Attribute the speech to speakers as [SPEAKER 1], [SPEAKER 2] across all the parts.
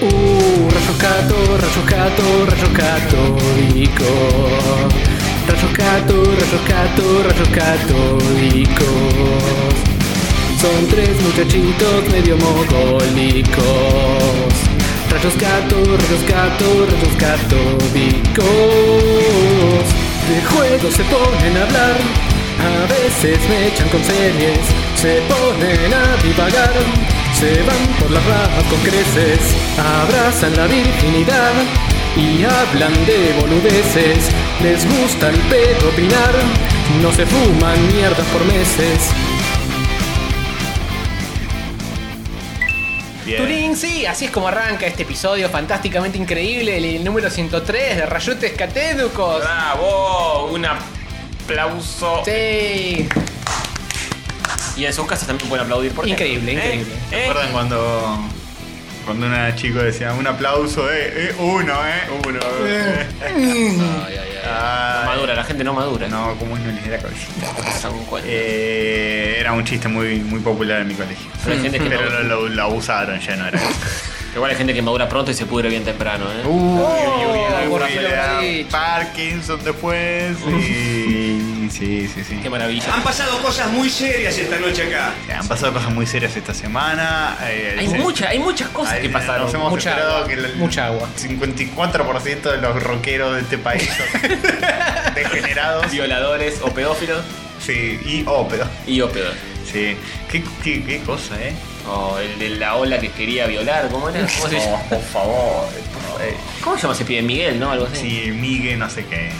[SPEAKER 1] Uh, rayoscato, rayoscato, rayoscatólico. Rayoscato, rayoscato, rayoscatólicos. Son tres muchachitos medio mogólicos. Rayoscato, rayoscato, rayoscatólicos. De juegos se ponen a hablar. A veces me echan con series. Se ponen a divagar. Se van por las ramas con creces, abrazan la virginidad y hablan de boludeces. Les gusta el pedo opinar, no se fuman mierdas por meses.
[SPEAKER 2] Turín, sí, así es como arranca este episodio fantásticamente increíble, el, el número 103 de Rayutes Catéducos.
[SPEAKER 3] Bravo, un aplauso.
[SPEAKER 2] Sí,
[SPEAKER 3] Y en sus casas también pueden aplaudir por Eh,
[SPEAKER 2] increíble, increíble.
[SPEAKER 4] ¿Se acuerdan cuando, cuando una chico decía un aplauso, eh, eh, uno, eh, uno? eh"?
[SPEAKER 3] No
[SPEAKER 4] Ay,
[SPEAKER 3] madura, la gente no madura.
[SPEAKER 4] no, como no les da la cabeza.
[SPEAKER 3] Pasa un cuento.
[SPEAKER 4] Eh, era un chiste muy, muy popular en mi colegio.
[SPEAKER 3] Pero hay gente que
[SPEAKER 4] Pero
[SPEAKER 3] madura-
[SPEAKER 4] lo, lo- lo abusaron ya, no era.
[SPEAKER 3] Igual hay gente que madura pronto y se pudre bien temprano, ¿eh?
[SPEAKER 4] Uy,
[SPEAKER 2] por fin lo
[SPEAKER 4] le da
[SPEAKER 2] habrá dicho.
[SPEAKER 4] Parkinson después. Y, sí, sí, sí.
[SPEAKER 3] Qué maravilla.
[SPEAKER 5] Han pasado cosas muy serias esta noche acá.
[SPEAKER 4] Han pasado cosas muy serias esta semana. eh,
[SPEAKER 3] Hay
[SPEAKER 4] sí.
[SPEAKER 3] muchas, hay muchas cosas
[SPEAKER 4] Ay,
[SPEAKER 3] que pasaron.
[SPEAKER 4] Nos hemos
[SPEAKER 2] Mucha
[SPEAKER 4] enterado
[SPEAKER 2] agua,
[SPEAKER 4] que el
[SPEAKER 2] mucha agua.
[SPEAKER 4] 54% de los rockeros de este país son degenerados.
[SPEAKER 3] Violadores o pedófilos
[SPEAKER 4] Sí, y oh, pero.
[SPEAKER 3] y o pedófilos.
[SPEAKER 4] Sí. Qué, qué- qué cosa, eh.
[SPEAKER 3] O el de la ola que quería violar, ¿cómo era? ¿Cómo se llama?
[SPEAKER 4] No, por favor. por favor. Eh,
[SPEAKER 3] ¿Cómo se llama ese pibe? Miguel, ¿no? Algo así.
[SPEAKER 4] Sí, Migue, no sé qué.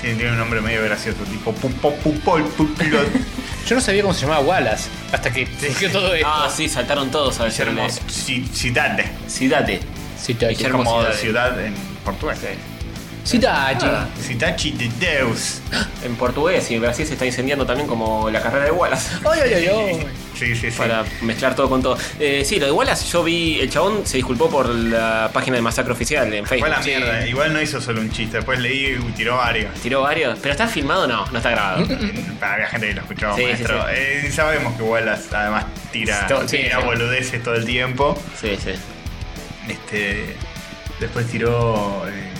[SPEAKER 4] Tiene, tiene un nombre medio gracioso, tipo pupo pupol pupilot.
[SPEAKER 2] Yo no sabía cómo se llamaba Wallace hasta que surgió todo esto.
[SPEAKER 3] Ah, sí, saltaron todos a decirle.
[SPEAKER 4] Ciudad.
[SPEAKER 3] Cidate.
[SPEAKER 2] Sí, te-
[SPEAKER 3] Guillermo-
[SPEAKER 4] Como
[SPEAKER 3] Hermosidad.
[SPEAKER 4] ciudad en portugués.
[SPEAKER 2] Sí, Tachi.
[SPEAKER 3] Ah.
[SPEAKER 4] Citachi de Deus.
[SPEAKER 3] En portugués y en Brasil se está incendiando también como la carrera de Wallace.
[SPEAKER 2] Ay, ay, ay, ay.
[SPEAKER 4] Sí, sí, sí.
[SPEAKER 3] Para mezclar todo con todo. Eh, sí, lo de Wallace, yo vi. El chabón se disculpó por la página de Masacre Oficial en Facebook.
[SPEAKER 4] Fue la
[SPEAKER 3] Sí.
[SPEAKER 4] mierda, eh. igual no hizo solo un chiste, después leí y tiró varios.
[SPEAKER 3] Tiró varios. ¿Pero está filmado? No, no está grabado.
[SPEAKER 4] Para había gente que lo escuchó,
[SPEAKER 3] Sí,
[SPEAKER 4] maestro.
[SPEAKER 3] sí,
[SPEAKER 4] Eh, sabemos que Wallace además tira,
[SPEAKER 3] Esto- sí,
[SPEAKER 4] tira
[SPEAKER 3] sí.
[SPEAKER 4] boludeces todo el tiempo.
[SPEAKER 3] Sí, sí.
[SPEAKER 4] Este, después tiró. eh,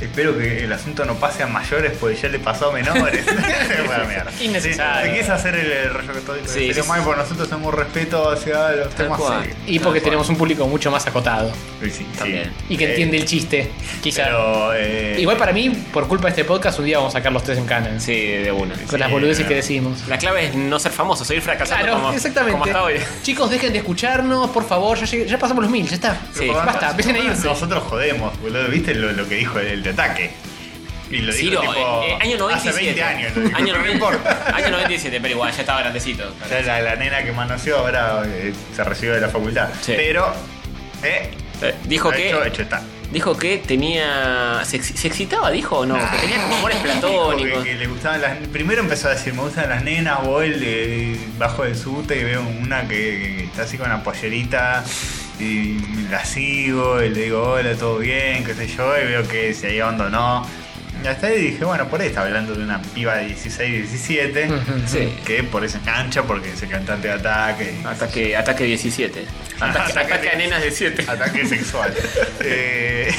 [SPEAKER 4] espero que el asunto no pase a mayores porque ya le pasó a menores. Fue la mierda.
[SPEAKER 2] Innecesario.
[SPEAKER 4] Sí, Si quieres hacer el, el rollo católico,
[SPEAKER 3] Sí,
[SPEAKER 4] sí,
[SPEAKER 3] sí, sí.
[SPEAKER 4] mal, porque nosotros tenemos respeto hacia los
[SPEAKER 3] Tal
[SPEAKER 4] temas
[SPEAKER 3] cual.
[SPEAKER 4] serios.
[SPEAKER 2] Y porque tenemos un público mucho más acotado
[SPEAKER 4] Sí, sí,
[SPEAKER 3] También.
[SPEAKER 2] y que
[SPEAKER 4] Eh,
[SPEAKER 2] entiende el chiste, quizá.
[SPEAKER 4] Pero, eh,
[SPEAKER 2] Igual para mí, por culpa de este podcast, un día vamos a sacar los tres en canon.
[SPEAKER 3] Sí, de una.
[SPEAKER 2] Con las
[SPEAKER 4] Sí,
[SPEAKER 2] boludeces
[SPEAKER 4] no.
[SPEAKER 2] que decimos.
[SPEAKER 3] La clave es no ser famoso, seguir fracasando
[SPEAKER 2] Claro,
[SPEAKER 3] como,
[SPEAKER 2] exactamente.
[SPEAKER 3] como hasta hoy.
[SPEAKER 2] Chicos, dejen de escucharnos, por favor. Ya, llegué- ya pasamos los mil, ya está.
[SPEAKER 3] Sí.
[SPEAKER 2] Basta, empiecen a irse.
[SPEAKER 4] Nosotros jodemos, boludo. ¿Viste lo, lo que dijo el, el de ataque? Y lo dijo
[SPEAKER 3] Ciro,
[SPEAKER 4] tipo,
[SPEAKER 3] eh, eh, año 97.
[SPEAKER 4] Hace 20 años. lo dijo,
[SPEAKER 3] año,
[SPEAKER 4] pero no
[SPEAKER 3] 90
[SPEAKER 4] importa.
[SPEAKER 3] año 97, pero igual, ya estaba grandecito.
[SPEAKER 4] O sea, la, la nena que manoseó ahora eh, se recibió de la facultad.
[SPEAKER 3] Sí.
[SPEAKER 4] Pero, eh,
[SPEAKER 3] Eh, Dijo
[SPEAKER 4] lo
[SPEAKER 3] que.
[SPEAKER 4] hecho, hecho está.
[SPEAKER 3] Dijo que tenía. ¿Se, ex- se excitaba, dijo o no? Que tenía como amores
[SPEAKER 4] Dijo que-
[SPEAKER 3] platónicos.
[SPEAKER 4] que le gustaban las, primero empezó a decir, me gustan las nenas, voy eh, bajo del subte y veo una que, que está así con una pollerita y la sigo y le digo, hola, todo bien, qué sé yo, y veo que si hay onda o no. Y hasta ahí dije, bueno, por ahí está hablando de una piba de 16, 17,
[SPEAKER 2] Ujú,
[SPEAKER 3] sí.
[SPEAKER 4] que por eso engancha, porque es el cantante de ataque.
[SPEAKER 3] Ataque, ataque 17. Ataque,
[SPEAKER 4] Ataque
[SPEAKER 3] ataque a
[SPEAKER 4] 17.
[SPEAKER 3] nenas de 7.
[SPEAKER 4] Ataque sexual. Eh,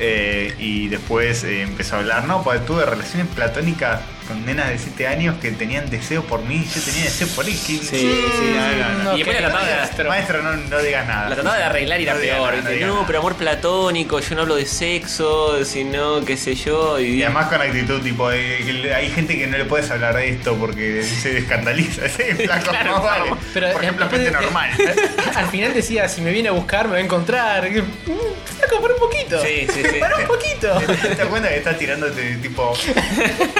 [SPEAKER 4] eh, y después eh, empezó a hablar, no, porque tuve relaciones platónicas con nenas de 7 años que tenían deseo por mí, yo tenía deseo por él. Sí,
[SPEAKER 3] sí,
[SPEAKER 4] no, no, no.
[SPEAKER 3] Y después la trataba de,
[SPEAKER 2] Maestro.
[SPEAKER 4] Maestro, no, no digas nada.
[SPEAKER 3] la trataba de arreglar y era
[SPEAKER 4] No digas
[SPEAKER 3] peor.
[SPEAKER 4] nada, no
[SPEAKER 3] ¿viste?
[SPEAKER 4] digas
[SPEAKER 3] No,
[SPEAKER 4] nada.
[SPEAKER 3] pero amor platónico, yo no hablo de sexo, sino qué sé yo. Y,
[SPEAKER 4] Y además con actitud tipo, eh, que le- hay gente que no le puedes hablar de esto porque se escandaliza. Sí, flaco, más vale.
[SPEAKER 2] Pero eh,
[SPEAKER 4] Por ejemplo,
[SPEAKER 2] después
[SPEAKER 4] gente
[SPEAKER 2] de-
[SPEAKER 4] normal.
[SPEAKER 2] Al final decía, si me viene a buscar, me va a encontrar. Mm, Flaco, para un poquito.
[SPEAKER 3] Sí, sí, sí.
[SPEAKER 2] Para un poquito.
[SPEAKER 4] ¿Te das cuenta que está tirándote tipo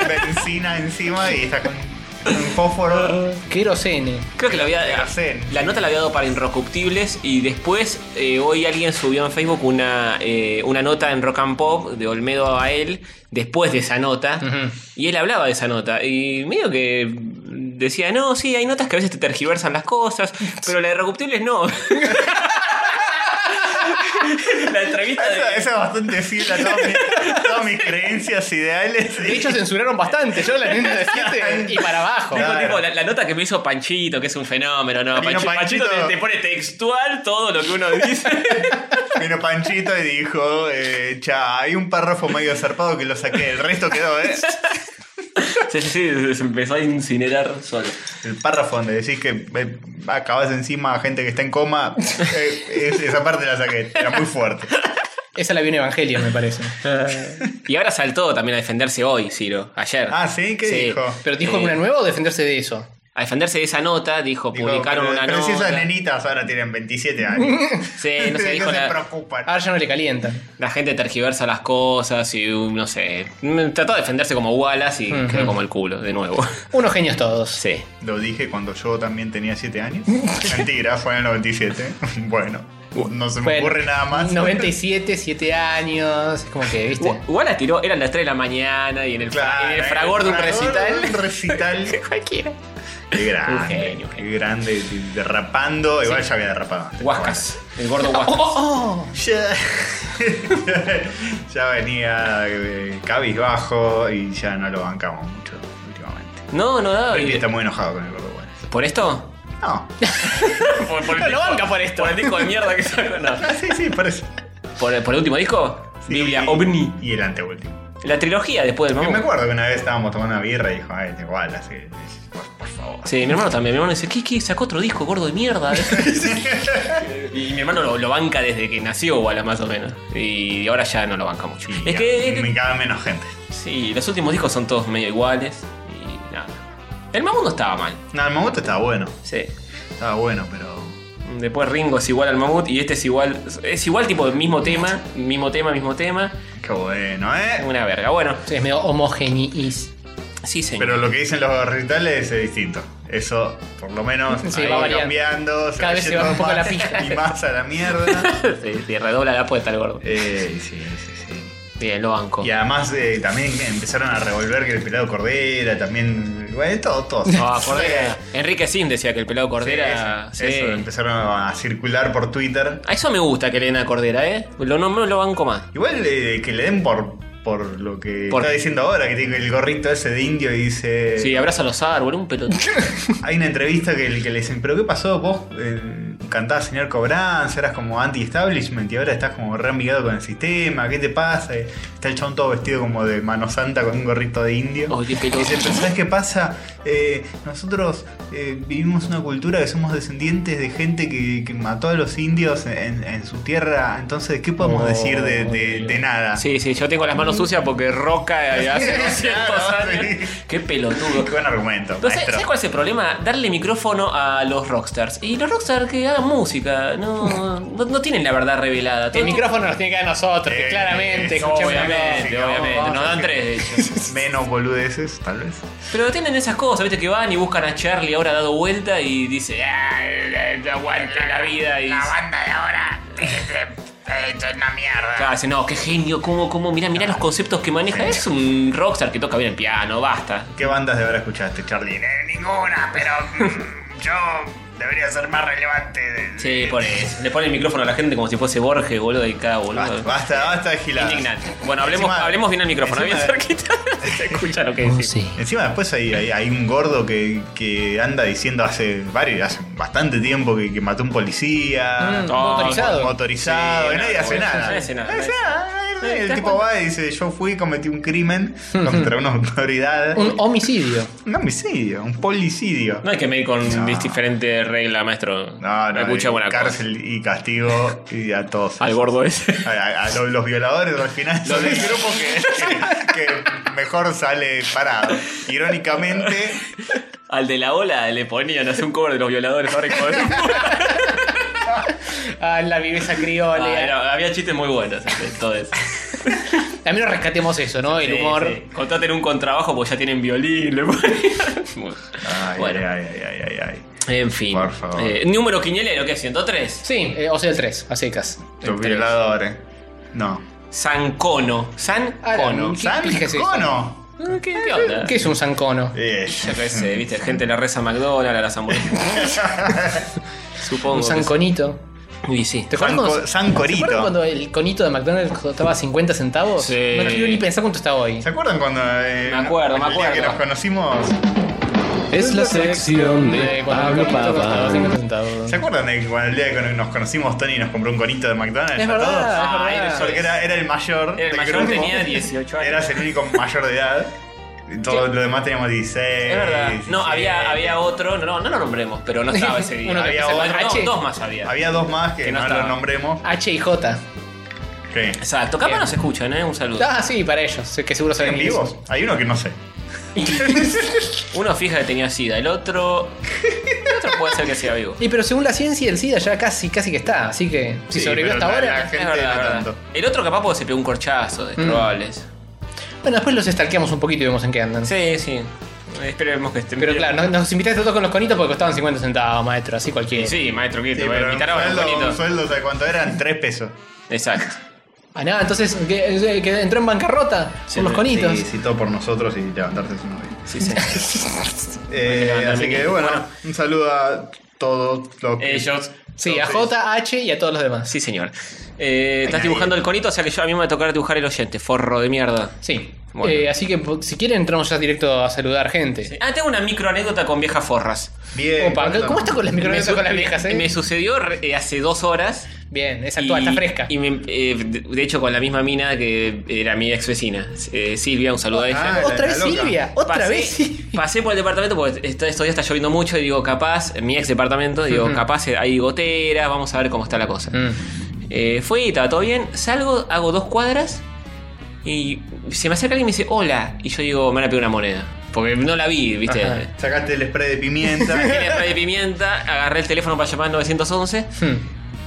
[SPEAKER 4] benzina encima y está con un fósforo?
[SPEAKER 2] Qué erosene.
[SPEAKER 3] Creo que la había.
[SPEAKER 4] Garcén.
[SPEAKER 3] La nota la había dado para Inrocuptibles y después eh, hoy alguien subió en Facebook una, eh, una nota en Rock and Pop de Olmedo a él después de esa nota
[SPEAKER 2] Ujú.
[SPEAKER 3] y él hablaba de esa nota y medio que decía, no, sí, hay notas que a veces te tergiversan las cosas, pero la de Inrocuptibles no. La entrevista
[SPEAKER 4] Eso,
[SPEAKER 3] de.
[SPEAKER 4] eso es bastante fiel a todas mis, todas mis creencias ideales.
[SPEAKER 2] De hecho, censuraron bastante. Yo la nena de 7 y para abajo.
[SPEAKER 3] Tipo,
[SPEAKER 4] Claro.
[SPEAKER 3] tipo, la, la nota que me hizo Panchito, que es un fenómeno, ¿no?
[SPEAKER 4] Vino
[SPEAKER 3] Panchi- Panchito,
[SPEAKER 4] Panchito.
[SPEAKER 3] te, te pone textual todo lo que uno dice.
[SPEAKER 4] Vino Panchito y dijo, eh, cha, hay un párrafo medio zarpado que lo saqué, el resto quedó, ¿eh?
[SPEAKER 3] sí, sí, sí, se empezó a incinerar solo.
[SPEAKER 4] El párrafo donde decís que eh, acabas encima a gente que está en coma, eh, es- esa parte la saqué, era muy fuerte.
[SPEAKER 2] Esa la vi en Evangelion, me parece.
[SPEAKER 3] Y ahora saltó también a defenderse hoy, Ciro, ayer.
[SPEAKER 4] Ah, ¿sí? ¿Qué dijo?
[SPEAKER 2] ¿Pero dijo
[SPEAKER 3] Eh,
[SPEAKER 2] alguna nueva o defenderse de eso?
[SPEAKER 3] A defenderse de esa nota, dijo,
[SPEAKER 4] Digo,
[SPEAKER 3] publicaron
[SPEAKER 4] pero,
[SPEAKER 3] una
[SPEAKER 4] pero si
[SPEAKER 3] nota.
[SPEAKER 4] esas nenitas ahora tienen 27 años.
[SPEAKER 3] Sí, no sé,
[SPEAKER 4] se
[SPEAKER 3] dijo la,
[SPEAKER 4] preocupan.
[SPEAKER 2] Ahora ya no le calientan.
[SPEAKER 3] la gente tergiversa las cosas y um, no sé. mm, Trató de defenderse como Wallace y
[SPEAKER 2] Ujú.
[SPEAKER 3] quedó como el culo, de nuevo.
[SPEAKER 2] Unos genios todos.
[SPEAKER 3] Sí.
[SPEAKER 4] Lo dije cuando yo también tenía 7 años. Mentira, fue en el 97. Bueno, no se me
[SPEAKER 2] Bueno,
[SPEAKER 4] ocurre nada más.
[SPEAKER 2] 97, 7 años. Es como que, ¿viste?
[SPEAKER 3] Wa- Wallace tiró, eran las 3 de la mañana y en el, fra-
[SPEAKER 4] Claro,
[SPEAKER 3] en el Eh, fragor de un
[SPEAKER 4] fragor de un
[SPEAKER 3] recital.
[SPEAKER 4] recital.
[SPEAKER 3] Cualquiera.
[SPEAKER 4] Qué grande.
[SPEAKER 3] Un genio, un genio.
[SPEAKER 4] Qué grande. de- Derrapando. Igual ya había derrapado. antes,
[SPEAKER 3] Huascas. El gordo Huascas.
[SPEAKER 4] bueno. Ya, ya venía eh, cabizbajo y ya no lo bancamos mucho últimamente.
[SPEAKER 3] No, no, no.
[SPEAKER 4] Ricky
[SPEAKER 3] y-
[SPEAKER 4] está muy enojado con el gordo Bueno.
[SPEAKER 3] ¿Por esto?
[SPEAKER 4] No.
[SPEAKER 3] por, por el, lo banca por esto. Por el disco de mierda que sacó. No.
[SPEAKER 4] Ah, sí, sí, por eso.
[SPEAKER 3] ¿Por, por el último disco?
[SPEAKER 4] Sí,
[SPEAKER 3] Biblia OVNI.
[SPEAKER 4] Y el anteúltimo.
[SPEAKER 3] La trilogía después
[SPEAKER 4] Yo
[SPEAKER 3] del
[SPEAKER 4] me
[SPEAKER 3] mamut.
[SPEAKER 4] acuerdo que una vez estábamos tomando una birra y dijo, ay, te igual, así. Por, por favor.
[SPEAKER 3] Sí, mi hermano también. Mi hermano dice, ¿qué, qué? Sacó otro disco, gordo de mierda. y mi hermano lo, lo banca desde que nació, igual, más o menos. Y ahora ya no lo banca mucho.
[SPEAKER 4] Y
[SPEAKER 3] es
[SPEAKER 4] ya,
[SPEAKER 3] que, es que-
[SPEAKER 4] me cabe menos gente.
[SPEAKER 3] sí, los últimos discos son todos medio iguales. Y nada. El mamut no estaba mal.
[SPEAKER 4] No, el momento estaba bueno.
[SPEAKER 3] Sí.
[SPEAKER 4] Estaba bueno, pero.
[SPEAKER 3] Después Ringo es igual al mamut y este es igual. Es igual, tipo, mismo tema, mismo tema, mismo tema.
[SPEAKER 4] Qué bueno,
[SPEAKER 3] Es
[SPEAKER 4] ¿eh?
[SPEAKER 3] una verga. Bueno,
[SPEAKER 2] Sí, Es medio homogeneis.
[SPEAKER 3] sí, señor.
[SPEAKER 4] Pero lo que dicen los recitales es distinto. Eso, por lo menos,
[SPEAKER 2] Sí,
[SPEAKER 4] ahí
[SPEAKER 2] va
[SPEAKER 4] va
[SPEAKER 2] variando.
[SPEAKER 4] cambiando.
[SPEAKER 2] Cada vez se va un
[SPEAKER 4] yendo
[SPEAKER 2] poco
[SPEAKER 4] más
[SPEAKER 2] la pija.
[SPEAKER 4] Y más a la mierda.
[SPEAKER 3] Se, se redobla la apuesta el gordo.
[SPEAKER 4] eh, sí, sí, sí.
[SPEAKER 3] Bien, lo
[SPEAKER 2] Oh.
[SPEAKER 3] banco.
[SPEAKER 4] Y además eh, también empezaron a revolver que el pelado Cordera, también. Bueno, todo, todo.
[SPEAKER 3] Ah, Cordera. Enrique Sim decía que el pelado Cordera.
[SPEAKER 4] Sí,
[SPEAKER 3] Sí,
[SPEAKER 4] Eso, empezaron a circular por Twitter.
[SPEAKER 3] A eso me gusta que le den a Cordera, ¿eh? Lo, no, no lo banco más.
[SPEAKER 4] Igual eh, que le den por, por lo que
[SPEAKER 3] Por-
[SPEAKER 4] está diciendo ahora, que tiene el gorrito ese de indio y dice.
[SPEAKER 3] Sí, abraza los árboles, un pelotudo.
[SPEAKER 4] Hay una entrevista que, que le dicen, pero ¿qué pasó? Vos eh, cantabas señor Cobranza, eras como anti-establishment y ahora estás como re amigado con el sistema, ¿qué te pasa? Y Está el chabón todo vestido como de mano santa con un gorrito de indio.
[SPEAKER 3] Oye,
[SPEAKER 4] Y
[SPEAKER 3] pelotudo.
[SPEAKER 4] dice, pero ¿sabes qué pasa? Eh, nosotros eh, vivimos una cultura que somos descendientes de gente que, que mató a los indios en, en su tierra, entonces, ¿qué podemos
[SPEAKER 2] Oh,
[SPEAKER 4] decir de, de- de nada?
[SPEAKER 3] Sí, sí, yo tengo las manos sucias porque Roca eh, hace 200
[SPEAKER 4] Claro,
[SPEAKER 3] años.
[SPEAKER 4] sí.
[SPEAKER 3] Qué pelotudo.
[SPEAKER 4] Qué buen argumento.
[SPEAKER 3] Pero, ¿sabes,
[SPEAKER 4] maestro.
[SPEAKER 3] sabes cuál es el problema? Darle micrófono a los rockstars. Y los rockstars que hagan música, no, no, no tienen la verdad revelada.
[SPEAKER 2] El
[SPEAKER 3] Todo-
[SPEAKER 2] micrófono nos tiene que dar a nosotros, que
[SPEAKER 4] Eh,
[SPEAKER 2] claramente,
[SPEAKER 4] eso,
[SPEAKER 2] escuchamos la
[SPEAKER 3] Obviamente,
[SPEAKER 2] música,
[SPEAKER 3] obviamente.
[SPEAKER 2] vamos,
[SPEAKER 3] Nos dan tres, de hecho.
[SPEAKER 4] Menos boludeces, tal vez.
[SPEAKER 3] Pero tienen esas cosas, viste, que van y buscan a Charlie ahora dado vuelta y dice, "Ah, eh, eh, aguante la vida. Y
[SPEAKER 6] banda de ahora. Esto es una mierda.
[SPEAKER 3] Claro, dice, no, qué genio, cómo, cómo, mirá, mirá los conceptos que maneja. Es un rockstar que toca bien el piano, basta.
[SPEAKER 4] ¿Qué bandas de ahora escuchaste, Charlie?
[SPEAKER 6] Eh, ninguna, pero mm, yo debería ser más relevante. de-
[SPEAKER 3] Sí, por eso. Le pone el micrófono a la gente como si fuese Borges, boludo, y cada
[SPEAKER 4] Basta,
[SPEAKER 3] boludo.
[SPEAKER 4] basta, basta de giladas.
[SPEAKER 3] Indignante. Bueno, hablemos,
[SPEAKER 4] Encima-
[SPEAKER 3] hablemos bien al micrófono, bien
[SPEAKER 4] encima-
[SPEAKER 3] cerquita. Se escucha lo que decís.
[SPEAKER 2] Oh, Sí.
[SPEAKER 4] Encima después hay, hay- hay un gordo que, que anda diciendo hace varios, hace bastante tiempo que, que mató a un policía.
[SPEAKER 2] Mm,
[SPEAKER 3] Ah,
[SPEAKER 2] motorizado.
[SPEAKER 4] Motorizado,
[SPEAKER 3] Sí,
[SPEAKER 4] y nadie
[SPEAKER 3] no,
[SPEAKER 4] hace
[SPEAKER 3] no,
[SPEAKER 4] nada.
[SPEAKER 3] nadie hace nada,
[SPEAKER 4] Nadie hace
[SPEAKER 3] nadie-
[SPEAKER 4] nada, nadie-
[SPEAKER 3] ¿Te
[SPEAKER 4] El
[SPEAKER 3] das
[SPEAKER 4] tipo va y dice: Yo fui y cometí un crimen contra una autoridad.
[SPEAKER 2] Un homicidio.
[SPEAKER 4] Un homicidio, un policidio.
[SPEAKER 3] No hay que medir con
[SPEAKER 4] No.
[SPEAKER 3] diferente regla, maestro.
[SPEAKER 4] No, no,
[SPEAKER 3] Escucha
[SPEAKER 4] y
[SPEAKER 3] buena cosa.
[SPEAKER 4] cárcel y castigo y a todos.
[SPEAKER 3] Al gordo ese.
[SPEAKER 4] A, a- a los, los violadores al final son el grupo que, que mejor sale parado. Irónicamente,
[SPEAKER 3] Al de la ola le ponían hace un cover de los violadores. ahora que-
[SPEAKER 2] Ah, la viveza
[SPEAKER 3] Ah,
[SPEAKER 2] criolla.
[SPEAKER 3] era- había chistes muy buenos de todo eso.
[SPEAKER 2] También nos rescatemos eso, ¿no? El
[SPEAKER 3] Sí,
[SPEAKER 2] humor.
[SPEAKER 3] sí. Contraten un contrabajo porque ya tienen violín. le ponían.
[SPEAKER 4] Ay,
[SPEAKER 3] Bueno.
[SPEAKER 4] ay, ay, ay, ay, ay.
[SPEAKER 3] en fin.
[SPEAKER 4] Por favor.
[SPEAKER 3] Eh, número quinielero, ¿qué es? ¿103?
[SPEAKER 2] Sí, eh, o sea, el 3, a secas.
[SPEAKER 4] Los violadores. No.
[SPEAKER 3] Sancono. San
[SPEAKER 2] Ah,
[SPEAKER 3] Cono.
[SPEAKER 2] ¿Qué
[SPEAKER 4] ¿San?
[SPEAKER 2] pija es eso? Eh,
[SPEAKER 4] ¿Cono?
[SPEAKER 3] ¿Qué, qué onda?
[SPEAKER 2] ¿Qué es un zancono?
[SPEAKER 4] Eh,
[SPEAKER 3] Yo qué sé, viste, gente le reza a McDonald's, a las hamburguesas. Supongo.
[SPEAKER 2] Un
[SPEAKER 3] que
[SPEAKER 2] zanconito.
[SPEAKER 3] sí. Y sí.
[SPEAKER 2] ¿Te acuerdas
[SPEAKER 4] San
[SPEAKER 2] cuando,
[SPEAKER 4] Co- San
[SPEAKER 2] ¿se
[SPEAKER 4] Corito.
[SPEAKER 2] acuerdan cuando el conito de McDonald's costaba 50 centavos?
[SPEAKER 3] Sí.
[SPEAKER 2] No quiero ni pensar cuánto está hoy.
[SPEAKER 4] ¿Se acuerdan cuando... eh,
[SPEAKER 3] Me acuerdo, me
[SPEAKER 4] el día que
[SPEAKER 3] acuerdo.
[SPEAKER 4] nos conocimos...
[SPEAKER 1] Es la sección de
[SPEAKER 2] Eh, cuando
[SPEAKER 1] Pablo
[SPEAKER 2] el conito costaba
[SPEAKER 1] Paván.
[SPEAKER 2] 50 centavos.
[SPEAKER 4] ¿Se acuerdan de que cuando el día que nos conocimos Tony nos compró un conito de McDonald's?
[SPEAKER 2] Es
[SPEAKER 4] a
[SPEAKER 2] verdad,
[SPEAKER 4] todos?
[SPEAKER 2] es
[SPEAKER 3] Ah,
[SPEAKER 2] verdad.
[SPEAKER 3] eres
[SPEAKER 4] Porque era, era el mayor.
[SPEAKER 3] Era el
[SPEAKER 4] del
[SPEAKER 3] mayor,
[SPEAKER 4] grupo.
[SPEAKER 3] tenía 18 años.
[SPEAKER 4] Eras el único mayor de edad. Y Todos los demás teníamos 16.
[SPEAKER 3] Es verdad. No,
[SPEAKER 4] 17.
[SPEAKER 3] había, había otro, no, no lo nombremos, pero no estaba ese día.
[SPEAKER 2] Uno que
[SPEAKER 3] había
[SPEAKER 2] empieza
[SPEAKER 3] otro,
[SPEAKER 2] con H.
[SPEAKER 3] no, dos más había.
[SPEAKER 4] Había dos más que,
[SPEAKER 3] Que no
[SPEAKER 4] no,
[SPEAKER 3] estaban.
[SPEAKER 4] los nombremos.
[SPEAKER 2] H y J.
[SPEAKER 4] ¿Qué?
[SPEAKER 3] Exacto, capaz nos escuchan, ¿eh? Un saludo.
[SPEAKER 2] Ah, sí, para ellos, que seguro saben
[SPEAKER 4] ¿En
[SPEAKER 2] inglés.
[SPEAKER 4] vivos? Hay uno que no sé.
[SPEAKER 3] Uno fija que tenía SIDA, el otro. El otro puede ser que sea vivo.
[SPEAKER 2] Y pero según la ciencia, el SIDA ya casi, casi que está, así que si
[SPEAKER 4] Sí,
[SPEAKER 2] sobrevivió hasta
[SPEAKER 4] pero la-
[SPEAKER 2] ahora.
[SPEAKER 4] la gente
[SPEAKER 3] es verdad,
[SPEAKER 4] no
[SPEAKER 3] es verdad.
[SPEAKER 4] tanto.
[SPEAKER 3] El otro capaz porque se pegó un corchazo, es
[SPEAKER 2] Mm.
[SPEAKER 3] probable.
[SPEAKER 2] Bueno, después los estalqueamos un poquito y vemos en qué andan.
[SPEAKER 3] Sí, sí. Esperemos que estén
[SPEAKER 2] Pero
[SPEAKER 3] bien.
[SPEAKER 2] claro, nos, nos invitaste a todos con los conitos porque costaban 50 centavos, maestro, así cualquiera.
[SPEAKER 3] Sí, maestro, que
[SPEAKER 4] Sí,
[SPEAKER 3] te voy a
[SPEAKER 4] pero un
[SPEAKER 3] invitar ahora,
[SPEAKER 4] sueldo,
[SPEAKER 3] bonito.
[SPEAKER 4] un sueldo, ¿sabes cuánto eran? Tres pesos.
[SPEAKER 3] Exacto.
[SPEAKER 2] Ah, nada, entonces que, que entró en bancarrota
[SPEAKER 3] Sí,
[SPEAKER 2] por los conitos.
[SPEAKER 4] Sí, sí, todo por nosotros y levantarse es una vida.
[SPEAKER 3] Sí, sí.
[SPEAKER 4] Eh,
[SPEAKER 3] levantar
[SPEAKER 4] así
[SPEAKER 3] el
[SPEAKER 4] que
[SPEAKER 3] micro.
[SPEAKER 4] bueno,
[SPEAKER 3] Bueno.
[SPEAKER 4] un saludo a todos los que-
[SPEAKER 3] Ellos.
[SPEAKER 2] Sí, a
[SPEAKER 4] Entonces-
[SPEAKER 2] J, H y a todos los demás.
[SPEAKER 3] Eh, Sí, señor. Eh, estás
[SPEAKER 4] Ay,
[SPEAKER 3] dibujando el conito, o sea que yo a mí me va a tocar dibujar el oyente, forro de mierda.
[SPEAKER 2] Sí.
[SPEAKER 3] Bueno.
[SPEAKER 2] Eh, así que po- si quieren entramos ya directo a saludar gente.
[SPEAKER 3] Ah, tengo una micro anécdota con viejas forras.
[SPEAKER 4] Bien.
[SPEAKER 2] Opa,
[SPEAKER 4] ¿cuánto?
[SPEAKER 2] ¿cómo está con las microondas
[SPEAKER 3] su-
[SPEAKER 2] con las viejas, eh?
[SPEAKER 3] me sucedió re- eh, hace dos horas.
[SPEAKER 2] Bien, es actual, está fresca.
[SPEAKER 3] Y me- eh, de de hecho, con la misma mina que era mi ex vecina, eh, Silvia, un saludo a ella.
[SPEAKER 4] Ah, la-
[SPEAKER 2] otra
[SPEAKER 4] la
[SPEAKER 2] vez
[SPEAKER 4] loca.
[SPEAKER 2] Silvia, otra
[SPEAKER 3] Pasé-
[SPEAKER 2] vez Silvia.
[SPEAKER 3] Pasé por el departamento porque est- estos días está lloviendo mucho y digo, capaz, en mi ex departamento, digo,
[SPEAKER 2] Ujú. Mm.
[SPEAKER 3] capaz eh, hay goteras, vamos a ver cómo está la cosa. Eh, fui, estaba todo bien, salgo, hago dos cuadras y se me acerca alguien y me dice, hola. Y yo digo, me van a pedir una moneda. Porque no la vi, viste.
[SPEAKER 2] Ajá.
[SPEAKER 4] Sacaste el spray de pimienta.
[SPEAKER 3] Tenía spray de pimienta, agarré el teléfono para llamar al 911
[SPEAKER 2] Hmm.
[SPEAKER 3] Mm,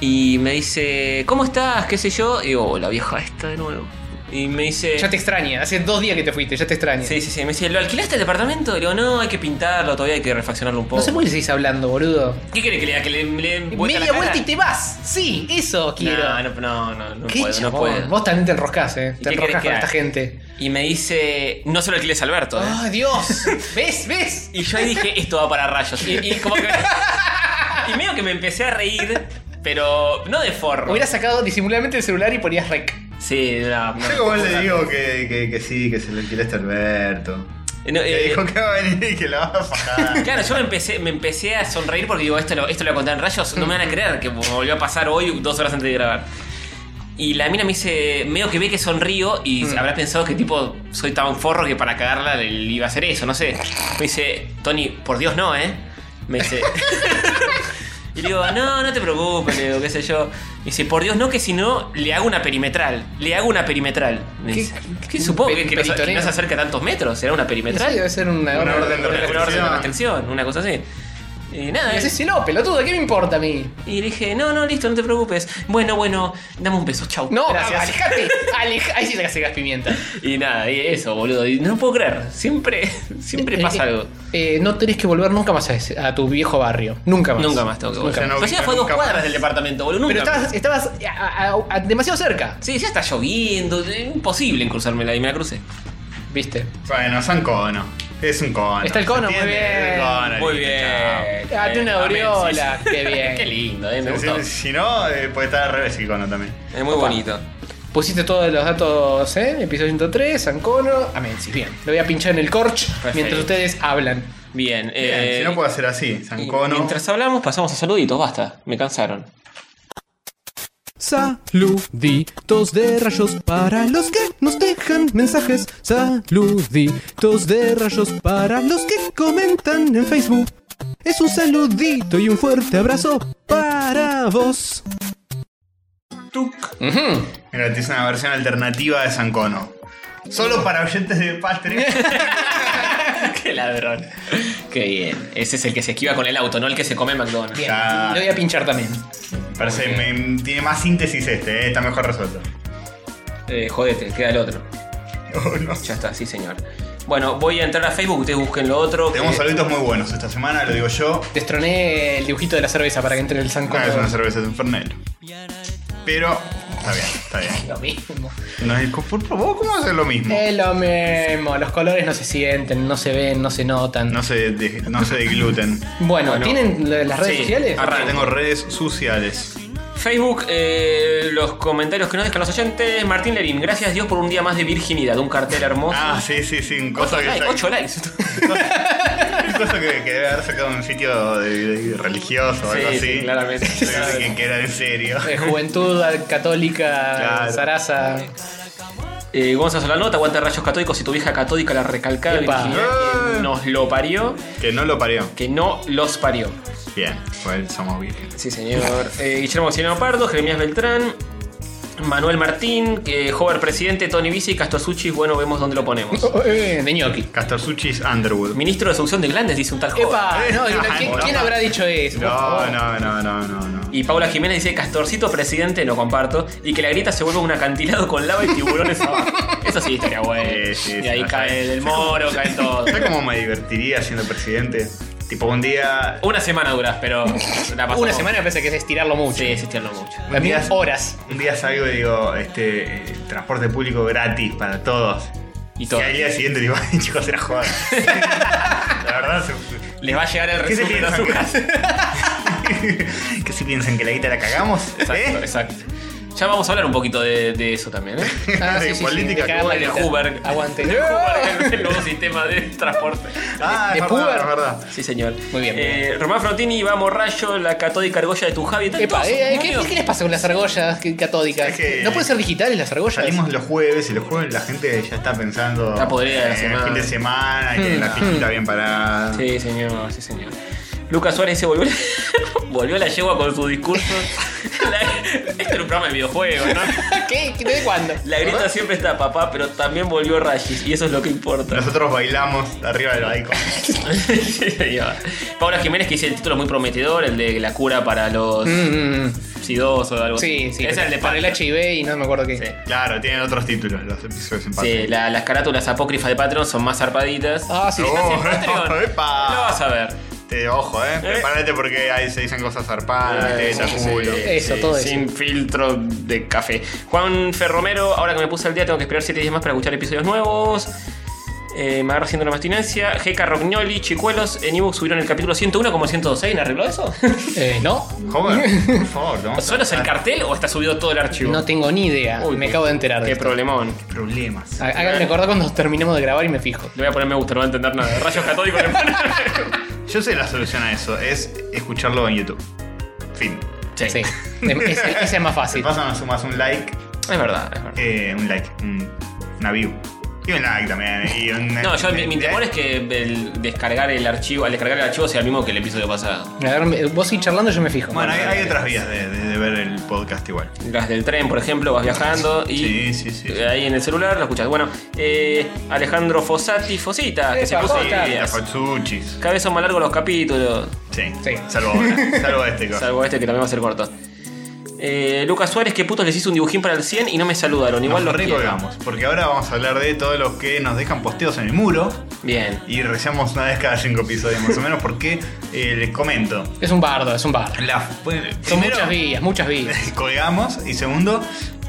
[SPEAKER 3] y me dice, ¿cómo estás? ¿Qué sé yo? Y digo, hola vieja, esta de nuevo. Y me dice...
[SPEAKER 2] Ya te extraña, hace dos días que te fuiste, ya te extraña.
[SPEAKER 3] Sí, sí, sí. Me dice, ¿lo alquilaste el departamento? Le digo, no, hay que pintarlo, todavía hay que refaccionarlo un
[SPEAKER 2] No
[SPEAKER 3] poco.
[SPEAKER 2] sé por qué le seguís hablando, boludo.
[SPEAKER 3] ¿Qué quiere que le haga? ¿Que le, le dé
[SPEAKER 2] Media
[SPEAKER 3] vuelta la cara?
[SPEAKER 2] vuelta y te vas. Sí, eso quiero.
[SPEAKER 3] No, no, no, no, no
[SPEAKER 2] Qué
[SPEAKER 3] puedo, no
[SPEAKER 2] chabón,
[SPEAKER 3] puedo.
[SPEAKER 2] Vos también te enroscás, eh.
[SPEAKER 3] ¿Y
[SPEAKER 2] Te
[SPEAKER 3] qué querés
[SPEAKER 2] enroscás
[SPEAKER 3] que
[SPEAKER 2] con esta
[SPEAKER 3] haga?
[SPEAKER 2] gente.
[SPEAKER 3] Y me dice, no se lo alquiles a Alberto. ¿eh?
[SPEAKER 2] ¡Ay, Dios! ¿Ves? ¿Ves?
[SPEAKER 3] Y yo ahí dije, esto va para rayos. Y, y como que... y medio que me empecé a reír, pero no de forro.
[SPEAKER 2] Hubieras sacado disimuladamente el celular y ponías rec.
[SPEAKER 3] Sí, no, no.
[SPEAKER 4] Yo como le digo que, que, que sí, que se lo alquilaste a Alberto.
[SPEAKER 3] No,
[SPEAKER 4] Que
[SPEAKER 3] eh,
[SPEAKER 4] dijo que va a venir y que la va a fajar.
[SPEAKER 3] Claro, yo me empecé, me empecé a sonreír porque digo, esto lo, esto lo voy a contar en rayos, no me van a creer que volvió a pasar hoy dos horas antes de grabar. Y la mina me dice, medio que ve que sonrío y
[SPEAKER 2] Mm.
[SPEAKER 3] habrá pensado que tipo, soy tan forro que para cagarla le le iba a hacer eso, no sé. Me dice, Tony, por Dios no, ¿eh? Me dice... Y le digo, no, no te preocupes, le digo, qué sé yo. Me dice, por Dios no, que si no, le hago una perimetral. Le hago una perimetral. Me
[SPEAKER 2] ¿Qué-
[SPEAKER 3] dice,
[SPEAKER 2] qué-
[SPEAKER 3] ¿qué supongo?
[SPEAKER 2] pe-
[SPEAKER 3] que- que no se- que
[SPEAKER 2] peritoneo?
[SPEAKER 3] no se acerca a tantos metros? ¿Será una perimetral?
[SPEAKER 2] Sí, debe ser una,
[SPEAKER 4] Una
[SPEAKER 2] obra-
[SPEAKER 4] orden de
[SPEAKER 3] una, una orden de restricción, una cosa así. Y nada,
[SPEAKER 2] Y
[SPEAKER 3] eh.
[SPEAKER 2] haces si no, pelotudo, ¿qué me importa a mí?
[SPEAKER 3] y le dije, no, no, listo, no te preocupes. Bueno, bueno, dame un beso, chau.
[SPEAKER 2] No, ah,
[SPEAKER 3] gracias.
[SPEAKER 2] alejate. aleja- Ahí sí le gas pimienta.
[SPEAKER 3] Y nada, y eso, boludo. Y no puedo creer, siempre, siempre
[SPEAKER 2] Eh,
[SPEAKER 3] pasa
[SPEAKER 2] eh,
[SPEAKER 3] algo.
[SPEAKER 2] eh, no tenés que volver nunca más a, ese- a tu viejo barrio. Nunca más.
[SPEAKER 3] Nunca más tengo que
[SPEAKER 4] O sea,
[SPEAKER 3] volver.
[SPEAKER 4] no
[SPEAKER 3] Pero ya
[SPEAKER 4] viniste
[SPEAKER 3] fue a dos
[SPEAKER 4] nunca
[SPEAKER 3] cuadras
[SPEAKER 4] más.
[SPEAKER 3] del departamento, boludo.
[SPEAKER 2] Pero
[SPEAKER 3] Nunca.
[SPEAKER 2] estabas, estabas a- a- a- demasiado cerca.
[SPEAKER 3] Sí, ya está lloviendo, eh, imposible en cruzármela y me la crucé.
[SPEAKER 2] ¿Viste?
[SPEAKER 4] Bueno, son cono. Es un cono.
[SPEAKER 2] Está el cono,
[SPEAKER 4] ¿Se
[SPEAKER 2] muy
[SPEAKER 4] entiende?
[SPEAKER 2] bien.
[SPEAKER 4] Es el cono,
[SPEAKER 3] Muy
[SPEAKER 4] listo,
[SPEAKER 3] bien.
[SPEAKER 4] chao.
[SPEAKER 2] Ah, tiene una
[SPEAKER 3] Amén, sí,
[SPEAKER 2] aureola,
[SPEAKER 3] sí.
[SPEAKER 2] qué bien.
[SPEAKER 3] Qué lindo, eh, me
[SPEAKER 4] Si-
[SPEAKER 3] gustó.
[SPEAKER 4] Si, si no, eh, puede estar al revés el cono también.
[SPEAKER 3] Es muy bonito.
[SPEAKER 2] Pusiste todos los datos, ¿eh? Episodio 103, Ancono. Amén, sí, bien. Lo voy a pinchar en el corch mientras ustedes hablan.
[SPEAKER 3] Bien,
[SPEAKER 4] Bien,
[SPEAKER 3] eh,
[SPEAKER 4] si no puedo hacer así,
[SPEAKER 3] y-
[SPEAKER 4] zancono.
[SPEAKER 3] Mientras hablamos, pasamos a saluditos, basta. Me cansaron.
[SPEAKER 1] Saluditos de rayos para los que nos dejan mensajes. Saluditos de rayos para los que comentan en Facebook. Es un saludito y un fuerte abrazo para vos.
[SPEAKER 4] Mira, te hice una versión alternativa de zancono. Solo para oyentes de Patreon.
[SPEAKER 3] Qué ladrón. Qué bien. Ese es el que se esquiva con el auto, no el que se come en McDonald's.
[SPEAKER 2] Bien.
[SPEAKER 4] Ya.
[SPEAKER 2] Lo voy a pinchar también.
[SPEAKER 4] Parece, me- tiene más síntesis este, eh, está mejor resuelto.
[SPEAKER 3] Eh, jodete, queda el otro.
[SPEAKER 4] Oh, no.
[SPEAKER 3] Ya está, sí, señor. Bueno, voy a entrar a Facebook, ustedes busquen lo otro.
[SPEAKER 4] Tenemos
[SPEAKER 3] Eh,
[SPEAKER 4] saluditos muy buenos esta semana, lo digo yo.
[SPEAKER 2] Destroné el dibujito de la cerveza para que entre el
[SPEAKER 4] Ah,
[SPEAKER 2] Sancono.
[SPEAKER 4] es una cerveza de Infernel. Pero, está bien, está bien.
[SPEAKER 2] lo mismo.
[SPEAKER 4] No es por favor, ¿vos cómo haces lo mismo?
[SPEAKER 2] Es lo mismo. Los colores no se sienten, no se ven, no se notan.
[SPEAKER 4] No se, de- no se degluten.
[SPEAKER 2] Bueno, ¿tienen la- las redes
[SPEAKER 3] Sí,
[SPEAKER 2] sociales?
[SPEAKER 3] arranca.
[SPEAKER 4] Tengo redes sociales.
[SPEAKER 3] Facebook, eh, los comentarios que nos dejan los oyentes. Martín Lerín, gracias Dios por un día más de virginidad. Un cartel hermoso.
[SPEAKER 4] Ah, sí, sí, sí, un coso
[SPEAKER 3] 8
[SPEAKER 4] que
[SPEAKER 3] likes.
[SPEAKER 4] saca-
[SPEAKER 3] ocho likes.
[SPEAKER 4] un coso que, que debe haber sacado de un sitio de- de- religioso o algo
[SPEAKER 3] Sí,
[SPEAKER 4] así.
[SPEAKER 3] sí, claramente.
[SPEAKER 4] Sí, sí, que, que era en serio.
[SPEAKER 2] Eh, Juventud católica,
[SPEAKER 4] Claro.
[SPEAKER 2] zaraza.
[SPEAKER 3] Eh, Gonzalo Solanota, aguanta rayos católicos y tu vieja católica la recalcada
[SPEAKER 2] Epa.
[SPEAKER 3] virginidad que
[SPEAKER 4] Eh.
[SPEAKER 3] nos lo parió,
[SPEAKER 4] Que no lo parió.
[SPEAKER 3] que no los parió.
[SPEAKER 4] Bien, pues somos vírgenes.
[SPEAKER 3] Sí, señor. Eh, Guillermo Silvano Pardo, Jeremías Beltrán, Manuel Martín, que Hover Presidente, Tony Bici, Castor Suchis, bueno, vemos dónde lo ponemos.
[SPEAKER 2] Eh, De ñoqui.
[SPEAKER 4] Castorzuchis Underwood.
[SPEAKER 3] Ministro de Seducción de Glandes, dice un tal Hover.
[SPEAKER 2] Epa,
[SPEAKER 4] Eh,
[SPEAKER 2] no,
[SPEAKER 4] no,
[SPEAKER 2] ¿quién,
[SPEAKER 4] no,
[SPEAKER 2] quién
[SPEAKER 4] no.
[SPEAKER 2] habrá dicho eso? Por
[SPEAKER 4] No,
[SPEAKER 2] favor.
[SPEAKER 4] no, no, no, no, no.
[SPEAKER 3] Y Paula Jiménez dice, Castorcito Presidente, no comparto, y que la grita se vuelve un acantilado con lava y tiburones abajo. Eso sí, estaría bueno.
[SPEAKER 4] Sí, sí,
[SPEAKER 3] y
[SPEAKER 4] sí,
[SPEAKER 3] ahí
[SPEAKER 4] no,
[SPEAKER 3] cae
[SPEAKER 4] sí.
[SPEAKER 3] el moro, cae todo.
[SPEAKER 4] ¿Sabes cómo me divertiría siendo presidente? Tipo, un día.
[SPEAKER 3] Una semana duras, pero la pasamos.
[SPEAKER 2] Una semana me parece que es estirarlo mucho.
[SPEAKER 3] Sí, sí, estirarlo mucho.
[SPEAKER 2] También
[SPEAKER 4] Días.
[SPEAKER 2] horas.
[SPEAKER 4] Un día salgo y digo, este, eh, transporte público gratis para todos.
[SPEAKER 3] Y todo.
[SPEAKER 4] Y al día siguiente digo, ay, chicos, era joda. La verdad, se-
[SPEAKER 3] Les va a llegar el
[SPEAKER 4] ¿qué se
[SPEAKER 3] resumen a
[SPEAKER 4] piensan?
[SPEAKER 3] su casa.
[SPEAKER 4] que- ¿Qué se piensan? ¿Que la guita la cagamos?
[SPEAKER 3] Exacto,
[SPEAKER 4] ¿Eh?
[SPEAKER 3] exacto. Ya vamos a hablar un poquito de, de eso también, ¿eh?
[SPEAKER 2] Ah,
[SPEAKER 4] De política,
[SPEAKER 2] de
[SPEAKER 4] ¿cómo
[SPEAKER 2] cagar
[SPEAKER 3] El de
[SPEAKER 2] maldita.
[SPEAKER 3] Uber.
[SPEAKER 2] Aguante.
[SPEAKER 3] El de Uber, el nuevo sistema de transporte.
[SPEAKER 4] Ah,
[SPEAKER 2] de
[SPEAKER 4] es verdad,
[SPEAKER 2] puber.
[SPEAKER 4] es verdad.
[SPEAKER 3] Sí, señor.
[SPEAKER 2] Muy bien, muy
[SPEAKER 3] Eh, Román Frontini, Iván Rayo, la catódica argolla de tu Javi. Están
[SPEAKER 2] Epa,
[SPEAKER 3] todos
[SPEAKER 2] eh, ¿qué,
[SPEAKER 3] unidos.
[SPEAKER 2] qué les pasa con las argollas que- catódicas?
[SPEAKER 4] Es que-
[SPEAKER 2] ¿No pueden ser digitales las argollas?
[SPEAKER 4] Salimos los jueves y los jueves la gente ya está pensando
[SPEAKER 3] Está podrida de la
[SPEAKER 4] en
[SPEAKER 3] semana. Hmm.
[SPEAKER 4] el fin de semana y que la fichita bien parada.
[SPEAKER 3] Sí, señor, sí, señor. Lucas Suárez se volvió, volvió a la yegua con su discurso. La- este era un programa de videojuegos, ¿no?
[SPEAKER 2] ¿Qué? ¿Qué- ¿De cuándo?
[SPEAKER 3] La grita siempre está papá, pero también volvió Rayis, y eso es lo que importa.
[SPEAKER 4] Nosotros bailamos arriba del balcón.
[SPEAKER 3] Sí, señor. Paula Jiménez que dice el título muy prometedor, el de la cura para los
[SPEAKER 2] Mm, mm.
[SPEAKER 3] sidosos o algo
[SPEAKER 2] Sí,
[SPEAKER 3] así.
[SPEAKER 2] sí.
[SPEAKER 3] Ese
[SPEAKER 2] pero
[SPEAKER 3] es el de
[SPEAKER 2] para el
[SPEAKER 3] Patria.
[SPEAKER 2] HIV y no me acuerdo qué.
[SPEAKER 3] Sí.
[SPEAKER 4] Claro, tienen otros títulos los episodios en
[SPEAKER 3] Sí, la- las carátulas apócrifas de Patreon son más zarpaditas.
[SPEAKER 2] Ah, sí.
[SPEAKER 4] Oh,
[SPEAKER 3] En Patreon,
[SPEAKER 4] epa.
[SPEAKER 3] Lo vas a ver.
[SPEAKER 4] Te, ojo, eh. Prepárate porque ahí se dicen cosas zarpadas,
[SPEAKER 3] Eh,
[SPEAKER 4] tetas,
[SPEAKER 3] sí,
[SPEAKER 4] culo.
[SPEAKER 3] sí,
[SPEAKER 2] Ah, Eso,
[SPEAKER 3] sí,
[SPEAKER 2] todo eso.
[SPEAKER 3] Sin filtro de café. Juan Ferromero, ahora que me puse al día, tengo que esperar 7 días más para escuchar episodios nuevos. Eh, me agarro haciendo la mastinencia. Jeca Rognoli, Chicuelos, en ebook subieron el capítulo 101 como el 106. ¿no arregló eso?
[SPEAKER 2] Eh, ¿No?
[SPEAKER 4] Joder, por favor, ¿no?
[SPEAKER 3] ¿Solo es el cartel o está subido todo el archivo?
[SPEAKER 2] No tengo ni idea.
[SPEAKER 3] Uy,
[SPEAKER 2] me
[SPEAKER 3] qué-
[SPEAKER 2] acabo de enterar. de
[SPEAKER 3] Qué
[SPEAKER 2] esto.
[SPEAKER 3] problemón.
[SPEAKER 4] Problemas.
[SPEAKER 3] Ah.
[SPEAKER 2] Há- Háganme acordar cuando terminemos de grabar y me fijo.
[SPEAKER 3] Le voy a poner me gusta, no va a entender nada. Rayos catódicos le pone.
[SPEAKER 4] Yo sé la solución a eso, es escucharlo en YouTube. Fin.
[SPEAKER 3] Sí.
[SPEAKER 2] Sí. Em, Ese, ese es más
[SPEAKER 4] Te
[SPEAKER 2] fácil.
[SPEAKER 4] pasan a sumas un like,
[SPEAKER 3] Es verdad, es verdad.
[SPEAKER 4] eh, un like, un, una view. Y un like también. Y un,
[SPEAKER 3] No, yo mi, mi temor es que el descargar el archivo, al descargar el archivo sea el mismo que el episodio pasado.
[SPEAKER 2] A ver, me- vos ir charlando, yo me fijo.
[SPEAKER 4] Bueno, hay, hay otras vías de, de- de ver el podcast igual.
[SPEAKER 3] Las del tren, por ejemplo, vas viajando y
[SPEAKER 4] Sí, sí, sí.
[SPEAKER 3] eh, ahí en el celular lo escuchas. Bueno, eh, Alejandro Fossati, Fosita, que se
[SPEAKER 2] Epa,
[SPEAKER 3] puso
[SPEAKER 2] Fosita.
[SPEAKER 4] Y las
[SPEAKER 3] ideas.
[SPEAKER 4] fatsuchis.
[SPEAKER 3] Cada vez son más largos los capítulos,
[SPEAKER 4] Sí.
[SPEAKER 2] Sí.
[SPEAKER 4] Salvo ahora, salvo este cosa.
[SPEAKER 3] salvo este que también va a ser corto. Eh, Lucas Suárez, que putos les hizo un dibujín para el 100 y no me saludaron. Igual
[SPEAKER 4] Nos
[SPEAKER 3] los quiero.
[SPEAKER 4] recolgamos, porque ahora vamos a hablar de todos los que nos dejan posteos en el muro
[SPEAKER 3] Bien.
[SPEAKER 4] y rezamos una vez cada cinco episodios más o menos, porque eh, les comento.
[SPEAKER 2] Es un bardo, es un bardo.
[SPEAKER 4] La, bueno,
[SPEAKER 2] Son
[SPEAKER 4] primero,
[SPEAKER 2] muchas vías, muchas vías.
[SPEAKER 4] colgamos y segundo,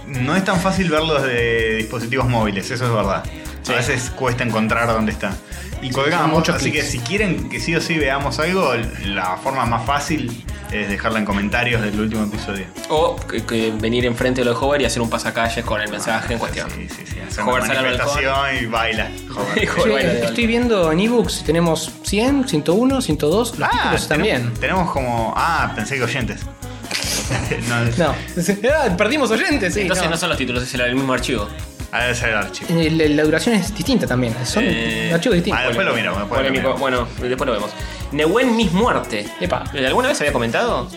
[SPEAKER 4] no es tan fácil verlos de dispositivos móviles, eso es verdad. A veces cuesta encontrar dónde está. Y
[SPEAKER 2] son
[SPEAKER 4] colgamos,
[SPEAKER 2] muchos
[SPEAKER 4] así
[SPEAKER 2] clics.
[SPEAKER 4] que si quieren que sí o sí veamos algo, la forma más fácil es dejarla en comentarios del último episodio.
[SPEAKER 3] O que, que venir enfrente de lo de Hover y hacer un pasacalles con el mensaje en cuestión.
[SPEAKER 4] Sí, sí, sí. Hacer
[SPEAKER 3] Joder,
[SPEAKER 4] una
[SPEAKER 3] sale al
[SPEAKER 4] manifestación y baila. Joder.
[SPEAKER 3] Hijo,
[SPEAKER 2] Che,
[SPEAKER 3] bueno, de-
[SPEAKER 2] estoy viendo en ebooks, tenemos 100, 101, 102,
[SPEAKER 3] Ah,
[SPEAKER 2] los títulos también.
[SPEAKER 4] tenemos- Tenemos como. Ah, pensé que oyentes. no,
[SPEAKER 2] No, Ah, perdimos oyentes, sí.
[SPEAKER 3] Entonces no. son los títulos, es el, el mismo archivo.
[SPEAKER 4] A ver, sale el archivo.
[SPEAKER 2] Eh, La, la duración es distinta también, son
[SPEAKER 3] Eh,
[SPEAKER 2] archivos distintos.
[SPEAKER 4] Ah, después lo miramos. Después lo
[SPEAKER 3] Polémico.
[SPEAKER 4] miramos.
[SPEAKER 3] Bueno, después lo vemos. Nehuen Mis Muerte.
[SPEAKER 2] Epa.
[SPEAKER 3] ¿Alguna vez había comentado?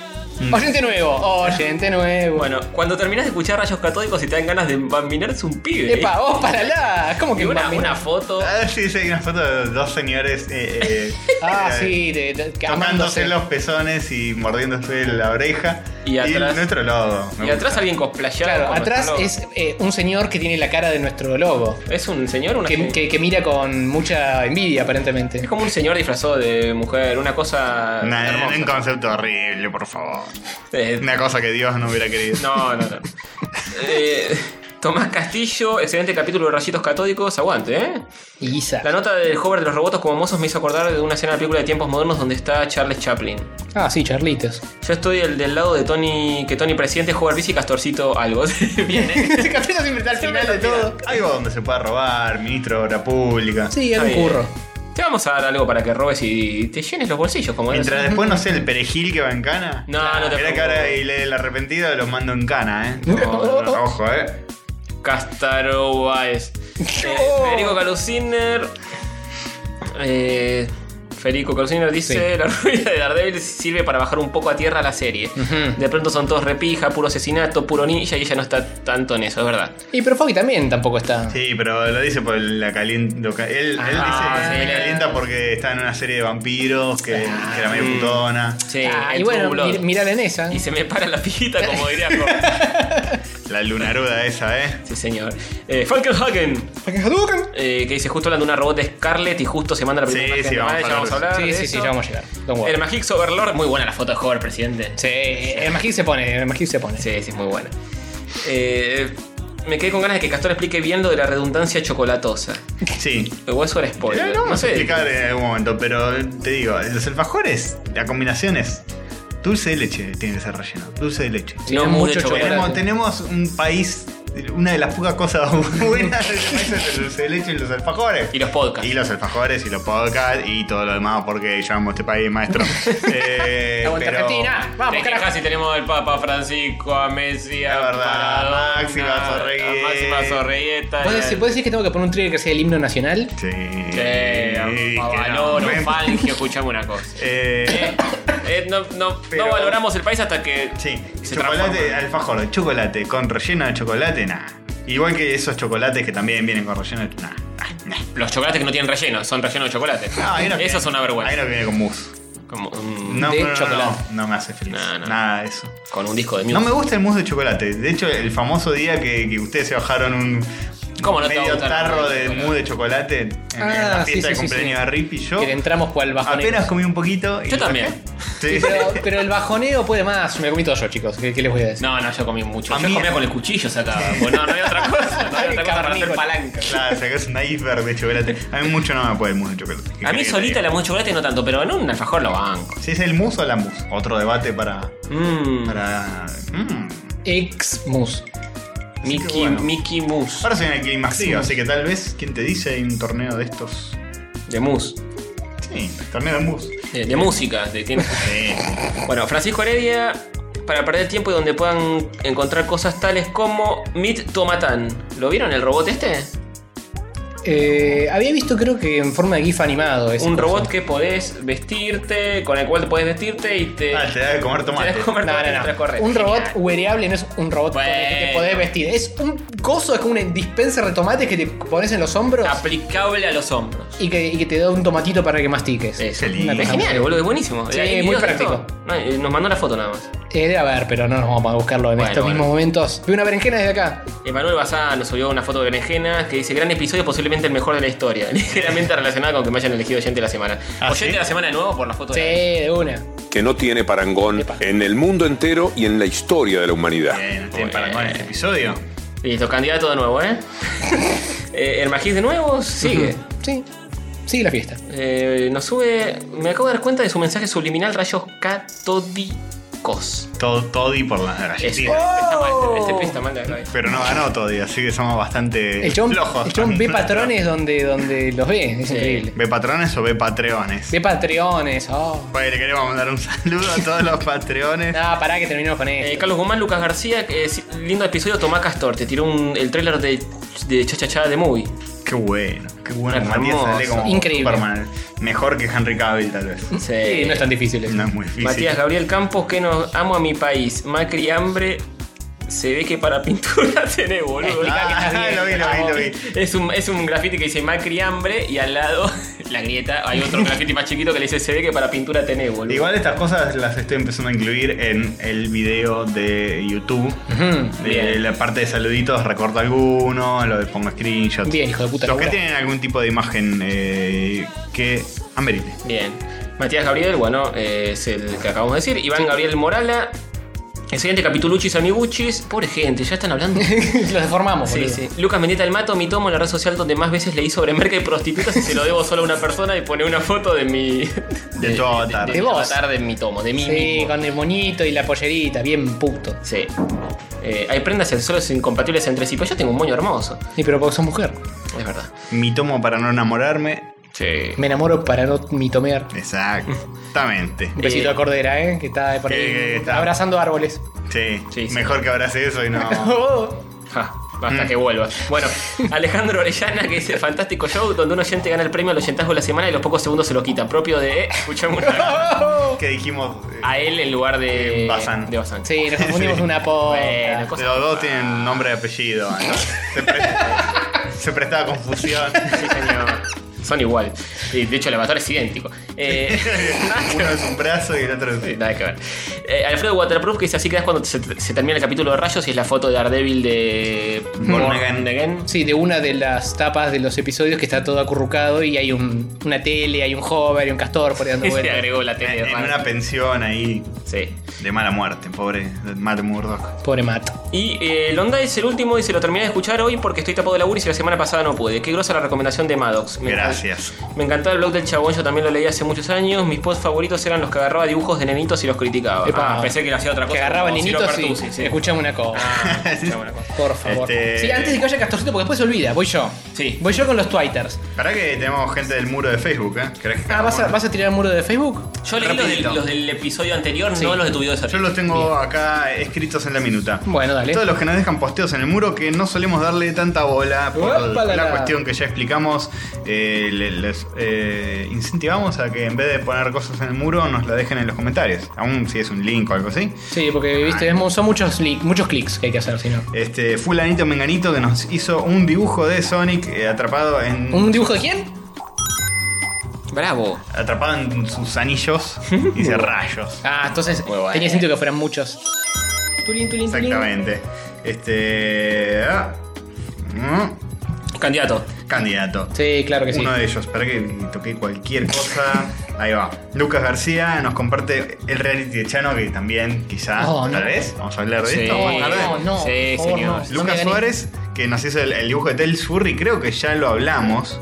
[SPEAKER 2] Oyente nuevo, oyente nuevo.
[SPEAKER 3] Bueno, cuando terminas de escuchar Rayos Catódicos y te dan ganas de bambinarse un pibe.
[SPEAKER 2] Epa, vos para la. ¿Cómo
[SPEAKER 3] eh, Y
[SPEAKER 2] que
[SPEAKER 3] una,
[SPEAKER 2] mami?
[SPEAKER 3] una foto.
[SPEAKER 4] Ah, sí, sí, hay una foto de dos señores. eh, eh,
[SPEAKER 2] Ah,
[SPEAKER 4] eh,
[SPEAKER 2] sí, de, de- que
[SPEAKER 4] Tocándose
[SPEAKER 2] amándose.
[SPEAKER 4] los pezones y mordiéndose la oreja.
[SPEAKER 3] Y atrás-
[SPEAKER 4] nuestro logo. Me
[SPEAKER 3] Y atrás
[SPEAKER 4] gusta.
[SPEAKER 3] alguien cosplayado.
[SPEAKER 2] Claro,
[SPEAKER 3] con
[SPEAKER 2] atrás
[SPEAKER 3] nuestro logo.
[SPEAKER 2] es eh, un señor que tiene la cara de nuestro logo.
[SPEAKER 3] ¿Es un señor? Una
[SPEAKER 2] Que,
[SPEAKER 3] señora?
[SPEAKER 2] que- que mira con mucha envidia, aparentemente.
[SPEAKER 3] Es como un señor disfrazado de mujer, una cosa
[SPEAKER 4] Nah,
[SPEAKER 3] hermosa.
[SPEAKER 4] un concepto horrible, por favor.
[SPEAKER 3] Eh,
[SPEAKER 4] Una cosa que Dios no hubiera querido.
[SPEAKER 3] no, no, no. Eh, Tomás Castillo, excelente capítulo de Rayitos Catódicos, aguante, ¿eh?
[SPEAKER 2] Y Guisa.
[SPEAKER 3] La nota del hover de los robots como mozos me hizo acordar de una escena de película de tiempos modernos donde está Charles Chaplin.
[SPEAKER 2] Ah, sí, Charlitos.
[SPEAKER 3] Yo estoy el del lado de Tony, que Tony presidente, hover bici, castorcito, algo. Bien, ¿eh?
[SPEAKER 2] Ese capítulo siempre está al final de todo.
[SPEAKER 4] Algo donde se pueda robar, ministro de obra pública.
[SPEAKER 2] Sí, era
[SPEAKER 3] Está
[SPEAKER 2] un
[SPEAKER 3] bien. Eh,
[SPEAKER 2] curro.
[SPEAKER 3] Te vamos a dar algo para que robes y te llenes los bolsillos, como
[SPEAKER 4] Mientras
[SPEAKER 3] eres.
[SPEAKER 4] después no sé el perejil que va en cana.
[SPEAKER 3] No, no te
[SPEAKER 4] Mirá que ahora
[SPEAKER 3] preocupes.
[SPEAKER 4] el, el arrepentido los mando en cana, eh.
[SPEAKER 3] No, no.
[SPEAKER 4] Ojo, eh.
[SPEAKER 3] Castaro Baez. Eh,
[SPEAKER 2] Oh.
[SPEAKER 3] Federico Calusiner. Eh, Federico Calusiner dice: La ruina de Daredevil sirve para bajar un poco a tierra la serie.
[SPEAKER 2] Ujú.
[SPEAKER 3] De pronto son todos repija, puro asesinato, puro ninja y ella no está tanto en eso, es verdad.
[SPEAKER 2] Y pero Foggy también tampoco está.
[SPEAKER 4] Sí, pero lo dice por la calienta. Él, él
[SPEAKER 3] Ah,
[SPEAKER 4] dice que
[SPEAKER 3] sí.
[SPEAKER 4] me calienta porque está en una serie de vampiros que, que era medio putona.
[SPEAKER 3] Sí,
[SPEAKER 2] Ah,
[SPEAKER 3] el
[SPEAKER 2] y bueno,
[SPEAKER 3] True Blood.
[SPEAKER 2] mir- mirar en esa.
[SPEAKER 3] Y se me para la pijita, como diría Jorge.
[SPEAKER 4] La lunaruda esa, eh.
[SPEAKER 3] Sí, señor. Eh, Falkenhagen, eh, que dice justo hablando de una robot de Scarlet y justo se manda la primera
[SPEAKER 4] Sí,
[SPEAKER 3] imagen
[SPEAKER 4] sí,
[SPEAKER 3] de
[SPEAKER 4] vamos a
[SPEAKER 3] Maya,
[SPEAKER 4] hablar
[SPEAKER 3] vamos a
[SPEAKER 4] de eso.
[SPEAKER 3] hablar.
[SPEAKER 2] Sí,
[SPEAKER 3] de
[SPEAKER 2] sí, sí,
[SPEAKER 3] eso.
[SPEAKER 2] ya vamos a llegar. Don't worry.
[SPEAKER 3] El Magix Overlord, muy buena la foto de Hover, presidente.
[SPEAKER 2] Sí, el Magic se pone, el Magic se pone.
[SPEAKER 3] Sí, sí, es muy buena. Eh, me quedé con ganas de que Castor explique bien lo de la redundancia chocolatosa.
[SPEAKER 4] Sí.
[SPEAKER 3] O eso era spoiler.
[SPEAKER 4] Eh, lo
[SPEAKER 3] no
[SPEAKER 4] vamos a
[SPEAKER 3] sé.
[SPEAKER 4] explicar en algún momento, pero te digo, los alfajores, la combinación es dulce de leche, tiene que ser relleno. Dulce de leche.
[SPEAKER 3] No
[SPEAKER 2] Tiene
[SPEAKER 3] mucho
[SPEAKER 2] mucho
[SPEAKER 3] chocolate.
[SPEAKER 4] Tenemos,
[SPEAKER 2] chocolate.
[SPEAKER 4] tenemos un país, una de las pocas cosas buenas del país es el dulce de leche y los alfajores.
[SPEAKER 3] Y los podcasts.
[SPEAKER 4] Y los alfajores y los podcasts y todo lo demás porque yo amo este país, maestro. Eh,
[SPEAKER 2] Aguante
[SPEAKER 4] pero-
[SPEAKER 2] Argentina, vamos,
[SPEAKER 3] Te
[SPEAKER 2] carajo.
[SPEAKER 3] quejas si tenemos al Papa Francisco, a Messi, a
[SPEAKER 4] La verdad,
[SPEAKER 3] Maradona,
[SPEAKER 4] a Máxima Zorreguieta.
[SPEAKER 3] a Máxima Zorreguieta.
[SPEAKER 2] ¿Vos decís, vos decís que tengo que poner un trigger que sea el himno nacional?
[SPEAKER 4] Sí.
[SPEAKER 3] Sí,
[SPEAKER 4] que
[SPEAKER 3] a
[SPEAKER 4] no.
[SPEAKER 3] Valoro,
[SPEAKER 4] Ven-
[SPEAKER 3] Fangio, escuchame una cosa.
[SPEAKER 4] Eh,
[SPEAKER 3] Eh, no, no,
[SPEAKER 4] Pero-
[SPEAKER 3] no valoramos el país hasta que
[SPEAKER 4] Sí,
[SPEAKER 3] se
[SPEAKER 4] chocolate,
[SPEAKER 3] transforma.
[SPEAKER 4] alfajor de chocolate con relleno de chocolate, nada. Igual que esos chocolates que también vienen con relleno de nada.
[SPEAKER 3] Los chocolates que no tienen relleno, son relleno de chocolate.
[SPEAKER 4] Ah,
[SPEAKER 3] Eso es una
[SPEAKER 4] Ahí
[SPEAKER 3] vergüenza.
[SPEAKER 4] no viene con mousse.
[SPEAKER 3] Como, mm,
[SPEAKER 4] No,
[SPEAKER 2] De
[SPEAKER 4] no, no,
[SPEAKER 2] chocolate.
[SPEAKER 4] No, no me hace feliz.
[SPEAKER 3] No, no.
[SPEAKER 4] Nada de eso.
[SPEAKER 3] Con un disco de
[SPEAKER 4] No
[SPEAKER 3] Muse.
[SPEAKER 4] me gusta el mousse de chocolate. De hecho, el famoso día que, que ustedes se bajaron un
[SPEAKER 3] ¿Cómo no te va a
[SPEAKER 4] medio
[SPEAKER 3] gustar el
[SPEAKER 4] tarro
[SPEAKER 3] mousse de
[SPEAKER 4] de
[SPEAKER 3] chocolate?
[SPEAKER 4] mousse de chocolate en, en
[SPEAKER 2] Ah,
[SPEAKER 4] la
[SPEAKER 2] sí,
[SPEAKER 4] fiesta de
[SPEAKER 2] sí, sí,
[SPEAKER 4] cumpleaños
[SPEAKER 2] sí.
[SPEAKER 4] de Rip y yo.
[SPEAKER 2] Que le entramos cual bajoneo.
[SPEAKER 4] Apenas comí un poquito. y
[SPEAKER 3] Yo
[SPEAKER 4] lo
[SPEAKER 3] también.
[SPEAKER 4] saqué. Sí.
[SPEAKER 2] Pero, pero el bajoneo puede más. Me lo comí todo yo, chicos. ¿Qué, qué les voy a decir?
[SPEAKER 3] No, no, yo comí mucho.
[SPEAKER 4] A
[SPEAKER 3] yo
[SPEAKER 4] mí-
[SPEAKER 3] comía con el cuchillo sacaba. Bueno, Pues no, no había otra cosa. No había otra cosa para hacer
[SPEAKER 2] Cavernícola.
[SPEAKER 3] palanca.
[SPEAKER 4] Claro, sacás un iceberg de chocolate. A mí mucho no me puede el mousse de chocolate. ¿Qué
[SPEAKER 3] A
[SPEAKER 4] querés
[SPEAKER 3] mí
[SPEAKER 4] que te
[SPEAKER 3] solita
[SPEAKER 4] diga?
[SPEAKER 3] la mousse de chocolate no tanto, pero en un alfajor lo banco.
[SPEAKER 4] Si es el mousse o la mousse. Otro debate para.
[SPEAKER 2] Mm.
[SPEAKER 3] Mmm.
[SPEAKER 4] para mm.
[SPEAKER 2] Ex mus.
[SPEAKER 3] Mickey,
[SPEAKER 4] que bueno.
[SPEAKER 3] Mickey Mousse.
[SPEAKER 4] Ahora soy en el climaxillo, así que tal vez, ¿quién te dice hay un torneo de estos?
[SPEAKER 3] De mousse.
[SPEAKER 4] Sí, torneo de mousse.
[SPEAKER 3] De, de música. de- tiene-
[SPEAKER 4] Sí.
[SPEAKER 3] Bueno, Francisco Heredia, para perder tiempo y donde puedan encontrar cosas tales como Meat Tomatán. ¿Lo vieron el robot este?
[SPEAKER 2] Eh, había visto, creo que en forma de GIF animado. esa
[SPEAKER 3] Un
[SPEAKER 2] cosa.
[SPEAKER 3] robot que podés vestirte, con el cual te podés vestirte y te.
[SPEAKER 4] Ah, te da de comer
[SPEAKER 3] te
[SPEAKER 4] tomate.
[SPEAKER 3] das comer
[SPEAKER 2] No,
[SPEAKER 3] tomate
[SPEAKER 2] no, no.
[SPEAKER 3] mientras corres.
[SPEAKER 2] Un
[SPEAKER 3] Genial.
[SPEAKER 2] robot wearable no es un robot con el que te
[SPEAKER 3] Bueno.
[SPEAKER 2] podés vestir. Es un coso, es como un dispenser de tomates que te pones en los hombros
[SPEAKER 3] Aplicable a los hombros.
[SPEAKER 2] y que, y que te da un tomatito para que mastiques.
[SPEAKER 3] Es
[SPEAKER 4] Qué lindo.
[SPEAKER 2] cosa
[SPEAKER 3] genial, boludo, es buenísimo.
[SPEAKER 2] Sí,
[SPEAKER 3] ¿Hay
[SPEAKER 2] muy
[SPEAKER 3] videos de esto?
[SPEAKER 2] práctico.
[SPEAKER 3] No, eh, nos mandó la foto nada más.
[SPEAKER 2] Eh, debe haber, pero no nos vamos a buscarlo en
[SPEAKER 3] Bueno,
[SPEAKER 2] estos
[SPEAKER 3] bueno.
[SPEAKER 2] mismos momentos. Veo una berenjena desde acá.
[SPEAKER 3] Emanuel Bazán nos subió una foto de berenjena que dice gran episodio, posiblemente el mejor de la historia. Ligeramente relacionada con que me hayan elegido oyente de la semana.
[SPEAKER 4] ¿Ah,
[SPEAKER 3] oyente
[SPEAKER 4] sí?
[SPEAKER 3] de la semana de nuevo por la foto
[SPEAKER 2] Sí,
[SPEAKER 3] de
[SPEAKER 2] de una.
[SPEAKER 7] que no tiene parangón en el mundo entero y en la historia de la humanidad.
[SPEAKER 6] Eh.
[SPEAKER 4] Bien, tienen para con este episodio.
[SPEAKER 3] Listo, candidato de nuevo, ¿eh? Eh, el Magis de nuevo sigue.
[SPEAKER 2] Sí. Sigue la fiesta.
[SPEAKER 3] Eh, nos sube. Me acabo de dar cuenta de su mensaje subliminal rayos catódicos.
[SPEAKER 4] Todo, Toddy por las
[SPEAKER 3] Es-
[SPEAKER 4] galletitas.
[SPEAKER 3] Está
[SPEAKER 2] Oh.
[SPEAKER 3] mal, este pista mal de la cabeza.
[SPEAKER 4] Pero no ganó Toddy, así que somos bastante
[SPEAKER 2] El chabón,
[SPEAKER 4] flojos.
[SPEAKER 2] el chabón
[SPEAKER 4] con
[SPEAKER 2] ve
[SPEAKER 4] nuestro-
[SPEAKER 2] patrones donde, donde los ve. Es
[SPEAKER 3] Sí.
[SPEAKER 2] increíble.
[SPEAKER 4] ¿Ve patrones o ve patreones?
[SPEAKER 2] Ve patreones. Oh.
[SPEAKER 4] Oye, le queremos mandar un saludo a todos los patreones.
[SPEAKER 2] No, pará que terminemos con
[SPEAKER 3] Eh,
[SPEAKER 2] esto.
[SPEAKER 3] Carlos Guzmán, Lucas García, que es- lindo episodio, Tomás Castor. Te tiró un- el tráiler de, de Chachachá de Movie.
[SPEAKER 4] Qué bueno, qué bueno.
[SPEAKER 3] Hermoso.
[SPEAKER 4] Matías sale como
[SPEAKER 2] Increíble.
[SPEAKER 4] Superman. Mejor que Henry Cavill, tal vez.
[SPEAKER 2] Sí, no es tan difícil eso.
[SPEAKER 4] No es muy difícil.
[SPEAKER 3] Matías Gabriel Campos, que nos amo a mi país. Macri hambre. Se ve que para pintura tenés, boludo.
[SPEAKER 2] Explica
[SPEAKER 4] Ah,
[SPEAKER 2] que estás bien,
[SPEAKER 4] lo vi, lo vi, lo vi.
[SPEAKER 3] Es un, es un graffiti que dice Macri hambre y al lado, la grieta, hay otro graffiti más chiquito que le dice se ve que para pintura tenés, boludo.
[SPEAKER 4] Igual estas cosas las estoy empezando a incluir en el video de YouTube. De
[SPEAKER 3] Bien.
[SPEAKER 4] la parte de saluditos, recorto alguno, lo de pongo screenshot.
[SPEAKER 2] Bien, hijo de puta,
[SPEAKER 4] Los que
[SPEAKER 2] labura.
[SPEAKER 4] tienen algún tipo de imagen eh, que amerite.
[SPEAKER 3] Bien. Matías Gabriel, bueno, eh, es el que acabamos de decir. Iván Gabriel Morala. El siguiente capituluchis amibuchis. Pobre gente, ya están hablando.
[SPEAKER 2] Los deformamos,
[SPEAKER 3] Sí,
[SPEAKER 2] boludo.
[SPEAKER 3] sí. Lucas Mendieta del Mato, mi tomo en la red social donde más veces leí sobre merca y prostitutas y se lo debo solo a una persona y pone una foto de mi.
[SPEAKER 4] De tu avatar.
[SPEAKER 3] De,
[SPEAKER 2] De
[SPEAKER 3] mi
[SPEAKER 2] vos.
[SPEAKER 3] avatar de mi tomo, de mí
[SPEAKER 2] Sí,
[SPEAKER 3] mismo.
[SPEAKER 2] con el moñito y la pollerita, bien puto.
[SPEAKER 3] Sí. Eh, hay prendas sexuales incompatibles entre sí, pero yo tengo un moño hermoso.
[SPEAKER 2] Sí, pero porque sos mujer.
[SPEAKER 3] Es verdad.
[SPEAKER 4] Mi tomo para no enamorarme.
[SPEAKER 3] Sí.
[SPEAKER 2] Me enamoro para no mitomear.
[SPEAKER 4] Exactamente.
[SPEAKER 2] Un besito
[SPEAKER 3] Eh,
[SPEAKER 2] a Cordera, ¿eh? Que está por ahí
[SPEAKER 4] que- que está-
[SPEAKER 2] abrazando árboles.
[SPEAKER 4] Sí.
[SPEAKER 3] Sí, sí.
[SPEAKER 4] Mejor que abrace eso y no.
[SPEAKER 2] Oh,
[SPEAKER 3] Ja, basta
[SPEAKER 4] Mm.
[SPEAKER 3] que vuelva. Bueno, Alejandro Orellana que dice fantástico show donde un oyente gana el premio al oyentazgo de la semana y los pocos segundos se lo quitan. Propio de. Escuchamos una-
[SPEAKER 4] que dijimos. eh,
[SPEAKER 3] a él en lugar de.
[SPEAKER 4] Eh, Bazán.
[SPEAKER 3] De Bazán.
[SPEAKER 2] Sí, nos confundimos
[SPEAKER 4] Sí.
[SPEAKER 2] una po.
[SPEAKER 3] Bueno, cosa-
[SPEAKER 4] los dos tienen nombre y apellido. ¿no? Se, pre- se prestaba confusión.
[SPEAKER 3] Sí, señor. Son igual. Y, De hecho, el avatar es idéntico. Eh,
[SPEAKER 4] Uno es un brazo y el otro es.
[SPEAKER 3] Sí, nada que ver. Eh, Alfredo Waterproof que dice así que es cuando se, se termina el capítulo de Rayos y es la foto de Daredevil de
[SPEAKER 4] Born Again.
[SPEAKER 3] Again.
[SPEAKER 2] Sí, de una de las tapas de los episodios que está todo acurrucado y hay un- una tele, hay un hover, y un castor por ahí dando
[SPEAKER 3] Y se
[SPEAKER 2] vueltas.
[SPEAKER 3] agregó la tele de
[SPEAKER 4] En
[SPEAKER 3] Rayos.
[SPEAKER 4] una pensión ahí
[SPEAKER 3] Sí.
[SPEAKER 4] de mala muerte, pobre Matt Murdock.
[SPEAKER 2] Pobre Matt.
[SPEAKER 3] Y eh, Londa es el último y se lo terminé de escuchar hoy porque estoy tapado de laburo y si la semana pasada no pude. Qué grosa la recomendación de Maddox. Me
[SPEAKER 4] Gracias.
[SPEAKER 3] Me encantaba el blog del chabón, yo también lo leí hace muchos años. Mis posts favoritos eran los que agarraba dibujos de nenitos y los criticaba.
[SPEAKER 2] Epa.
[SPEAKER 3] Ah, pensé que lo hacía otra cosa.
[SPEAKER 2] Que agarraba
[SPEAKER 3] como Ciro
[SPEAKER 2] nenitos y.
[SPEAKER 3] Bertuzzi, sí.
[SPEAKER 2] Escuchame una cosa. Por favor.
[SPEAKER 4] Este-
[SPEAKER 2] Sí, antes de que vaya Castorcito, porque después se olvida. Voy yo.
[SPEAKER 3] Sí.
[SPEAKER 2] Voy yo con los Twitters.
[SPEAKER 4] Pará que tenemos gente del muro de Facebook, ¿eh? ¿Crees que
[SPEAKER 2] Ah, ¿vas a, vas a tirar el muro de Facebook?
[SPEAKER 3] Yo leí los del,
[SPEAKER 4] Rapidito.
[SPEAKER 3] los del episodio anterior,
[SPEAKER 2] Sí.
[SPEAKER 3] no los de tu video de
[SPEAKER 4] Yo
[SPEAKER 3] Sergio.
[SPEAKER 4] los tengo acá escritos en la minuta.
[SPEAKER 2] Bueno, dale.
[SPEAKER 4] Todos los que nos dejan posteos en el muro que no solemos darle tanta bola por
[SPEAKER 2] Uépala.
[SPEAKER 4] la cuestión que ya explicamos. eh, le- les eh, incentivamos a que en vez de poner cosas en el muro nos la dejen en los comentarios. Aún si es un link o algo así.
[SPEAKER 2] Sí, porque viste, es mu- son muchos, li- muchos clics que hay que hacer, si no.
[SPEAKER 4] Este, fulanito Menganito que nos hizo un dibujo de Sonic eh, atrapado en.
[SPEAKER 2] ¿Un dibujo de quién?
[SPEAKER 3] Bravo.
[SPEAKER 4] atrapado en sus anillos. dice rayos.
[SPEAKER 2] Ah, entonces tenía sentido que fueran muchos. Tulín, tulín, tulín.
[SPEAKER 4] Exactamente. Este. ah, mm,
[SPEAKER 3] Candidato.
[SPEAKER 4] Candidato.
[SPEAKER 2] Sí, claro que sí.
[SPEAKER 4] Uno de ellos, para que toque cualquier cosa. Ahí va. Lucas García nos comparte el reality de Chano, que también, quizá,
[SPEAKER 2] Oh,
[SPEAKER 4] tal
[SPEAKER 2] no.
[SPEAKER 4] vez. Vamos a hablar de
[SPEAKER 3] Sí.
[SPEAKER 4] esto más tarde.
[SPEAKER 2] No, no,
[SPEAKER 3] Sí,
[SPEAKER 2] por favor,
[SPEAKER 3] señor.
[SPEAKER 2] no. me
[SPEAKER 4] Lucas
[SPEAKER 2] gané.
[SPEAKER 4] Suárez, que nos hizo el, el dibujo de Tel Surry, creo que ya lo hablamos.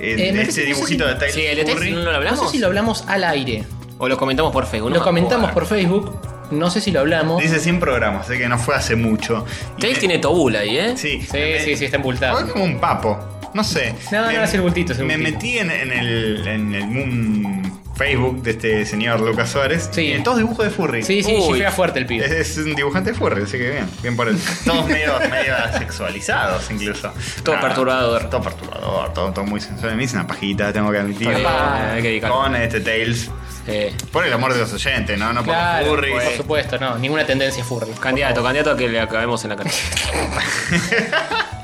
[SPEAKER 4] eh,
[SPEAKER 2] Eh, me
[SPEAKER 4] de
[SPEAKER 2] parece
[SPEAKER 4] ese
[SPEAKER 2] que no sé
[SPEAKER 4] dibujito
[SPEAKER 2] si-
[SPEAKER 4] de Tel
[SPEAKER 3] Sí, el de Tess,
[SPEAKER 4] Surry.
[SPEAKER 3] ¿no lo
[SPEAKER 2] No
[SPEAKER 3] hablamos?
[SPEAKER 2] sé si lo hablamos al aire.
[SPEAKER 3] O lo comentamos por Facebook. no
[SPEAKER 2] Lo
[SPEAKER 3] me
[SPEAKER 2] comentamos por
[SPEAKER 3] acuerdo.
[SPEAKER 2] Facebook. No sé si lo hablamos.
[SPEAKER 4] Dice 100 programas, así que no fue hace mucho. Y
[SPEAKER 3] Tess
[SPEAKER 4] me-
[SPEAKER 3] tiene Tobul ahí, ¿eh?
[SPEAKER 4] Sí,
[SPEAKER 2] Sí,
[SPEAKER 4] me-
[SPEAKER 2] sí, sí, está
[SPEAKER 4] Fue
[SPEAKER 2] embultado.
[SPEAKER 4] como un papo. No sé.
[SPEAKER 2] No,
[SPEAKER 4] Me-
[SPEAKER 2] no, es el bultito, es el
[SPEAKER 4] Me
[SPEAKER 2] bultito.
[SPEAKER 4] metí en, en el, en el mm, Facebook de este señor Lucas Suárez.
[SPEAKER 2] Sí.
[SPEAKER 4] Y en todos dibujos de furry.
[SPEAKER 2] Sí, sí,
[SPEAKER 3] Uy.
[SPEAKER 2] chiflea fuerte el pibe.
[SPEAKER 4] Es, es un dibujante de furry, así que bien. Bien por él. Todos medio, medio sexualizados, incluso.
[SPEAKER 3] Todo
[SPEAKER 4] Ah,
[SPEAKER 3] perturbador.
[SPEAKER 4] Todo perturbador, todo, todo muy sensual. Me hice una pajita, tengo que admitir.
[SPEAKER 3] Está bien, hay que dedicar.
[SPEAKER 4] Con este Tails.
[SPEAKER 3] Eh,
[SPEAKER 4] Por el amor de los oyentes, ¿no? No por
[SPEAKER 2] Claro,
[SPEAKER 4] los furries.
[SPEAKER 2] por supuesto, no, ninguna tendencia furry.
[SPEAKER 3] candidato, candidato a que le acabemos en la cara.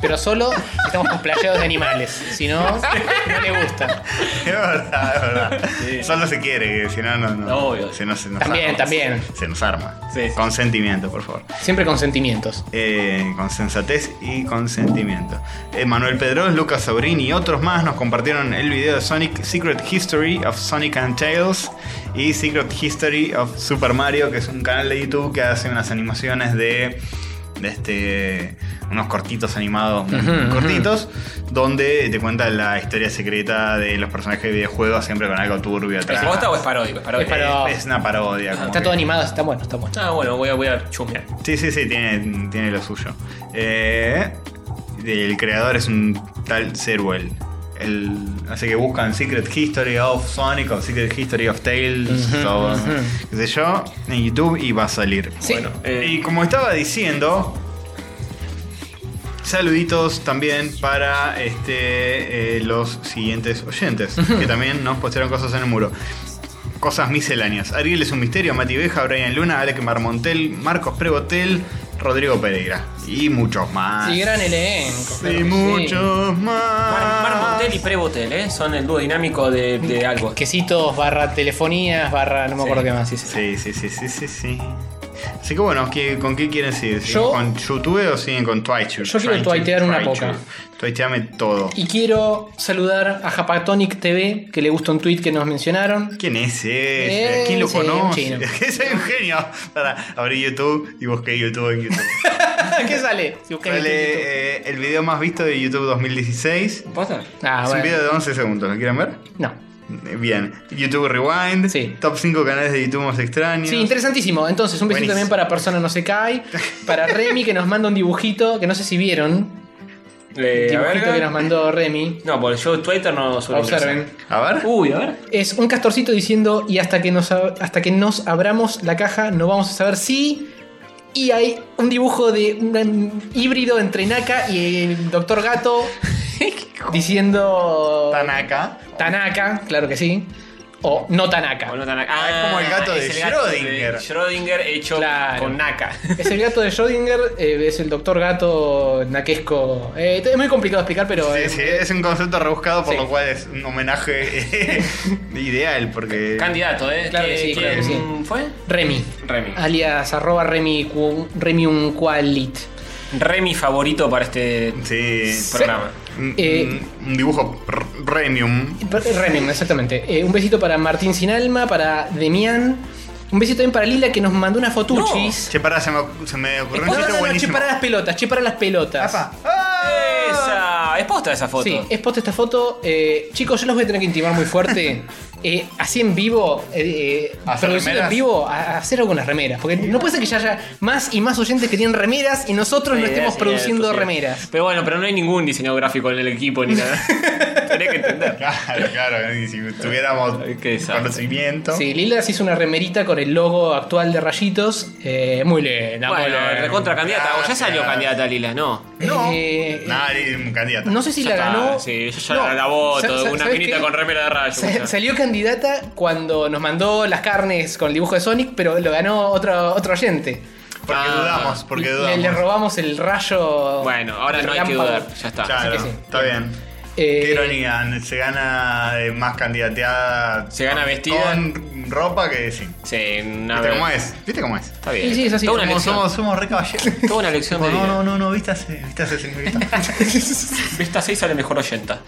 [SPEAKER 2] Pero solo estamos cosplayados de animales. Si no, no le gusta.
[SPEAKER 4] Es verdad, es verdad. Solo se quiere, que si no, no. no.
[SPEAKER 3] Obvio.
[SPEAKER 4] Si no, se nos
[SPEAKER 2] También,
[SPEAKER 4] arma.
[SPEAKER 2] también.
[SPEAKER 4] Se nos arma.
[SPEAKER 3] Sí, sí.
[SPEAKER 4] Consentimiento, por favor.
[SPEAKER 2] Siempre con sentimientos.
[SPEAKER 4] Eh, con sensatez y consentimiento. Eh, Manuel Pedros, Lucas Sobrín y otros más nos compartieron el video de Sonic Secret History of Sonic and Tails y Secret History of Super Mario, que es un canal de YouTube que hace unas animaciones de, de este, unos cortitos animados muy
[SPEAKER 2] Ujú, ujú.
[SPEAKER 4] cortitos, donde te cuenta la historia secreta de los personajes de videojuegos siempre con algo turbio
[SPEAKER 3] ¿Es
[SPEAKER 4] atrás.
[SPEAKER 3] posta o es paródico? Es paródico.
[SPEAKER 2] Es paro-
[SPEAKER 4] Es una parodia. como
[SPEAKER 2] Está
[SPEAKER 4] que-
[SPEAKER 2] todo animado, está bueno, está bueno.
[SPEAKER 3] Ah, bueno, voy a, voy a chumear.
[SPEAKER 4] Sí, sí, sí, tiene, tiene lo suyo. Eh, el creador es un tal Serwell. El, así que buscan Secret History of Sonic o Secret History of Tales o qué sé yo en YouTube y va a salir.
[SPEAKER 2] Sí.
[SPEAKER 3] eh.
[SPEAKER 4] Y como estaba diciendo, saluditos también para este, eh, los siguientes oyentes que también nos postearon cosas en el muro. Cosas misceláneas. Ariel es un misterio, Mati Beja, Brian Luna, Alec Marmontel, Marcos Prebotel, Rodrigo Pereira. Y muchos más.
[SPEAKER 2] Sí, gran elenco.
[SPEAKER 4] Ah. Sí,
[SPEAKER 2] claro que sí.
[SPEAKER 4] muchos más.
[SPEAKER 3] Mar, Mar
[SPEAKER 2] Ah.
[SPEAKER 3] Montel y Prebotel, ¿eh? Son el dúo dinámico de, de algo.
[SPEAKER 2] Quesitos, barra telefonías, barra no me acuerdo qué más.
[SPEAKER 3] Sí, sí, sí.
[SPEAKER 4] Sí, sí, sí, sí, sí, sí. Así que bueno, ¿qué- ¿con qué quieren seguir? ¿Siguen
[SPEAKER 2] Yo-
[SPEAKER 4] ¿Con YouTube o siguen con Twitch?
[SPEAKER 2] Yo quiero twitear una poca.
[SPEAKER 4] Twiteame todo.
[SPEAKER 2] Y quiero saludar a Japatonic TV, que le gusta un tweet que nos mencionaron.
[SPEAKER 4] ¿Quién es ese? ¿Quién lo
[SPEAKER 2] Ese, Eh, un
[SPEAKER 4] conoce?
[SPEAKER 2] chino.
[SPEAKER 4] Ese es un genio. Para, abrí YouTube y busqué YouTube en YouTube.
[SPEAKER 2] ¿Qué sale? Si buscas en YouTube.
[SPEAKER 4] Sale, eh, el video más visto de YouTube 2016.
[SPEAKER 3] ¿Posta?
[SPEAKER 2] Ah,
[SPEAKER 4] es un
[SPEAKER 2] bueno.
[SPEAKER 4] video de 11 segundos, ¿lo quieren ver?
[SPEAKER 2] No.
[SPEAKER 4] Eh, Bien. YouTube Rewind.
[SPEAKER 2] Sí.
[SPEAKER 4] Top 5 canales de YouTube más extraños.
[SPEAKER 2] Sí, interesantísimo. Entonces, un besito
[SPEAKER 4] Buenísimo.
[SPEAKER 2] también para Persona No Se Cae, para Remy, que nos manda un dibujito, que no sé si vieron.
[SPEAKER 3] Eh, a ver,
[SPEAKER 2] dibujito que nos mandó Remy.
[SPEAKER 3] No, porque yo Twitter no suelo
[SPEAKER 2] Observen.
[SPEAKER 3] ingresar.
[SPEAKER 4] A
[SPEAKER 2] Uh,
[SPEAKER 4] ver.
[SPEAKER 3] Uy, a ver.
[SPEAKER 2] Es un castorcito diciendo, y hasta que nos, ab- hasta que nos abramos la caja, no vamos a saber si... Y hay un dibujo de un um, híbrido entre Naka y el Doctor Gato diciendo...
[SPEAKER 4] Tanaka.
[SPEAKER 2] Tanaka, claro que sí. O no Tanaka.
[SPEAKER 3] Bueno, tan-
[SPEAKER 4] es como el gato de
[SPEAKER 3] Ah, es
[SPEAKER 4] Schrödinger.
[SPEAKER 3] de Schrödinger hecho
[SPEAKER 2] Claro.
[SPEAKER 3] con Naka.
[SPEAKER 2] Es el gato de Schrödinger, eh, es el doctor gato naquesco. Eh, es muy complicado de explicar, pero
[SPEAKER 4] Sí,
[SPEAKER 2] eh,
[SPEAKER 4] sí, es un concepto rebuscado por
[SPEAKER 2] Sí.
[SPEAKER 4] lo cual es un homenaje eh, ideal porque...
[SPEAKER 3] Candidato, ¿eh?
[SPEAKER 2] Claro que
[SPEAKER 3] ¿Qué-
[SPEAKER 2] sí,
[SPEAKER 3] qué-
[SPEAKER 2] claro que sí.
[SPEAKER 3] mm, ¿Fue?
[SPEAKER 2] Remy,
[SPEAKER 3] Remy.
[SPEAKER 2] alias arroba Remy, cu- Remy un qualit.
[SPEAKER 3] Remy favorito para este
[SPEAKER 4] Sí.
[SPEAKER 3] programa.
[SPEAKER 4] Un,
[SPEAKER 2] Eh,
[SPEAKER 4] un- un dibujo pr- premium.
[SPEAKER 2] Remy, exactamente. Eh, un besito para Martín Sin Alma, para Demian. Un besito también para Lila que nos mandó unas fotuchis.
[SPEAKER 4] Che, pará, se me, ocu- se me ocurrió
[SPEAKER 2] No,
[SPEAKER 4] un
[SPEAKER 2] Eh, no,
[SPEAKER 4] chiste
[SPEAKER 2] no, che Eh,
[SPEAKER 4] buenísimo.
[SPEAKER 2] para las pelotas, che para las pelotas.
[SPEAKER 4] Apa.
[SPEAKER 3] Esa, es posta esa foto.
[SPEAKER 2] Sí, es posta esta foto. Eh, chicos, yo los voy a tener que intimar muy fuerte. Eh, así en vivo, eh, eh,
[SPEAKER 4] ¿Hacer
[SPEAKER 2] producido
[SPEAKER 4] remeras?
[SPEAKER 2] en vivo, a, a hacer algunas remeras. Porque no puede ser que ya haya más y más oyentes que tienen remeras y nosotros no
[SPEAKER 3] Sí,
[SPEAKER 2] estemos
[SPEAKER 3] sí,
[SPEAKER 2] produciendo
[SPEAKER 3] sí, sí.
[SPEAKER 2] remeras.
[SPEAKER 3] Pero bueno, pero no hay ningún diseño gráfico en el equipo ni nada. Tenés que entender.
[SPEAKER 4] Claro, claro, y si tuviéramos
[SPEAKER 3] Ay, qué desastre.
[SPEAKER 4] conocimiento.
[SPEAKER 2] Sí, Lila se hizo una remerita con el logo actual de Rayitos. Eh, muy linda, muy
[SPEAKER 3] Bueno,
[SPEAKER 2] linda.
[SPEAKER 3] recontra candidata. O ya salió
[SPEAKER 4] Gracias.
[SPEAKER 3] candidata Lila, no.
[SPEAKER 4] No.
[SPEAKER 2] Eh,
[SPEAKER 4] Nadie es un candidato.
[SPEAKER 2] No sé si
[SPEAKER 3] Ya
[SPEAKER 2] la
[SPEAKER 3] está,
[SPEAKER 2] ganó.
[SPEAKER 3] Sí, yo ya
[SPEAKER 2] No,
[SPEAKER 3] la voto.
[SPEAKER 2] sa- sa-
[SPEAKER 3] Una
[SPEAKER 2] ¿sabes
[SPEAKER 3] minita
[SPEAKER 2] qué?
[SPEAKER 3] con remera de rayo.
[SPEAKER 2] Sa- Salió candidata cuando nos mandó las carnes con el dibujo de Sonic, pero lo ganó otro, otro oyente.
[SPEAKER 4] Porque
[SPEAKER 3] Ah.
[SPEAKER 4] dudamos, porque
[SPEAKER 2] Le-
[SPEAKER 4] dudamos.
[SPEAKER 2] Le, robamos el rayo.
[SPEAKER 3] Bueno, ahora
[SPEAKER 2] el
[SPEAKER 3] no hay que
[SPEAKER 2] relámpago.
[SPEAKER 3] dudar. Ya está.
[SPEAKER 4] Claro,
[SPEAKER 2] Así que sí.
[SPEAKER 4] está bien.
[SPEAKER 2] Eh,
[SPEAKER 4] Qué ironía, se gana eh, más candidateada.
[SPEAKER 3] Se gana
[SPEAKER 4] con-
[SPEAKER 3] vestida.
[SPEAKER 4] Con ropa que sí.
[SPEAKER 3] Sí, una
[SPEAKER 4] ¿Viste
[SPEAKER 3] vez.
[SPEAKER 4] cómo es? ¿Viste cómo es?
[SPEAKER 3] Está bien.
[SPEAKER 2] Sí, sí, es así.
[SPEAKER 3] Toda una
[SPEAKER 2] Somos-
[SPEAKER 3] elección.
[SPEAKER 4] Somos, somos re caballeros.
[SPEAKER 3] Toda una elección de.
[SPEAKER 4] No, no, no, no, vístase, vístase señorita.
[SPEAKER 3] Vista 6 sale mejor 80.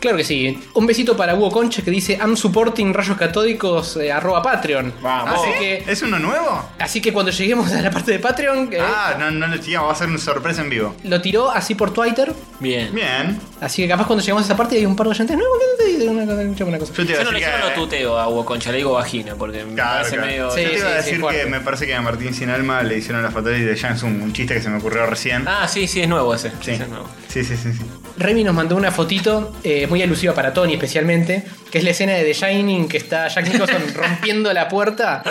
[SPEAKER 2] Claro que sí. Un besito para Hugo Concha que dice I'm supporting rayos catódicos eh, arroba Patreon.
[SPEAKER 3] Vamos.
[SPEAKER 2] Así
[SPEAKER 3] ¿Ah, sí?
[SPEAKER 2] que.
[SPEAKER 4] Oh, ¿Es uno nuevo?
[SPEAKER 2] Así que cuando lleguemos a la parte de Patreon, eh,
[SPEAKER 4] Ah, no, no lo tiramos, va a ser una sorpresa en vivo.
[SPEAKER 2] lo tiró así por Twitter.
[SPEAKER 3] Bien.
[SPEAKER 4] Bien.
[SPEAKER 2] Así que capaz cuando lleguemos a esa parte hay un par de oyentes. No, ¿qué te dice una cosa? Escuchame una cosa.
[SPEAKER 4] Yo te iba a
[SPEAKER 3] Yo no le
[SPEAKER 4] decir
[SPEAKER 3] yo no
[SPEAKER 4] que. eh,
[SPEAKER 3] tuteo a Hugo Concha, le digo vagina, porque me
[SPEAKER 4] Claro,
[SPEAKER 3] parece
[SPEAKER 4] claro.
[SPEAKER 3] medio.
[SPEAKER 4] Yo te
[SPEAKER 2] Sí,
[SPEAKER 4] iba a
[SPEAKER 2] sí,
[SPEAKER 4] decir
[SPEAKER 2] sí,
[SPEAKER 4] que
[SPEAKER 2] fuerte.
[SPEAKER 4] me parece que a Martín Sin Alma le hicieron la fatality de Jansson, un chiste que se me ocurrió recién.
[SPEAKER 3] Ah, sí, sí, es nuevo ese.
[SPEAKER 4] sí.
[SPEAKER 3] Ese es nuevo.
[SPEAKER 4] sí, sí, sí, sí.
[SPEAKER 2] Remy nos mandó una fotito eh, muy alusiva para Tony especialmente, que es la escena de The Shining que está Jack Nicholson rompiendo la puerta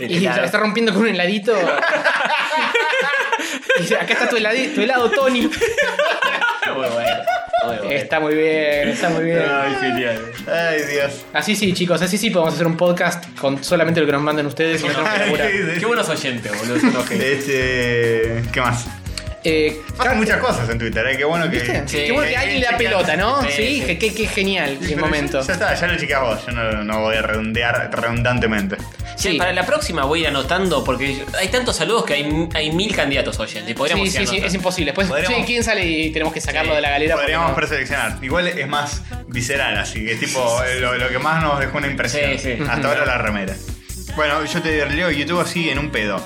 [SPEAKER 3] El
[SPEAKER 2] y
[SPEAKER 3] helado.
[SPEAKER 2] la está rompiendo con un heladito. Y dice, acá está tu, heladi- tu helado, Tony.
[SPEAKER 3] Muy bueno. Muy bueno.
[SPEAKER 2] Está muy bien, está muy bien.
[SPEAKER 3] genial.
[SPEAKER 4] Ay, Dios.
[SPEAKER 2] Así sí, chicos, así sí podemos hacer un podcast con solamente lo que nos manden ustedes. y nosotros
[SPEAKER 4] Ay,
[SPEAKER 2] laburamos.
[SPEAKER 4] sí, sí.
[SPEAKER 3] Qué buenos oyentes, boludo. son los que-
[SPEAKER 4] Este. ¿Qué más?
[SPEAKER 2] Eh,
[SPEAKER 4] Pasan muchas cosas en Twitter, ¿eh? Qué bueno que.
[SPEAKER 2] ¿Viste?
[SPEAKER 3] Sí.
[SPEAKER 2] Qué bueno que alguien le da pelota, ¿no?
[SPEAKER 3] Sí,
[SPEAKER 2] Sí,
[SPEAKER 3] sí.
[SPEAKER 2] que- que- que genial
[SPEAKER 4] Sí,
[SPEAKER 2] qué
[SPEAKER 4] pero
[SPEAKER 2] momento.
[SPEAKER 4] Ya, ya está, ya lo chequeás vos. Yo no, no voy a redondear redundantemente.
[SPEAKER 3] Che,
[SPEAKER 2] Sí.
[SPEAKER 3] Para la próxima voy a ir anotando porque hay tantos saludos que hay, hay mil candidatos oyentes. y Podríamos
[SPEAKER 2] Sí,
[SPEAKER 3] ir
[SPEAKER 2] sí, sí,
[SPEAKER 3] anotando.
[SPEAKER 2] es imposible. Después,
[SPEAKER 4] Podríamos-
[SPEAKER 2] che, ¿quién sale y tenemos que sacarlo
[SPEAKER 3] Sí,
[SPEAKER 2] de la galera? porque
[SPEAKER 4] Podríamos
[SPEAKER 2] no-
[SPEAKER 4] preseleccionar. Igual es más visceral, así que es tipo eh, lo, lo que más nos dejó una impresión.
[SPEAKER 3] Sí, sí.
[SPEAKER 4] Hasta ahora la remera. Bueno, yo te leo YouTube así en un pedo.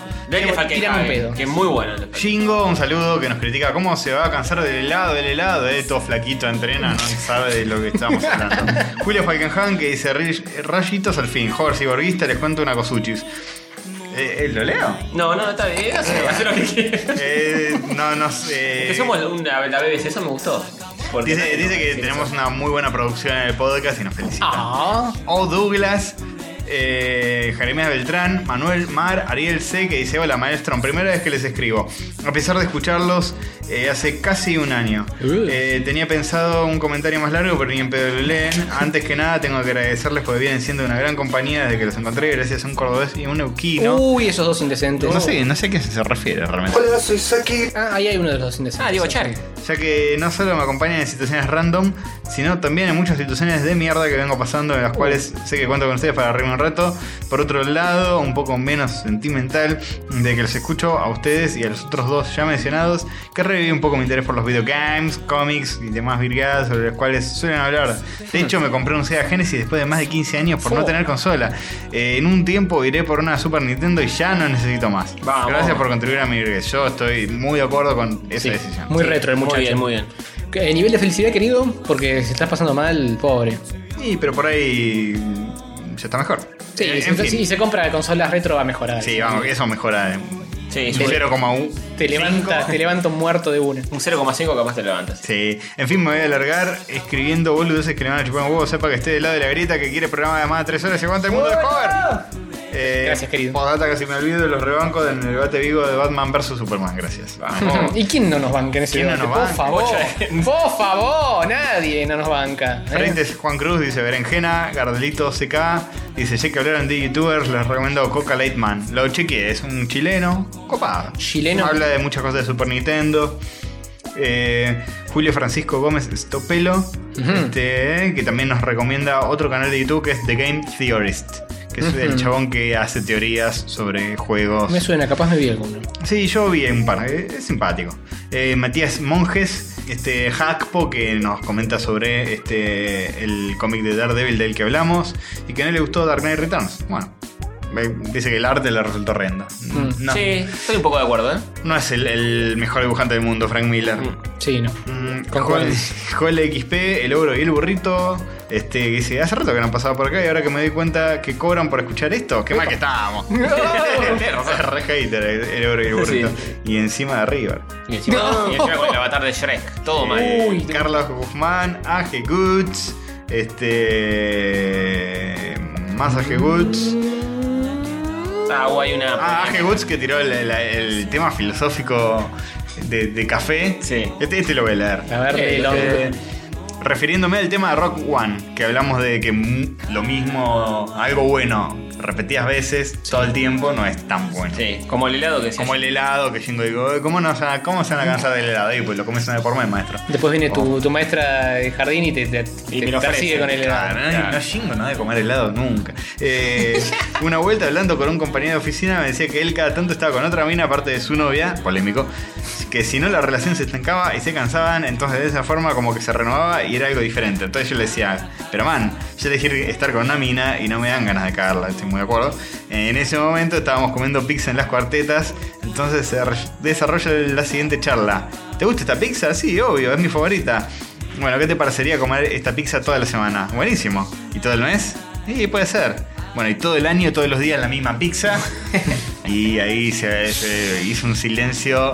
[SPEAKER 2] Tirame
[SPEAKER 3] Daniel
[SPEAKER 2] un
[SPEAKER 3] Falkenhagen,
[SPEAKER 2] pedo.
[SPEAKER 3] que es muy bueno. el-
[SPEAKER 4] Jingo, un saludo que nos critica cómo se va a cansar del helado, del helado, eh, todo flaquito entrena, no sabe de lo que estamos hablando. Julio Falkenhagen que dice "Ri- rayitos al fin, Jorge Borguista les cuento una cosuchis. Eh, eh, ¿Lo leo?
[SPEAKER 3] No, no, está bien. Hacé hacé lo que quieras.
[SPEAKER 4] Eh, no, no sé.
[SPEAKER 3] Que somos una, la BBC, eso me gustó. Porque-
[SPEAKER 4] Eh, Dice, dice que tenemos una muy buena producción en el podcast y nos felicita.
[SPEAKER 2] Ah,
[SPEAKER 4] O Douglas, eh, Jeremías Beltrán, Manuel Mar, Ariel C, que dice, hola maestro, primera vez que les escribo. A pesar de escucharlos eh, hace casi un año. Eh, tenía pensado un comentario más largo, pero ni en pedo lo leen. Antes que nada, tengo que agradecerles porque vienen siendo una gran compañía desde que los encontré, gracias a un cordobés y un neuquino.
[SPEAKER 2] Uy, esos dos indecentes.
[SPEAKER 4] no sé, no sé a qué se refiere realmente.
[SPEAKER 2] Ah, ahí hay uno de los dos indecentes.
[SPEAKER 3] Ah, Diego Char.
[SPEAKER 4] Sí, ya que no solo me acompañan en situaciones random, sino también en muchas situaciones de mierda que vengo pasando, en las cuales sé que cuento con ustedes para reírme un rato. Por otro lado, un poco menos sentimental, de que los escucho a ustedes y a los otros dos ya mencionados, que reviví un poco mi interés por los videogames, cómics y demás virgadas sobre las cuales suelen hablar. De hecho, me compré un Sega Genesis después de más de 15 años por no tener consola. Eh, en un tiempo iré por una Super Nintendo y ya no necesito más.
[SPEAKER 3] Vamos.
[SPEAKER 4] Gracias por contribuir a mi virguez. Yo estoy muy de acuerdo con esa decisión.
[SPEAKER 2] Muy retro, el
[SPEAKER 3] Muy
[SPEAKER 2] muchacho.
[SPEAKER 3] bien, muy bien.
[SPEAKER 2] Eh, nivel de felicidad, querido, porque si estás pasando mal, pobre.
[SPEAKER 4] Sí, pero por ahí ya está mejor.
[SPEAKER 2] Sí,
[SPEAKER 4] Eh,
[SPEAKER 2] y
[SPEAKER 4] en
[SPEAKER 2] se,
[SPEAKER 4] fin.
[SPEAKER 2] sí, se compra consolas retro va a mejorar.
[SPEAKER 4] Sí, vamos, eso mejora. eh,
[SPEAKER 3] Sí,
[SPEAKER 4] Un
[SPEAKER 3] un
[SPEAKER 4] 0,1.
[SPEAKER 2] Te levanta, te levanta un muerto de una.
[SPEAKER 3] un 0,5 capaz te levantas.
[SPEAKER 4] Sí, en fin, me voy a alargar escribiendo boludeces que le van a chupar un huevo. Sepa que esté del lado de la grieta que quiere programa de más de 3 horas y aguanta el mundo de joven. Eh,
[SPEAKER 2] Gracias, querido.
[SPEAKER 4] Postdata que si me olvido los rebancos en el debate vivo de Batman vs Superman. Gracias. Vamos.
[SPEAKER 2] ¿Y quién no nos banca en ese
[SPEAKER 4] ¿Quién no
[SPEAKER 2] debate?
[SPEAKER 4] nos banca? eh.
[SPEAKER 2] Por favor. Por favor, nadie no nos banca. ¿eh?
[SPEAKER 4] Frente es Juan Cruz dice Berenjena, Gardelito CK, dice ya que hablaron de youtubers, les recomiendo Coca Lightman. Lo chequeé, es un chileno, copado.
[SPEAKER 2] Chileno.
[SPEAKER 4] Habla de muchas cosas de Super Nintendo. Eh, Julio Francisco Gómez Estopelo, este, que también nos recomienda otro canal de YouTube que es The Game Theorist, que es el chabón que hace teorías sobre juegos.
[SPEAKER 2] Me suena, capaz me vi alguno.
[SPEAKER 4] Sí, yo vi un par, eh, es simpático. Eh, Matías Monjes, este Hackpo que nos comenta sobre este el cómic de Daredevil del que hablamos y que no le gustó Dark Knight Returns. Bueno, eh, dice que el arte le resultó horrendo. No,
[SPEAKER 3] Sí, estoy un poco de acuerdo, ¿eh?
[SPEAKER 4] no es el, el mejor dibujante del mundo, Frank Miller.
[SPEAKER 2] Sí, no.
[SPEAKER 4] Mm,
[SPEAKER 2] Concuerdo.
[SPEAKER 4] Joel, Joel XP, el ogro y el burrito. Este, que dice, hace rato que no han pasado por acá y ahora que me doy cuenta que cobran por escuchar esto, qué mal que estábamos. Re hater, el el ogro y el burrito. Y encima de River.
[SPEAKER 3] Y encima, y encima con el avatar de Shrek. Todo mal.
[SPEAKER 4] Eh, Carlos Guzmán, AG Goods, este. Más AG Goods.
[SPEAKER 3] Ah, o hay una.
[SPEAKER 4] Ah, AG Goods que tiró el, el- el tema filosófico de, de café.
[SPEAKER 3] Sí.
[SPEAKER 4] Este, este lo voy a leer.
[SPEAKER 2] A ver,
[SPEAKER 4] Eh,
[SPEAKER 2] lo-
[SPEAKER 4] eh, refiriéndome al tema de Rock One, que hablamos de que mu- lo mismo, algo bueno, repetidas veces, todo el tiempo, no es tan bueno.
[SPEAKER 3] Sí, como el helado que decía.
[SPEAKER 4] Como el helado que Jingo digo, "Eh, ¿cómo, no se van, ¿cómo se van a cansar del helado? Y pues lo comes una vez por mes, maestro.
[SPEAKER 2] Después viene tu, tu maestra de jardín y te, te,
[SPEAKER 3] Y
[SPEAKER 2] te
[SPEAKER 3] me ¿eh? lo ofrece.
[SPEAKER 2] persigue con el helado.
[SPEAKER 4] Claro, no, no Jingo no debe comer helado nunca. Eh, una vuelta hablando con un compañero de oficina me decía que él cada tanto estaba con otra mina, aparte de su novia, polémico, que si no la relación se estancaba y se cansaban, entonces de esa forma como que se renovaba y era algo diferente. Entonces yo le decía, pero man, yo elegí estar con una mina y no me dan ganas de cagarla, estoy muy de acuerdo. En ese momento estábamos comiendo pizza en las cuartetas, entonces se re- desarrolla la siguiente charla. ¿Te gusta esta pizza? Sí, obvio, es mi favorita. Bueno, ¿qué te parecería comer esta pizza toda la semana? Buenísimo. ¿Y todo el mes? Sí, puede ser. Bueno, y todo el año, todos los días la misma pizza. y ahí se, se hizo un silencio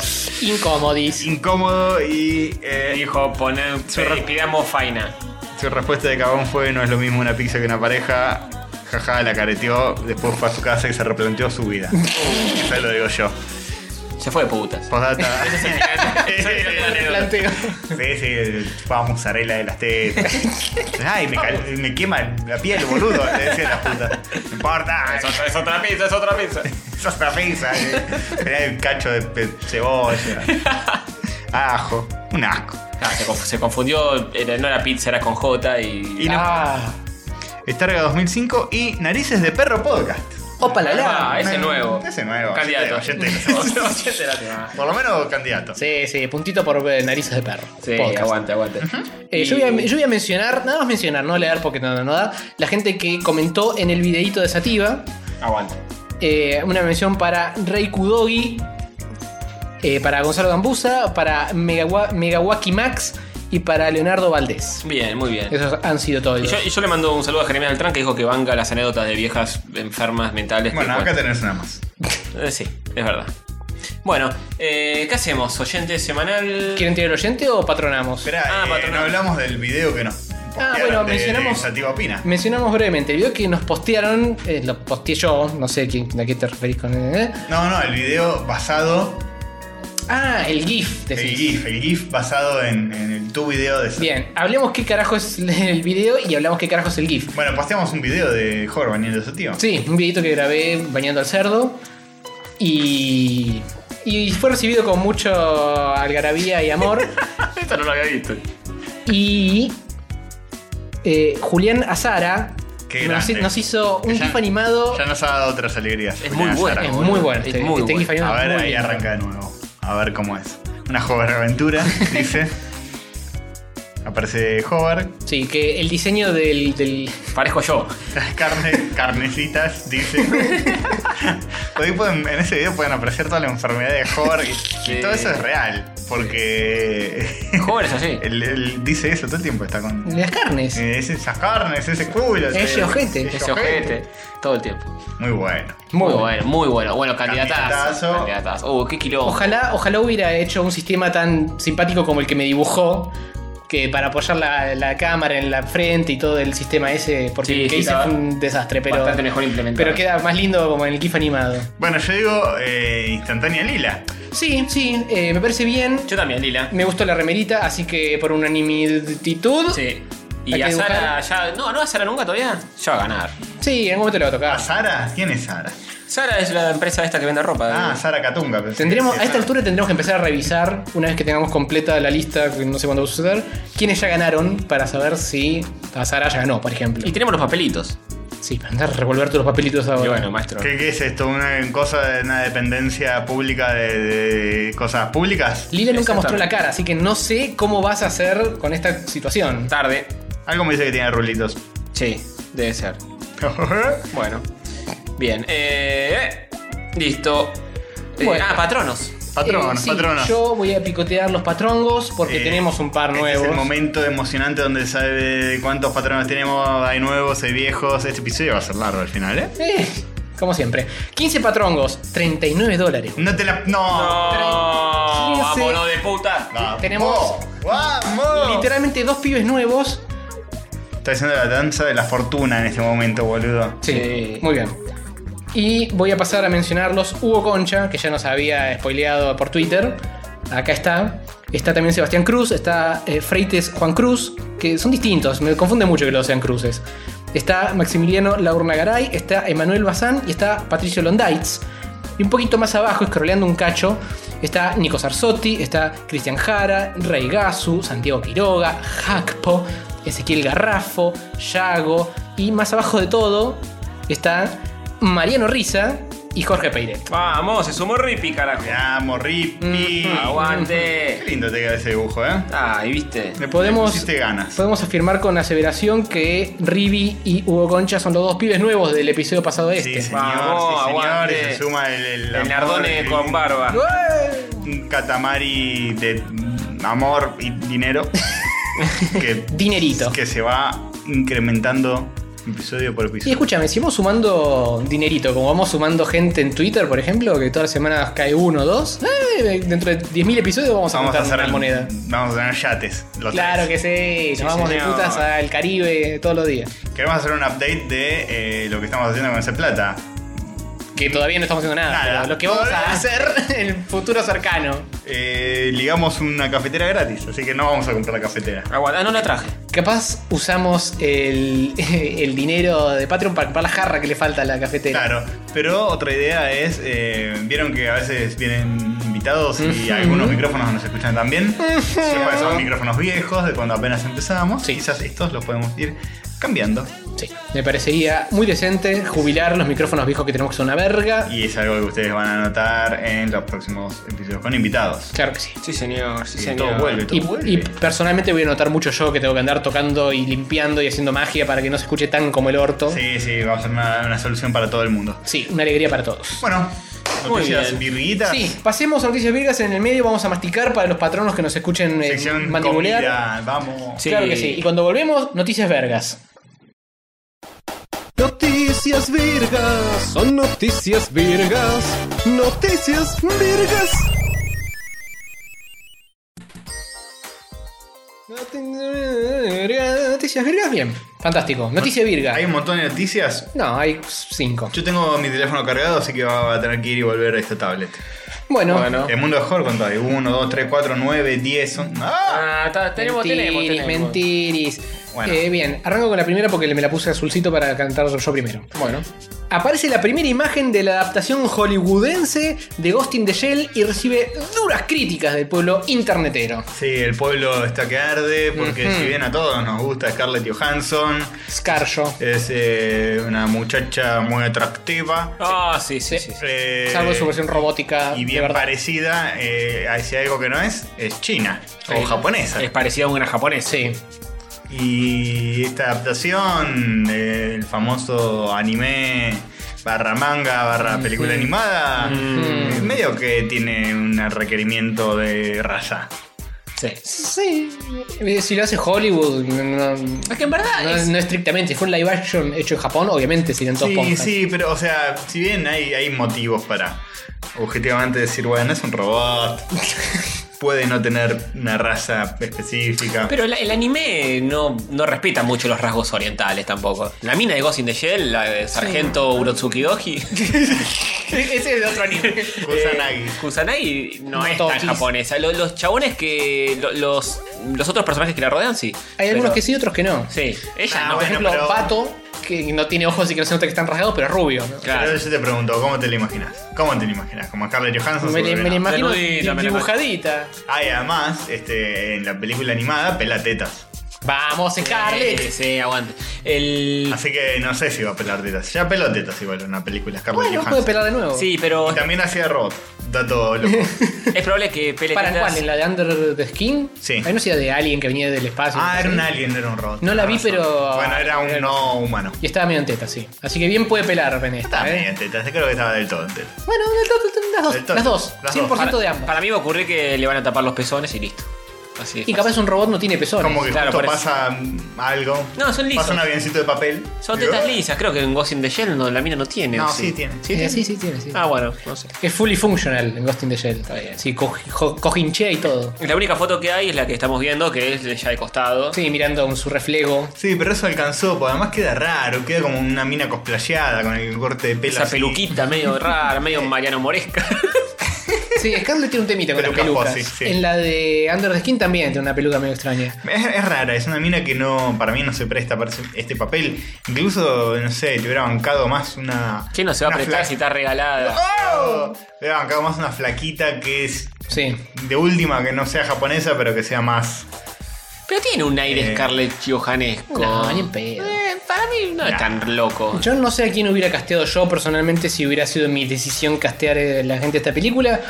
[SPEAKER 2] Incomodis.
[SPEAKER 4] incómodo y eh,
[SPEAKER 3] Dijo, poner. Respiramos faina.
[SPEAKER 4] su respuesta de Cabón fue no es lo mismo una pizza que una pareja. Jaja, la careteó, después fue a su casa y se replanteó su vida. Eso lo digo yo.
[SPEAKER 3] Se fue de putas.
[SPEAKER 4] Postdata.
[SPEAKER 2] Planteo.
[SPEAKER 4] Sí, sí, chupaba mozzarella de las tetas. Ay, me, cal- me quema la piel, boludo. Le decía la puta. No importa,
[SPEAKER 3] Es otra- es otra pizza, es otra pizza.
[SPEAKER 4] sos otra pizza. eh. Era el cacho de pe- cebolla. Ajo. Un asco.
[SPEAKER 3] Ah, se, conf- se confundió, era- no era pizza, era con J y.
[SPEAKER 4] Y no.
[SPEAKER 2] Ah,
[SPEAKER 4] Starga 2005 y Narices de Perro Podcast.
[SPEAKER 2] opa la la.
[SPEAKER 3] Ah, ese nuevo.
[SPEAKER 4] Ese nuevo.
[SPEAKER 3] Candidato.
[SPEAKER 4] Oyente de la semana.
[SPEAKER 3] No, oyente de la semana.
[SPEAKER 4] Por lo menos candidato.
[SPEAKER 2] Sí, sí, puntito por eh, narices de perro.
[SPEAKER 3] Sí,
[SPEAKER 2] Podcast.
[SPEAKER 3] aguante, aguante.
[SPEAKER 2] Eh,
[SPEAKER 3] Y-
[SPEAKER 2] yo, voy a, yo voy a mencionar, nada más mencionar, no leer porque no, no, no da, la gente que comentó en el videíto de Sativa,
[SPEAKER 3] Aguante.
[SPEAKER 2] eh, una mención para Rey Kudogi, eh, para Gonzalo Gambusa, para Megawa- Megawaki Max y para Leonardo Valdés.
[SPEAKER 3] Bien, muy bien.
[SPEAKER 2] Esos han sido todos.
[SPEAKER 3] Y yo, y yo le mando un saludo a Jeremías Beltrán que dijo que banca las anécdotas de viejas enfermas mentales. que
[SPEAKER 4] Bueno, acá
[SPEAKER 3] cuentan.
[SPEAKER 4] tenés una más.
[SPEAKER 3] Eh, Sí, es verdad. Bueno, eh, ¿qué hacemos? ¿Oyente semanal?
[SPEAKER 2] ¿Quieren tirar el oyente o patronamos?
[SPEAKER 4] Esperá,
[SPEAKER 3] Ah,
[SPEAKER 4] eh,
[SPEAKER 3] patrón.
[SPEAKER 4] no hablamos del video que nos. postearon
[SPEAKER 2] bueno,
[SPEAKER 4] de-
[SPEAKER 2] mencionamos-
[SPEAKER 4] de Sativa Opina.
[SPEAKER 2] Mencionamos brevemente, el video que nos postearon, eh, lo posteé yo, no sé quién, a qué te referís con... eh.
[SPEAKER 4] No, no, el video basado.
[SPEAKER 2] Ah, el GIF,
[SPEAKER 4] El
[SPEAKER 2] decís.
[SPEAKER 4] GIF, el GIF basado en, en el, tu video de.
[SPEAKER 2] Bien, hablemos qué carajo es el video y hablamos qué carajo es el GIF.
[SPEAKER 4] Bueno, posteamos un video de Jorge bañando a su tío.
[SPEAKER 2] Sí, un videito que grabé bañando al cerdo. Y. y fue recibido con mucho algarabía y amor.
[SPEAKER 3] Esto Ah, no lo había visto.
[SPEAKER 2] y eh, Julián Azara
[SPEAKER 4] Qué
[SPEAKER 2] nos,
[SPEAKER 4] grande.
[SPEAKER 2] nos hizo un
[SPEAKER 4] Ya-
[SPEAKER 2] GIF animado.
[SPEAKER 4] Ya nos ha dado otras alegrías.
[SPEAKER 3] Es muy bueno.
[SPEAKER 2] es muy bueno. Este,
[SPEAKER 3] muy
[SPEAKER 2] este
[SPEAKER 3] bueno.
[SPEAKER 2] GIF animado
[SPEAKER 4] A
[SPEAKER 2] es
[SPEAKER 4] ver,
[SPEAKER 2] muy
[SPEAKER 4] ahí
[SPEAKER 2] lindo.
[SPEAKER 4] arranca de nuevo. A ver cómo es. Una joven aventura, dice. Aparece Hover,
[SPEAKER 2] Sí, que el diseño del. del-
[SPEAKER 3] Parezco yo.
[SPEAKER 4] carne, carnecitas, dice. Hoy pueden- en ese video pueden aparecer toda la enfermedad de Hover y, y todo eso es real. Porque
[SPEAKER 3] Jóvenes así.
[SPEAKER 4] él, él dice eso todo el tiempo, está con.
[SPEAKER 2] de las carnes.
[SPEAKER 4] Eh, Es esas carnes, ese culo.
[SPEAKER 2] Ese ojete.
[SPEAKER 3] Ese ojete. Todo el tiempo.
[SPEAKER 4] Muy bueno.
[SPEAKER 3] Muy, bueno, muy bueno. Bueno, candidatazo.
[SPEAKER 4] Candidatazo.
[SPEAKER 3] Candidatazo. Uh, qué quilombo.
[SPEAKER 2] Ojalá, ojalá hubiera hecho un sistema tan simpático como el que me dibujó. Que para apoyar la, la cámara en la frente y todo el sistema ese, porque
[SPEAKER 3] Sí,
[SPEAKER 2] el
[SPEAKER 3] sí,
[SPEAKER 2] que hice
[SPEAKER 3] estaba
[SPEAKER 2] fue un desastre, pero,
[SPEAKER 3] Bastante mejor implementado.
[SPEAKER 2] pero queda más lindo como en el GIF animado.
[SPEAKER 4] Bueno, yo digo eh, instantánea lila.
[SPEAKER 2] Sí, sí, eh, me parece bien.
[SPEAKER 3] Yo también, Lila.
[SPEAKER 2] Me gustó la remerita, así que por unanimidad. Sí.
[SPEAKER 3] Sí. Y
[SPEAKER 2] Hay que
[SPEAKER 3] a Sara
[SPEAKER 2] dibujar.
[SPEAKER 3] ya. No, no a Sara nunca todavía. Ya va a ganar.
[SPEAKER 2] en algún momento le va a
[SPEAKER 4] ¿A
[SPEAKER 2] tocar.
[SPEAKER 4] Sara? ¿Quién es Sara?
[SPEAKER 3] Sara es la empresa esta que vende ropa.
[SPEAKER 4] Ah, Sara Catunga.
[SPEAKER 2] Tendremos, a esta
[SPEAKER 4] altura
[SPEAKER 2] altura tendremos que empezar a revisar, una vez que tengamos completa la lista, que no sé cuándo va a suceder, quiénes ya ganaron para saber si Sara ya ganó, por ejemplo.
[SPEAKER 3] Y tenemos los papelitos.
[SPEAKER 2] Sí, para andar a revolver todos los papelitos ahora.
[SPEAKER 3] Y bueno, maestro.
[SPEAKER 4] ¿Qué, qué es esto? ¿Una cosa de una dependencia pública de, de cosas públicas?
[SPEAKER 2] Lila nunca
[SPEAKER 3] Exactamente.
[SPEAKER 2] mostró la cara, así que no sé cómo vas a hacer con esta situación.
[SPEAKER 3] Tarde.
[SPEAKER 4] Algo me dice que tiene rulitos.
[SPEAKER 3] Sí, debe ser. Bueno. Bien. Eh, listo. Eh,
[SPEAKER 2] Bueno.
[SPEAKER 3] ah, patronos.
[SPEAKER 4] Patronos,
[SPEAKER 2] Eh, sí,
[SPEAKER 4] patronos.
[SPEAKER 2] Yo voy a picotear los patrongos porque
[SPEAKER 4] Eh,
[SPEAKER 2] tenemos un par
[SPEAKER 4] este
[SPEAKER 2] nuevos.
[SPEAKER 4] es el momento emocionante donde sabe cuántos patronos tenemos. Hay nuevos, hay viejos. Este episodio va a ser largo al final, ¿eh?
[SPEAKER 2] Eh, como siempre. 15 patrongos, 39 dólares.
[SPEAKER 4] No te la. No.
[SPEAKER 3] No,
[SPEAKER 2] Quince.
[SPEAKER 3] vámonos de puta.
[SPEAKER 4] Vamos.
[SPEAKER 2] Tenemos-
[SPEAKER 4] ¡Vamos!
[SPEAKER 2] Literalmente dos pibes nuevos.
[SPEAKER 4] Está haciendo la danza de la fortuna en este momento, boludo.
[SPEAKER 2] Sí,
[SPEAKER 3] Sí.
[SPEAKER 2] muy bien. Y voy a pasar a mencionarlos. Hugo Concha, que ya nos había spoileado por Twitter. Acá está. Está también Sebastián Cruz. Está eh, Freites Juan Cruz. Que son distintos. Me confunde mucho que los sean cruces. Está Maximiliano Laurna Garay. Está Emanuel Bazán. Y está Patricio Londaitz. Y un poquito más abajo, scrolleando un cacho, está Nico Sarsotti, está Cristian Jara, Rey Gasu, Santiago Quiroga, Jacpo, Ezequiel Garrafo, Yago. Y más abajo de todo está Mariano Risa y Jorge Peiret.
[SPEAKER 3] Vamos, se sumó Rippy, carajo.
[SPEAKER 4] Vamos,
[SPEAKER 2] Mm,
[SPEAKER 4] Rippy.
[SPEAKER 2] ah,
[SPEAKER 4] Qué
[SPEAKER 3] Aguante.
[SPEAKER 4] lindo te queda ese dibujo, ¿eh?
[SPEAKER 3] Ay, viste.
[SPEAKER 4] Le
[SPEAKER 2] Podemos-
[SPEAKER 4] le pusiste ganas.
[SPEAKER 2] Podemos afirmar con aseveración que Ribi y Hugo Concha son los dos pibes nuevos del episodio pasado de
[SPEAKER 4] Sí,
[SPEAKER 2] este.
[SPEAKER 4] señor,
[SPEAKER 3] Vamos,
[SPEAKER 4] sí, señor. Y
[SPEAKER 3] aguante.
[SPEAKER 4] se suma el... El,
[SPEAKER 3] El
[SPEAKER 4] amor,
[SPEAKER 3] Nardone
[SPEAKER 4] el-
[SPEAKER 3] con barba.
[SPEAKER 2] ¡Ué!
[SPEAKER 4] Un catamari de amor y dinero que,
[SPEAKER 2] Dinerito.
[SPEAKER 4] que se va incrementando episodio por
[SPEAKER 2] Y
[SPEAKER 4] episodio.
[SPEAKER 2] escúchame, si vamos sumando dinerito, como vamos sumando gente en Twitter, por ejemplo, que todas las semanas cae uno o dos, eh, dentro de 10.000 episodios vamos a
[SPEAKER 4] vamos a
[SPEAKER 2] juntar
[SPEAKER 4] hacer
[SPEAKER 2] una moneda.
[SPEAKER 4] Vamos a tener yates. los
[SPEAKER 2] Claro que
[SPEAKER 4] tres.
[SPEAKER 2] sí, nos vamos de
[SPEAKER 4] señor.
[SPEAKER 2] putas al Caribe todos los días.
[SPEAKER 4] Queremos hacer un update de eh, lo que estamos haciendo con esa plata.
[SPEAKER 2] Que todavía no estamos haciendo nada,
[SPEAKER 4] Nada.
[SPEAKER 2] pero lo que vamos
[SPEAKER 4] Todavía.
[SPEAKER 2] a hacer en el futuro cercano.
[SPEAKER 4] Eh, ligamos una cafetera gratis, así que no vamos a comprar la cafetera.
[SPEAKER 3] Aguanta. Ah, no la traje.
[SPEAKER 2] Capaz usamos el, el dinero de Patreon para comprar la jarra que le falta a la cafetera.
[SPEAKER 4] Claro, pero otra idea es, eh, vieron que a veces vienen invitados y algunos micrófonos no nos escuchan tan bien. Sepan, Son micrófonos viejos de cuando apenas empezamos.
[SPEAKER 2] Sí.
[SPEAKER 4] Quizás estos los podemos ir cambiando.
[SPEAKER 2] Sí, me parecería muy decente jubilar los micrófonos viejos que tenemos que son una verga.
[SPEAKER 4] Y es algo que ustedes van a notar en los próximos episodios con invitados.
[SPEAKER 2] Claro que sí.
[SPEAKER 3] Sí, señor. Sí,
[SPEAKER 4] Y
[SPEAKER 3] señor.
[SPEAKER 4] todo vuelve, todo
[SPEAKER 2] Y,
[SPEAKER 4] vuelve.
[SPEAKER 2] y personalmente voy a notar mucho yo que tengo que andar tocando y limpiando y haciendo magia para que no se escuche tan como el orto. Sí,
[SPEAKER 4] Sí, sí, vamos a hacer una, una solución para todo el mundo.
[SPEAKER 2] una alegría para todos.
[SPEAKER 4] Bueno,
[SPEAKER 3] Muy
[SPEAKER 4] noticias
[SPEAKER 3] bien.
[SPEAKER 4] virguitas.
[SPEAKER 2] Sí, pasemos a noticias virgas en el medio, vamos a masticar para los patronos que nos escuchen eh,
[SPEAKER 4] Sección
[SPEAKER 2] mandibulear.
[SPEAKER 4] comida, vamos.
[SPEAKER 3] Sí.
[SPEAKER 2] Claro que sí. Y cuando volvemos, noticias vergas.
[SPEAKER 1] Noticias virgas, son noticias virgas, noticias virgas.
[SPEAKER 2] Noticias virgas, bien. Fantástico. Noticia virga.
[SPEAKER 4] Hay un montón de noticias.
[SPEAKER 2] No, hay cinco.
[SPEAKER 4] Yo tengo mi teléfono cargado, así que va a tener que ir y volver a esta tablet.
[SPEAKER 2] Bueno,
[SPEAKER 3] Bueno.
[SPEAKER 4] El mundo de Jorge contó ahí. 1, 2, 3, 4, 9, 10. son- ¡Ah!
[SPEAKER 3] Ah, ta- tenemos, tenemos,
[SPEAKER 2] mentiris,
[SPEAKER 3] tenemos.
[SPEAKER 2] mentiris.
[SPEAKER 4] Bueno.
[SPEAKER 2] Eh, bien, arranco con la primera porque me la puse azulcito para cantar yo primero.
[SPEAKER 3] Bueno.
[SPEAKER 2] Aparece la primera imagen de la adaptación hollywoodense de Ghost in the Shell y recibe duras críticas del pueblo internetero.
[SPEAKER 4] Sí, el pueblo está que arde porque
[SPEAKER 2] Ujú.
[SPEAKER 4] si bien a todos nos gusta Scarlett Johansson,
[SPEAKER 2] Scarjo.
[SPEAKER 4] es eh, una muchacha muy atractiva.
[SPEAKER 3] Ah, sí, sí,
[SPEAKER 2] Sí.
[SPEAKER 3] sí. sí.
[SPEAKER 4] eh,
[SPEAKER 2] Salvo su versión robótica. de
[SPEAKER 4] Y bien
[SPEAKER 2] verdad.
[SPEAKER 4] parecida, eh, hacia algo que no es, es china o
[SPEAKER 2] Sí.
[SPEAKER 4] japonesa.
[SPEAKER 3] Es parecida a una japonesa.
[SPEAKER 2] Sí.
[SPEAKER 4] Y esta adaptación, eh, el famoso anime barra manga barra película animada, eh, medio que tiene un requerimiento de raza.
[SPEAKER 3] sí.
[SPEAKER 2] Sí. Eh, Si lo hace Hollywood, no, no-
[SPEAKER 3] Es que en verdad
[SPEAKER 2] no-
[SPEAKER 3] Ah, es-
[SPEAKER 2] no estrictamente. Si fue un live action hecho en Japón, obviamente serían todos
[SPEAKER 4] Sí,
[SPEAKER 2] podcast.
[SPEAKER 4] sí, pero o sea, si bien hay, hay motivos para objetivamente decir, bueno, es un robot, puede no tener una raza específica.
[SPEAKER 3] Pero la- el anime no, no respeta mucho los rasgos orientales tampoco. La mina de Ghost in the Shell, la de Sargento Urotsuki Oji,
[SPEAKER 2] Ese es de otro anime. eh,
[SPEAKER 4] Kusanagi.
[SPEAKER 3] Kusanagi no,
[SPEAKER 2] No
[SPEAKER 3] es tan
[SPEAKER 2] toquis.
[SPEAKER 3] japonesa. Lo- Los, chabones que. lo- los, los otros personajes que la rodean, sí.
[SPEAKER 2] Hay algunos
[SPEAKER 3] Pero-
[SPEAKER 2] que sí, otros que no.
[SPEAKER 3] Sí, ella
[SPEAKER 4] Ah,
[SPEAKER 3] no.
[SPEAKER 2] Por
[SPEAKER 4] bueno,
[SPEAKER 2] ejemplo,
[SPEAKER 4] pero-
[SPEAKER 2] Pato, que no tiene ojos y que no se nota que están rasgados, pero es rubio. ¿no?
[SPEAKER 3] Claro.
[SPEAKER 4] Pero yo te pregunto, ¿cómo te la imaginas? ¿Cómo te la imaginas? ¿Como Scarlett Johansson?
[SPEAKER 2] Me, la- me la
[SPEAKER 4] Seguro que no.
[SPEAKER 2] imagino
[SPEAKER 3] Menudita, me la
[SPEAKER 2] dibujadita.
[SPEAKER 4] Ah, y además, este, en la película animada pela tetas.
[SPEAKER 2] Vamos,
[SPEAKER 3] Sí,
[SPEAKER 2] Scarlett.
[SPEAKER 3] sí, aguante. El.
[SPEAKER 4] Así que no sé si va a pelar tetas. Ya peló tetas igual en una película Scarlett
[SPEAKER 2] Bueno, puede
[SPEAKER 4] Johansson.
[SPEAKER 2] pelar de nuevo.
[SPEAKER 3] Sí, pero
[SPEAKER 4] Y también hacía robot. Dato loco.
[SPEAKER 3] es probable que Pele
[SPEAKER 2] ¿Para
[SPEAKER 3] Tetas-
[SPEAKER 2] cuál? ¿En la de Under the Skin?
[SPEAKER 4] Sí.
[SPEAKER 2] Hay una ciudad de Alien que venía del espacio.
[SPEAKER 4] ah, era
[SPEAKER 2] ¿sí?
[SPEAKER 4] un alien, era un robot.
[SPEAKER 2] No la vi,
[SPEAKER 4] Razón.
[SPEAKER 2] pero-
[SPEAKER 4] Bueno, era un no humano.
[SPEAKER 2] Y estaba medio en teta, sí. Así que bien puede pelar, René. esta,
[SPEAKER 4] Estaba medio
[SPEAKER 2] ¿eh?
[SPEAKER 4] en tetas, creo que estaba del todo en tetas.
[SPEAKER 2] Bueno, las dos.
[SPEAKER 4] Del todo.
[SPEAKER 2] Las dos.
[SPEAKER 4] Las
[SPEAKER 2] 100%
[SPEAKER 3] Para,
[SPEAKER 2] de ambas.
[SPEAKER 3] para mí va a ocurrir que le van a tapar los pezones y listo. Así de
[SPEAKER 2] y
[SPEAKER 3] fácil.
[SPEAKER 2] capaz un robot no tiene pezones.
[SPEAKER 4] Como que
[SPEAKER 3] Claro,
[SPEAKER 4] justo
[SPEAKER 3] parece.
[SPEAKER 4] pasa mm, algo.
[SPEAKER 3] No, son lisos.
[SPEAKER 4] Pasa un avioncito de papel.
[SPEAKER 3] Son
[SPEAKER 4] Digo,
[SPEAKER 3] tetas
[SPEAKER 4] "Ah".
[SPEAKER 3] lisas, creo que en Ghost in the Shell no, la mina no tiene.
[SPEAKER 4] No,
[SPEAKER 3] ¿o
[SPEAKER 4] sí tiene.
[SPEAKER 3] ¿Sí
[SPEAKER 2] Eh,
[SPEAKER 3] tiene?
[SPEAKER 2] sí, sí, tiene, sí.
[SPEAKER 3] Ah, bueno, no sé.
[SPEAKER 2] Es fully functional en Ghost in the Shell. Sí, co- jo- cojinchea y todo.
[SPEAKER 3] La única foto que hay es la que estamos viendo, que es ya de costado.
[SPEAKER 2] Sí, mirando un- su reflejo.
[SPEAKER 4] Sí, pero eso alcanzó, porque además queda raro, queda como una mina cosplayada con el corte de pelo.
[SPEAKER 3] Esa
[SPEAKER 4] así.
[SPEAKER 3] peluquita medio rara, medio Mariano Moresca.
[SPEAKER 2] Sí, Scarlett tiene un temita con las
[SPEAKER 4] Pelucas
[SPEAKER 2] pelucas.
[SPEAKER 4] posis, sí.
[SPEAKER 2] En la de Under the Skin también tiene una peluca medio extraña.
[SPEAKER 4] Es, es rara, es una mina que no, para mí no se presta para ese- este papel. Incluso, no sé, te hubiera bancado más una.
[SPEAKER 3] ¿Qué no se va a
[SPEAKER 4] una
[SPEAKER 3] prestar
[SPEAKER 4] fla-
[SPEAKER 3] si está regalada?
[SPEAKER 4] ¡Oh! Te hubiera bancado más una flaquita que es
[SPEAKER 2] Sí.
[SPEAKER 4] de última, que no sea japonesa, pero que sea más.
[SPEAKER 3] Pero tiene un aire
[SPEAKER 4] Eh.
[SPEAKER 3] Scarlett Johanesco.
[SPEAKER 2] No, ni en pedo.
[SPEAKER 3] Eh, para mí no es
[SPEAKER 4] Nah.
[SPEAKER 3] tan loco.
[SPEAKER 2] Yo no sé a quién hubiera casteado yo personalmente si hubiera sido mi decisión castear eh, la gente de esta película.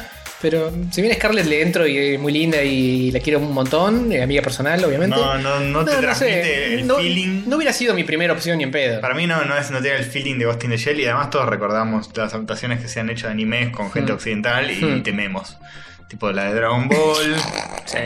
[SPEAKER 2] Pero si bien a Scarlett le entro y es muy linda y la quiero un montón, eh, amiga personal, obviamente.
[SPEAKER 4] No, no, no te transmite el
[SPEAKER 2] no,
[SPEAKER 4] feeling.
[SPEAKER 2] no hubiera sido mi primera opción ni en pedo.
[SPEAKER 4] Para mí no, no, es, no tiene el feeling de Ghost in the Shell y además todos recordamos las adaptaciones que se han hecho de animes
[SPEAKER 2] Hmm.
[SPEAKER 4] con gente occidental y
[SPEAKER 2] Mm.
[SPEAKER 4] tememos. Tipo la de Dragon Ball.
[SPEAKER 3] Sí.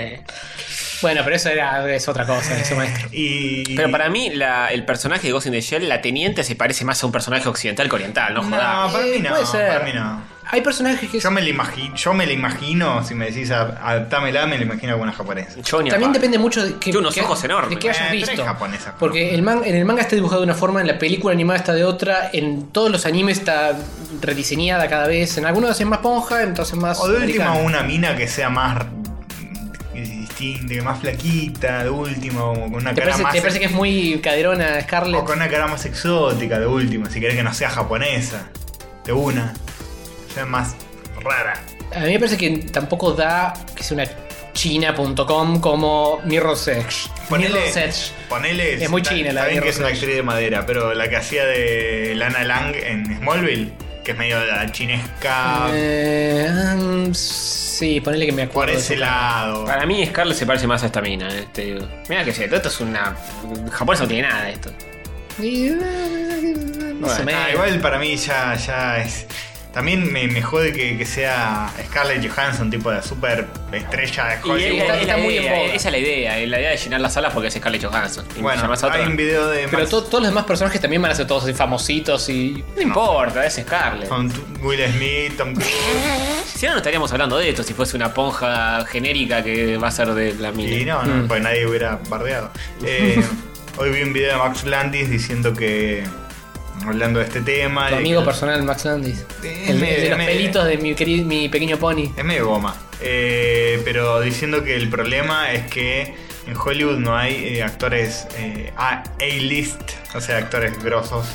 [SPEAKER 2] Bueno, pero eso era, es otra cosa,
[SPEAKER 4] Eh.
[SPEAKER 2] eso maestro.
[SPEAKER 4] y.
[SPEAKER 3] Pero para mí, la- el personaje de Ghost in the Shell, la teniente, se parece más a un personaje occidental que oriental, no
[SPEAKER 4] No,
[SPEAKER 3] jodas.
[SPEAKER 4] para
[SPEAKER 2] Eh,
[SPEAKER 4] mí no,
[SPEAKER 2] puede ser.
[SPEAKER 4] para mí no.
[SPEAKER 2] Hay personajes que
[SPEAKER 4] Yo me la imagino, yo me la imagino, si me decís a- adaptámela, me la imagino alguna japonesa.
[SPEAKER 3] Yo ni a
[SPEAKER 2] También
[SPEAKER 3] palo.
[SPEAKER 2] depende mucho de que,
[SPEAKER 3] Tiene unos
[SPEAKER 2] que-
[SPEAKER 3] ojos enormes.
[SPEAKER 2] de que hayas
[SPEAKER 4] Eh, pero
[SPEAKER 2] visto.
[SPEAKER 4] es japonesa.
[SPEAKER 2] Porque el man, en el manga está dibujado de una forma, en la película animada está de otra, en todos los animes está rediseñada cada vez. En algunos hacen más ponja, entonces más.
[SPEAKER 4] O de última
[SPEAKER 2] americana.
[SPEAKER 4] una mina que sea más mm, distinta, que más flaquita, de última, o con una
[SPEAKER 2] ¿Te
[SPEAKER 4] cara
[SPEAKER 2] parece,
[SPEAKER 4] más
[SPEAKER 2] te parece que es muy caderona
[SPEAKER 4] o
[SPEAKER 2] Scarlett?
[SPEAKER 4] con una cara más exótica, de última, si querés que no sea japonesa. De una. Sea más rara.
[SPEAKER 2] A mí me parece que tampoco da que sea una china.com como Mirror's Edge. Mirror's Edge.
[SPEAKER 4] ponele
[SPEAKER 2] Es muy china la de
[SPEAKER 4] Saben que
[SPEAKER 2] Mirror's
[SPEAKER 4] es una
[SPEAKER 2] Edge.
[SPEAKER 4] actriz de madera, pero la que hacía de Lana Lang en Smallville, que es medio la chinesca
[SPEAKER 2] Eh, mm, sí, ponele que me
[SPEAKER 4] por
[SPEAKER 2] acuerdo. de
[SPEAKER 4] ese
[SPEAKER 2] su-
[SPEAKER 4] lado.
[SPEAKER 2] Ah,
[SPEAKER 3] Para mí Scarlett se parece más a esta mina, eh, te digo. Mira que sé, esto es una... Japón no tiene nada de esto.
[SPEAKER 2] Y, eh, más o
[SPEAKER 4] Ah,
[SPEAKER 2] menos.
[SPEAKER 4] igual para mí ya, ya es. También me, me jode que, que sea Scarlett Johansson, tipo la super estrella de
[SPEAKER 3] Y
[SPEAKER 4] Hollywood.
[SPEAKER 3] es-
[SPEAKER 2] está-
[SPEAKER 3] es
[SPEAKER 2] está
[SPEAKER 3] la
[SPEAKER 2] muy en
[SPEAKER 3] idea,
[SPEAKER 2] boga.
[SPEAKER 3] Esa es la idea, eh, la idea de llenar las salas porque es Scarlett Johansson. Y
[SPEAKER 4] bueno,
[SPEAKER 3] llamas a otro.
[SPEAKER 4] hay un video de
[SPEAKER 2] Pero
[SPEAKER 4] Max-
[SPEAKER 2] to- todos los demás personajes también van a ser todos así famositos y.
[SPEAKER 3] No importa, es Scarlett.
[SPEAKER 4] con tu- Will Smith, Tom Cruise.
[SPEAKER 3] Si no, no estaríamos hablando de esto si fuese una ponja genérica que va a ser de la
[SPEAKER 4] y
[SPEAKER 3] mina.
[SPEAKER 4] no, no,
[SPEAKER 2] Mm.
[SPEAKER 4] porque nadie hubiera bardeado. Eh, hoy vi un video de Max Landis diciendo que hablando de este tema.
[SPEAKER 2] Tu
[SPEAKER 4] de-
[SPEAKER 2] amigo personal, Max Landis.
[SPEAKER 4] Eh,
[SPEAKER 2] El,
[SPEAKER 4] me-
[SPEAKER 2] el de los
[SPEAKER 4] me-
[SPEAKER 2] pelitos de mi, querido- mi pequeño pony.
[SPEAKER 4] Es medio goma. Eh, pero diciendo que el problema es que en Hollywood no hay eh, actores eh, A- A-list, o sea, actores grosos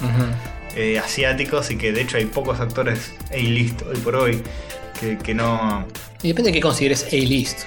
[SPEAKER 4] eh, asiáticos y que de hecho hay pocos actores A-list hoy por hoy que, que no...
[SPEAKER 2] Y depende de qué consideres A-list.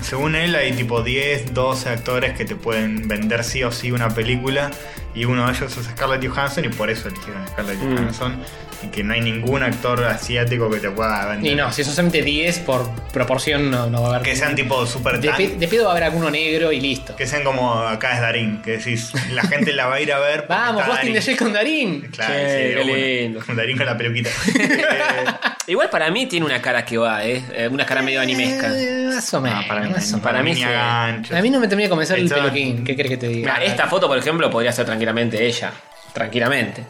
[SPEAKER 4] Según él hay tipo 10, 12 actores que te pueden vender sí o sí una película y uno de ellos es Scarlett Johansson y por eso eligieron a Scarlett
[SPEAKER 3] Mm.
[SPEAKER 4] Johansson y que no hay ningún actor asiático que te pueda vender.
[SPEAKER 2] Y no, si son solamente 10 por proporción, no, no va a haber.
[SPEAKER 4] Que sean tipo super
[SPEAKER 2] de,
[SPEAKER 4] tan-
[SPEAKER 2] pe- de pedo va a haber alguno negro y listo.
[SPEAKER 4] Que sean como acá es Darín, que decís, la gente la va a ir a ver. porque
[SPEAKER 2] Vamos,
[SPEAKER 4] está
[SPEAKER 2] Boston de Jay con Darín.
[SPEAKER 4] Claro,
[SPEAKER 3] Che,
[SPEAKER 4] sí,
[SPEAKER 3] qué
[SPEAKER 4] de una.
[SPEAKER 3] lindo.
[SPEAKER 4] Con Darín con la peluquita. Eh,
[SPEAKER 3] Igual para mí tiene una cara que va, ¿eh? Eh, Una cara medio animesca.
[SPEAKER 2] Eh, Más o menos.
[SPEAKER 4] no, para mí,
[SPEAKER 2] más o menos.
[SPEAKER 3] para mí
[SPEAKER 4] ni
[SPEAKER 3] sí.
[SPEAKER 4] agancho.
[SPEAKER 2] A mí no me termina de convencer el
[SPEAKER 4] Entonces-
[SPEAKER 2] peluquín. ¿Qué crees que te diga?
[SPEAKER 3] Mira, esta foto, por ejemplo, podría ser tranquilamente ella. Tranquilamente.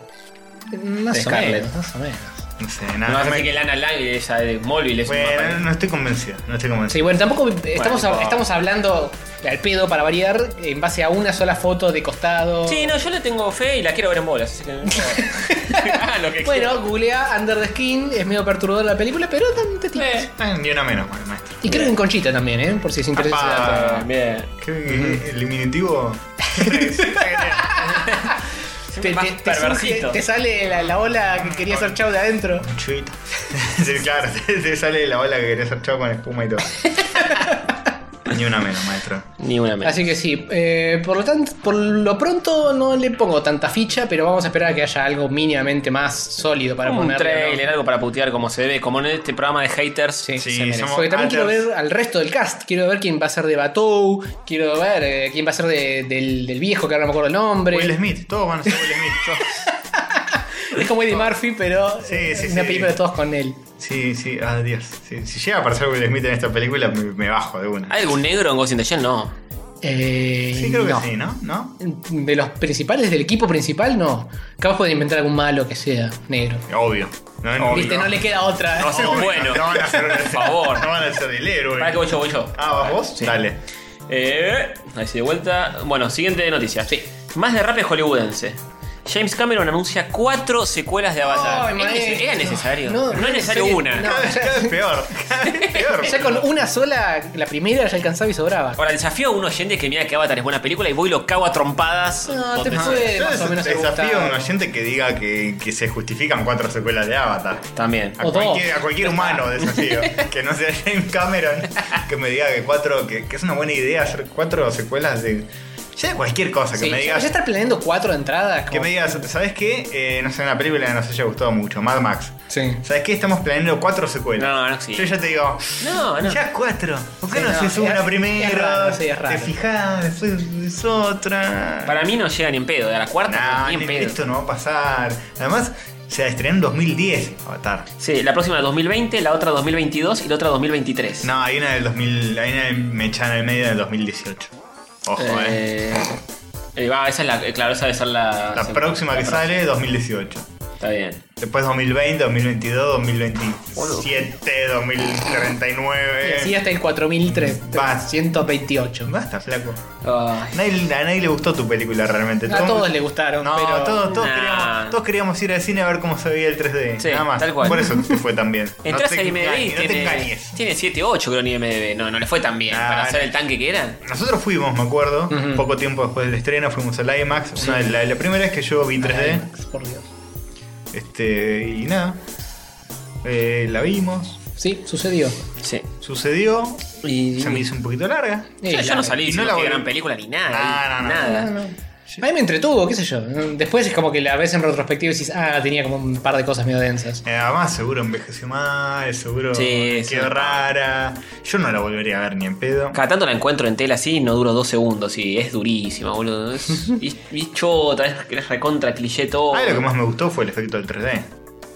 [SPEAKER 2] Más o
[SPEAKER 3] Scarlett.
[SPEAKER 2] menos, más o menos.
[SPEAKER 4] No sé,
[SPEAKER 3] No,
[SPEAKER 4] nada.
[SPEAKER 3] vas a
[SPEAKER 4] Ah, me-
[SPEAKER 3] decir que Lana Lang y ella de Smallville es un
[SPEAKER 4] Bueno,
[SPEAKER 3] papel.
[SPEAKER 4] no estoy convencido, no estoy
[SPEAKER 2] Sí,
[SPEAKER 4] convencido.
[SPEAKER 2] bueno, tampoco estamos,
[SPEAKER 3] tipo-
[SPEAKER 2] estamos hablando al pedo para variar en base a una sola foto de costado.
[SPEAKER 3] Sí, no, yo le tengo fe y la quiero ver en bolas. Así que no. Hagan lo que quieran.
[SPEAKER 2] Bueno, Este, googlea Under the Skin, es medio perturbador la película, pero tan- te tiras.
[SPEAKER 3] Eh,
[SPEAKER 4] Ah, Ni una menos, bueno, maestro.
[SPEAKER 2] Y creo que en Conchita también, ¿eh? Por si se interesa.
[SPEAKER 4] Apa.
[SPEAKER 3] ah, bien.
[SPEAKER 4] ¿Qué, ¿El diminutivo?
[SPEAKER 2] Te, te-
[SPEAKER 3] Más
[SPEAKER 2] te surge-
[SPEAKER 3] perversito.
[SPEAKER 2] te sale la, la ola que quería hacer chau de adentro.
[SPEAKER 4] Chuito. sí, claro, te, te sale la ola que querés hacer chavo con espuma y todo. Ni una menos, maestro.
[SPEAKER 3] Ni una menos.
[SPEAKER 2] Así que sí, eh, por lo tanto, por lo pronto no le pongo tanta ficha, pero vamos a esperar a que haya algo mínimamente más sólido para
[SPEAKER 3] un
[SPEAKER 2] ponerle, ¿no?
[SPEAKER 3] trailer, algo para putear como se debe, como en este programa de haters.
[SPEAKER 2] Sí,
[SPEAKER 4] Sí,
[SPEAKER 2] se merece.
[SPEAKER 4] somos
[SPEAKER 2] Porque también quiero
[SPEAKER 4] haters.
[SPEAKER 2] ver al resto del cast. Quiero ver quién va a ser de Batou. Quiero ver eh, quién va a ser de- del, del viejo, que ahora no me acuerdo el nombre.
[SPEAKER 4] Will Smith, todos van a ser Will Smith. todos.
[SPEAKER 2] Es como Eddie Murphy, pero
[SPEAKER 4] Sí,
[SPEAKER 2] eh,
[SPEAKER 4] sí,
[SPEAKER 2] una
[SPEAKER 4] sí.
[SPEAKER 2] película de todos con él.
[SPEAKER 4] Sí, sí, adiós. Sí, si llega a aparecer Will Smith en esta película, me, me bajo de una.
[SPEAKER 3] ¿Hay algún negro en Ghost in the Shell? No.
[SPEAKER 2] Eh,
[SPEAKER 4] Sí, creo que
[SPEAKER 2] no.
[SPEAKER 4] sí, ¿no? ¿No?
[SPEAKER 2] De los principales, del equipo principal, no. Capaz pueden inventar algún malo que sea negro.
[SPEAKER 4] Obvio. No, no,
[SPEAKER 2] Viste, no le queda otra.
[SPEAKER 3] No,
[SPEAKER 4] Obvio,
[SPEAKER 3] bueno.
[SPEAKER 4] No van a ser
[SPEAKER 3] Por favor.
[SPEAKER 4] No van a ser del héroe.
[SPEAKER 3] Para que voy yo, voy yo.
[SPEAKER 4] Ah, ¿vas vos? Dale.
[SPEAKER 3] Eh, ahí sí, de vuelta. Bueno, siguiente noticia.
[SPEAKER 2] Sí.
[SPEAKER 3] Más de rap hollywoodense. James Cameron anuncia cuatro secuelas de Avatar.
[SPEAKER 2] Ay,
[SPEAKER 3] ¿Era nece-
[SPEAKER 2] maestro.
[SPEAKER 3] ¿Era necesario?
[SPEAKER 2] No,
[SPEAKER 3] No,
[SPEAKER 2] no
[SPEAKER 3] es necesario
[SPEAKER 2] necesario.
[SPEAKER 3] una.
[SPEAKER 2] No.
[SPEAKER 4] Cada vez- cada vez peor. Cada vez peor.
[SPEAKER 2] Ya con una sola, la primera ya alcanzaba y sobraba.
[SPEAKER 3] Ahora, desafío a un oyente que mira que Avatar es buena película y voy y lo cago a trompadas.
[SPEAKER 2] No, te
[SPEAKER 3] donde-
[SPEAKER 2] fue.
[SPEAKER 4] Yo
[SPEAKER 2] más o menos
[SPEAKER 4] des- desafío a
[SPEAKER 2] gustaba.
[SPEAKER 4] un oyente que diga que, que se justifican cuatro secuelas de Avatar.
[SPEAKER 3] También.
[SPEAKER 4] A
[SPEAKER 2] O dos.
[SPEAKER 4] cualquier, a cualquier humano desafío. que no sea James Cameron. Que me diga que cuatro. Que, que es una buena idea hacer cuatro secuelas de. Ya de cualquier cosa. Que
[SPEAKER 2] Sí,
[SPEAKER 4] me
[SPEAKER 2] ya,
[SPEAKER 4] digas.
[SPEAKER 2] ya estar planeando cuatro entradas.
[SPEAKER 4] Que
[SPEAKER 2] como-
[SPEAKER 4] me digas, ¿sabes qué? Eh, no sé, una película que nos haya gustado mucho, Mad Max.
[SPEAKER 2] Sí.
[SPEAKER 4] ¿Sabes qué? Estamos planeando cuatro secuelas.
[SPEAKER 3] No, no, sí.
[SPEAKER 4] Yo ya te digo,
[SPEAKER 3] No, no.
[SPEAKER 4] ya cuatro. ¿Por qué
[SPEAKER 2] Sí,
[SPEAKER 4] no,
[SPEAKER 2] no,
[SPEAKER 4] haces
[SPEAKER 2] es-
[SPEAKER 4] una
[SPEAKER 2] es
[SPEAKER 4] primero?
[SPEAKER 2] raro, sí, es
[SPEAKER 4] Te
[SPEAKER 2] raro.
[SPEAKER 4] fijás, después es otra.
[SPEAKER 3] Para mí no llega ni en pedo. A la cuarta,
[SPEAKER 4] Nah,
[SPEAKER 3] ni en
[SPEAKER 4] nene,
[SPEAKER 3] pedo.
[SPEAKER 4] esto no va a pasar. Además, se estrenó en 2010 Avatar.
[SPEAKER 3] Sí, la próxima 2020, la otra 2022 y la otra 2023.
[SPEAKER 4] No, hay una del 2000, hay una de Mechana en medio del 2018. Ojo, eh.
[SPEAKER 3] Eh, eh, va, esa es la. eh, Claro, esa debe ser la.
[SPEAKER 4] La próxima que sale, 2018.
[SPEAKER 3] Está bien.
[SPEAKER 4] Después 2020, 2022, 2027, 2039.
[SPEAKER 2] Y así hasta el 4328.
[SPEAKER 4] Basta, flaco.
[SPEAKER 3] Ay.
[SPEAKER 4] A nadie, a nadie le gustó tu película realmente.
[SPEAKER 2] A todos le gustaron,
[SPEAKER 4] No,
[SPEAKER 2] pero.
[SPEAKER 4] todos, todos
[SPEAKER 3] Nah.
[SPEAKER 4] queríamos, todos queríamos ir al cine a ver cómo se veía el 3D.
[SPEAKER 3] Sí,
[SPEAKER 4] Nada más.
[SPEAKER 3] tal cual.
[SPEAKER 4] Por eso te fue tan bien.
[SPEAKER 3] Entrás
[SPEAKER 4] no te
[SPEAKER 3] a IMDb y
[SPEAKER 4] engañes, no te
[SPEAKER 3] tiene,
[SPEAKER 4] engañes.
[SPEAKER 3] tiene 7 8 creo en IMDb. No, no le fue tan bien.
[SPEAKER 4] Ah,
[SPEAKER 3] para
[SPEAKER 4] no.
[SPEAKER 3] hacer el tanque que era.
[SPEAKER 4] Nosotros fuimos, me acuerdo, poco tiempo después del estreno, fuimos al IMAX. Una de la, la primera vez que yo vi 3D.
[SPEAKER 2] Por Dios.
[SPEAKER 4] Este, y nada. Eh, la vimos,
[SPEAKER 2] Sí, sucedió.
[SPEAKER 3] Sí.
[SPEAKER 4] sucedió,
[SPEAKER 3] Y,
[SPEAKER 4] se me hizo un poquito larga.
[SPEAKER 2] Eh,
[SPEAKER 3] Sí, yo
[SPEAKER 2] la-
[SPEAKER 3] no salí
[SPEAKER 4] y no
[SPEAKER 3] diciendo
[SPEAKER 4] la
[SPEAKER 3] que
[SPEAKER 4] volví-
[SPEAKER 3] gran película ni nada.
[SPEAKER 4] Ah,
[SPEAKER 3] eh,
[SPEAKER 4] no, no.
[SPEAKER 3] nada.
[SPEAKER 2] A mí me entretuvo, qué sé yo. Después es como que la ves en retrospectiva y dices, ah, tenía como un par de cosas medio densas.
[SPEAKER 4] Eh, además, seguro envejeció mal, seguro
[SPEAKER 3] Sí,
[SPEAKER 4] quedó
[SPEAKER 3] sí.
[SPEAKER 4] rara. Yo no la volvería a ver ni en pedo.
[SPEAKER 3] Cada tanto la encuentro en tela así y no duro dos segundos. Y es durísima, boludo. Es, y, y chota, es, es recontra cliché todo.
[SPEAKER 4] Ah, lo que más me gustó fue el efecto del 3D.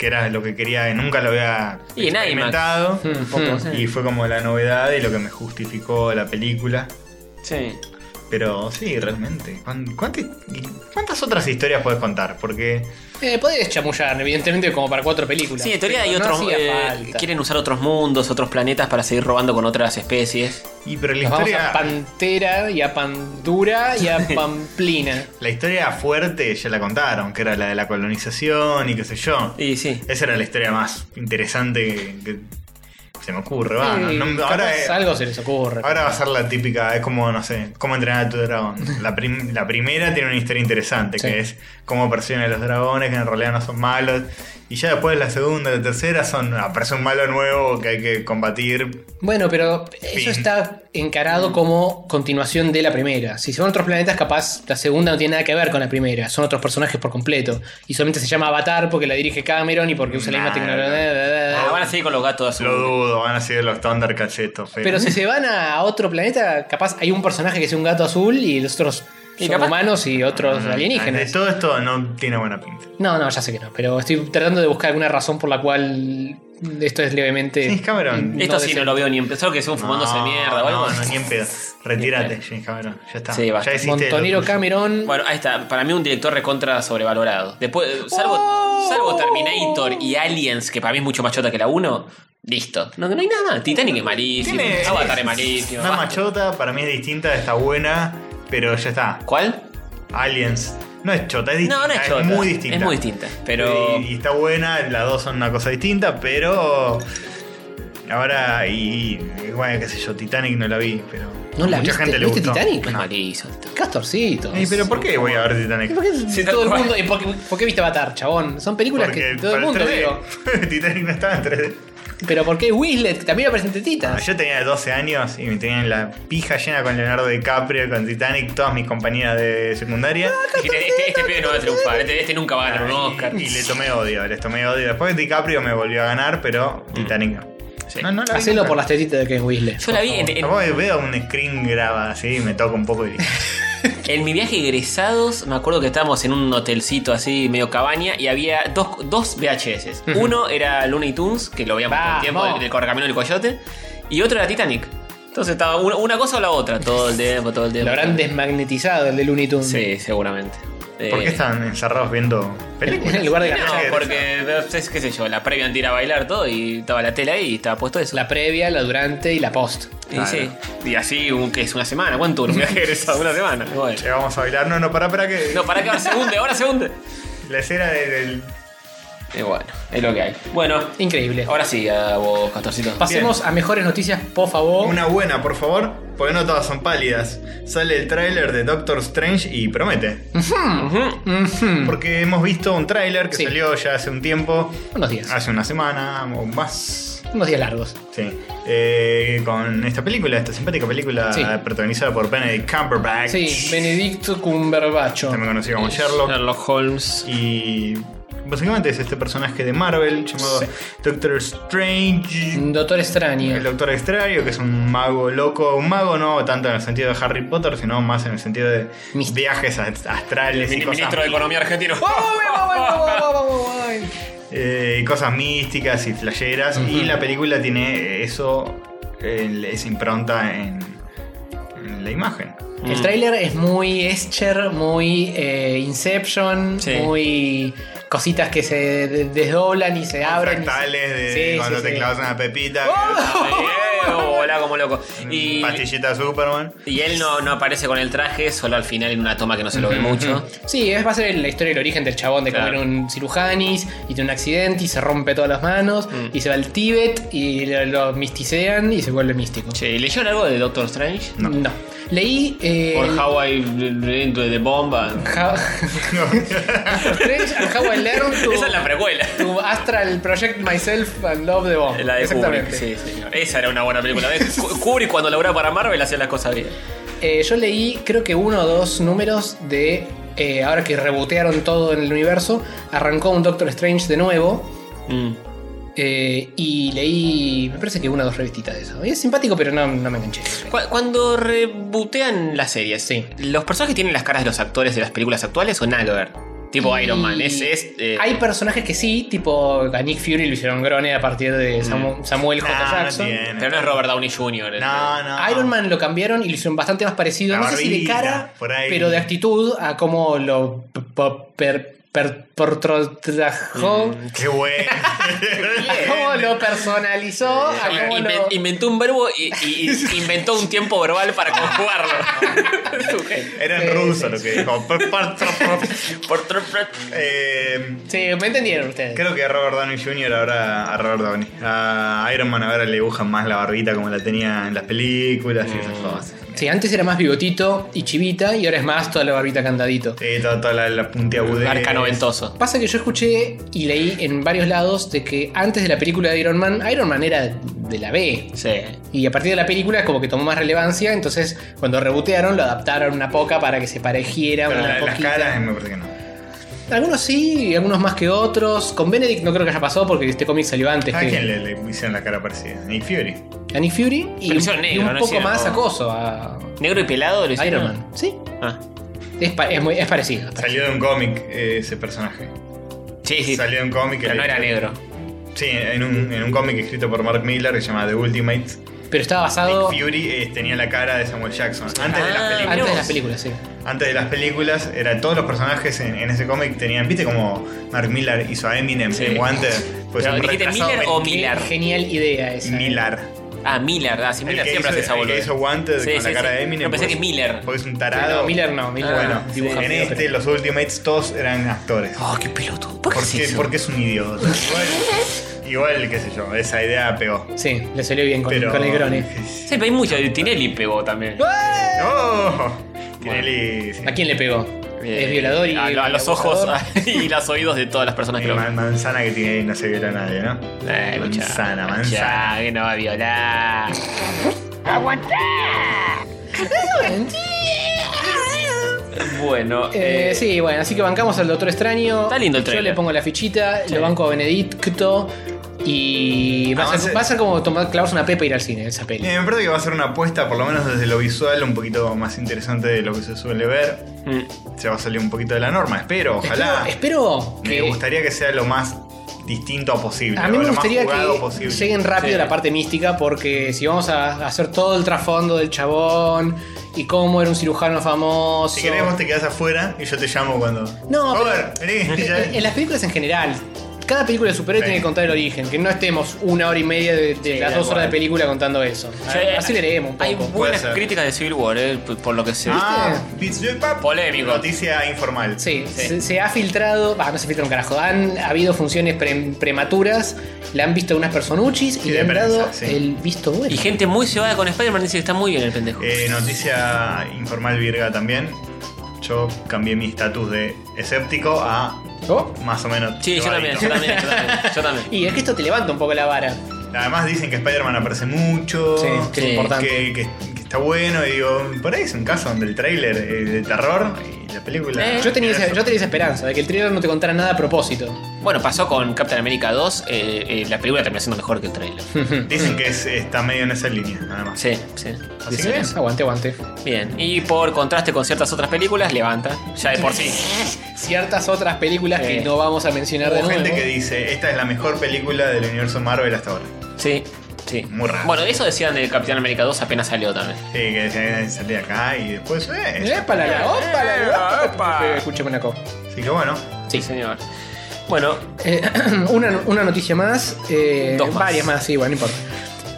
[SPEAKER 4] Que era lo que quería, que nunca lo había
[SPEAKER 3] Y en IMAX.
[SPEAKER 4] experimentado. Hmm.
[SPEAKER 3] Un poco, sí.
[SPEAKER 4] Y fue como la novedad y lo que me justificó la película.
[SPEAKER 3] Sí.
[SPEAKER 4] Pero sí, realmente. ¿cuán- cuánti- ¿Cuántas otras historias puedes contar? Porque
[SPEAKER 2] Eh, podés chamullar, evidentemente, como para cuatro películas.
[SPEAKER 3] Sí, en teoría
[SPEAKER 2] Pero
[SPEAKER 3] hay
[SPEAKER 2] no
[SPEAKER 3] otros.
[SPEAKER 2] hacía
[SPEAKER 3] eh,
[SPEAKER 2] falta.
[SPEAKER 3] quieren usar otros mundos, otros planetas para seguir robando con otras especies.
[SPEAKER 4] y pero la
[SPEAKER 2] Nos vamos
[SPEAKER 4] historia
[SPEAKER 2] a Pantera y a Pandura y a Pamplina.
[SPEAKER 4] la historia fuerte ya la contaron, que era la de la colonización y qué sé yo.
[SPEAKER 3] Y sí.
[SPEAKER 4] Esa era la historia más interesante que, que se me ocurre, va.
[SPEAKER 2] Sí,
[SPEAKER 4] no- no-
[SPEAKER 2] capaz
[SPEAKER 4] ahora, eh,
[SPEAKER 2] algo se les ocurre.
[SPEAKER 4] ahora va a ser la típica, es como, no sé, cómo entrenar a tu dragón. La, prim- la primera tiene una historia interesante,
[SPEAKER 2] Sí.
[SPEAKER 4] que es cómo persiguen a los dragones, que en realidad no son malos. Y ya después la segunda, la tercera son, aparece un malo nuevo que hay que combatir.
[SPEAKER 2] Bueno, pero eso
[SPEAKER 4] Fin. Mm.
[SPEAKER 2] está encarado como continuación de la primera. Si son otros planetas, capaz la segunda no tiene nada que ver con la primera. Son otros personajes por completo. Y solamente se llama Avatar porque la dirige Cameron y porque usa la misma
[SPEAKER 4] Nah,
[SPEAKER 3] Ah, van
[SPEAKER 2] tecnología.
[SPEAKER 3] a seguir con los gatos azules.
[SPEAKER 4] Oh. Lo dudo, van a ser los Thundercats estos. pero-
[SPEAKER 2] Pero si se van a otro planeta, capaz hay un personaje que es un gato azul y los otros
[SPEAKER 3] Y
[SPEAKER 2] son
[SPEAKER 3] capaz-
[SPEAKER 2] humanos y otros
[SPEAKER 4] Ah, De
[SPEAKER 2] alienígenas.
[SPEAKER 4] todo esto no tiene buena pinta.
[SPEAKER 2] No, no, ya sé que no, pero estoy tratando de buscar alguna razón por la cual esto es levemente.
[SPEAKER 4] James Cameron.
[SPEAKER 3] Esto
[SPEAKER 2] no
[SPEAKER 3] sí
[SPEAKER 2] decente.
[SPEAKER 3] no lo veo ni en Solo que es un fumándose
[SPEAKER 4] No,
[SPEAKER 3] mierda o algo.
[SPEAKER 4] No, no, ni en pedo. Retírate, James Cameron. Ya está.
[SPEAKER 3] Sí, basta.
[SPEAKER 4] ya hiciste
[SPEAKER 2] Montonero
[SPEAKER 4] lo tuyo.
[SPEAKER 2] Cameron.
[SPEAKER 3] Bueno, ahí está. Para mí un director recontra sobrevalorado. Después, salvo, salvo Terminator y Aliens, que para mí es mucho más chota que la 1, listo. No, no hay nada más. Titanic es malísimo.
[SPEAKER 4] Tiene-
[SPEAKER 3] Avatar es malísimo.
[SPEAKER 4] Una
[SPEAKER 3] basta.
[SPEAKER 4] machota, para mí es distinta, está buena, pero ya está.
[SPEAKER 3] ¿Cuál?
[SPEAKER 4] Aliens. No es chota, es distinta.
[SPEAKER 3] No, no es chota.
[SPEAKER 4] muy distinta.
[SPEAKER 3] Es muy distinta. Pero.
[SPEAKER 4] Y, y está buena, las dos son una cosa distinta, pero. Ahora, y. y, bueno, qué sé yo, Titanic no la vi, pero.
[SPEAKER 2] ¿No la
[SPEAKER 4] mucha
[SPEAKER 2] viste?
[SPEAKER 4] gente le
[SPEAKER 2] ¿Viste
[SPEAKER 4] gustó.
[SPEAKER 2] Titanic?
[SPEAKER 3] Es malísimo.
[SPEAKER 2] Castorcitos.
[SPEAKER 4] Ey, pero ¿por qué voy a ver Titanic?
[SPEAKER 2] ¿Por qué
[SPEAKER 3] Sí, tal
[SPEAKER 2] todo el
[SPEAKER 3] cual.
[SPEAKER 2] mundo? ¿Y por, qué, por qué viste Avatar, chabón? Son películas que todo el
[SPEAKER 4] para
[SPEAKER 2] mundo,
[SPEAKER 4] 3D.
[SPEAKER 2] digo.
[SPEAKER 4] Titanic no estaba en 3D.
[SPEAKER 2] Pero ¿por qué Wislet? Que también aparecen
[SPEAKER 4] Ah,
[SPEAKER 2] tetitas.
[SPEAKER 4] Yo tenía 12 años y me tenían la pija llena con Leonardo DiCaprio, con Titanic, todas mis compañeras de secundaria.
[SPEAKER 3] Dijiste, este, este pibe no va a triunfar. Este, este nunca va a ganar un Oscar.
[SPEAKER 4] Y, y le tomé odio, les tomé odio. Después DiCaprio me volvió a ganar, pero Titanic no.
[SPEAKER 3] Mm. Sí.
[SPEAKER 4] No, no la vi
[SPEAKER 2] Hacelo
[SPEAKER 4] nunca.
[SPEAKER 2] por las tetitas de que es Wislet.
[SPEAKER 3] Yo la vi en, en-
[SPEAKER 4] Tampoco veo un screen graba así y me toca un poco y
[SPEAKER 3] en mi viaje de egresados. Me acuerdo que estábamos en un hotelcito así, medio cabaña, y había dos, dos VHS. Uno era Looney Tunes, que lo veíamos todo el tiempo,
[SPEAKER 2] Vamos.
[SPEAKER 3] del, del correcamino del coyote, y otro era Titanic. Entonces estaba una, una cosa o la otra, todo el tiempo, todo el tiempo.
[SPEAKER 2] Lo habrán desmagnetizado el de Looney Tunes.
[SPEAKER 3] Sí, seguramente.
[SPEAKER 4] ¿Por qué
[SPEAKER 3] Eh,
[SPEAKER 4] están encerrados viendo películas?
[SPEAKER 2] En lugar de la
[SPEAKER 3] No,
[SPEAKER 2] noche.
[SPEAKER 3] porque, es, qué sé yo, la previa antes de ir a bailar todo y estaba la tela ahí y estaba puesto eso.
[SPEAKER 2] La previa, la durante y la post.
[SPEAKER 3] y, sí. y así, un, que es una semana, ¿cuánto dura un viaje egresado? Una semana. Bueno.
[SPEAKER 4] Che, vamos a bailar. No, no, pará, pará que
[SPEAKER 3] No, para que ahora se hunde, ahora se hunde.
[SPEAKER 4] la escena de- del...
[SPEAKER 3] Y bueno, es lo que hay. Bueno,
[SPEAKER 2] Increíble.
[SPEAKER 3] ahora sí, a vos, Castorcito.
[SPEAKER 2] Pasemos a mejores noticias, por favor.
[SPEAKER 4] Una buena, por favor, porque no todas son pálidas. Sale el tráiler de Doctor Strange y promete.
[SPEAKER 2] Mm. Ujú.
[SPEAKER 4] Porque hemos visto un tráiler que
[SPEAKER 2] Sí.
[SPEAKER 4] salió ya hace un tiempo,
[SPEAKER 2] Unos días.
[SPEAKER 4] hace una semana o más.
[SPEAKER 2] Unos días largos.
[SPEAKER 4] Sí. Eh, con esta película, esta simpática película
[SPEAKER 2] Sí.
[SPEAKER 4] protagonizada por Benedict Cumberbatch.
[SPEAKER 2] Sí, Benedicto Cumberbacho.
[SPEAKER 4] También conocido como Sherlock.
[SPEAKER 3] Sherlock Holmes.
[SPEAKER 4] Y básicamente es este personaje de Marvel llamado Doctor Strange.
[SPEAKER 2] Un Doctor
[SPEAKER 4] El
[SPEAKER 2] Extraño.
[SPEAKER 4] Doctor Extraño, que es un mago loco, un mago no tanto en el sentido de Harry Potter, sino más en el sentido de
[SPEAKER 2] Místico.
[SPEAKER 4] viajes ast- astrales y
[SPEAKER 3] Mini-
[SPEAKER 4] cosas,
[SPEAKER 3] Ministro de Economía argentino.
[SPEAKER 4] eh, y cosas místicas y flasheras. Y la película tiene eso, eh, esa impronta en, en la imagen.
[SPEAKER 3] Mm.
[SPEAKER 2] El tráiler es muy Escher, muy eh, Inception,
[SPEAKER 3] Sí.
[SPEAKER 2] muy cositas que se de- desdoblan y se abren. y se-
[SPEAKER 4] Fractales de
[SPEAKER 2] Sí,
[SPEAKER 4] cuando
[SPEAKER 2] sí,
[SPEAKER 4] te
[SPEAKER 2] sí. ¡Oh!
[SPEAKER 4] clavas una pepita,
[SPEAKER 3] Eh, Volá como loco.
[SPEAKER 4] que-
[SPEAKER 3] Y,
[SPEAKER 4] pastillita de Superman.
[SPEAKER 3] y él no, no aparece con el traje, solo al final en una toma que no se lo ve mucho.
[SPEAKER 2] Sí, es, va a ser la historia del origen del chabón de
[SPEAKER 3] Claro.
[SPEAKER 2] comer un cirujanis y tiene un accidente y se rompe todas las manos
[SPEAKER 3] Mm.
[SPEAKER 2] y se va al Tíbet y lo, lo misticean y se vuelve místico.
[SPEAKER 3] Che, ¿leyeron algo de Doctor Strange?
[SPEAKER 2] No. Leí. eh,
[SPEAKER 3] Por
[SPEAKER 2] el-
[SPEAKER 3] How I Learned de Bomba.
[SPEAKER 2] How- Strange and How I Learned to-
[SPEAKER 3] Esa es la precuela.
[SPEAKER 2] Tu Astral Project Myself and Love the Bomb.
[SPEAKER 3] La de Kubrick,
[SPEAKER 2] Exactamente.
[SPEAKER 3] sí, señor. Esa era una buena película. ¿Ves? Ku- Kubrick cuando laburaba para Marvel hacía las cosas bien.
[SPEAKER 2] Eh, yo leí, creo que uno o dos números de. eh, ahora que rebotearon todo en el universo, arrancó un Doctor Strange de nuevo.
[SPEAKER 3] Mm.
[SPEAKER 2] eh, y leí, me parece que una o dos revistitas de eso. Es simpático, pero no, no me enganché.
[SPEAKER 3] Cu- Cuando rebotean las series,
[SPEAKER 2] Sí.
[SPEAKER 3] ¿los personajes tienen las caras de los actores de las películas actuales o nada que ver? Tipo
[SPEAKER 2] Y
[SPEAKER 3] Iron Man. Es. es, eh,
[SPEAKER 2] Hay personajes que sí, tipo a Nick Fury lo hicieron Grone a partir
[SPEAKER 3] Mm.
[SPEAKER 2] de Samu- Samuel J.
[SPEAKER 4] Nah, no
[SPEAKER 2] Jackson.
[SPEAKER 4] tiene.
[SPEAKER 3] pero no es Robert Downey Jr.
[SPEAKER 4] No, no.
[SPEAKER 2] Iron Man lo cambiaron y lo hicieron bastante más parecido,
[SPEAKER 4] La
[SPEAKER 2] no sé si de
[SPEAKER 4] barbita,
[SPEAKER 2] cara,
[SPEAKER 4] por ahí.
[SPEAKER 2] pero de actitud a cómo lo p- p- per- per- portrotajó,
[SPEAKER 3] Mm.
[SPEAKER 4] Qué bueno.
[SPEAKER 2] a cómo lo personalizó, a cómo
[SPEAKER 3] Ah, Inven-
[SPEAKER 2] lo...
[SPEAKER 3] Inventó un verbo y, y- y inventó un tiempo verbal para conjugarlo. Su genio.
[SPEAKER 4] Era
[SPEAKER 2] Sí,
[SPEAKER 4] en ruso
[SPEAKER 2] sí,
[SPEAKER 4] lo que dijo.
[SPEAKER 3] Por tro- pro-
[SPEAKER 4] Eh,
[SPEAKER 2] Sí, me entendieron ustedes.
[SPEAKER 4] Creo que a Robert Downey Jr. ahora a Robert Downey. A Iron Man ahora le dibujan más la barbita como la tenía en las películas y
[SPEAKER 3] Mm.
[SPEAKER 4] esas cosas.
[SPEAKER 2] Sí, antes era más bigotito y chivita y ahora es más toda la barbita candadito.
[SPEAKER 4] Sí, Eh, toda, toda la, la puntiagudez.
[SPEAKER 3] Arca noventoso.
[SPEAKER 2] Pasa que yo escuché y leí en varios lados de que antes de la película de Iron Man, Iron Man era de la B.
[SPEAKER 3] Sí.
[SPEAKER 2] Y a partir de la película como que tomó más relevancia, entonces cuando rebotearon lo adaptaron una poca para que se parejiera
[SPEAKER 4] Pero
[SPEAKER 2] una
[SPEAKER 4] la- las
[SPEAKER 2] poquita.
[SPEAKER 4] caras eh, me parece que no.
[SPEAKER 2] Algunos sí, y algunos más que otros. Con Benedict no creo que haya pasado porque este cómic salió antes
[SPEAKER 4] ¿A
[SPEAKER 2] que
[SPEAKER 4] quién le, le hicieron la cara parecida? Nick Fury.
[SPEAKER 2] a Nick Fury y,
[SPEAKER 3] Pero
[SPEAKER 2] un-
[SPEAKER 3] hicieron
[SPEAKER 2] y
[SPEAKER 3] negro,
[SPEAKER 2] un
[SPEAKER 3] no
[SPEAKER 2] poco
[SPEAKER 3] hicieron-
[SPEAKER 2] más acoso a
[SPEAKER 3] Negro y pelado lo hicieron.
[SPEAKER 2] Iron Man. Sí,
[SPEAKER 3] Ah.
[SPEAKER 2] es, pa- es muy- es parecido.
[SPEAKER 4] Salió de un cómic eh, ese personaje.
[SPEAKER 3] Sí, sí.
[SPEAKER 4] Salió de un cómic. que
[SPEAKER 3] Pero no
[SPEAKER 4] le-
[SPEAKER 3] era negro.
[SPEAKER 4] Sí, en un, en un cómic escrito por Mark Miller que se llama The Ultimate.
[SPEAKER 2] Pero estaba basado
[SPEAKER 4] Nick Fury eh, tenía la cara de Samuel Jackson. Antes de
[SPEAKER 3] Oh. Ah,
[SPEAKER 4] las películas.
[SPEAKER 2] antes de las películas, sí.
[SPEAKER 4] antes de las películas, era todos los personajes en, en ese cómic tenían, viste como Mark Miller hizo a Eminem
[SPEAKER 3] Sí.
[SPEAKER 4] en guantes, pues
[SPEAKER 3] Pero,
[SPEAKER 4] un
[SPEAKER 3] ¿dijiste
[SPEAKER 4] retrasado
[SPEAKER 3] Miller o
[SPEAKER 4] mental.
[SPEAKER 2] Qué
[SPEAKER 3] Miller?
[SPEAKER 2] genial idea esa. eh.
[SPEAKER 4] Miller.
[SPEAKER 3] Ah, Miller. Ah, sí,
[SPEAKER 4] El
[SPEAKER 3] Miller
[SPEAKER 4] que hizo,
[SPEAKER 3] siempre hace esa
[SPEAKER 4] el que
[SPEAKER 3] boludez.
[SPEAKER 4] hizo guantes
[SPEAKER 3] Sí,
[SPEAKER 4] con
[SPEAKER 3] sí,
[SPEAKER 4] la cara
[SPEAKER 3] sí.
[SPEAKER 4] de Eminem.
[SPEAKER 3] No, pensé
[SPEAKER 4] porque
[SPEAKER 3] que
[SPEAKER 4] es-
[SPEAKER 3] Miller.
[SPEAKER 4] Porque es un
[SPEAKER 2] Sí,
[SPEAKER 4] tarado.
[SPEAKER 2] no, Miller no,
[SPEAKER 3] Ah,
[SPEAKER 2] Miller
[SPEAKER 4] Bueno,
[SPEAKER 2] no, dibuja
[SPEAKER 4] en
[SPEAKER 2] feo,
[SPEAKER 4] este
[SPEAKER 2] pero-
[SPEAKER 4] los Ultimates todos eran actores.
[SPEAKER 3] Oh, qué pelotudo. ¿Por qué es
[SPEAKER 4] porque,
[SPEAKER 3] eso?
[SPEAKER 4] porque es un idiota. Igual, igual, qué sé yo, esa idea pegó.
[SPEAKER 2] Sí, le salió bien con,
[SPEAKER 4] Pero.
[SPEAKER 2] con el Grone.
[SPEAKER 3] Sí, pero hay mucho. Tinelli pegó también.
[SPEAKER 4] ¡Oh! Tinelli. sí.
[SPEAKER 2] ¿A quién le pegó?
[SPEAKER 3] Eh,
[SPEAKER 2] es violador y.
[SPEAKER 3] A, a los ojos
[SPEAKER 2] abusador.
[SPEAKER 3] y los oídos de todas las personas que
[SPEAKER 4] Qué
[SPEAKER 3] lo
[SPEAKER 4] man- manzana que tiene y no se viola a nadie, ¿no?
[SPEAKER 3] Eh, escuchá,
[SPEAKER 4] manzana,
[SPEAKER 3] escuchá,
[SPEAKER 4] manzana.
[SPEAKER 3] que no va a violar. Bueno,
[SPEAKER 2] Eh,
[SPEAKER 3] eh,
[SPEAKER 2] sí, bueno, así que bancamos al Doctor Extraño.
[SPEAKER 3] Está lindo el
[SPEAKER 2] Yo
[SPEAKER 3] trailer.
[SPEAKER 2] le pongo la fichita, lo banco a Benedicto. Y va a,
[SPEAKER 4] Además,
[SPEAKER 2] ser,
[SPEAKER 4] eh,
[SPEAKER 2] va a ser como tomar, clavarse una pepa e ir al cine, esa peli.
[SPEAKER 4] Eh, me parece que va a ser una apuesta, por lo menos desde lo visual, un poquito más interesante de lo que se suele ver.
[SPEAKER 3] mm,
[SPEAKER 4] Se va a salir un poquito de la norma, espero, ojalá.
[SPEAKER 2] Espero, espero
[SPEAKER 4] me
[SPEAKER 2] que.
[SPEAKER 4] gustaría que sea lo más distinto posible.
[SPEAKER 2] a mí
[SPEAKER 4] o
[SPEAKER 2] me
[SPEAKER 4] lo más
[SPEAKER 2] gustaría
[SPEAKER 4] jugado
[SPEAKER 2] que
[SPEAKER 4] posible.
[SPEAKER 2] lleguen rápido
[SPEAKER 3] Sí.
[SPEAKER 2] a la parte mística, porque si vamos a hacer todo el trasfondo del chabón y cómo era un cirujano famoso.
[SPEAKER 4] Si querés vos te quedás afuera y yo te llamo cuando.
[SPEAKER 2] No,
[SPEAKER 4] Robert,
[SPEAKER 2] En-
[SPEAKER 4] vení. ya.
[SPEAKER 2] En, en las películas en general, cada película de superhéroe
[SPEAKER 4] Sí.
[SPEAKER 2] tiene que contar el origen, que no estemos una hora y media de, de las
[SPEAKER 3] tal
[SPEAKER 2] dos horas de
[SPEAKER 3] cual.
[SPEAKER 2] película contando eso.
[SPEAKER 3] Sí, eh,
[SPEAKER 2] Aceleremos un
[SPEAKER 3] Hay
[SPEAKER 2] poco.
[SPEAKER 3] buenas
[SPEAKER 4] ser.
[SPEAKER 3] críticas de Civil War, eh, por por lo que sé.
[SPEAKER 4] Ah, Pitch Pap.
[SPEAKER 3] Polémico.
[SPEAKER 4] Noticia informal.
[SPEAKER 2] Sí,
[SPEAKER 3] Sí.
[SPEAKER 2] Se, se ha filtrado, bah, no se filtra un carajo, han habido funciones pre- prematuras, le han visto unas personuchis y
[SPEAKER 4] Sí,
[SPEAKER 2] le
[SPEAKER 4] de
[SPEAKER 2] han
[SPEAKER 4] prensa,
[SPEAKER 2] dado
[SPEAKER 4] sí.
[SPEAKER 2] el visto bueno.
[SPEAKER 3] Y gente muy cebada con Spider-Man dice que está muy bien el pendejo.
[SPEAKER 4] Eh, noticia informal virga también. Yo cambié mi estatus de escéptico a
[SPEAKER 2] Oh.
[SPEAKER 4] más o menos.
[SPEAKER 3] sí, yo también,
[SPEAKER 4] cebadito.
[SPEAKER 3] yo también, yo también, yo también.
[SPEAKER 2] Y es que esto te levanta un poco la vara.
[SPEAKER 4] Además dicen que Spider-Man aparece mucho.
[SPEAKER 2] Sí, que es
[SPEAKER 3] sí,
[SPEAKER 2] importante.
[SPEAKER 4] que, que- que está bueno. Y digo, por ahí es un caso donde el tráiler eh, de terror y la película.
[SPEAKER 2] Yo tenía, esa, yo tenía esa esperanza de que el trailer no te contara nada a propósito.
[SPEAKER 3] Bueno, pasó con Captain America 2, eh, eh, la película terminó siendo mejor que el trailer.
[SPEAKER 2] Hmm.
[SPEAKER 4] Dicen que es- está medio en esa línea, nada más.
[SPEAKER 3] Sí, sí.
[SPEAKER 4] Así que
[SPEAKER 2] Dicen, Aguante, aguante.
[SPEAKER 3] Bien. Y por contraste con ciertas otras películas, levanta. Ya de por sí.
[SPEAKER 2] Ciertas otras películas que
[SPEAKER 3] Sí.
[SPEAKER 2] no vamos a mencionar de
[SPEAKER 4] hubo
[SPEAKER 2] nuevo.
[SPEAKER 4] gente que dice, esta es la mejor película del universo Marvel hasta ahora.
[SPEAKER 3] Sí, sí.
[SPEAKER 4] Muy raro.
[SPEAKER 3] Bueno, eso decían de Capitán América 2 apenas salió también.
[SPEAKER 4] Sí, que decían, salí de acá y después. Eh.
[SPEAKER 2] Épala, la, ópala, la,
[SPEAKER 3] Epa, epa.
[SPEAKER 2] Escúchame una cosa.
[SPEAKER 4] Así que bueno.
[SPEAKER 3] Sí, señor. Bueno,
[SPEAKER 2] Eh, una, una noticia más, eh,
[SPEAKER 3] Dos más.
[SPEAKER 2] varias más, sí, bueno, no importa.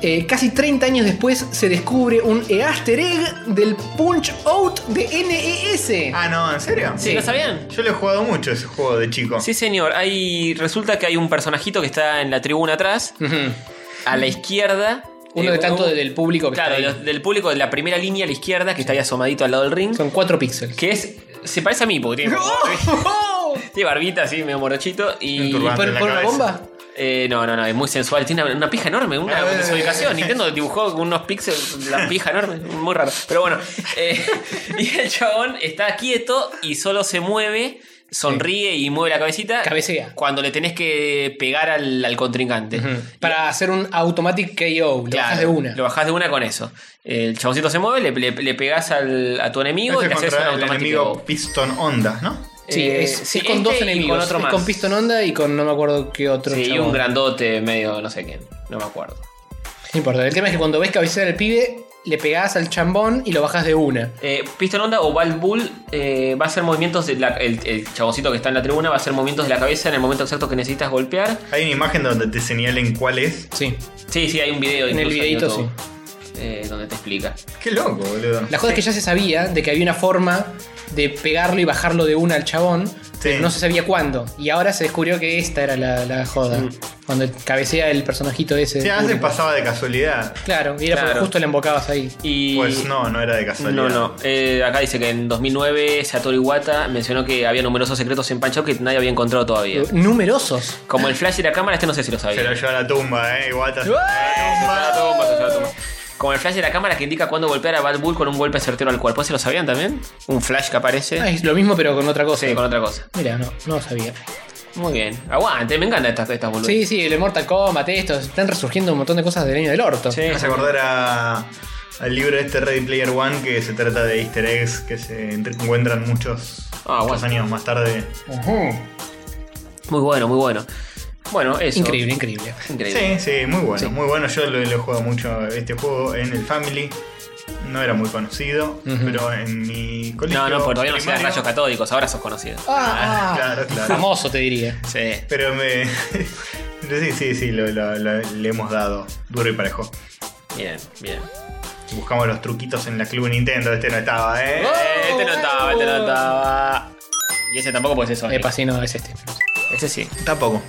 [SPEAKER 2] Eh, casi 30 años después se descubre un easter egg del Punch Out de E NES.
[SPEAKER 4] Ah, no, ¿en serio?
[SPEAKER 2] Sí.
[SPEAKER 3] ¿sí lo sabían?
[SPEAKER 4] Yo lo he jugado mucho ese juego de chico.
[SPEAKER 3] Sí, señor. Hay, resulta que hay un personajito que está en la tribuna atrás,
[SPEAKER 2] Ujú.
[SPEAKER 3] a la izquierda.
[SPEAKER 2] Uno de
[SPEAKER 3] Eh,
[SPEAKER 2] tanto
[SPEAKER 3] un-
[SPEAKER 2] del público que
[SPEAKER 3] Claro,
[SPEAKER 2] está ahí.
[SPEAKER 3] los- del público de la primera línea a la izquierda, que está ahí asomadito al lado del ring.
[SPEAKER 2] Son 4 píxeles.
[SPEAKER 3] Que es. Se parece a mí, porque tiene. tiene barbita así, medio morochito.
[SPEAKER 4] Un
[SPEAKER 3] Y.
[SPEAKER 4] turbante en
[SPEAKER 2] ¿Por,
[SPEAKER 4] la
[SPEAKER 2] por una
[SPEAKER 4] cabeza.
[SPEAKER 2] bomba?
[SPEAKER 3] Eh, no, no, no, es muy sensual. Tiene una, una pija enorme, una
[SPEAKER 4] Eh.
[SPEAKER 3] desubicación. Nintendo dibujó con unos píxeles, la pija enorme, muy raro. Pero bueno, eh, y el chabón está quieto y solo se mueve, sonríe y mueve la cabecita.
[SPEAKER 2] Cabecea.
[SPEAKER 3] Cuando le tenés que pegar al, al contrincante.
[SPEAKER 2] Para hacer un automatic KO, lo
[SPEAKER 3] Claro,
[SPEAKER 2] bajas de una.
[SPEAKER 3] Lo bajás de una con eso. El chaboncito se mueve, le, le, le pegás al, a tu enemigo y
[SPEAKER 4] Ese
[SPEAKER 3] le haces un
[SPEAKER 4] contra el
[SPEAKER 3] automático.
[SPEAKER 4] enemigo Piston Onda, ¿no?
[SPEAKER 2] Sí,
[SPEAKER 3] Eh,
[SPEAKER 2] es,
[SPEAKER 3] sí,
[SPEAKER 2] es con
[SPEAKER 3] este
[SPEAKER 2] dos
[SPEAKER 3] y
[SPEAKER 2] enemigos.
[SPEAKER 3] Con otro
[SPEAKER 2] es
[SPEAKER 3] más.
[SPEAKER 2] con Piston Onda y con no me acuerdo qué otro.
[SPEAKER 3] Sí, y
[SPEAKER 2] chabón.
[SPEAKER 3] un grandote medio no sé quién. No me acuerdo.
[SPEAKER 2] No importa. El tema es que cuando ves cabecear al pibe, le pegás al chambón y lo bajás de una.
[SPEAKER 3] Eh, Piston Onda o Bald Bull eh, va a hacer movimientos. De la- el, el chaboncito que está en la tribuna va a hacer movimientos de la cabeza en el momento exacto que necesitas golpear.
[SPEAKER 4] Hay una imagen donde te señalen cuál es.
[SPEAKER 2] Sí.
[SPEAKER 3] Sí, sí, hay un video.
[SPEAKER 2] En el
[SPEAKER 3] incluso en
[SPEAKER 2] videíto,
[SPEAKER 3] YouTube, eh, donde te explica.
[SPEAKER 4] Qué loco, boludo.
[SPEAKER 2] La joda es que ya se sabía de que había una forma de pegarlo y bajarlo de una al chabón, pero no se sabía cuándo. Y ahora se descubrió que esta era la, la joda. Cuando cabecea el personajito ese.
[SPEAKER 4] Sí, antes
[SPEAKER 2] único.
[SPEAKER 4] pasaba de casualidad.
[SPEAKER 2] Claro, y era porque
[SPEAKER 3] Claro.
[SPEAKER 2] justo le embocabas ahí.
[SPEAKER 3] Y
[SPEAKER 4] Pues no, no era de
[SPEAKER 3] No,
[SPEAKER 4] casualidad.
[SPEAKER 3] no. Eh, acá dice que en 2009 Satoru Iwata mencionó que había numerosos secretos en Punch Out que nadie había encontrado todavía.
[SPEAKER 2] Numerosos.
[SPEAKER 3] Como el flash y la cámara, este no sé si lo sabía.
[SPEAKER 4] Se lo lleva a la tumba, eh. Igual
[SPEAKER 3] Ah, toma, toma, toma. Como el flash de la cámara que indica cuándo golpear a Bad Bull con un golpe certero al cuerpo. ¿Se lo sabían también? Un flash que aparece.
[SPEAKER 2] Ah, es lo mismo, pero con otra cosa.
[SPEAKER 3] Sí, con otra cosa.
[SPEAKER 2] Mira, no, no lo sabía.
[SPEAKER 3] Muy bien. Aguante, me encantan estas, estas boludas.
[SPEAKER 2] Sí, sí, el Mortal Kombat, esto. Están resurgiendo un montón de cosas del año del orto.
[SPEAKER 3] Sí.
[SPEAKER 4] Me hace acordar a- al libro de este Ready Player One que se trata de easter eggs que se entre- encuentran muchos,
[SPEAKER 3] Ah,
[SPEAKER 4] muchos
[SPEAKER 3] bueno.
[SPEAKER 4] años más tarde.
[SPEAKER 3] Muy bueno, muy bueno. Bueno, eso.
[SPEAKER 2] Increíble, increíble.
[SPEAKER 3] Increíble.
[SPEAKER 4] Sí, sí, muy bueno,
[SPEAKER 2] Sí.
[SPEAKER 4] muy bueno. Yo lo, lo he jugado mucho este juego en el Family. No era muy conocido, pero en mi colegio.
[SPEAKER 3] No, no, porque todavía no seas
[SPEAKER 4] primario-
[SPEAKER 3] rayos catódicos, ahora sos conocido.
[SPEAKER 2] Ah, ah.
[SPEAKER 4] Claro, claro.
[SPEAKER 2] famoso, te diría.
[SPEAKER 3] Sí.
[SPEAKER 4] Pero me. pero sí, sí, sí, lo- lo- lo- le hemos dado duro y parejo.
[SPEAKER 3] Bien, bien.
[SPEAKER 4] Buscamos los truquitos en la Club Nintendo, este no estaba, ¿eh?
[SPEAKER 3] Eh, este no estaba, este no estaba. Y ese tampoco, pues eso.
[SPEAKER 2] Epa, sí, no, es este.
[SPEAKER 3] Ese sí.
[SPEAKER 4] Tampoco.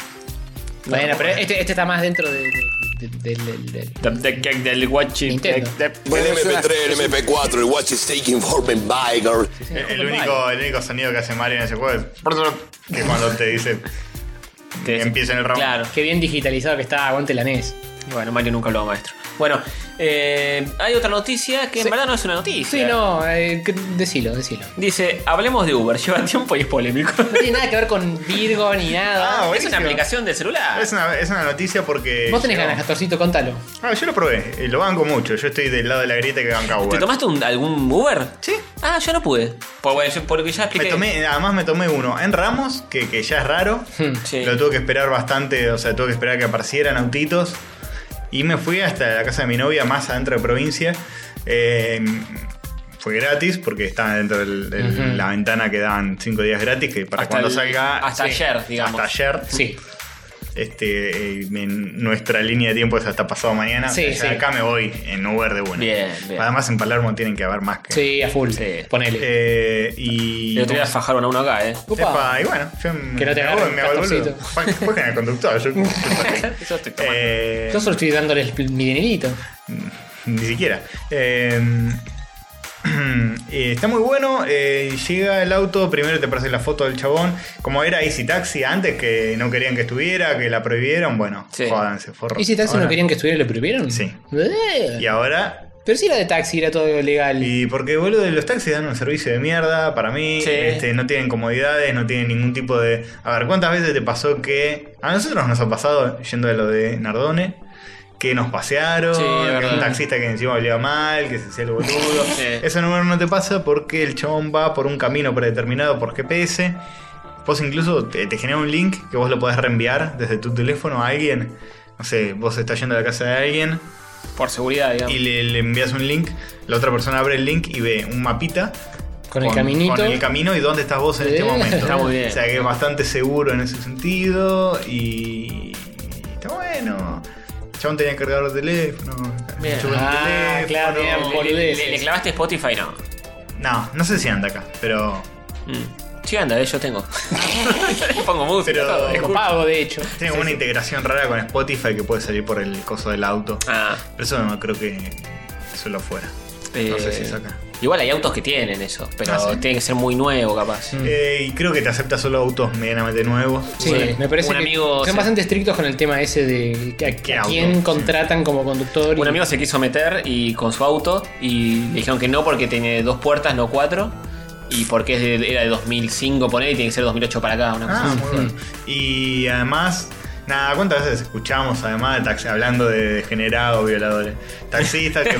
[SPEAKER 2] Bueno, pero este, este está más dentro de- de- de- del- del- del-
[SPEAKER 3] Del guachi.
[SPEAKER 2] Nintendo.
[SPEAKER 7] El MP3, el MP4, el Watch is taking for my Biger.
[SPEAKER 4] El
[SPEAKER 2] pues,
[SPEAKER 4] único, el único sonido que hace Mario en ese juego es. Que cuando te dice. que empieza en el round.
[SPEAKER 3] Claro.
[SPEAKER 2] Ah. Qué bien digitalizado que está, aguante la E NES.
[SPEAKER 3] Y bueno, Mario nunca lo maestro. Bueno, eh, hay otra noticia que en
[SPEAKER 2] Sí.
[SPEAKER 3] verdad no es una noticia.
[SPEAKER 2] Sí, no, eh, que- decilo, decilo.
[SPEAKER 3] Dice, hablemos de Uber, lleva tiempo y es polémico.
[SPEAKER 2] No tiene nada que ver con Virgo ni nada.
[SPEAKER 4] Ah,
[SPEAKER 3] es
[SPEAKER 4] buenísimo.
[SPEAKER 3] una aplicación de celular.
[SPEAKER 4] Es una, es una noticia porque.
[SPEAKER 2] Vos tenés
[SPEAKER 4] llegó-
[SPEAKER 2] ganas, Castorcito, contalo.
[SPEAKER 4] Ah, yo lo probé, eh, lo banco mucho. Yo estoy del lado de la grieta que banca
[SPEAKER 3] ¿Te
[SPEAKER 4] Uber.
[SPEAKER 3] tomaste un- algún Uber?
[SPEAKER 4] Sí.
[SPEAKER 3] Ah, yo no pude. Pues bueno, yo- porque ya
[SPEAKER 4] Me
[SPEAKER 3] expliqué.
[SPEAKER 4] tomé, además me tomé uno en Ramos, que, que ya es raro.
[SPEAKER 3] Hmm, Sí.
[SPEAKER 4] Lo tuve que esperar bastante, o sea, tuve que esperar que aparecieran autitos. Y me fui hasta la casa de mi novia, más adentro de provincia. Eh, fue gratis porque estaba dentro de la ventana que daban 5 días gratis, que para
[SPEAKER 3] Hasta
[SPEAKER 4] cuando
[SPEAKER 3] el-
[SPEAKER 4] salga...
[SPEAKER 3] hasta ayer, digamos.
[SPEAKER 4] Hasta ayer.
[SPEAKER 2] Sí.
[SPEAKER 4] Este, eh, en nuestra línea de tiempo es hasta pasado mañana.
[SPEAKER 2] Sí,
[SPEAKER 4] O sea, ya
[SPEAKER 2] sí.
[SPEAKER 4] Acá me voy en Uber de una.
[SPEAKER 3] Bien, bien.
[SPEAKER 4] Además en Palermo tienen que haber más que...
[SPEAKER 2] Sí, a full.
[SPEAKER 3] Sí.
[SPEAKER 2] Ponele.
[SPEAKER 4] Eh, y...
[SPEAKER 3] El otro día fajaron a uno acá, eh.
[SPEAKER 2] Upa.
[SPEAKER 4] Epa, y bueno, yo
[SPEAKER 2] Que no te
[SPEAKER 4] me,
[SPEAKER 2] agarre
[SPEAKER 4] hago- me hago el boludo.
[SPEAKER 2] castorcito.
[SPEAKER 4] Fue fue con el conductor. Yo,
[SPEAKER 3] Eso estoy tomando.
[SPEAKER 4] Eh,
[SPEAKER 2] Yo solo estoy dándoles mi dinerito.
[SPEAKER 4] ni siquiera. Eh, eh, está muy bueno. eh, llega el auto, primero te aparece la foto del chabón. Como era Easy Taxi antes, que no querían que estuviera, que la prohibieron. Bueno,
[SPEAKER 3] Sí.
[SPEAKER 4] jódanse, forros.
[SPEAKER 2] ¿Y si taxi no
[SPEAKER 4] Ahora-
[SPEAKER 2] querían que estuviera y lo prohibieron?
[SPEAKER 4] Sí.
[SPEAKER 2] Eh.
[SPEAKER 4] Y ahora.
[SPEAKER 2] Pero si era de taxi, era todo legal.
[SPEAKER 4] Y porque, boludo, los taxis dan un servicio de mierda para mí.
[SPEAKER 3] Sí.
[SPEAKER 4] Este, no tienen comodidades, no tienen ningún tipo de. A ver, ¿cuántas veces te pasó que. A nosotros nos ha pasado, yendo a lo de Nardone, que nos pasearon,
[SPEAKER 3] Sí, es
[SPEAKER 4] que un
[SPEAKER 3] verdad.
[SPEAKER 4] taxista que encima hablaba mal, que se hacía el boludo.
[SPEAKER 3] Sí.
[SPEAKER 4] Eso no, no te pasa porque el chabón va por un camino predeterminado por GPS. Vos incluso te, te genera un link que vos lo podés reenviar desde tu teléfono a alguien. No sé, vos estás yendo a la casa de alguien
[SPEAKER 3] Por seguridad, digamos.
[SPEAKER 4] y le, le envías un link, la otra persona abre el link y ve un mapita
[SPEAKER 2] con el caminito.
[SPEAKER 4] con el camino y dónde estás vos en este
[SPEAKER 2] Eh,
[SPEAKER 4] momento.
[SPEAKER 3] está muy bien.
[SPEAKER 4] O sea que es bastante seguro en ese sentido y está bueno. El Chabón tenía cargador de teléfono.
[SPEAKER 3] Bien.
[SPEAKER 4] chupó el
[SPEAKER 2] Ah, claro, bien,
[SPEAKER 3] Le- le,
[SPEAKER 2] boludeces.
[SPEAKER 3] le- le clavaste Spotify? No.
[SPEAKER 4] No, no sé si anda acá, pero.
[SPEAKER 3] Mm. Sí, anda, eh, yo tengo. Pongo música.
[SPEAKER 4] Pero-
[SPEAKER 3] todo.
[SPEAKER 2] Es pago, de hecho.
[SPEAKER 4] Tiene como una integración rara con Spotify que puede salir por el coso del auto.
[SPEAKER 3] Ah,
[SPEAKER 4] Pero eso no creo que solo fuera. No sé si es acá.
[SPEAKER 3] eh, Igual hay autos que tienen eso, pero
[SPEAKER 4] Ah, ¿sí?
[SPEAKER 3] tiene que ser muy nuevo, capaz.
[SPEAKER 2] Mm.
[SPEAKER 4] Eh, y creo que te acepta solo autos medianamente nuevos.
[SPEAKER 2] Sí,
[SPEAKER 3] Sí,
[SPEAKER 2] me parece
[SPEAKER 3] un
[SPEAKER 2] que
[SPEAKER 3] amigo
[SPEAKER 2] son
[SPEAKER 3] se-
[SPEAKER 2] bastante estrictos con el tema ese de que-
[SPEAKER 4] ¿Qué
[SPEAKER 2] a, a
[SPEAKER 4] auto?
[SPEAKER 2] quién
[SPEAKER 4] Sí.
[SPEAKER 2] contratan como conductor. y-
[SPEAKER 3] Un amigo se quiso meter y con su auto y le dijeron que no porque tiene dos puertas, no cuatro. Y porque es de- era de 2005, poner y tiene que ser 2008 para acá. Una cosa
[SPEAKER 4] Ah,
[SPEAKER 3] así.
[SPEAKER 4] muy bueno. Y además, nada, ¿cuántas veces escuchamos además de taxi hablando de degenerados, violadores? Taxistas que,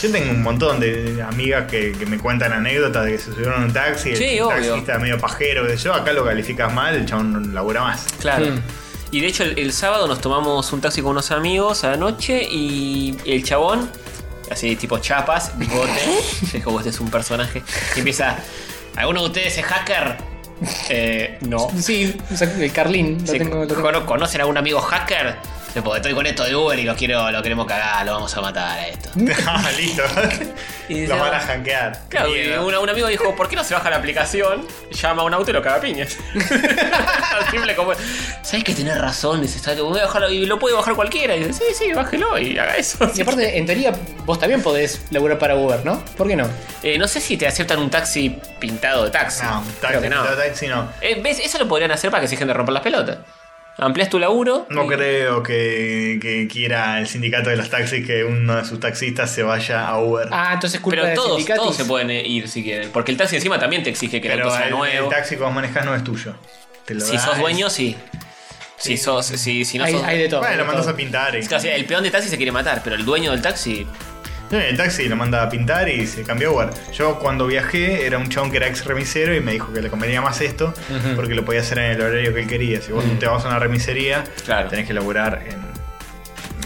[SPEAKER 4] Yo tengo un montón de amigas que, que me cuentan anécdotas de que se subieron a un taxi, el
[SPEAKER 3] Sí, obvio.
[SPEAKER 4] taxista medio pajero, que yo acá lo calificas mal, el chabón no labura más.
[SPEAKER 3] Claro.
[SPEAKER 2] Mm.
[SPEAKER 3] Y de hecho el, el sábado nos tomamos un taxi con unos amigos a la noche y el chabón, así tipo chapas, bigote, se dijo, "Vos, este es un personaje, y empieza, ¿alguno de ustedes es hacker? Eh, no.
[SPEAKER 2] Sí, o sea, el Carlín. Lo
[SPEAKER 3] Sí,
[SPEAKER 2] tengo, lo tengo.
[SPEAKER 3] cono- ¿Conocen algún amigo hacker? Tipo, estoy con esto de Uber y lo quiero, lo queremos cagar, lo vamos a matar a esto.
[SPEAKER 4] Ah, listo.
[SPEAKER 3] Y
[SPEAKER 4] Los
[SPEAKER 3] ya-
[SPEAKER 4] van a hackear.
[SPEAKER 3] Claro, y eh,
[SPEAKER 4] Miedo.
[SPEAKER 3] un, un amigo dijo, ¿por qué no se baja la aplicación? Llama a un auto y lo caga a piñas. Tan simple como. Sabes que tenés razón, dice, está- voy a bajarlo, y lo puede bajar cualquiera. Y dice, sí, sí, bájelo y haga eso.
[SPEAKER 2] Y aparte, en teoría, vos también podés laburar para Uber, ¿no? ¿Por qué no?
[SPEAKER 3] Eh, no sé si te aceptan un taxi pintado de taxi.
[SPEAKER 4] No, un
[SPEAKER 3] Creo
[SPEAKER 4] taxi,
[SPEAKER 3] que no.
[SPEAKER 4] no, taxi no.
[SPEAKER 3] Eh, ¿ves? Eso lo podrían hacer para que se dejen de romper las pelotas. Amplias tu laburo. eh,
[SPEAKER 4] No
[SPEAKER 3] y-
[SPEAKER 4] creo que, que quiera el sindicato de los taxis que uno de sus taxistas se vaya a Uber.
[SPEAKER 2] Ah, entonces culpa
[SPEAKER 3] Pero
[SPEAKER 2] de
[SPEAKER 3] todos,
[SPEAKER 2] sindicatos.
[SPEAKER 3] todos se pueden eh, ir si quieren. Porque el taxi encima también te exige que el
[SPEAKER 4] Pero
[SPEAKER 3] auto sea
[SPEAKER 4] el, el
[SPEAKER 3] nuevo.
[SPEAKER 4] taxi que vos manejás no es tuyo. Te lo
[SPEAKER 3] si
[SPEAKER 4] da
[SPEAKER 3] sos
[SPEAKER 4] el-
[SPEAKER 3] dueño, sí. Si sos. Si, si no
[SPEAKER 2] hay,
[SPEAKER 3] sos.
[SPEAKER 2] hay de todo.
[SPEAKER 4] Bueno,
[SPEAKER 2] hay
[SPEAKER 4] lo
[SPEAKER 2] de
[SPEAKER 4] mandas
[SPEAKER 2] todo.
[SPEAKER 4] a pintar. Y...
[SPEAKER 3] Es que, o sea, el peón de taxi se quiere matar, pero el dueño del taxi.
[SPEAKER 4] Eh, El taxi lo manda a pintar y se cambió a Uber. Yo cuando viajé era un chabón que era ex remisero y me dijo que le convenía más esto porque lo podía hacer en el horario que él quería. Si vos te vas a una remisería,
[SPEAKER 3] Claro.
[SPEAKER 4] tenés que laburar en.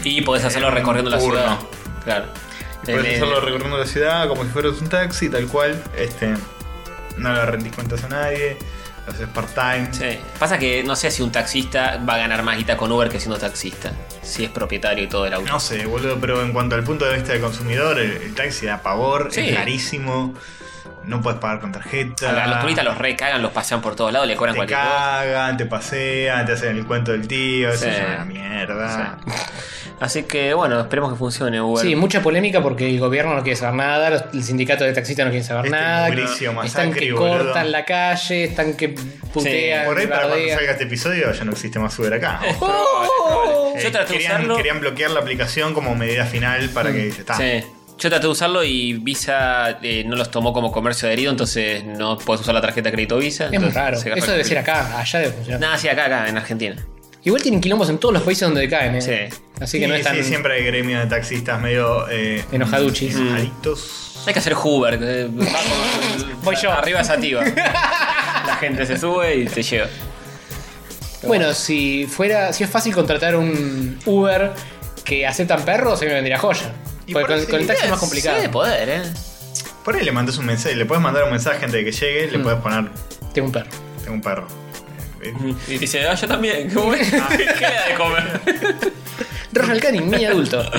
[SPEAKER 3] Y podés hacerlo recorriendo la
[SPEAKER 4] turno.
[SPEAKER 3] ciudad. Claro.
[SPEAKER 4] y podés
[SPEAKER 3] Eh,
[SPEAKER 4] hacerlo recorriendo la ciudad como si fueras un taxi, tal cual. Este, no le rendís cuentas a nadie, lo haces part-time.
[SPEAKER 3] sí. Pasa que no sé si un taxista va a ganar más guita con Uber que siendo taxista. Si es propietario y todo el auto.
[SPEAKER 4] No sé, boludo, pero en cuanto al punto de vista del consumidor, el, el taxi da pavor,
[SPEAKER 3] Sí.
[SPEAKER 4] es carísimo, no puedes pagar con tarjeta.
[SPEAKER 3] A la- a los turistas los recagan, los pasean por todos lados, le cobran
[SPEAKER 4] Te
[SPEAKER 3] cualquier cosa.
[SPEAKER 4] cagan, te pasean, te hacen el cuento del tío, eso
[SPEAKER 3] Sí.
[SPEAKER 4] es una mierda.
[SPEAKER 3] Así que bueno, esperemos que funcione Uber.
[SPEAKER 2] Sí, mucha polémica porque el gobierno no quiere saber nada, los- el sindicato de taxistas no quiere saber
[SPEAKER 4] Este
[SPEAKER 2] nada.
[SPEAKER 4] Mauricio
[SPEAKER 2] están
[SPEAKER 4] Macri,
[SPEAKER 2] que
[SPEAKER 4] boludo.
[SPEAKER 2] cortan la calle, están que putean.
[SPEAKER 4] Por ahí,
[SPEAKER 2] que
[SPEAKER 4] para cuando
[SPEAKER 2] bardean.
[SPEAKER 4] salga este episodio, ya no existe más Uber acá.
[SPEAKER 2] ¡Oh!
[SPEAKER 4] Eh,
[SPEAKER 3] Yo traté de
[SPEAKER 4] querían,
[SPEAKER 3] usarlo.
[SPEAKER 4] querían bloquear la aplicación como medida final
[SPEAKER 2] Mm.
[SPEAKER 4] para que ya está.
[SPEAKER 3] Sí. Yo traté de usarlo y Visa eh, no los tomó como comercio adherido, entonces no puedes usar la tarjeta de crédito Visa.
[SPEAKER 2] Es muy
[SPEAKER 3] entonces
[SPEAKER 2] raro.
[SPEAKER 3] se gasta
[SPEAKER 2] Eso debe
[SPEAKER 3] el-
[SPEAKER 2] ser acá, allá debe funcionar.
[SPEAKER 3] Nada, sí, acá, acá, en Argentina.
[SPEAKER 2] Igual tienen quilombos en todos los países donde caen, ¿eh?
[SPEAKER 3] Sí.
[SPEAKER 2] Así que no
[SPEAKER 4] Y
[SPEAKER 2] es tan
[SPEAKER 4] sí, siempre hay gremios de taxistas medio eh,
[SPEAKER 2] enojaduchis.
[SPEAKER 4] adictos.
[SPEAKER 3] Hay que hacer Hoover. eh, vamos,
[SPEAKER 2] Voy yo.
[SPEAKER 3] Arriba Sativa. la gente se sube y te lleva.
[SPEAKER 2] Bueno, si fuera, si es fácil contratar un Uber que aceptan perros, se me vendría joya.
[SPEAKER 4] Y
[SPEAKER 2] Porque
[SPEAKER 4] por
[SPEAKER 2] con,
[SPEAKER 4] ahí
[SPEAKER 2] con el taxi es más complicado.
[SPEAKER 3] Sí, de poder, ¿eh?
[SPEAKER 4] Por ahí le mandas un mensaje, le puedes mandar un mensaje antes de que llegue,
[SPEAKER 2] Mm.
[SPEAKER 4] le puedes poner
[SPEAKER 2] Tengo un perro.
[SPEAKER 4] tengo un perro. Eh, eh,
[SPEAKER 3] Y dice, ah, yo también. ¿Cómo es? ¿Qué le da de comer?
[SPEAKER 2] Ronald Canning, mi adulto.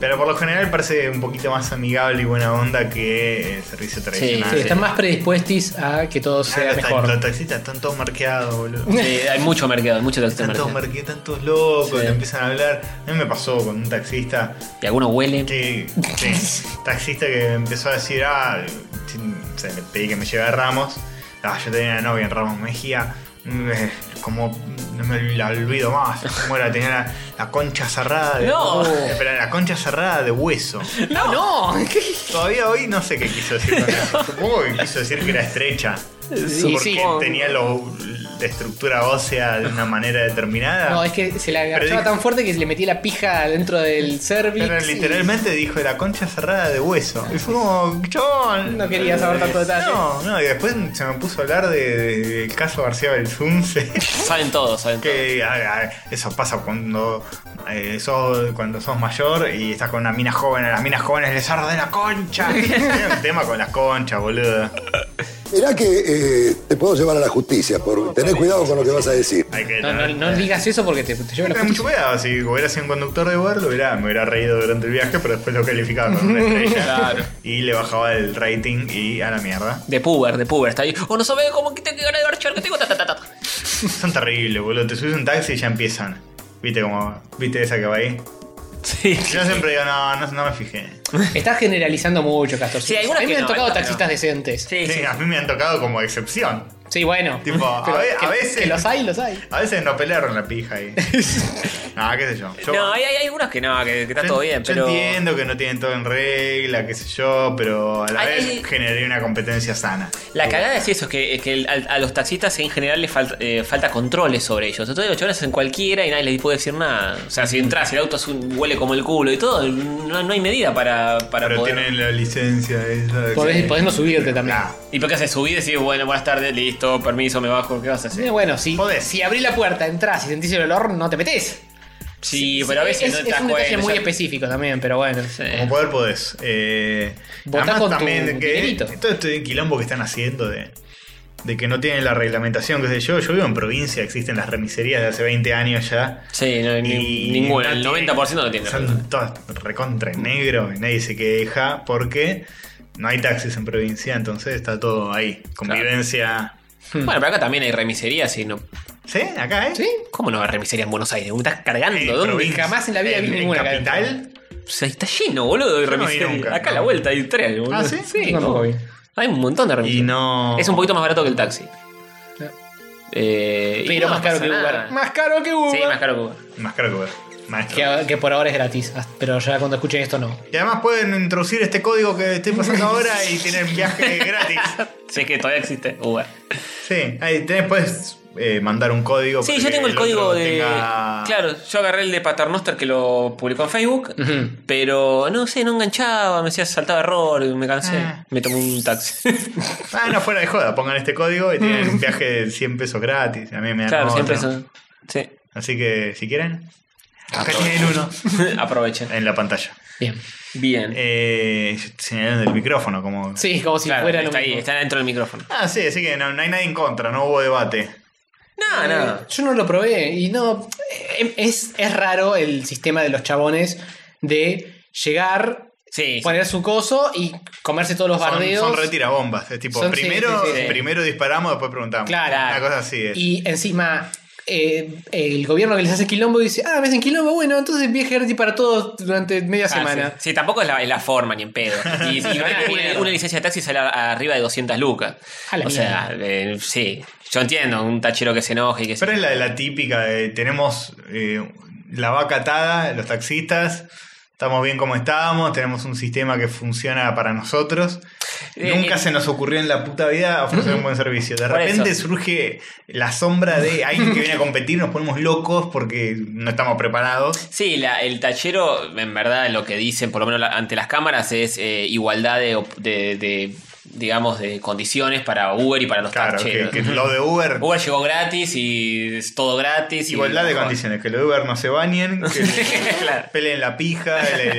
[SPEAKER 4] Pero por lo general parece un poquito más amigable y buena onda que el servicio tradicional.
[SPEAKER 2] Sí, están más predispuestos a que todo
[SPEAKER 4] Ah,
[SPEAKER 2] sea
[SPEAKER 4] los ta- Los
[SPEAKER 2] mejor.
[SPEAKER 4] taxistas están todos marqueados, boludo.
[SPEAKER 3] Sí, hay mucho mercado, hay mucho taxi
[SPEAKER 4] Están todos
[SPEAKER 3] mercado.
[SPEAKER 4] marqueados, están todos locos,
[SPEAKER 3] Sí.
[SPEAKER 4] te empiezan a hablar. A mí me pasó con un taxista
[SPEAKER 3] Y algunos huelen.
[SPEAKER 4] que. sí, taxista que empezó a decir, ah, sí, o sea, le pedí que me lleve a Ramos. Ah, yo tenía una novia en Ramos Mejía. Mm, eh, Como no me la olvido más. Como era, tenía la, la concha cerrada de.
[SPEAKER 3] No.
[SPEAKER 4] Pero la concha cerrada de hueso.
[SPEAKER 3] ¡No!
[SPEAKER 4] Todavía hoy no sé qué quiso decir con eso. Supongo que quiso decir que era estrecha.
[SPEAKER 2] Sí,
[SPEAKER 4] porque
[SPEAKER 2] sí.
[SPEAKER 4] tenía lo- la estructura ósea de una manera determinada.
[SPEAKER 2] No, es que se le agachaba
[SPEAKER 4] dijo-
[SPEAKER 2] tan fuerte que se le metía la pija dentro del cervix.
[SPEAKER 4] Pero literalmente dijo la concha cerrada de hueso. Y fue como, "Chabón,
[SPEAKER 2] No quería saber tanto detalle".
[SPEAKER 4] No, no, y después se me puso a hablar de- de- del caso García Belsunce.
[SPEAKER 3] Saben todos, saben todos.
[SPEAKER 4] que ah, ah, eso pasa cuando eh, sos, cuando sos mayor y estás con una mina joven. A las minas jóvenes les arde la concha. Era un tema con las conchas, boludo.
[SPEAKER 8] Mirá que eh, te puedo llevar a la justicia, por tener cuidado con lo que vas a decir.
[SPEAKER 4] Hay que
[SPEAKER 2] No, no,
[SPEAKER 4] tener-
[SPEAKER 2] no digas eso porque te, te lleva la
[SPEAKER 4] Tenía mucho
[SPEAKER 2] justicia.
[SPEAKER 4] cuidado, si hubiera sido un conductor de Uber, lo hubiera- me hubiera reído durante el viaje, pero después lo calificaba con una estrella
[SPEAKER 3] Claro.
[SPEAKER 4] y le bajaba el rating y a la mierda.
[SPEAKER 3] De puber, de puber, está ahí. O no sabe cómo que tengo que ganar de garchar que tengo. Ta, ta, ta, ta.
[SPEAKER 4] Son terribles, boludo. Te subís a un taxi y ya empiezan. Viste como, viste esa que va ahí.
[SPEAKER 3] Sí.
[SPEAKER 4] Yo siempre digo, no, no, no me fijé.
[SPEAKER 2] Estás generalizando mucho, Castor.
[SPEAKER 3] Sí,
[SPEAKER 2] a
[SPEAKER 3] algunos
[SPEAKER 2] mí
[SPEAKER 3] que
[SPEAKER 2] me han
[SPEAKER 3] no,
[SPEAKER 2] tocado
[SPEAKER 3] algunos
[SPEAKER 2] taxistas decentes.
[SPEAKER 3] Sí,
[SPEAKER 4] Sí, ah,
[SPEAKER 3] sí.
[SPEAKER 4] a mí me han tocado como excepción.
[SPEAKER 2] Sí, bueno.
[SPEAKER 4] Tipo, a
[SPEAKER 2] Pero
[SPEAKER 4] ve- a
[SPEAKER 2] que-
[SPEAKER 4] veces-
[SPEAKER 2] que los hay, los hay.
[SPEAKER 4] A veces no pelearon la pija ahí. ah, qué sé yo. Yo-
[SPEAKER 3] No, hay, hay algunos que no, que, que está
[SPEAKER 4] yo-
[SPEAKER 3] todo bien,
[SPEAKER 4] yo
[SPEAKER 3] pero.
[SPEAKER 4] entiendo que no tienen todo en regla, qué sé yo, pero a la
[SPEAKER 3] Ay,
[SPEAKER 4] vez
[SPEAKER 3] ay, ay.
[SPEAKER 4] generé una competencia sana.
[SPEAKER 3] La cagada es eso, que, que el- al- a los taxistas en general les falta, eh, falta controles sobre ellos. Entonces los chavales hacen cualquiera y nadie les puede decir nada. O sea, si entras, el auto es un- huele como el culo y todo, no, no hay medida para, para
[SPEAKER 4] pero
[SPEAKER 3] poder.
[SPEAKER 4] tienen la licencia esa. de
[SPEAKER 2] Podés,
[SPEAKER 4] que-
[SPEAKER 2] podés no subirte también.
[SPEAKER 4] Ah,
[SPEAKER 3] ¿Y por qué haces subir y decís, bueno, buenas tardes, listo, permiso, me bajo, ¿qué vas a
[SPEAKER 2] Eh,
[SPEAKER 3] hacer?
[SPEAKER 2] Bueno, si,
[SPEAKER 4] Podés.
[SPEAKER 2] si abrí la puerta, entras y sentís el olor, no te metés.
[SPEAKER 3] Sí, pero a veces
[SPEAKER 2] es,
[SPEAKER 3] no te
[SPEAKER 2] es
[SPEAKER 3] das
[SPEAKER 2] un detalle
[SPEAKER 3] cuenta,
[SPEAKER 2] muy
[SPEAKER 3] ya-
[SPEAKER 2] específico también, pero bueno.
[SPEAKER 3] Sí.
[SPEAKER 4] Como poder podés. Eh,
[SPEAKER 2] Votá con tu dinerito.
[SPEAKER 4] todo este quilombo que están haciendo de, de que no tienen la reglamentación, qué sé yo. Yo vivo en provincia, existen las remiserías de hace 20 años ya.
[SPEAKER 3] Sí, no, ni-
[SPEAKER 4] Y
[SPEAKER 3] ninguna,
[SPEAKER 4] no
[SPEAKER 3] el
[SPEAKER 4] tiene-
[SPEAKER 3] 90% no tiene.
[SPEAKER 4] Son todas recontra en negro y nadie se queja porque no hay taxis en provincia, entonces está todo ahí. Convivencia.
[SPEAKER 3] Bueno, pero acá también hay remiserías y no.
[SPEAKER 4] ¿Sí? ¿Acá, eh?
[SPEAKER 2] ¿Sí?
[SPEAKER 3] ¿Cómo no hay remiserías en Buenos Aires? ¿Estás cargando?
[SPEAKER 4] Eh,
[SPEAKER 3] ¿Dónde?
[SPEAKER 4] provincia.
[SPEAKER 2] Jamás en la vida vi
[SPEAKER 4] en, en
[SPEAKER 2] ninguna acá
[SPEAKER 4] capital.
[SPEAKER 3] O sea, pues, está lleno, boludo, de
[SPEAKER 4] Yo no vi
[SPEAKER 3] remiserías.
[SPEAKER 4] nunca,
[SPEAKER 3] acá a
[SPEAKER 4] no.
[SPEAKER 3] la vuelta hay tres, boludo.
[SPEAKER 4] Ah, ¿sí?
[SPEAKER 3] Sí,
[SPEAKER 2] Yo tampoco vi.
[SPEAKER 3] Hay un montón de
[SPEAKER 4] Y
[SPEAKER 3] remiserías.
[SPEAKER 4] no.
[SPEAKER 3] Es un poquito más barato que el taxi.
[SPEAKER 2] Claro.
[SPEAKER 3] Eh, y
[SPEAKER 2] Pero
[SPEAKER 3] no
[SPEAKER 2] más caro
[SPEAKER 3] pasa
[SPEAKER 2] que
[SPEAKER 3] nada.
[SPEAKER 2] Uber. Más caro que Uber.
[SPEAKER 3] Sí, más caro que Uber.
[SPEAKER 4] Más caro que Uber. Maestro.
[SPEAKER 2] Que, que por ahora es gratis, as- pero ya cuando escuchen esto no.
[SPEAKER 4] Y además pueden introducir este código que estoy pasando ahora y tienen viaje gratis.
[SPEAKER 3] Sí, es que todavía existe Uber.
[SPEAKER 4] Sí, ahí tenés, puedes eh, mandar un código.
[SPEAKER 3] Sí,
[SPEAKER 4] para
[SPEAKER 3] yo
[SPEAKER 4] que
[SPEAKER 3] tengo el,
[SPEAKER 4] otro
[SPEAKER 3] código de.
[SPEAKER 4] tenga-
[SPEAKER 3] Claro, yo agarré el de Paternoster que lo publicó en Facebook,
[SPEAKER 2] Ujú.
[SPEAKER 3] pero no sé, no enganchaba, me decía saltaba error, me cansé.
[SPEAKER 4] Ah.
[SPEAKER 3] Me tomé un taxi.
[SPEAKER 4] Ah, no, fuera de joda, pongan este código y tienen un viaje de 100 pesos gratis. A mí me dan
[SPEAKER 3] Mm. claro,
[SPEAKER 4] otro.
[SPEAKER 3] siempre eso. Sí.
[SPEAKER 4] Así que, si quieren,
[SPEAKER 3] Ah,
[SPEAKER 4] acá tienen uno
[SPEAKER 3] Aprovechen.
[SPEAKER 4] en la pantalla.
[SPEAKER 2] Bien.
[SPEAKER 3] Bien.
[SPEAKER 4] Eh, señalaron del micrófono, como...
[SPEAKER 2] Sí, como si
[SPEAKER 3] Claro,
[SPEAKER 2] fuera lo
[SPEAKER 3] está ahí,
[SPEAKER 2] mismo.
[SPEAKER 3] está dentro del micrófono.
[SPEAKER 4] Ah, sí, así que no, no hay nadie en contra, no hubo debate.
[SPEAKER 3] No, no.
[SPEAKER 2] Eh, Yo no lo probé y no. eh, Es, es raro el sistema de los chabones de llegar,
[SPEAKER 3] Sí.
[SPEAKER 2] poner su coso y comerse todos los
[SPEAKER 4] Son,
[SPEAKER 2] bardeos.
[SPEAKER 4] son retirabombas, es tipo,
[SPEAKER 2] Son- sí,
[SPEAKER 4] primero,
[SPEAKER 2] sí, sí, sí.
[SPEAKER 4] primero disparamos, después preguntamos.
[SPEAKER 2] Claro.
[SPEAKER 4] Una cosa así es.
[SPEAKER 2] Y encima, eh, el gobierno que les hace quilombo dice, ah, me hacen quilombo, bueno, entonces viaje gratis para todos durante media
[SPEAKER 3] Ah,
[SPEAKER 2] semana.
[SPEAKER 3] Sí. Sí, tampoco es la, es la forma ni en pedo. Y, y van a- una, una licencia de taxi sale a- arriba de 200 lucas.
[SPEAKER 2] A la
[SPEAKER 3] o sea, eh, sí. Yo entiendo, un tachero que se enoje y que se-
[SPEAKER 4] Pero es la, la típica de tenemos eh, la vaca atada, los taxistas, estamos bien como estábamos, tenemos un sistema que funciona para nosotros.
[SPEAKER 3] Eh,
[SPEAKER 4] Nunca
[SPEAKER 3] eh.
[SPEAKER 4] se nos ocurrió en la puta vida ofrecer un buen servicio. De
[SPEAKER 3] Por
[SPEAKER 4] repente
[SPEAKER 3] eso.
[SPEAKER 4] surge la sombra de alguien que viene a competir, nos ponemos locos porque no estamos preparados.
[SPEAKER 3] Sí, la- el tachero, en verdad, lo que dicen, por lo menos la- ante las cámaras, es eh, igualdad de, op- de- de, digamos, de condiciones para Uber y para los
[SPEAKER 4] Claro, que,
[SPEAKER 3] tacheros.
[SPEAKER 4] que lo de Uber,
[SPEAKER 3] Uber llegó gratis y es todo gratis. y-
[SPEAKER 4] igualdad de
[SPEAKER 3] mejor.
[SPEAKER 4] condiciones, que lo de Uber no se bañen, que le
[SPEAKER 3] Claro.
[SPEAKER 4] peleen la pija, le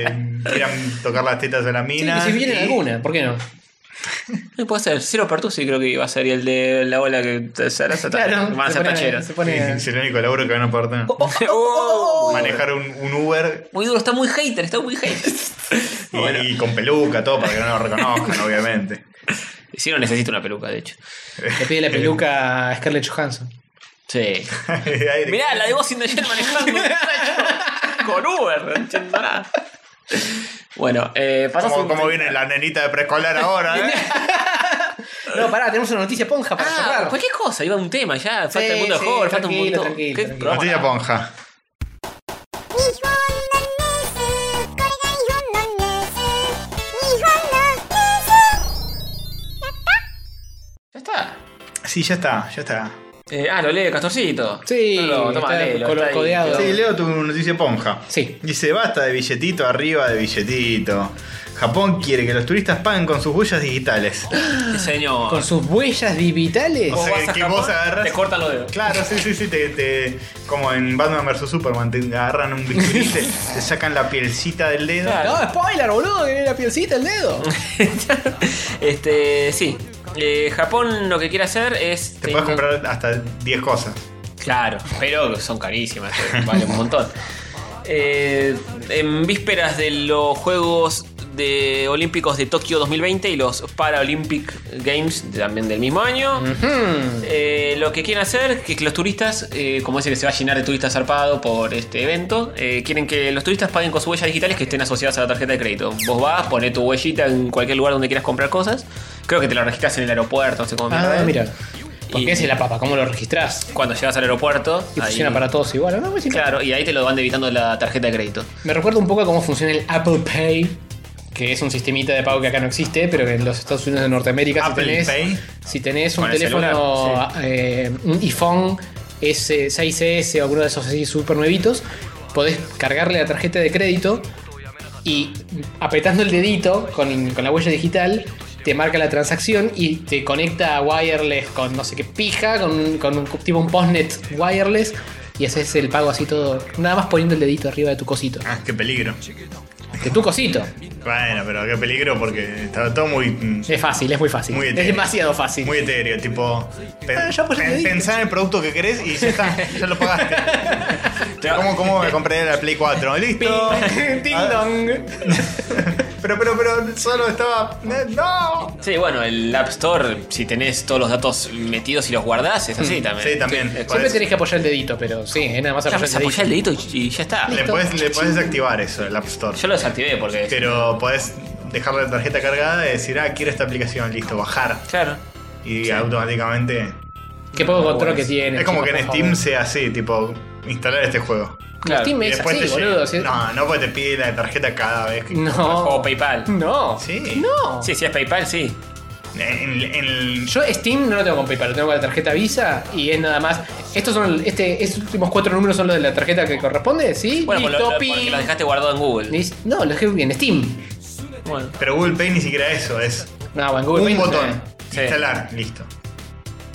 [SPEAKER 4] quieran tocar las tetas a la
[SPEAKER 2] Sí,
[SPEAKER 4] mina.
[SPEAKER 2] si vienen
[SPEAKER 4] y-
[SPEAKER 2] alguna, ¿por qué no?
[SPEAKER 3] Eh, Puede ser, Cero Pertuzzi creo que iba a ser y el de la ola que te serás a- van a
[SPEAKER 2] se
[SPEAKER 3] ser
[SPEAKER 2] pone-
[SPEAKER 3] tacheros.
[SPEAKER 2] se
[SPEAKER 4] Sí,
[SPEAKER 2] pone-
[SPEAKER 4] Es el único laburo que van a poder tener.
[SPEAKER 3] Oh,
[SPEAKER 4] manejar un, un Uber
[SPEAKER 3] Muy duro, está muy hater, está muy hater.
[SPEAKER 4] y,
[SPEAKER 3] bueno,
[SPEAKER 4] y con peluca, todo para que no lo reconozcan, obviamente.
[SPEAKER 3] si no necesito una peluca, de hecho.
[SPEAKER 2] Le pide la peluca a Scarlett Johansson.
[SPEAKER 3] Sí.
[SPEAKER 4] Aire.
[SPEAKER 3] Mirá, la de vos sin ayer manejando un tacho con Uber, no entiendo nada. Bueno, eh, pasamos
[SPEAKER 4] ¿Cómo, cómo viene la nenita de preescolar ahora? eh?
[SPEAKER 2] No, pará, tenemos una noticia ponja para
[SPEAKER 3] Ah,
[SPEAKER 2] cerrar.
[SPEAKER 3] cualquier cosa, iba un tema ya. Falta
[SPEAKER 2] Sí,
[SPEAKER 3] el mundo
[SPEAKER 2] sí,
[SPEAKER 3] de Hover, falta un
[SPEAKER 2] tranquilo,
[SPEAKER 3] montón.
[SPEAKER 2] tranquilo,
[SPEAKER 3] ¿Qué
[SPEAKER 2] tranquilo.
[SPEAKER 3] programa?
[SPEAKER 4] Notilia Ponja.
[SPEAKER 9] 日本のニュースこれが日本のニュース日本のニュース
[SPEAKER 3] Ya está.
[SPEAKER 4] Sí, ya está, ya está.
[SPEAKER 3] Eh, ah, lo lee Castorcito.
[SPEAKER 2] Sí,
[SPEAKER 3] Lo- toma,
[SPEAKER 2] está
[SPEAKER 3] léelo,
[SPEAKER 2] colo-
[SPEAKER 3] está ahí.
[SPEAKER 2] codeado.
[SPEAKER 4] Sí, leo tu noticia Ponja.
[SPEAKER 2] Sí.
[SPEAKER 4] Dice, basta de billetito arriba de billetito. Japón quiere que los turistas paguen con sus huellas digitales.
[SPEAKER 3] Sí, señor.
[SPEAKER 2] Con sus huellas digitales.
[SPEAKER 4] O sea,
[SPEAKER 3] vas a
[SPEAKER 4] que vos agarrás-
[SPEAKER 3] Te cortan los dedos.
[SPEAKER 4] Claro, sí, sí, sí, te, te- como en Batman vs Superman, te agarran un bisturí, te, te sacan la pielcita del dedo.
[SPEAKER 3] Claro.
[SPEAKER 2] No, spoiler, boludo, que la pielcita, el dedo.
[SPEAKER 3] este, sí. Eh, Japón lo que quiere hacer es.
[SPEAKER 4] Te puedes comprar hasta 10 cosas.
[SPEAKER 3] Claro, pero son carísimas, eh, vale un montón. Eh, en vísperas de los Juegos de Olímpicos de Tokio 2020 y los Paralympic Games también del mismo año, eh, lo que quieren hacer es que los turistas, eh, como dice que se va a llenar de turistas zarpado por este evento, eh, quieren que los turistas paguen con sus huellas digitales que estén asociadas a la tarjeta de crédito. Vos vas, pones tu huellita en cualquier lugar donde quieras comprar cosas, creo que te la registras en el aeropuerto, no sé cómo. mierda
[SPEAKER 2] Ah,
[SPEAKER 3] es.
[SPEAKER 2] mira. ¿Por
[SPEAKER 3] Y-
[SPEAKER 2] qué si la papa? ¿Cómo lo registrás?
[SPEAKER 3] Cuando llegas al aeropuerto.
[SPEAKER 2] Y
[SPEAKER 3] ahí-
[SPEAKER 2] funciona para todos igual, ¿o ¿no? Pues si no.
[SPEAKER 3] Claro, y ahí te lo van debitando la tarjeta de crédito.
[SPEAKER 2] Me recuerda un poco a cómo funciona el Apple Pay, que es un sistemita de pago que acá no existe, pero que en los Estados Unidos de Norteamérica
[SPEAKER 4] Apple
[SPEAKER 2] si tenés,
[SPEAKER 4] Pay.
[SPEAKER 2] si tenés un
[SPEAKER 3] Con el
[SPEAKER 2] teléfono,
[SPEAKER 3] celular,
[SPEAKER 2] eh, un iPhone S6S o alguno de esos así súper nuevitos, podés cargarle la tarjeta de crédito y apretando el dedito con, con la huella digital te marca la transacción y te conecta a wireless con no sé qué pija, con, un- con un tipo un postnet wireless y haces el pago así todo, nada más poniendo el dedito arriba de tu cosito.
[SPEAKER 4] Ah, qué peligro.
[SPEAKER 2] De tu cosito.
[SPEAKER 4] Bueno, pero qué peligro porque estaba todo muy. mm,
[SPEAKER 2] Es fácil, es muy fácil.
[SPEAKER 4] Muy
[SPEAKER 2] es
[SPEAKER 4] etéreo.
[SPEAKER 2] demasiado fácil.
[SPEAKER 4] Muy etéreo, tipo. pe-
[SPEAKER 2] Ah, ya pues,
[SPEAKER 4] pe-
[SPEAKER 2] ya te dije.
[SPEAKER 4] pensá en el producto que querés y ya está, ya lo pagaste. ¿Cómo, ¿Cómo me compré la Play 4? ¡Listo!
[SPEAKER 2] Ding
[SPEAKER 4] A ver.
[SPEAKER 2] dong.
[SPEAKER 4] Pero, pero, pero, solo estaba. eh, ¡No!
[SPEAKER 3] Sí, bueno, el App Store, si tenés todos los datos metidos y los guardás, es así también.
[SPEAKER 4] Sí, también.
[SPEAKER 3] Exacto.
[SPEAKER 2] Siempre tenés que apoyar el dedito, pero sí, es nada más apoyar
[SPEAKER 3] Ya
[SPEAKER 2] el
[SPEAKER 3] puedes
[SPEAKER 2] dedito.
[SPEAKER 3] apoyar el dedito y, y ya está.
[SPEAKER 4] Le puedes, le puedes desactivar eso, el App Store.
[SPEAKER 3] Yo lo desactivé porque.
[SPEAKER 4] Pero podés dejar la tarjeta cargada y decir, ah, quiero esta aplicación, listo, bajar.
[SPEAKER 3] Claro.
[SPEAKER 4] Y automáticamente.
[SPEAKER 2] Qué poco control que
[SPEAKER 3] es-
[SPEAKER 2] tiene.
[SPEAKER 4] Es como que
[SPEAKER 2] chicos,
[SPEAKER 4] en
[SPEAKER 2] por
[SPEAKER 4] Steam
[SPEAKER 2] favor.
[SPEAKER 4] sea así, tipo, instalar este juego.
[SPEAKER 3] Claro.
[SPEAKER 2] Steam
[SPEAKER 4] Y
[SPEAKER 2] es
[SPEAKER 4] después
[SPEAKER 2] así,
[SPEAKER 4] te llega-
[SPEAKER 2] boludo. Pues sí.
[SPEAKER 4] No, no porque te pide la tarjeta cada vez que.
[SPEAKER 3] O
[SPEAKER 2] No.
[SPEAKER 3] PayPal.
[SPEAKER 2] No.
[SPEAKER 4] Sí.
[SPEAKER 2] No.
[SPEAKER 3] Sí, si es PayPal, sí.
[SPEAKER 4] En, en- en-
[SPEAKER 2] Yo Steam no lo tengo con PayPal, lo tengo con la tarjeta Visa y es nada más. Estos son este, estos últimos cuatro números son los de la tarjeta que corresponde, ¿sí?
[SPEAKER 3] Bueno, por lo,
[SPEAKER 2] Listo,
[SPEAKER 3] lo-
[SPEAKER 2] pin.
[SPEAKER 3] porque lo dejaste guardado en Google.
[SPEAKER 2] Listo. No, lo dejé en Steam.
[SPEAKER 3] Bueno.
[SPEAKER 4] pero Google Pay ni siquiera eso, es
[SPEAKER 2] No, en Google
[SPEAKER 4] un
[SPEAKER 2] Pay no sé.
[SPEAKER 4] botón.
[SPEAKER 3] Sí.
[SPEAKER 4] Instalar, listo.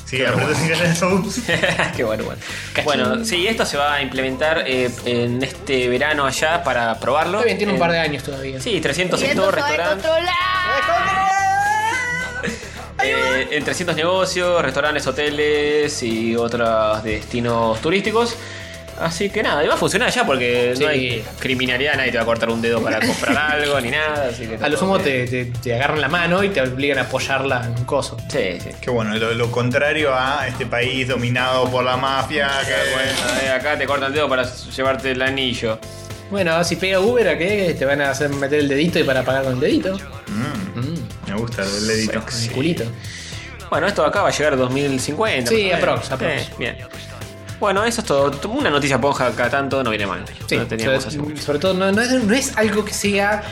[SPEAKER 4] Sí, apretás sin querer eso.
[SPEAKER 3] Qué bueno, bueno. Bueno, sí, esto se va a implementar eh, en este verano allá para probarlo.
[SPEAKER 2] Está bien, tiene un
[SPEAKER 3] Eh,
[SPEAKER 2] par de años todavía.
[SPEAKER 3] Sí, 300 en
[SPEAKER 9] Viendo
[SPEAKER 3] todo
[SPEAKER 9] sabe
[SPEAKER 3] restaurante. Eh, en 300 negocios, restaurantes, hoteles y otros destinos turísticos. Así que nada, y va a funcionar ya porque
[SPEAKER 2] Sí.
[SPEAKER 3] no hay criminalidad, nadie te va a cortar un dedo para comprar algo ni nada. Así que
[SPEAKER 2] A lo
[SPEAKER 3] todo
[SPEAKER 2] sumo
[SPEAKER 3] bien.
[SPEAKER 2] te, te- te agarran la mano y te obligan a apoyarla en un coso.
[SPEAKER 3] Sí, sí.
[SPEAKER 4] Que bueno, lo, lo contrario a este país dominado por la mafia. Que, bueno.
[SPEAKER 3] A ver, Eh, acá te cortan el dedo para llevarte el anillo.
[SPEAKER 2] Bueno, si pega Uber, ¿a qué? Te van a hacer meter el dedito y para pagar con el dedito.
[SPEAKER 4] Me gusta el dedito.
[SPEAKER 2] El culito.
[SPEAKER 3] Bueno, esto acá va a llegar a 2050.
[SPEAKER 2] Sí,
[SPEAKER 3] más o menos.
[SPEAKER 2] aprox, aprox.
[SPEAKER 3] Eh, bien. Bueno, eso es todo. Una noticia ponja cada tanto no viene mal.
[SPEAKER 2] Sí,
[SPEAKER 3] no teníamos hace
[SPEAKER 2] sobre,
[SPEAKER 3] mucho.
[SPEAKER 2] sobre todo no, no es, no es algo que sea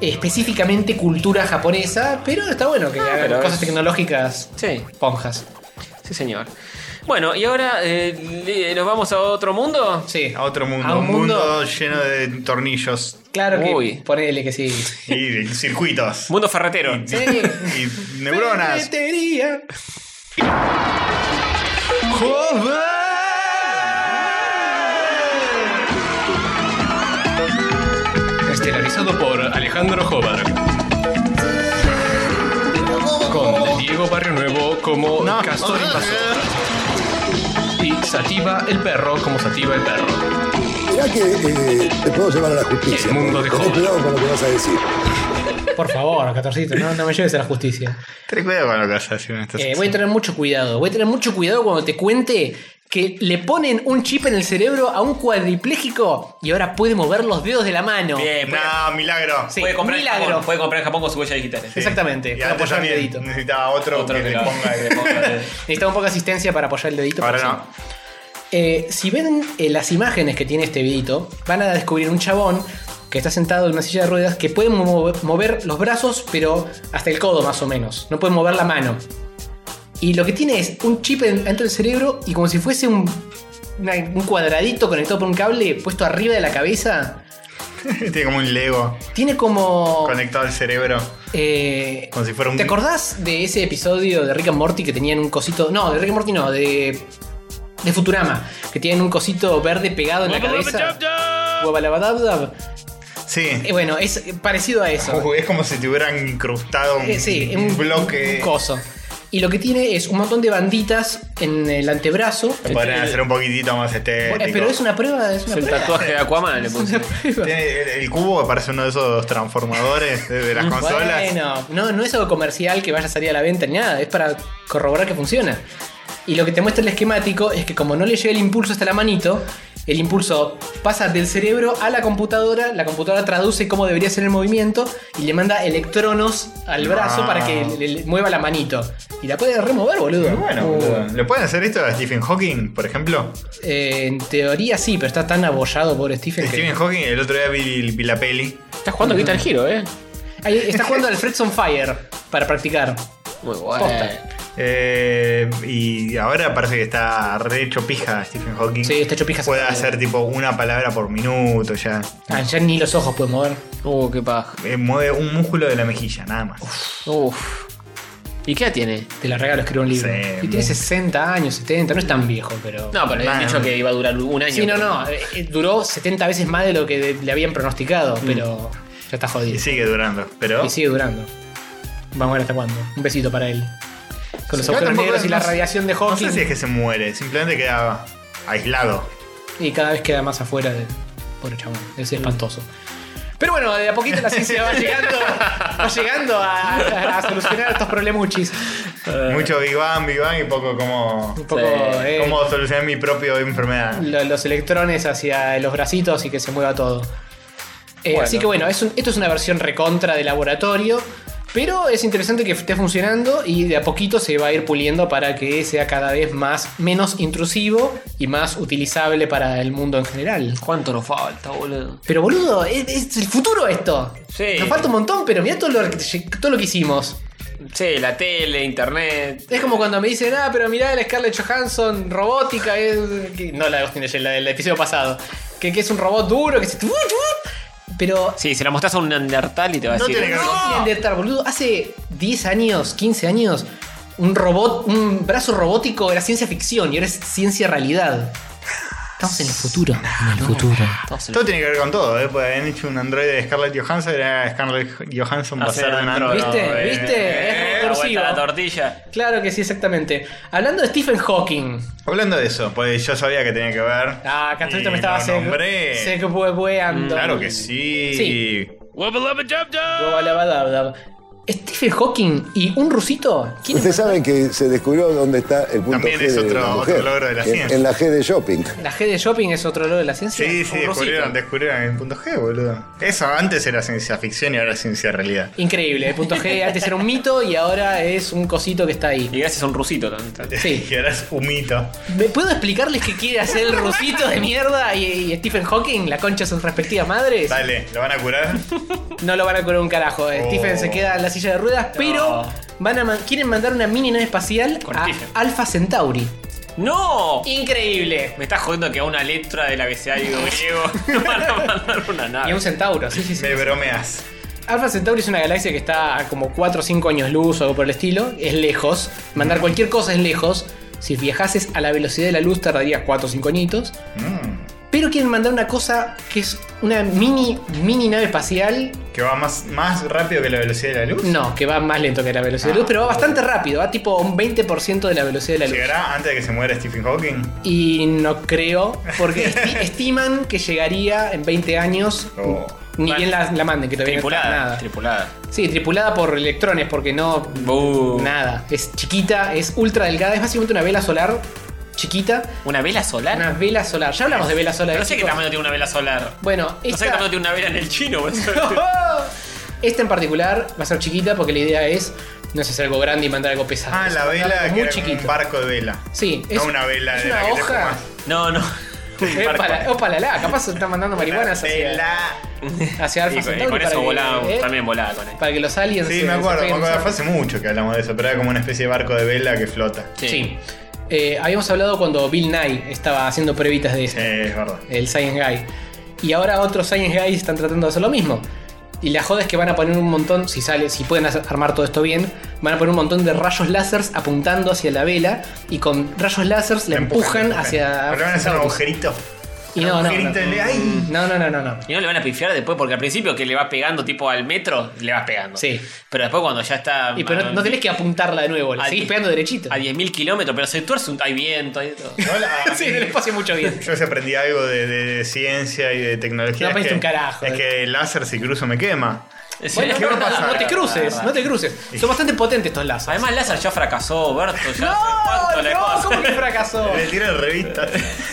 [SPEAKER 2] específicamente cultura japonesa, pero está bueno que hagan
[SPEAKER 3] Ah, pero
[SPEAKER 2] cosas
[SPEAKER 3] es-
[SPEAKER 2] tecnológicas
[SPEAKER 3] Sí,
[SPEAKER 2] ponjas.
[SPEAKER 3] sí, señor. Bueno, y ahora eh, le- nos vamos a otro mundo.
[SPEAKER 2] Sí,
[SPEAKER 4] A otro mundo,
[SPEAKER 2] A un
[SPEAKER 4] un mundo,
[SPEAKER 2] mundo-
[SPEAKER 4] lleno de tornillos
[SPEAKER 2] claro que
[SPEAKER 3] Uy.
[SPEAKER 2] ponele que sí.
[SPEAKER 4] y de circuitos
[SPEAKER 3] Mundo ferretero.
[SPEAKER 2] Sí.
[SPEAKER 4] y neuronas.
[SPEAKER 2] Ferretería.
[SPEAKER 1] Estelarizado por Alejandro Jobar. Con Diego Barrio Nuevo como Castor Invasor. Y Sativa el perro como Sativa el perro.
[SPEAKER 8] Mirá que eh, te puedo llevar a la justicia.
[SPEAKER 1] El mundo de
[SPEAKER 8] Ten
[SPEAKER 1] Homer.
[SPEAKER 8] cuidado con lo que vas a decir.
[SPEAKER 2] Por favor, Catorcito, no, no me lleves a la justicia.
[SPEAKER 4] Ten cuidado con lo que vas a decir en estas
[SPEAKER 2] Eh, voy a tener mucho cuidado. Voy a tener mucho cuidado cuando te cuente que le ponen un chip en el cerebro a un cuadripléjico y ahora puede mover los dedos de la mano.
[SPEAKER 3] Bien, puede,
[SPEAKER 4] No, milagro.
[SPEAKER 2] Sí,
[SPEAKER 3] puede comprar en
[SPEAKER 2] milagro.
[SPEAKER 3] Japón, puede comprar en Japón con su huella digital.
[SPEAKER 10] eh.
[SPEAKER 4] Sí.
[SPEAKER 2] Exactamente,
[SPEAKER 4] Y
[SPEAKER 2] para
[SPEAKER 4] antes
[SPEAKER 2] apoyar el
[SPEAKER 4] también
[SPEAKER 2] dedito.
[SPEAKER 4] Necesitaba otro,
[SPEAKER 3] Otro
[SPEAKER 4] que,
[SPEAKER 3] que
[SPEAKER 4] le
[SPEAKER 3] lo-
[SPEAKER 4] ponga
[SPEAKER 3] que le ponga el-
[SPEAKER 2] Necesitaba un poco de asistencia para apoyar el dedito.
[SPEAKER 4] Ahora
[SPEAKER 2] pero
[SPEAKER 4] no.
[SPEAKER 2] sí. Eh, si ven eh, las imágenes que tiene este videito, van a descubrir un chabón que está sentado en una silla de ruedas que puede mo- mover los brazos, pero hasta el codo más o menos. No puede mover la mano. Y lo que tiene es un chip en- dentro del cerebro y como si fuese un, una- un cuadradito conectado por un cable puesto arriba de la cabeza.
[SPEAKER 4] Tiene como un Lego
[SPEAKER 2] Tiene como...
[SPEAKER 4] conectado al cerebro.
[SPEAKER 2] eh,
[SPEAKER 4] Como si fuera un.
[SPEAKER 2] ¿Te acordás de ese episodio de Rick and Morty que tenían un cosito? No, de Rick and Morty no, de. de Futurama, que tienen un cosito verde pegado en la cabeza. Guabalabadabdab.
[SPEAKER 4] Sí.
[SPEAKER 2] Eh, bueno, es parecido a eso.
[SPEAKER 4] Uy, es como si te hubieran incrustado un,
[SPEAKER 2] Eh, sí,
[SPEAKER 4] un
[SPEAKER 2] un
[SPEAKER 4] bloque.
[SPEAKER 2] un coso. Y lo que tiene es un montón de banditas en el antebrazo.
[SPEAKER 4] Lo podrían hacer un poquitito más estético.
[SPEAKER 2] Eh, pero es una prueba, es una
[SPEAKER 3] El
[SPEAKER 2] prueba.
[SPEAKER 3] tatuaje de Aquaman le puse.
[SPEAKER 2] Prueba.
[SPEAKER 4] Tiene el, el cubo que parece uno de esos transformadores de, de las consolas.
[SPEAKER 2] Bueno, no, no es algo comercial que vaya a salir a la venta ni nada, es para corroborar que funciona. Y lo que te muestra el esquemático es que como no le llega el impulso hasta la manito, el impulso pasa del cerebro a la computadora, la computadora traduce cómo debería ser el movimiento y le manda electronos al brazo
[SPEAKER 4] Ah.
[SPEAKER 2] para que le, le mueva la manito. Y la puede remover, boludo. Uh,
[SPEAKER 4] Muy bueno, boludo. ¿Le pueden hacer esto a Stephen Hawking, por ejemplo?
[SPEAKER 2] Eh, en teoría sí, pero está tan abollado, pobre Stephen. que-
[SPEAKER 4] Stephen Hawking, el otro día vi, vi la peli.
[SPEAKER 10] Estás jugando a Guitar Hero, ¿eh?
[SPEAKER 2] Ahí está jugando al Fred's on Fire para practicar.
[SPEAKER 10] Muy bueno.
[SPEAKER 4] eh, y ahora parece que está re hecho pija Stephen Hawking.
[SPEAKER 2] Sí, está hecho pija.
[SPEAKER 4] Puede hacer tipo una palabra por minuto ya.
[SPEAKER 2] Ah, ya ni los ojos puede mover.
[SPEAKER 10] Uh, qué paja.
[SPEAKER 4] Eh, mueve un músculo de la mejilla, nada más.
[SPEAKER 10] Uf. ¿Y qué edad tiene?
[SPEAKER 2] Te la regalo, escribo un libro.
[SPEAKER 4] Sí,
[SPEAKER 2] y tiene
[SPEAKER 4] muy-
[SPEAKER 2] 60 años, 70, no es tan viejo, pero.
[SPEAKER 10] No, pero
[SPEAKER 4] Bueno.
[SPEAKER 10] he dicho que iba a durar un año.
[SPEAKER 2] Sí, no, no. eh, eh, Duró 70 veces más de lo que de- le habían pronosticado, pero ya está jodido.
[SPEAKER 4] Mm. Y sigue durando, pero.
[SPEAKER 2] Y sigue durando. Vamos a ver hasta cuándo. Un besito para él. Con los agujeros
[SPEAKER 4] Igual tampoco
[SPEAKER 2] negros y
[SPEAKER 4] es-
[SPEAKER 2] la
[SPEAKER 4] no sé-
[SPEAKER 2] radiación de Hawking.
[SPEAKER 4] No sé si es que se muere, simplemente queda aislado.
[SPEAKER 2] Y cada vez queda más afuera de. Pobre chabón, es espantoso. Pero bueno, de a poquito la ciencia va llegando, va llegando a, a- a solucionar estos problemuchis.
[SPEAKER 4] Mucho Big Bang, Big Bang y poco como.
[SPEAKER 2] Eh. Un poco,
[SPEAKER 10] Sí,
[SPEAKER 2] eh,
[SPEAKER 4] Cómo solucionar mi propia enfermedad.
[SPEAKER 2] lo- los electrones hacia los bracitos y que se mueva todo. Eh, Así que bueno, es un- esto es una versión recontra de laboratorio, pero es interesante que esté funcionando y de a poquito se va a ir puliendo para que sea cada vez más menos intrusivo y más utilizable para el mundo en general.
[SPEAKER 10] ¿Cuánto nos falta, boludo?
[SPEAKER 2] Pero boludo, es, es el futuro esto.
[SPEAKER 10] Sí.
[SPEAKER 2] Nos falta un montón, pero mira todo lo, que- todo lo que hicimos.
[SPEAKER 10] Sí, la tele, internet.
[SPEAKER 2] Es como cuando me dicen, ah, pero mirá la Scarlett Johansson robótica. es- que- No la de Austin Ellen, la del episodio pasado. Que, que es un robot duro, que se. Pero.
[SPEAKER 10] Sí, se la mostrás a un neandertal y te va a
[SPEAKER 4] No
[SPEAKER 10] decir.
[SPEAKER 4] tiene que-
[SPEAKER 2] No tienen de estar, boludo. Hace 10 años, 15 años, un robot, un brazo robótico era ciencia ficción y ahora es ciencia realidad. Estamos en el futuro. En el futuro.
[SPEAKER 10] Todos
[SPEAKER 4] Todo tiene que ver con todo, ¿eh? Porque han hecho un androide de Scarlett Johansson, era Scarlett Johansson
[SPEAKER 10] Ah,
[SPEAKER 4] va a
[SPEAKER 10] sí,
[SPEAKER 4] ser de un
[SPEAKER 10] androide.
[SPEAKER 4] androide.
[SPEAKER 2] ¿Viste?
[SPEAKER 10] eh,
[SPEAKER 2] ¿Viste?
[SPEAKER 10] eh,
[SPEAKER 2] Es
[SPEAKER 10] la
[SPEAKER 2] recursivo.
[SPEAKER 10] vuelta a la tortilla.
[SPEAKER 2] Claro que sí, exactamente. Hablando de Stephen Hawking.
[SPEAKER 4] Hablando de eso, pues yo sabía que tenía que ver.
[SPEAKER 2] Ah, Castrito
[SPEAKER 4] Y
[SPEAKER 2] me estaba
[SPEAKER 4] lo
[SPEAKER 2] se-
[SPEAKER 4] nombré.
[SPEAKER 2] secueando.
[SPEAKER 4] Claro que sí.
[SPEAKER 2] Sí. Guabalabadabdab. Stephen Hawking y un rusito. ¿Quién
[SPEAKER 8] Ustedes
[SPEAKER 2] es
[SPEAKER 8] saben que se descubrió dónde está el punto
[SPEAKER 4] También
[SPEAKER 8] G
[SPEAKER 4] es
[SPEAKER 8] de
[SPEAKER 4] otro-
[SPEAKER 8] la
[SPEAKER 4] otro
[SPEAKER 8] mujer.
[SPEAKER 4] logro de la
[SPEAKER 8] En-
[SPEAKER 4] ciencia.
[SPEAKER 8] En, la G de shopping.
[SPEAKER 2] La G de shopping es otro logro de la ciencia.
[SPEAKER 4] Sí, sí,
[SPEAKER 2] Un rusito.
[SPEAKER 4] descubrieron, descubrieron el punto G, boludo. Eso antes era ciencia ficción y ahora es ciencia realidad.
[SPEAKER 2] Increíble, el punto G antes era un mito y ahora es un cosito que está ahí.
[SPEAKER 10] Y gracias a un rusito también.
[SPEAKER 2] Sí.
[SPEAKER 4] Y ahora es un mito.
[SPEAKER 2] ¿Me puedo explicarles qué quiere hacer el rusito de mierda y, y Stephen Hawking, la concha de sus respectivas madres?
[SPEAKER 4] Dale, ¿lo van a curar?
[SPEAKER 2] No lo van a curar un carajo. eh.
[SPEAKER 4] Oh.
[SPEAKER 2] Stephen se queda en la silla de ruedas, pero van a man- quieren mandar una mini nave espacial
[SPEAKER 10] Con
[SPEAKER 2] a
[SPEAKER 10] Stephen.
[SPEAKER 2] Alpha Centauri.
[SPEAKER 10] ¡No!
[SPEAKER 2] Increíble.
[SPEAKER 10] Me estás jodiendo que a una letra del abecedario griego no van a mandar una
[SPEAKER 2] Y
[SPEAKER 4] Ah.
[SPEAKER 2] a un
[SPEAKER 10] nave.
[SPEAKER 2] centauro, sí, sí, sí.
[SPEAKER 4] Me bromeas.
[SPEAKER 2] Alpha Centauri es una galaxia que está a como 4 o 5 años luz o algo por el estilo. Es lejos. Mandar cualquier cosa es lejos. Si viajases a la velocidad de la luz tardarías 4 o 5 añitos.
[SPEAKER 4] Mm,
[SPEAKER 2] Pero quieren mandar una cosa que es una mini, mini nave espacial.
[SPEAKER 4] ¿Que va más, más rápido que la velocidad de la luz?
[SPEAKER 2] No, que va más lento que la velocidad de la luz, pero va bastante rápido. Va tipo a un 20% de la velocidad de la luz.
[SPEAKER 4] ¿Llegará antes de que se muera Stephen Hawking?
[SPEAKER 2] Y no creo, porque esti- estiman que llegaría en 20 años.
[SPEAKER 4] Oh.
[SPEAKER 2] Ni
[SPEAKER 10] Bueno.
[SPEAKER 2] bien la, la manden, que todavía no está
[SPEAKER 10] Tripulada.
[SPEAKER 2] nada.
[SPEAKER 10] Tripulada.
[SPEAKER 2] Sí, tripulada por electrones, porque no
[SPEAKER 10] Buh.
[SPEAKER 2] Nada, es chiquita, es ultra delgada, es básicamente una vela solar chiquita,
[SPEAKER 10] ¿Una vela solar?
[SPEAKER 2] una vela solar. Ya hablamos de vela solar.
[SPEAKER 10] No sé qué
[SPEAKER 2] chicos.
[SPEAKER 10] tamaño tiene una vela solar.
[SPEAKER 2] Bueno,
[SPEAKER 10] No sé qué
[SPEAKER 2] esta,
[SPEAKER 10] tamaño tiene una vela en el chino. boludo.
[SPEAKER 2] esta en particular va a ser chiquita porque la idea es no es hacer algo grande y mandar algo pesado.
[SPEAKER 4] Ah,
[SPEAKER 2] Es
[SPEAKER 4] la
[SPEAKER 2] mandar
[SPEAKER 4] vela
[SPEAKER 2] algo
[SPEAKER 4] que
[SPEAKER 2] muy
[SPEAKER 4] era como
[SPEAKER 2] chiquito.
[SPEAKER 4] un barco de vela.
[SPEAKER 2] Sí, es
[SPEAKER 4] una vela
[SPEAKER 2] es
[SPEAKER 4] de
[SPEAKER 2] una
[SPEAKER 4] la que te
[SPEAKER 2] hoja.
[SPEAKER 10] No, no.
[SPEAKER 2] Opa, la, capaz se están mandando marihuanas hacia,
[SPEAKER 4] Vela.
[SPEAKER 2] hacia Alpha
[SPEAKER 10] Y con, y
[SPEAKER 2] Centauri
[SPEAKER 10] con eso
[SPEAKER 2] para que-
[SPEAKER 10] volaba,
[SPEAKER 2] ¿eh?
[SPEAKER 10] también volaba con él.
[SPEAKER 2] Para que los aliens.
[SPEAKER 4] Sí,
[SPEAKER 2] se-
[SPEAKER 4] me acuerdo,
[SPEAKER 2] se
[SPEAKER 4] me
[SPEAKER 2] peguen
[SPEAKER 4] acuerdo.
[SPEAKER 2] encima.
[SPEAKER 4] Hace mucho que hablamos de eso, pero era como una especie de barco de vela que flota.
[SPEAKER 2] Sí. Eh, habíamos hablado cuando Bill Nye estaba haciendo pruebitas de esto.
[SPEAKER 4] Sí, es verdad.
[SPEAKER 2] el Science Guy. Y ahora otros Science Guys están tratando de hacer lo mismo. Y la joda es que van a poner un montón, si sale, si pueden hacer- armar todo esto bien, van a poner un montón de rayos láseres apuntando hacia la vela y con rayos láseres la empujan hacia.
[SPEAKER 4] Pero le van a hacer un agujerito.
[SPEAKER 2] Y no, no,
[SPEAKER 4] agujerito
[SPEAKER 2] no.
[SPEAKER 4] en el- ¡Ay!
[SPEAKER 2] No, no, no, no, no.
[SPEAKER 10] Y no le van a pifiar después, porque al principio que le va pegando tipo al metro, le vas pegando.
[SPEAKER 2] Sí.
[SPEAKER 10] Pero después cuando ya está
[SPEAKER 2] Y pero no, no tenés que apuntarla de nuevo, la
[SPEAKER 10] Al-
[SPEAKER 2] seguís pegando derechito.
[SPEAKER 10] a 10.000 kilómetros, pero se tuerce un... Hay viento, hay todo.
[SPEAKER 4] Hola.
[SPEAKER 2] Sí, en el espacio mucho bien.
[SPEAKER 4] Yo se aprendí algo de, de- de ciencia y de tecnología.
[SPEAKER 2] No
[SPEAKER 4] es
[SPEAKER 2] aprendiste
[SPEAKER 4] que-
[SPEAKER 2] un carajo. eh.
[SPEAKER 4] Es que el láser si cruzo me quema.
[SPEAKER 2] Bueno,
[SPEAKER 3] Sí.
[SPEAKER 2] no, no, no, no te cruces, no te cruces. Son bastante potentes estos lazos.
[SPEAKER 3] Además, Lázaro ya fracasó, Berto. Ya
[SPEAKER 2] ¡No! ¡No! ¿Cómo que fracasó?
[SPEAKER 4] Le tiran revistas.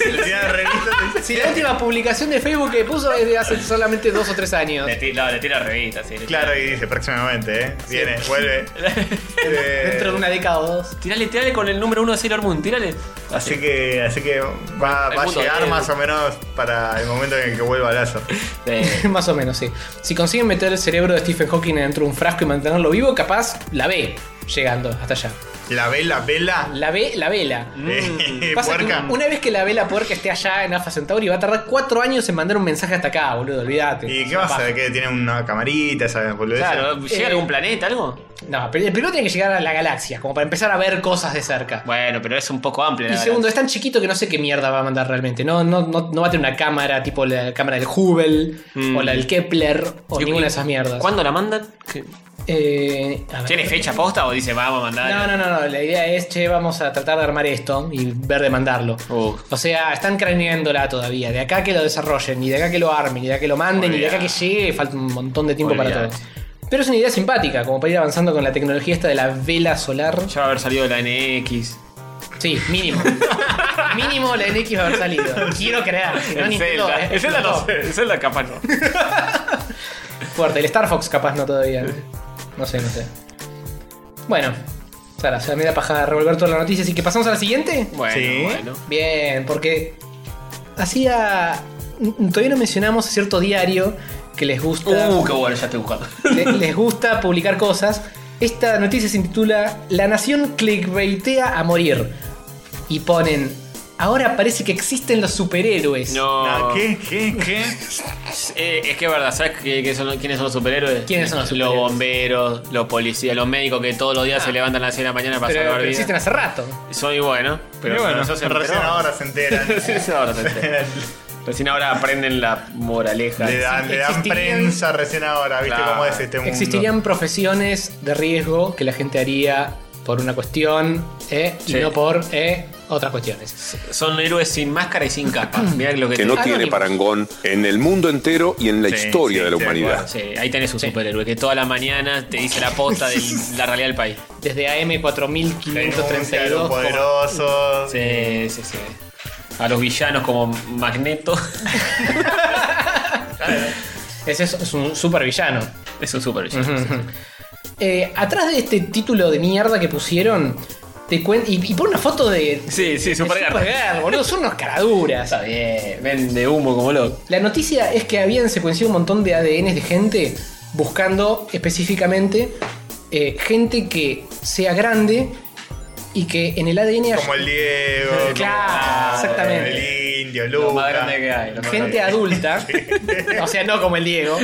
[SPEAKER 4] Le tiran revistas.
[SPEAKER 2] Si la última publicación de Facebook que puso es de hace solamente dos o tres años.
[SPEAKER 4] Este,
[SPEAKER 10] Le tira, no, le tira revistas, sí. le tira-
[SPEAKER 4] Claro, y dice próximamente, ¿eh? Viene, vuelve. Eh,
[SPEAKER 2] Dentro de una década o dos.
[SPEAKER 3] Tirale, tirale con el número uno de Sailor Moon, tirale.
[SPEAKER 4] Así que, así que va,
[SPEAKER 3] El
[SPEAKER 4] va a
[SPEAKER 3] mundo
[SPEAKER 4] llegar
[SPEAKER 3] tiene-
[SPEAKER 4] más o menos para el momento en el que vuelva Lazo.
[SPEAKER 3] Eh,
[SPEAKER 2] Más o menos, sí. Si consiguen meter el cerebro de Stephen Hawking dentro de un frasco y mantenerlo vivo, capaz la ve llegando hasta allá.
[SPEAKER 4] La vela, vela.
[SPEAKER 2] La ve, la vela.
[SPEAKER 4] Eh,
[SPEAKER 2] Mm. Pasa que
[SPEAKER 4] puerca.
[SPEAKER 2] una vez que la vela puerca esté allá en Alpha Centauri, va a tardar cuatro años en mandar un mensaje hasta acá, boludo, olvídate.
[SPEAKER 4] ¿Y qué va a hacer? ¿Que tiene una camarita, sabes?
[SPEAKER 3] claro, ¿llega
[SPEAKER 2] Eh.
[SPEAKER 3] algún planeta, algo?
[SPEAKER 2] No, pero el primero tiene que llegar a la galaxia, como para empezar a ver cosas de cerca.
[SPEAKER 3] Bueno, pero es un poco amplio.
[SPEAKER 2] Y
[SPEAKER 3] la
[SPEAKER 2] segundo, es tan chiquito que no sé qué mierda va a mandar realmente. No, no, no, no va a tener una cámara tipo la cámara del Hubble
[SPEAKER 3] Mm.
[SPEAKER 2] o la del Kepler o
[SPEAKER 3] ¿Y-
[SPEAKER 2] ninguna de esas mierdas.
[SPEAKER 3] ¿Cuándo la mandan? ¿Qué-
[SPEAKER 2] Eh, a ver.
[SPEAKER 3] ¿Tiene fecha posta o dice vamos a mandar?
[SPEAKER 2] No, no, no, no, la idea es, che, vamos a tratar de armar esto y ver de mandarlo.
[SPEAKER 3] Uh.
[SPEAKER 2] O sea, están craneándola todavía. De acá que lo desarrollen, y de acá que lo armen, y de acá que lo manden, y de acá que llegue, falta un montón de tiempo para
[SPEAKER 3] Olvidate.
[SPEAKER 2] todo. Pero es una idea simpática, como para ir avanzando con la tecnología esta de la vela solar.
[SPEAKER 3] Ya va a haber salido de la NX.
[SPEAKER 2] Sí, mínimo. mínimo la NX va a haber salido. Quiero creer. si No,
[SPEAKER 3] el
[SPEAKER 2] Nintendo,
[SPEAKER 3] Zelda.
[SPEAKER 2] eh,
[SPEAKER 3] El Zelda no
[SPEAKER 2] explotó.
[SPEAKER 3] sé, El Zelda capaz no.
[SPEAKER 2] Fuerte, el Star Fox capaz no todavía. eh. No sé, no sé. Bueno, Sara, se me da paja revolver toda la noticia, así que pasamos a la siguiente.
[SPEAKER 3] Bueno,
[SPEAKER 4] Sí.
[SPEAKER 3] bueno.
[SPEAKER 2] Bien, porque hacía. Todavía no mencionamos cierto diario que les gusta.
[SPEAKER 3] Uh, qué bueno, ya estoy buscando.
[SPEAKER 2] le- les gusta publicar cosas. Esta noticia se titula La nación clickbaitea a morir. Y ponen. Ahora parece que existen los superhéroes.
[SPEAKER 4] Ah,
[SPEAKER 3] No.
[SPEAKER 4] ¿Qué? ¿Qué? ¿Qué?
[SPEAKER 3] Eh, es que es verdad, ¿sabes qué- qué son los- quiénes son los superhéroes?
[SPEAKER 2] ¿Quiénes son los
[SPEAKER 3] Los
[SPEAKER 2] superhéroes? Ah.
[SPEAKER 3] bomberos, los policías, los médicos que todos los días se levantan a las 6 de la mañana para
[SPEAKER 2] Pero
[SPEAKER 3] salvar Este
[SPEAKER 2] que existen
[SPEAKER 3] vidas.
[SPEAKER 2] hace rato.
[SPEAKER 3] Soy bueno, pero
[SPEAKER 4] Pero bueno,
[SPEAKER 3] sos
[SPEAKER 4] recién ahora se enteran.
[SPEAKER 3] ahora se entera. Recién ahora aprenden la moraleja.
[SPEAKER 4] le dan, le dan
[SPEAKER 2] existirían-
[SPEAKER 4] prensa recién ahora, ¿viste
[SPEAKER 3] Claro.
[SPEAKER 4] cómo es este mundo?
[SPEAKER 2] Existirían profesiones de riesgo que la gente haría por una cuestión eh,
[SPEAKER 3] Sí.
[SPEAKER 2] y no por eh, otras cuestiones.
[SPEAKER 3] Son héroes sin máscara y sin capa. Mirá lo que,
[SPEAKER 7] que
[SPEAKER 3] te-
[SPEAKER 7] no
[SPEAKER 2] Anónimos.
[SPEAKER 7] tiene parangón en el mundo entero y en la
[SPEAKER 4] Sí,
[SPEAKER 7] historia
[SPEAKER 4] sí,
[SPEAKER 7] de la
[SPEAKER 4] de
[SPEAKER 7] humanidad.
[SPEAKER 4] acuerdo.
[SPEAKER 3] Sí, ahí tenés un superhéroe que toda la mañana te dice la posta de la realidad del país.
[SPEAKER 2] Desde AM
[SPEAKER 4] Denuncia de los
[SPEAKER 2] 4532. como-
[SPEAKER 4] poderosos.
[SPEAKER 3] Sí, sí, sí. A los villanos como Magneto.
[SPEAKER 2] Ese es, es un supervillano.
[SPEAKER 3] es un supervillano.
[SPEAKER 2] Eh, atrás de este título de mierda que pusieron, te cuen- y, y pon una foto de.
[SPEAKER 3] Sí, sí,
[SPEAKER 2] de
[SPEAKER 3] Supergirl.
[SPEAKER 2] Supergirl, boludo, son unos caraduras.
[SPEAKER 3] Está bien, vende humo como loco.
[SPEAKER 2] La noticia es que habían secuenciado un montón de ADNs de gente buscando específicamente eh, gente que sea grande y que en el ADN haya-
[SPEAKER 4] Como el Diego. como-
[SPEAKER 2] Claro, exactamente.
[SPEAKER 4] El Indio,
[SPEAKER 3] Lo
[SPEAKER 4] Luca.
[SPEAKER 3] más grande que hay. lo más
[SPEAKER 2] gente
[SPEAKER 3] grande.
[SPEAKER 2] adulta, o sea, no como el Diego,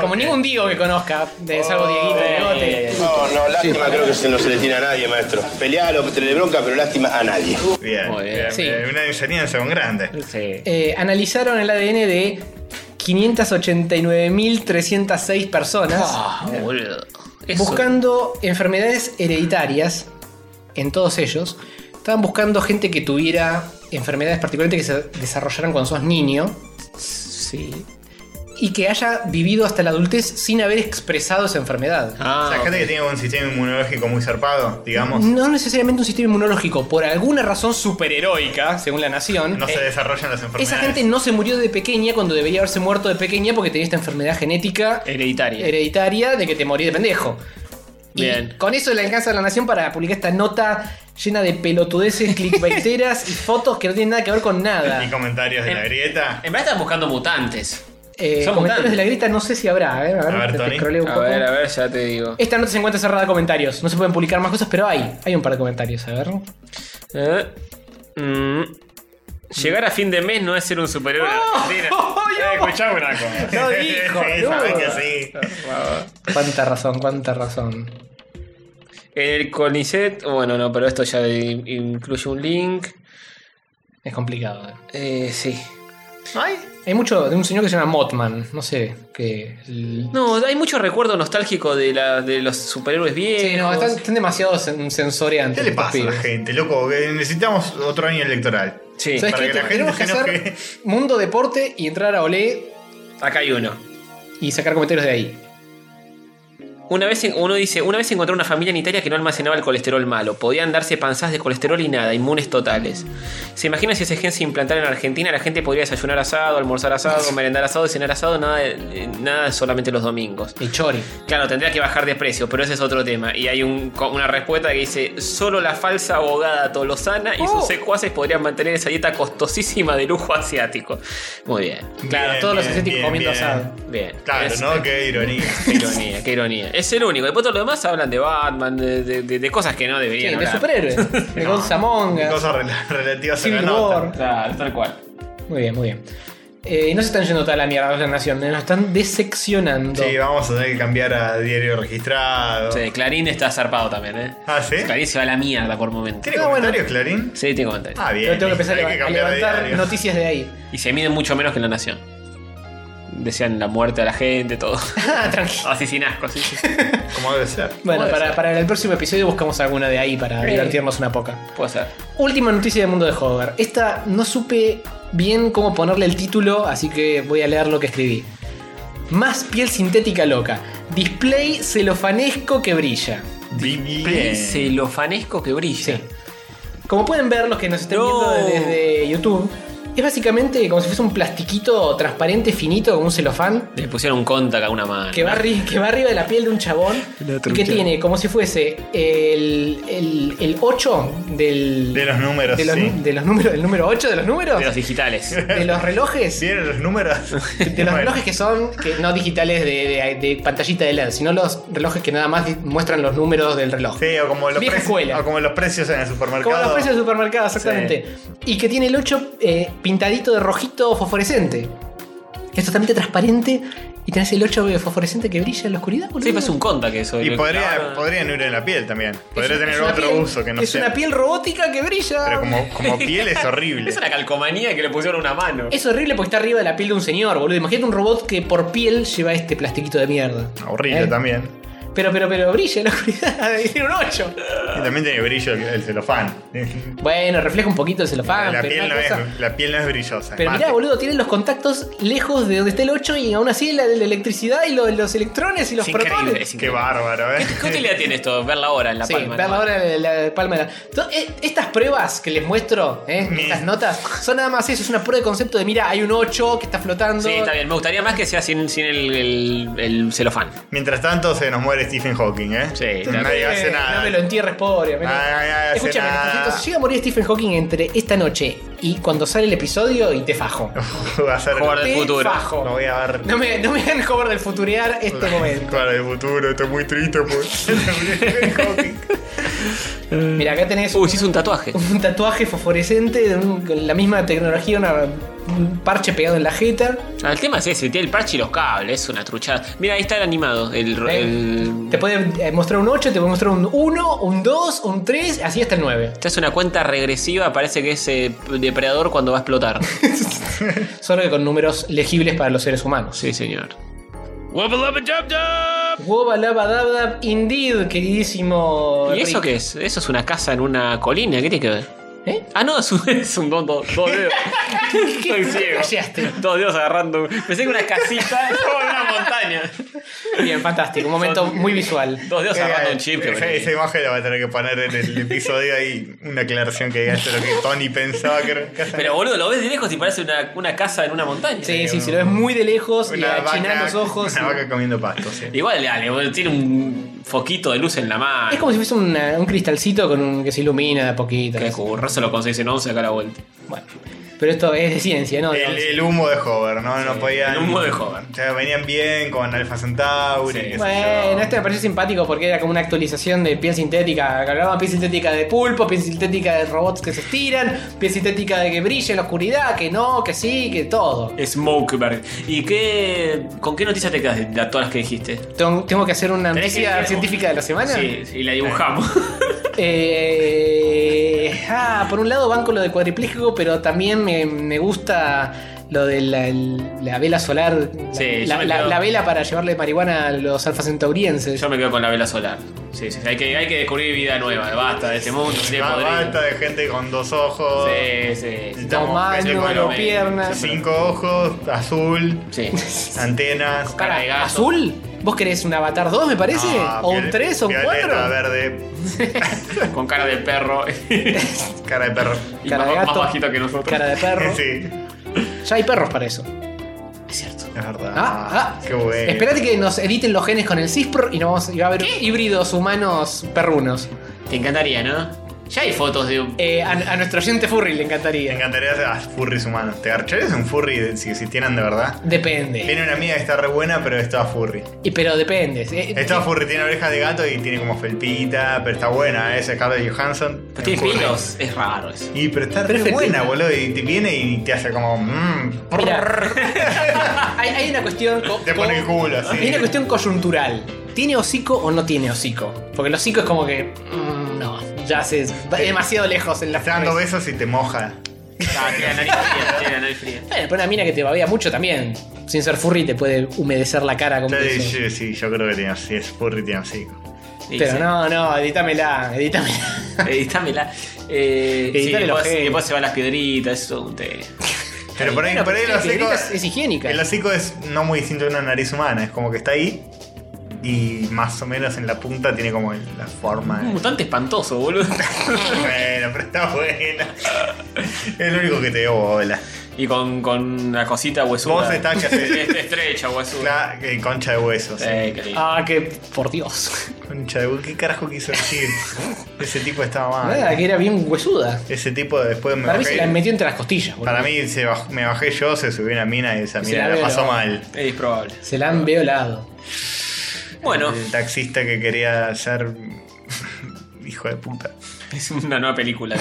[SPEAKER 2] como ningún Diego que conozca, de
[SPEAKER 4] Oh,
[SPEAKER 2] salvo Dieguito de Bigote.
[SPEAKER 5] No, no, lástima creo que se- no se le tiene a nadie, maestro. Pelealo, le bronca, pero lástima a nadie.
[SPEAKER 4] Bien,
[SPEAKER 3] Muy bien.
[SPEAKER 4] bien,
[SPEAKER 2] Sí.
[SPEAKER 4] bien. Una enseñanza, un grande.
[SPEAKER 3] Sí.
[SPEAKER 2] Eh, analizaron el ADN de 589.306 personas.
[SPEAKER 3] Ah, boludo. Eso.
[SPEAKER 2] buscando enfermedades hereditarias en todos ellos. Estaban buscando gente que tuviera enfermedades particularmente que se desarrollaran cuando sos niño
[SPEAKER 3] Sí.
[SPEAKER 2] y que haya vivido hasta la adultez sin haber expresado esa enfermedad.
[SPEAKER 3] Ah,
[SPEAKER 4] o sea, gente que tiene un sistema inmunológico muy zarpado, digamos.
[SPEAKER 2] No necesariamente un sistema inmunológico, por alguna razón superheroica, según la nación.
[SPEAKER 4] No
[SPEAKER 2] eh,
[SPEAKER 4] se desarrollan las enfermedades.
[SPEAKER 2] esa gente no se murió de pequeña cuando debería haberse muerto de pequeña porque tenía esta enfermedad genética
[SPEAKER 3] hereditaria.
[SPEAKER 2] hereditaria de que te morí de pendejo. Y
[SPEAKER 3] Bien.
[SPEAKER 2] con eso le alcanza a la nación para publicar esta nota llena de pelotudeces, clickbaiteras y fotos que no tienen nada que ver con
[SPEAKER 4] Y
[SPEAKER 2] nada.
[SPEAKER 4] comentarios de
[SPEAKER 2] Em,
[SPEAKER 3] En-
[SPEAKER 4] la grieta.
[SPEAKER 3] En verdad están buscando mutantes.
[SPEAKER 2] Eh,
[SPEAKER 3] son
[SPEAKER 2] comentarios
[SPEAKER 3] mutantes.
[SPEAKER 2] de la grita no sé si habrá, ¿eh? A ver,
[SPEAKER 4] A ver,
[SPEAKER 2] te- te
[SPEAKER 4] Tony.
[SPEAKER 2] scrolleo un poco.
[SPEAKER 3] ver, ya te digo.
[SPEAKER 2] Esta nota se encuentra cerrada de comentarios. No se pueden publicar más cosas, pero hay. Hay un par de comentarios, a ver.
[SPEAKER 3] Eh, mm. Llegar a fin de mes no es ser un superhéroe. Mira, eh, escuchame una cosa.
[SPEAKER 2] No dijo,
[SPEAKER 4] Sí, saben
[SPEAKER 2] boludo.
[SPEAKER 4] que sí.
[SPEAKER 2] Cuánta razón, cuánta razón.
[SPEAKER 3] El Conicet, bueno, no, pero esto ya in- incluye un link.
[SPEAKER 2] Es complicado. ¿eh?
[SPEAKER 3] Eh, sí.
[SPEAKER 2] Hay mucho de un señor que se llama Motman. No sé, que... el-
[SPEAKER 3] No, hay mucho recuerdo nostálgico de, la, de los superhéroes viejos.
[SPEAKER 2] Sí, no, están, están demasiado sen- sensoriantes.
[SPEAKER 4] ¿Qué le
[SPEAKER 2] estos
[SPEAKER 4] pasa a la
[SPEAKER 2] pibes.
[SPEAKER 4] gente, loco? Que necesitamos otro año electoral.
[SPEAKER 3] Sí,
[SPEAKER 2] ¿Sabes
[SPEAKER 4] para
[SPEAKER 2] qué?
[SPEAKER 4] que la
[SPEAKER 2] Tenemos que
[SPEAKER 4] gente se
[SPEAKER 2] hacer
[SPEAKER 4] enoje.
[SPEAKER 2] mundo deporte y entrar a Olé
[SPEAKER 3] acá hay uno.
[SPEAKER 2] y sacar comentarios de ahí.
[SPEAKER 3] Una vez en- uno dice, una vez encontré una familia en Italia que no almacenaba el colesterol malo. Podían darse panzas de colesterol y nada, inmunes totales. ¿Se imagina si ese gen se implantara en Argentina? La gente podría desayunar asado, almorzar asado, merendar asado, cenar asado, nada, de- nada solamente los domingos.
[SPEAKER 2] Y Chori.
[SPEAKER 3] Claro, tendría que bajar de precio, pero ese es otro tema. Y hay un- co- una respuesta que dice: Solo la falsa abogada Tolosana y
[SPEAKER 2] Oh.
[SPEAKER 3] sus secuaces podrían mantener esa dieta costosísima de lujo asiático. Muy bien.
[SPEAKER 2] Claro,
[SPEAKER 4] Bien,
[SPEAKER 2] todos los
[SPEAKER 4] bien,
[SPEAKER 2] asiáticos
[SPEAKER 4] bien,
[SPEAKER 2] comiendo
[SPEAKER 4] bien.
[SPEAKER 2] asado.
[SPEAKER 3] Bien.
[SPEAKER 4] Claro,
[SPEAKER 3] Es-
[SPEAKER 4] ¿no? Qué ironía.
[SPEAKER 3] Qué ironía, qué ironía. Es el único. Después todo lo demás hablan de Batman, de, de- de- de cosas que no
[SPEAKER 2] Sí,
[SPEAKER 3] deberían
[SPEAKER 2] de
[SPEAKER 3] hablar.
[SPEAKER 2] superhéroes. De
[SPEAKER 4] Y
[SPEAKER 2] Gonzamonga.
[SPEAKER 4] Cosas rela- relativas a la
[SPEAKER 2] Civil
[SPEAKER 4] nota.
[SPEAKER 2] War.
[SPEAKER 3] Claro, tal cual.
[SPEAKER 2] Muy bien, muy bien. Eh, no se están yendo toda la mierda los de la nación, eh, nos están deseccionando.
[SPEAKER 4] Sí, vamos a tener que cambiar a diario registrado.
[SPEAKER 3] Sí, Clarín está zarpado también, ¿eh?
[SPEAKER 4] Ah, ¿sí?
[SPEAKER 3] Clarín se va a la mierda por momento.
[SPEAKER 4] ¿Tiene
[SPEAKER 2] Ah, bueno.
[SPEAKER 4] comentarios, Clarín?
[SPEAKER 3] Sí, tengo comentarios.
[SPEAKER 4] Ah, bien.
[SPEAKER 2] Yo tengo que empezar
[SPEAKER 4] Hay
[SPEAKER 2] a, a
[SPEAKER 4] cambiar de
[SPEAKER 2] levantar
[SPEAKER 4] diario.
[SPEAKER 2] noticias de ahí.
[SPEAKER 3] Y se miden mucho menos que en la nación. Decían la muerte a la gente, todo.
[SPEAKER 2] Ah, tranquilo.
[SPEAKER 3] Asesinazgo, sí, sí.
[SPEAKER 4] Como debe ser.
[SPEAKER 2] Bueno,
[SPEAKER 3] Puede
[SPEAKER 2] para,
[SPEAKER 3] ser.
[SPEAKER 2] para el próximo episodio buscamos alguna de ahí para
[SPEAKER 3] Sí.
[SPEAKER 2] divertirnos una poca.
[SPEAKER 3] Puede ser.
[SPEAKER 2] Última noticia del mundo de Hogar. Esta no supe bien cómo ponerle el título, así que voy a leer lo que escribí. Más piel sintética loca. Display celofanesco que brilla.
[SPEAKER 3] Play celofanesco que brilla.
[SPEAKER 2] Sí. Como pueden ver los que nos están
[SPEAKER 3] No.
[SPEAKER 2] viendo desde YouTube, es básicamente como si fuese un plastiquito transparente finito como un celofán
[SPEAKER 3] Le pusieron un contact a una mano.
[SPEAKER 2] que va, arri- que va arriba de la piel de un chabón y que tiene como si fuese el, el, el 8 del,
[SPEAKER 4] De los números,
[SPEAKER 2] de los,
[SPEAKER 4] sí.
[SPEAKER 2] nu- de los números, el número 8 de los números,
[SPEAKER 3] De los digitales.
[SPEAKER 2] de los relojes.
[SPEAKER 4] ¿Vieron los números?
[SPEAKER 2] De los
[SPEAKER 4] Bueno,
[SPEAKER 2] relojes que son que no digitales de, de- de pantallita de LED, sino los relojes que nada más di- muestran los números del reloj.
[SPEAKER 4] Sí, o como, los
[SPEAKER 2] Vieja escuela.
[SPEAKER 4] precios, o como los precios en el supermercado.
[SPEAKER 2] Como los precios del supermercado, exactamente. Y que tiene el 8 eh, pintadito de rojito fosforescente. Es totalmente transparente y tenés el 8 fosforescente que brilla en la oscuridad, boludo.
[SPEAKER 3] Sí, pero pues es un contact eso.
[SPEAKER 4] Y
[SPEAKER 3] Lo-
[SPEAKER 4] podría,
[SPEAKER 3] ahora-
[SPEAKER 4] podrían ir en la piel también. Podría
[SPEAKER 2] Es-
[SPEAKER 4] tener
[SPEAKER 2] es una
[SPEAKER 4] otro
[SPEAKER 2] piel-
[SPEAKER 4] uso que no
[SPEAKER 2] Es
[SPEAKER 4] sea.
[SPEAKER 2] una piel robótica que brilla.
[SPEAKER 4] Pero como, como piel es horrible.
[SPEAKER 3] Es una calcomanía que le pusieron una mano.
[SPEAKER 2] Es horrible porque está arriba de la piel de un señor, boludo. Imagínate un robot que por piel lleva este plastiquito de mierda.
[SPEAKER 4] Horrible
[SPEAKER 2] ¿Eh?
[SPEAKER 4] también.
[SPEAKER 2] Pero, pero, pero brilla en la oscuridad. y Tiene un 8.
[SPEAKER 4] Y también tiene brillo el, el celofán.
[SPEAKER 2] Bueno, refleja un poquito el celofán.
[SPEAKER 4] la,
[SPEAKER 2] Ah, pero
[SPEAKER 4] piel
[SPEAKER 2] una
[SPEAKER 4] no es,
[SPEAKER 2] cosa-
[SPEAKER 4] la piel no es brillosa. es
[SPEAKER 2] Pero mirá,
[SPEAKER 4] mate.
[SPEAKER 2] boludo, tienen los contactos lejos de donde está el 8 y aún así la, la electricidad y lo- los electrones y los
[SPEAKER 3] Es increíble,
[SPEAKER 2] protones.
[SPEAKER 3] es
[SPEAKER 4] Qué
[SPEAKER 3] increíble.
[SPEAKER 4] bárbaro, eh.
[SPEAKER 3] ¿Qué utilidad tiene esto? Ver la hora en la
[SPEAKER 2] Sí,
[SPEAKER 3] palma.
[SPEAKER 2] ver
[SPEAKER 3] ¿no?
[SPEAKER 2] ahora la, la palma de la- To- eh, Estas pruebas que les muestro, eh,
[SPEAKER 4] Mm.
[SPEAKER 2] estas notas, son nada más eso, es una prueba de concepto de, mira, hay un 8 que está flotando.
[SPEAKER 3] Sí, está bien. Me gustaría más que sea sin, sin el, el- el celofán.
[SPEAKER 4] Mientras tanto se nos muere Stephen Hawking, eh.
[SPEAKER 3] Sí,
[SPEAKER 4] Nadie
[SPEAKER 3] también.
[SPEAKER 2] Eh,
[SPEAKER 4] hace nada.
[SPEAKER 2] No me lo entierres, pobre. me lo-
[SPEAKER 4] Ay, ay, ay, hace
[SPEAKER 2] Escúchame,
[SPEAKER 4] nada.
[SPEAKER 2] Jorgito, si llega a morir Stephen Hawking entre esta noche y cuando sale el episodio y te fajo.
[SPEAKER 4] Va a ser-
[SPEAKER 3] Jugar
[SPEAKER 2] Te
[SPEAKER 3] del futuro.
[SPEAKER 2] fajo.
[SPEAKER 4] Lo voy a ver.
[SPEAKER 2] No me, no me hagan cover del futurear este momento.
[SPEAKER 4] Para el futuro, estoy muy triste por Stephen Hawking.
[SPEAKER 2] Mira, acá tenés
[SPEAKER 3] Uy, se hizo un tatuaje.
[SPEAKER 2] un tatuaje fosforescente de un- con la misma tecnología, una- un parche pegado en la jeta.
[SPEAKER 3] Ah, El tema es ese, tiene el parche y los cables, es una truchada. Mira, ahí está el animado. El,
[SPEAKER 2] Eh,
[SPEAKER 3] el-
[SPEAKER 2] Te puede eh, mostrar un 8, te puede mostrar un 1, un 2, un 3, así hasta el 9.
[SPEAKER 3] Esta es una cuenta regresiva, parece que es eh, depredador cuando va a explotar.
[SPEAKER 2] Solo que con números legibles para los seres humanos.
[SPEAKER 3] sí, señor.
[SPEAKER 2] Woba laba dab dab, indeed, queridísimo.
[SPEAKER 3] ¿Y eso
[SPEAKER 2] Rick.
[SPEAKER 3] qué es? Eso es una casa en una colina, ¿qué tiene que ver?
[SPEAKER 2] ¿Eh?
[SPEAKER 3] Ah, no, es un, es un don, don- dos dedos. Estoy ciego.
[SPEAKER 2] Callaste.
[SPEAKER 3] Dos dedos agarrando. un- Pensé que una casita como en una montaña.
[SPEAKER 2] Bien, fantástico. Un momento muy visual.
[SPEAKER 3] Dos dedos agarrando
[SPEAKER 4] Eh,
[SPEAKER 3] un chip. que
[SPEAKER 4] esa, esa imagen la va a tener que poner en el episodio ahí una aclaración que diga esto es lo que Tony pensaba que era. casa.
[SPEAKER 3] Pero boludo, lo ves de lejos y parece una, una casa en una montaña.
[SPEAKER 2] Sí, sí, si lo ves muy de lejos y
[SPEAKER 4] una
[SPEAKER 2] achinás
[SPEAKER 4] vaca,
[SPEAKER 2] los ojos.
[SPEAKER 4] una
[SPEAKER 2] y-
[SPEAKER 4] vaca comiendo pasto, sí.
[SPEAKER 3] Igual, dale, boludo, tiene un foquito de luz en la mano.
[SPEAKER 2] Es como si fuese una- un cristalcito con un, que se ilumina de a poquito.
[SPEAKER 3] Que curro, se lo conseguís en 11 acá a la vuelta.
[SPEAKER 2] Bueno, pero esto es de ciencia, ¿no?
[SPEAKER 4] El, el humo de Hover, ¿no? no podían.
[SPEAKER 3] el humo de Hover.
[SPEAKER 4] O sea, venían bien con Alpha Centauri.
[SPEAKER 3] Sí.
[SPEAKER 4] qué sé
[SPEAKER 2] Bueno,
[SPEAKER 4] yo.
[SPEAKER 2] este me pareció simpático porque era como una actualización de piel sintética. Que Hablaban de piel sintética de pulpo, piel sintética de robots que se estiran, piel sintética de que brilla en la oscuridad, que no, que sí, que todo.
[SPEAKER 3] Smokeberg. ¿Y qué. ¿Con qué noticia te quedas de, de todas las que dijiste?
[SPEAKER 2] Tengo tengo que hacer una
[SPEAKER 3] ¿Tenés
[SPEAKER 2] noticia
[SPEAKER 3] que-
[SPEAKER 2] científica de la semana.
[SPEAKER 3] Sí, sí, la dibujamos.
[SPEAKER 2] Eh, ah, por un lado banco lo de cuadripléjico, pero también me, me gusta lo de la, la vela solar, la-
[SPEAKER 3] Sí, yo
[SPEAKER 2] la,
[SPEAKER 3] me
[SPEAKER 2] la-
[SPEAKER 3] quedo-
[SPEAKER 2] la vela para llevarle marihuana a los alfacentaurienses.
[SPEAKER 3] Yo me quedo con la vela solar. Sí, sí, sí, hay que, hay que descubrir vida nueva. Basta
[SPEAKER 10] este
[SPEAKER 3] de ese mundo. sí,
[SPEAKER 4] Ah,
[SPEAKER 3] podrido.
[SPEAKER 4] basta de gente con dos ojos.
[SPEAKER 3] Sí, sí.
[SPEAKER 2] Dos
[SPEAKER 4] Estamos
[SPEAKER 2] manos,
[SPEAKER 4] metiendo
[SPEAKER 2] dos
[SPEAKER 4] lo
[SPEAKER 3] mismo.
[SPEAKER 2] piernas.
[SPEAKER 4] Cinco ojos, azul,
[SPEAKER 3] Sí.
[SPEAKER 4] antenas.
[SPEAKER 2] Cara,
[SPEAKER 3] Cara de gato.
[SPEAKER 2] ¿Azul? ¿Vos querés un Avatar 2, me parece?
[SPEAKER 4] Ah,
[SPEAKER 2] ¿O un
[SPEAKER 4] viole-
[SPEAKER 2] 3 o un 4?
[SPEAKER 4] violeta, verde,
[SPEAKER 10] Con cara de perro. y
[SPEAKER 4] cara de perro.
[SPEAKER 2] Cara
[SPEAKER 10] más,
[SPEAKER 2] de
[SPEAKER 10] más
[SPEAKER 2] gato.
[SPEAKER 10] bajito que nosotros.
[SPEAKER 2] Cara de perro.
[SPEAKER 4] Sí,
[SPEAKER 2] Ya hay perros para eso.
[SPEAKER 10] Es cierto.
[SPEAKER 4] es verdad.
[SPEAKER 2] Ah, ah.
[SPEAKER 4] Qué bueno.
[SPEAKER 2] Esperate que nos editen los genes con el CISPR y, nos vamos, y va a haber híbridos humanos perrunos.
[SPEAKER 10] Te encantaría, ¿no? Ya hay fotos de un.
[SPEAKER 2] Eh, a, a nuestro oyente furry le
[SPEAKER 4] Me
[SPEAKER 2] encantaría.
[SPEAKER 4] encantaría hacer ah, furries humanos. ¿Te archarías un furry de- si existieran de verdad?
[SPEAKER 2] Depende.
[SPEAKER 4] Tiene una amiga que está re buena, pero es toda furry.
[SPEAKER 2] Y, pero depende. Eh,
[SPEAKER 4] Es toda furry, tiene orejas de gato y tiene como felpita, pero está buena, ese Carlos Johansson.
[SPEAKER 10] Pero tiene
[SPEAKER 4] Furry.
[SPEAKER 10] pelos. Es raro eso.
[SPEAKER 4] Y pero está
[SPEAKER 2] Pero
[SPEAKER 4] re
[SPEAKER 2] es
[SPEAKER 4] buena,
[SPEAKER 2] felpita.
[SPEAKER 4] boludo. Y te viene y te hace como. Mmm,
[SPEAKER 2] Mira, hay, hay una cuestión. co-
[SPEAKER 4] te pone el
[SPEAKER 2] co-
[SPEAKER 4] culo así.
[SPEAKER 2] Hay una cuestión coyuntural. ¿Tiene hocico o no tiene hocico? Porque el hocico es como que. mm, no, ya se. Va demasiado lejos en la
[SPEAKER 4] Te está dando
[SPEAKER 2] furries.
[SPEAKER 4] besos y te moja.
[SPEAKER 10] Ah, tiene la nariz fría, tiene la nariz fría.
[SPEAKER 2] Bueno, pero una mina que te babea mucho también. Sin ser furry te puede humedecer la cara con
[SPEAKER 4] Yo,
[SPEAKER 2] besos.
[SPEAKER 4] yo- sí, yo creo que tiene así, es furry, tiene así.
[SPEAKER 10] Y
[SPEAKER 2] Pero
[SPEAKER 10] sí.
[SPEAKER 2] no, no, edítamela, edítamela.
[SPEAKER 10] Editámela. Eh, sí,
[SPEAKER 2] Editale los
[SPEAKER 10] después,
[SPEAKER 2] genes.
[SPEAKER 10] después se van las piedritas, eso es un té.
[SPEAKER 4] Pero por ahí,
[SPEAKER 2] Bueno,
[SPEAKER 4] por ahí el
[SPEAKER 2] la
[SPEAKER 4] hocico.
[SPEAKER 2] piedrita es, es higiénica.
[SPEAKER 4] El hocico es no muy distinto a una nariz humana, es como que está ahí. Y más o menos en la punta tiene como la forma.
[SPEAKER 10] Un
[SPEAKER 4] de-
[SPEAKER 10] mutante espantoso, boludo.
[SPEAKER 4] Bueno, pero está buena. Es lo único que te dio bola.
[SPEAKER 10] Y con, con una cosita huesuda.
[SPEAKER 4] Vos estás que haces-
[SPEAKER 10] Este, Estrecha, huesuda.
[SPEAKER 4] La eh, concha de huesos.
[SPEAKER 10] Eh, qué lindo.
[SPEAKER 2] Ah, que por Dios.
[SPEAKER 4] Concha de huesos. ¿Qué carajo quiso decir? Ese tipo estaba mal.
[SPEAKER 2] Nada, que era bien huesuda.
[SPEAKER 4] Ese tipo después me
[SPEAKER 2] Para mí se la
[SPEAKER 4] bajé.
[SPEAKER 2] metió entre las costillas, boludo.
[SPEAKER 4] Para mí se baj- me bajé yo, se subió una mina y esa
[SPEAKER 2] Se
[SPEAKER 4] mina
[SPEAKER 2] la
[SPEAKER 4] la pasó
[SPEAKER 2] veo.
[SPEAKER 4] mal.
[SPEAKER 10] Es probable.
[SPEAKER 2] Se la han violado.
[SPEAKER 10] Bueno,
[SPEAKER 4] El taxista que quería ser hijo de puta.
[SPEAKER 10] es una nueva película.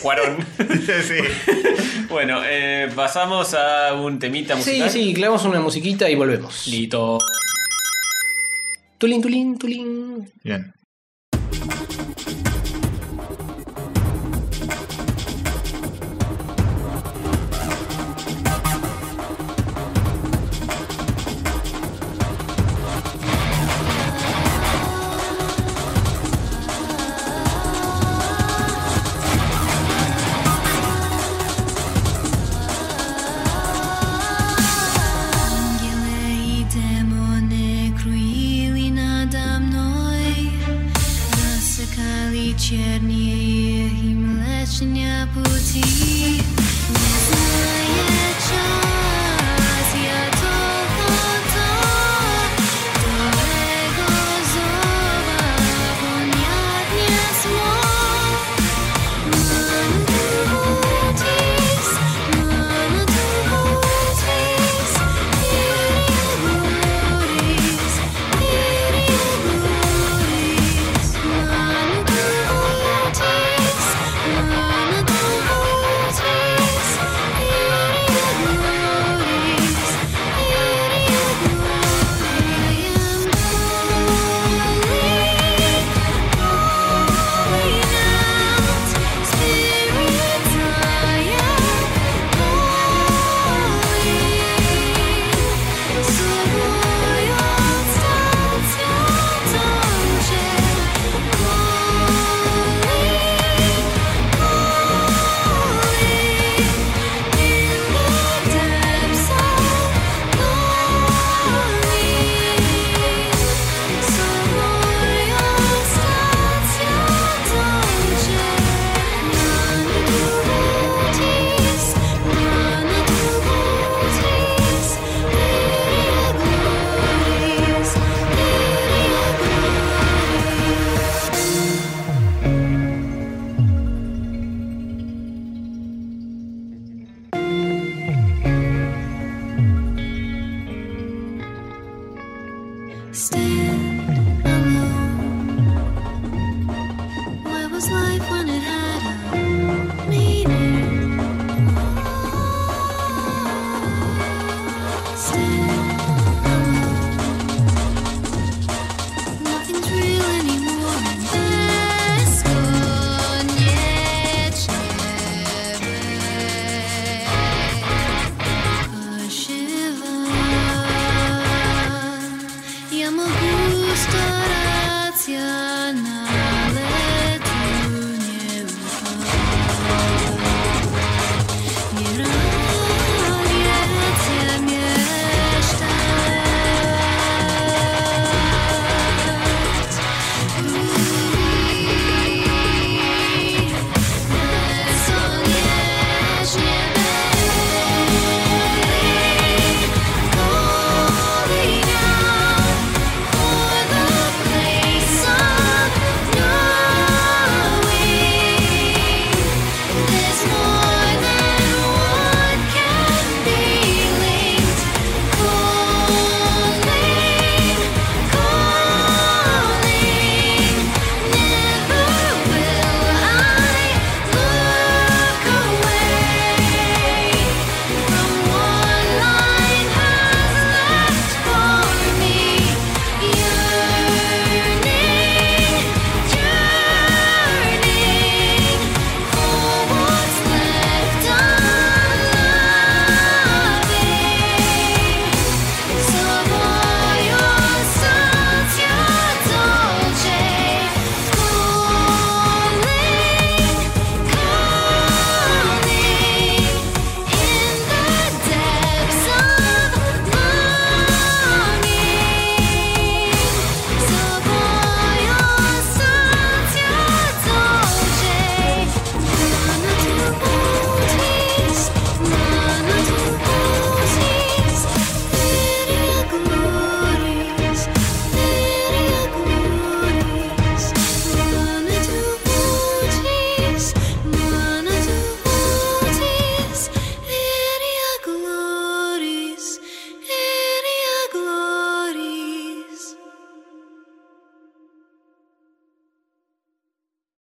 [SPEAKER 10] Cuarón.
[SPEAKER 4] sí.
[SPEAKER 10] bueno, eh, pasamos a un temita
[SPEAKER 2] Sí,
[SPEAKER 10] musical.
[SPEAKER 2] sí, clavamos una musiquita y volvemos.
[SPEAKER 10] Listo.
[SPEAKER 2] Tulín, tulín, tulín.
[SPEAKER 4] Bien.
[SPEAKER 9] Ангелы и демоны круили надо мной, Рассекали чернее и млечные пути. Не зная час, я только то, Твоего зова понять не смог. Thank you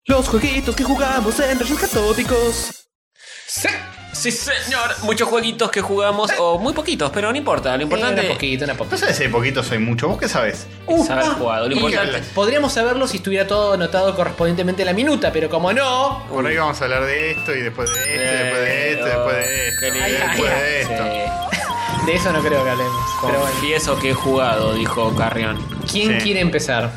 [SPEAKER 1] Los jueguitos que jugamos en rayos catódicos.
[SPEAKER 3] Sí. Sí, señor. Muchos jueguitos que jugamos, o muy poquitos, pero no importa. Lo importante
[SPEAKER 2] una poquito, una poquito.
[SPEAKER 4] No sabes si de poquito soy mucho. ¿Vos qué sabes?
[SPEAKER 2] uh,
[SPEAKER 3] es haber
[SPEAKER 2] ah,
[SPEAKER 3] jugado. Lo
[SPEAKER 2] Y
[SPEAKER 3] importante.
[SPEAKER 2] Podríamos saberlo si estuviera todo anotado correspondientemente a la minuta, pero como no.
[SPEAKER 4] Por ahí vamos a hablar de esto y después de esto, y después de esto, y
[SPEAKER 3] Eh,
[SPEAKER 4] después
[SPEAKER 3] oh,
[SPEAKER 4] de esto,
[SPEAKER 3] qué
[SPEAKER 4] y
[SPEAKER 3] lindo.
[SPEAKER 4] después de esto.
[SPEAKER 2] De eso no creo que hablemos. Pero bueno.
[SPEAKER 3] Confieso que he jugado, dijo Carrión.
[SPEAKER 2] ¿Quién
[SPEAKER 4] Sí.
[SPEAKER 2] quiere empezar?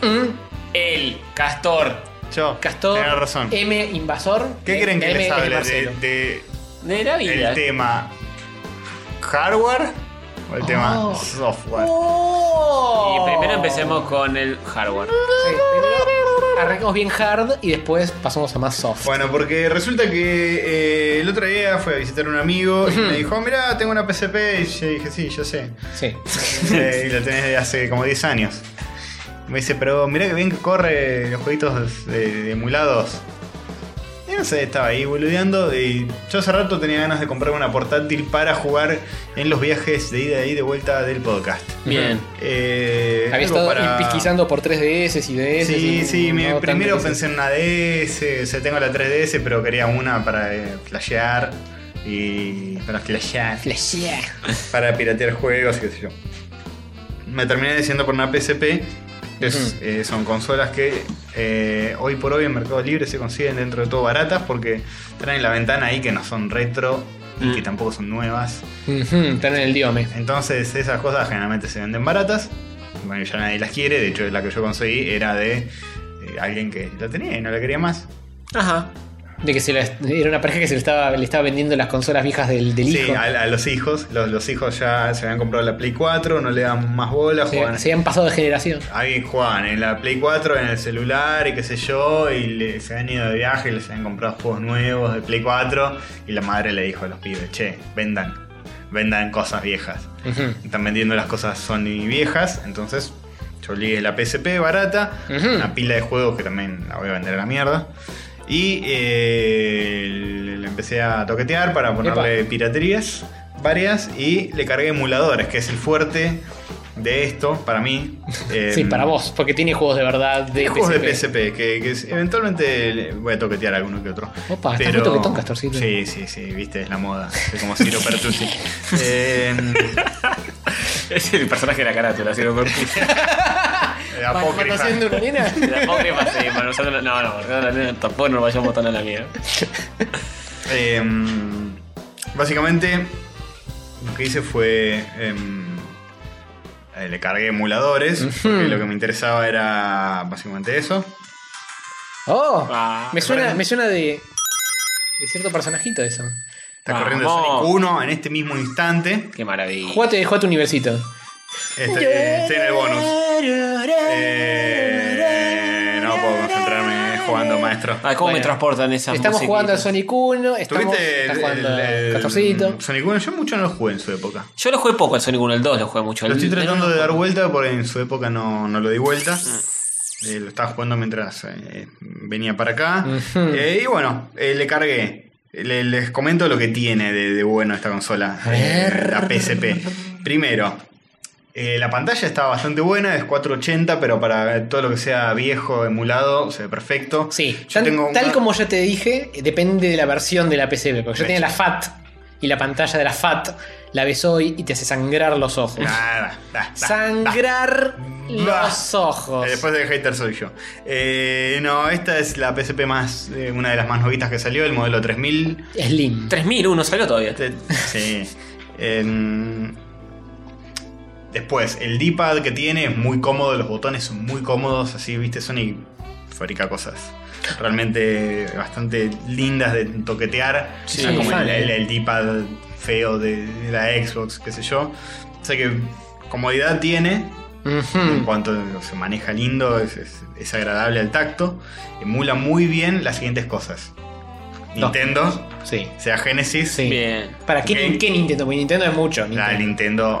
[SPEAKER 2] Mm,
[SPEAKER 3] El Castor.
[SPEAKER 4] Yo,
[SPEAKER 2] Castor,
[SPEAKER 4] tenés razón.
[SPEAKER 2] M Invasor.
[SPEAKER 4] ¿Qué
[SPEAKER 2] eh,
[SPEAKER 4] quieren que
[SPEAKER 2] M,
[SPEAKER 4] les
[SPEAKER 2] M,
[SPEAKER 4] hable de,
[SPEAKER 2] Marcelo.
[SPEAKER 4] de
[SPEAKER 3] De la vida.
[SPEAKER 4] el tema hardware o el tema software?
[SPEAKER 2] Oh.
[SPEAKER 3] Y primero empecemos con el hardware.
[SPEAKER 2] Sí, primero arrancamos bien hard y después pasamos a más soft.
[SPEAKER 4] Bueno, porque resulta que eh, el otro día fui a visitar a un amigo y me dijo, mirá, tengo una PSP. Y yo dije, sí, yo sé.
[SPEAKER 2] Sí.
[SPEAKER 4] Eh, y la tenés desde hace como 10 años. Me dice, pero mirá que bien que corre los jueguitos eh, emulados. Y no sé, estaba ahí boludeando. Y yo hace rato tenía ganas de comprarme una portátil para jugar en los viajes de ida y de vuelta del podcast.
[SPEAKER 3] Bien.
[SPEAKER 4] Eh,
[SPEAKER 2] Había
[SPEAKER 4] algo
[SPEAKER 2] estado
[SPEAKER 4] para-
[SPEAKER 2] pesquisando por 3DS y DS.
[SPEAKER 4] Sí,
[SPEAKER 2] y
[SPEAKER 4] sí,
[SPEAKER 2] no
[SPEAKER 4] mi-
[SPEAKER 2] tanto
[SPEAKER 4] primero
[SPEAKER 2] que-
[SPEAKER 4] pensé en una DS, o sea, tengo la 3DS, pero quería una para eh, flashear y para flashear,
[SPEAKER 2] Flashea.
[SPEAKER 4] para piratear juegos y qué sé yo. Me terminé diciendo por una PSP, que es- eh, son consolas que eh, hoy por hoy en Mercado Libre se consiguen dentro de todo baratas porque traen la ventana ahí que no son retro y
[SPEAKER 3] Mm.
[SPEAKER 4] que tampoco son nuevas.
[SPEAKER 2] Ujú, Están en el diome.
[SPEAKER 4] Entonces esas cosas generalmente se venden baratas. Bueno, ya nadie las quiere. De hecho, la que yo conseguí era de eh, alguien que la tenía y no la quería más.
[SPEAKER 3] Ajá.
[SPEAKER 2] De que se la- era una pareja que se le estaba, le estaba vendiendo las consolas viejas del, del
[SPEAKER 4] Sí,
[SPEAKER 2] hijo.
[SPEAKER 4] a, a los hijos. Los, los hijos ya se habían comprado la Play 4, no le dan más bola, jugaban.
[SPEAKER 2] Se, se han pasado de generación.
[SPEAKER 4] Ahí jugaban en la Play 4, en el celular y qué sé yo, y le- se han ido de viaje, les han comprado juegos nuevos de Play 4, y la madre le dijo a los pibes, che, vendan, vendan cosas viejas.
[SPEAKER 2] Ujú.
[SPEAKER 4] Están vendiendo las cosas Sony viejas, entonces yo ligué la PSP barata,
[SPEAKER 2] Ujú.
[SPEAKER 4] una pila de juegos que también la voy a vender a la mierda. Y eh, le empecé a toquetear para ponerle piraterías varias y le cargué emuladores, que es el fuerte de esto para mí. Eh,
[SPEAKER 2] sí, para vos, porque tiene juegos de verdad de
[SPEAKER 4] hay juegos de
[SPEAKER 2] PSP.
[SPEAKER 4] PSP, que, que es- eventualmente le- voy a toquetear alguno que otro.
[SPEAKER 2] Opa, estás muy toquetón, Castorcito.
[SPEAKER 4] Sí, sí, sí, viste, es la moda. Soy como Ciro Pertusi. Em,
[SPEAKER 3] Es el personaje de la carátula, si lo
[SPEAKER 4] apócrifa.
[SPEAKER 2] ¿Estás haciendo una nena?
[SPEAKER 3] La apócrifa, sí, para nosotros. No, no, no, no, tampoco nos vayamos tan a la mierda.
[SPEAKER 4] Em, básicamente, lo que hice fue. em, eh, le cargué emuladores, porque lo que me interesaba era básicamente eso.
[SPEAKER 2] Oh,
[SPEAKER 3] Ah,
[SPEAKER 2] me, suena, me suena de. de cierto personajito eso.
[SPEAKER 4] Está corriendo el
[SPEAKER 3] Vamos.
[SPEAKER 4] Sonic 1 en este mismo instante.
[SPEAKER 3] Ah, Qué maravilla.
[SPEAKER 2] Jugate, jugate un nivelcito.
[SPEAKER 4] Este- eh, Estoy en el bonus. Eh, no puedo concentrarme eh, jugando, maestro.
[SPEAKER 3] Ay, Ah, ¿cómo me
[SPEAKER 2] Bueno.
[SPEAKER 3] transportan esas
[SPEAKER 2] Estamos
[SPEAKER 3] musiquitas?
[SPEAKER 2] jugando a Sonic 1, estamos
[SPEAKER 4] ¿Tuviste
[SPEAKER 2] está
[SPEAKER 4] el,
[SPEAKER 2] jugando
[SPEAKER 4] el- el-
[SPEAKER 2] a Castorcito.
[SPEAKER 4] Sonic 1? Yo mucho no lo jugué en su época.
[SPEAKER 3] Yo lo jugué poco al Sonic 1, el 2 lo jugué mucho.
[SPEAKER 4] Lo
[SPEAKER 3] El-
[SPEAKER 4] estoy
[SPEAKER 3] el
[SPEAKER 4] tratando
[SPEAKER 3] uno-
[SPEAKER 4] de dar vuelta porque en su época no, no lo di vuelta.
[SPEAKER 2] Ah.
[SPEAKER 4] Eh, lo estaba jugando mientras eh, venía para acá.
[SPEAKER 2] Ujú.
[SPEAKER 4] Eh, y bueno, eh, le cargué. Le- les comento lo que tiene de, de bueno esta consola. eh, la PSP. Primero, eh, la pantalla está bastante buena, es 480, pero para todo lo que sea viejo, emulado, se ve perfecto.
[SPEAKER 2] Sí,
[SPEAKER 4] Yo
[SPEAKER 2] tan-
[SPEAKER 4] tengo
[SPEAKER 2] tal
[SPEAKER 4] una-
[SPEAKER 2] como ya te dije, depende de la versión de la PCB, porque yo tenía la FAT y la pantalla de la FAT la ves hoy y te hace sangrar los ojos.
[SPEAKER 4] Nada, da, da,
[SPEAKER 2] sangrar
[SPEAKER 4] Bah.
[SPEAKER 2] los ojos.
[SPEAKER 4] Eh, Después de hater soy yo. Eh, no, esta es la PSP más, eh, una de las más novitas que salió, el modelo 3000.
[SPEAKER 2] Slim.
[SPEAKER 3] 3001 salió todavía.
[SPEAKER 4] Este- sí. Em, después, el D-pad que tiene es muy cómodo, los botones son muy cómodos, así, viste, Sony fabrica cosas realmente bastante lindas de toquetear.
[SPEAKER 2] Sí,
[SPEAKER 4] No es como el,
[SPEAKER 2] vale.
[SPEAKER 4] el- el D-pad feo de, de la Xbox, qué sé yo. O sea que comodidad tiene,
[SPEAKER 3] Mm.
[SPEAKER 4] en
[SPEAKER 2] Ujú.
[SPEAKER 4] cuanto se maneja lindo, es, es- es agradable al tacto. Emula muy bien las siguientes cosas.
[SPEAKER 2] No.
[SPEAKER 4] Nintendo,
[SPEAKER 2] Sí.
[SPEAKER 4] sea Genesis,
[SPEAKER 2] Sí.
[SPEAKER 3] Bien.
[SPEAKER 2] ¿Para qué,
[SPEAKER 4] Ok.
[SPEAKER 2] qué Nintendo? E Porque Nintendo es mucho.
[SPEAKER 4] la
[SPEAKER 2] Nintendo.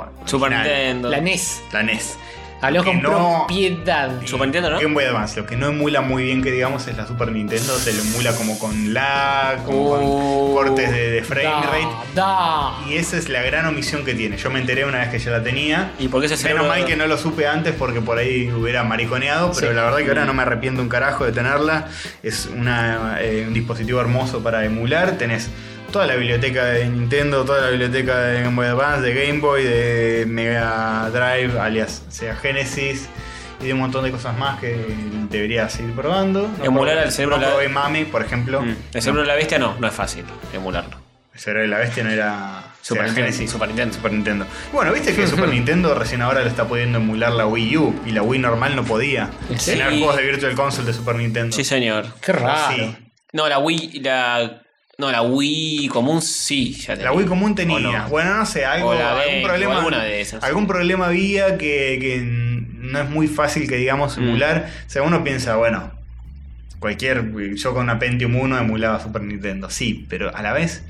[SPEAKER 4] Nintendo,
[SPEAKER 3] Super
[SPEAKER 4] original,
[SPEAKER 3] Nintendo.
[SPEAKER 2] La NES.
[SPEAKER 4] la NES.
[SPEAKER 2] Habló
[SPEAKER 4] que
[SPEAKER 2] con
[SPEAKER 4] no-
[SPEAKER 2] propiedad.
[SPEAKER 3] Super Nintendo, ¿no?
[SPEAKER 4] Eh, Game Boy Advance, lo que no emula muy bien que digamos es la Super Nintendo, se lo emula como con lag, como
[SPEAKER 3] Uh.
[SPEAKER 2] Oh,
[SPEAKER 4] con cortes de, de frame
[SPEAKER 2] da,
[SPEAKER 4] rate.
[SPEAKER 2] da.
[SPEAKER 4] Y esa es la gran omisión que tiene. Yo me enteré una vez que ya la tenía.
[SPEAKER 3] ¿Y por qué ese
[SPEAKER 4] Menos
[SPEAKER 3] cerebro-
[SPEAKER 4] mal que no lo supe antes porque por ahí hubiera mariconeado, pero
[SPEAKER 2] Sí.
[SPEAKER 4] la verdad que
[SPEAKER 3] Mm.
[SPEAKER 4] ahora no me arrepiento un carajo de tenerla. Es una, eh, un dispositivo hermoso para emular. Tenés toda la biblioteca de Nintendo, toda la biblioteca de Game Boy Advance, de Game Boy, de Mega Drive, alias Sega Genesis. Y de un montón de cosas más que deberías ir probando.
[SPEAKER 3] Emular
[SPEAKER 4] probé-
[SPEAKER 3] al cerebro
[SPEAKER 4] No
[SPEAKER 3] la-
[SPEAKER 4] probé Mami, por ejemplo.
[SPEAKER 3] Mm. El cerebro de la bestia no, no es fácil emularlo.
[SPEAKER 4] El cerebro Pues de la bestia no era
[SPEAKER 3] Super
[SPEAKER 4] Sega
[SPEAKER 3] Nintendo,
[SPEAKER 4] Genesis.
[SPEAKER 3] Super Nintendo.
[SPEAKER 4] Super Nintendo. Bueno, viste que Super Nintendo recién ahora lo está pudiendo emular la Wii U y la Wii normal no podía.
[SPEAKER 3] Sí.
[SPEAKER 4] Tener juegos de Virtual Console de Super Nintendo.
[SPEAKER 3] Sí, señor.
[SPEAKER 2] Qué raro.
[SPEAKER 4] Sí.
[SPEAKER 3] No, la Wii. La, no, la Wii común sí. Ya tenía.
[SPEAKER 4] La Wii común tenía.
[SPEAKER 3] O no.
[SPEAKER 4] Bueno, no sé, algo,
[SPEAKER 3] O la
[SPEAKER 4] algún
[SPEAKER 3] Wii, o
[SPEAKER 4] problema.
[SPEAKER 3] alguna de esas.
[SPEAKER 4] Algún problema había que, que no es muy fácil que digamos emular. O sea, uno piensa, bueno, cualquier. Yo con una Pentium 1 emulaba Super Nintendo, sí, pero a la vez.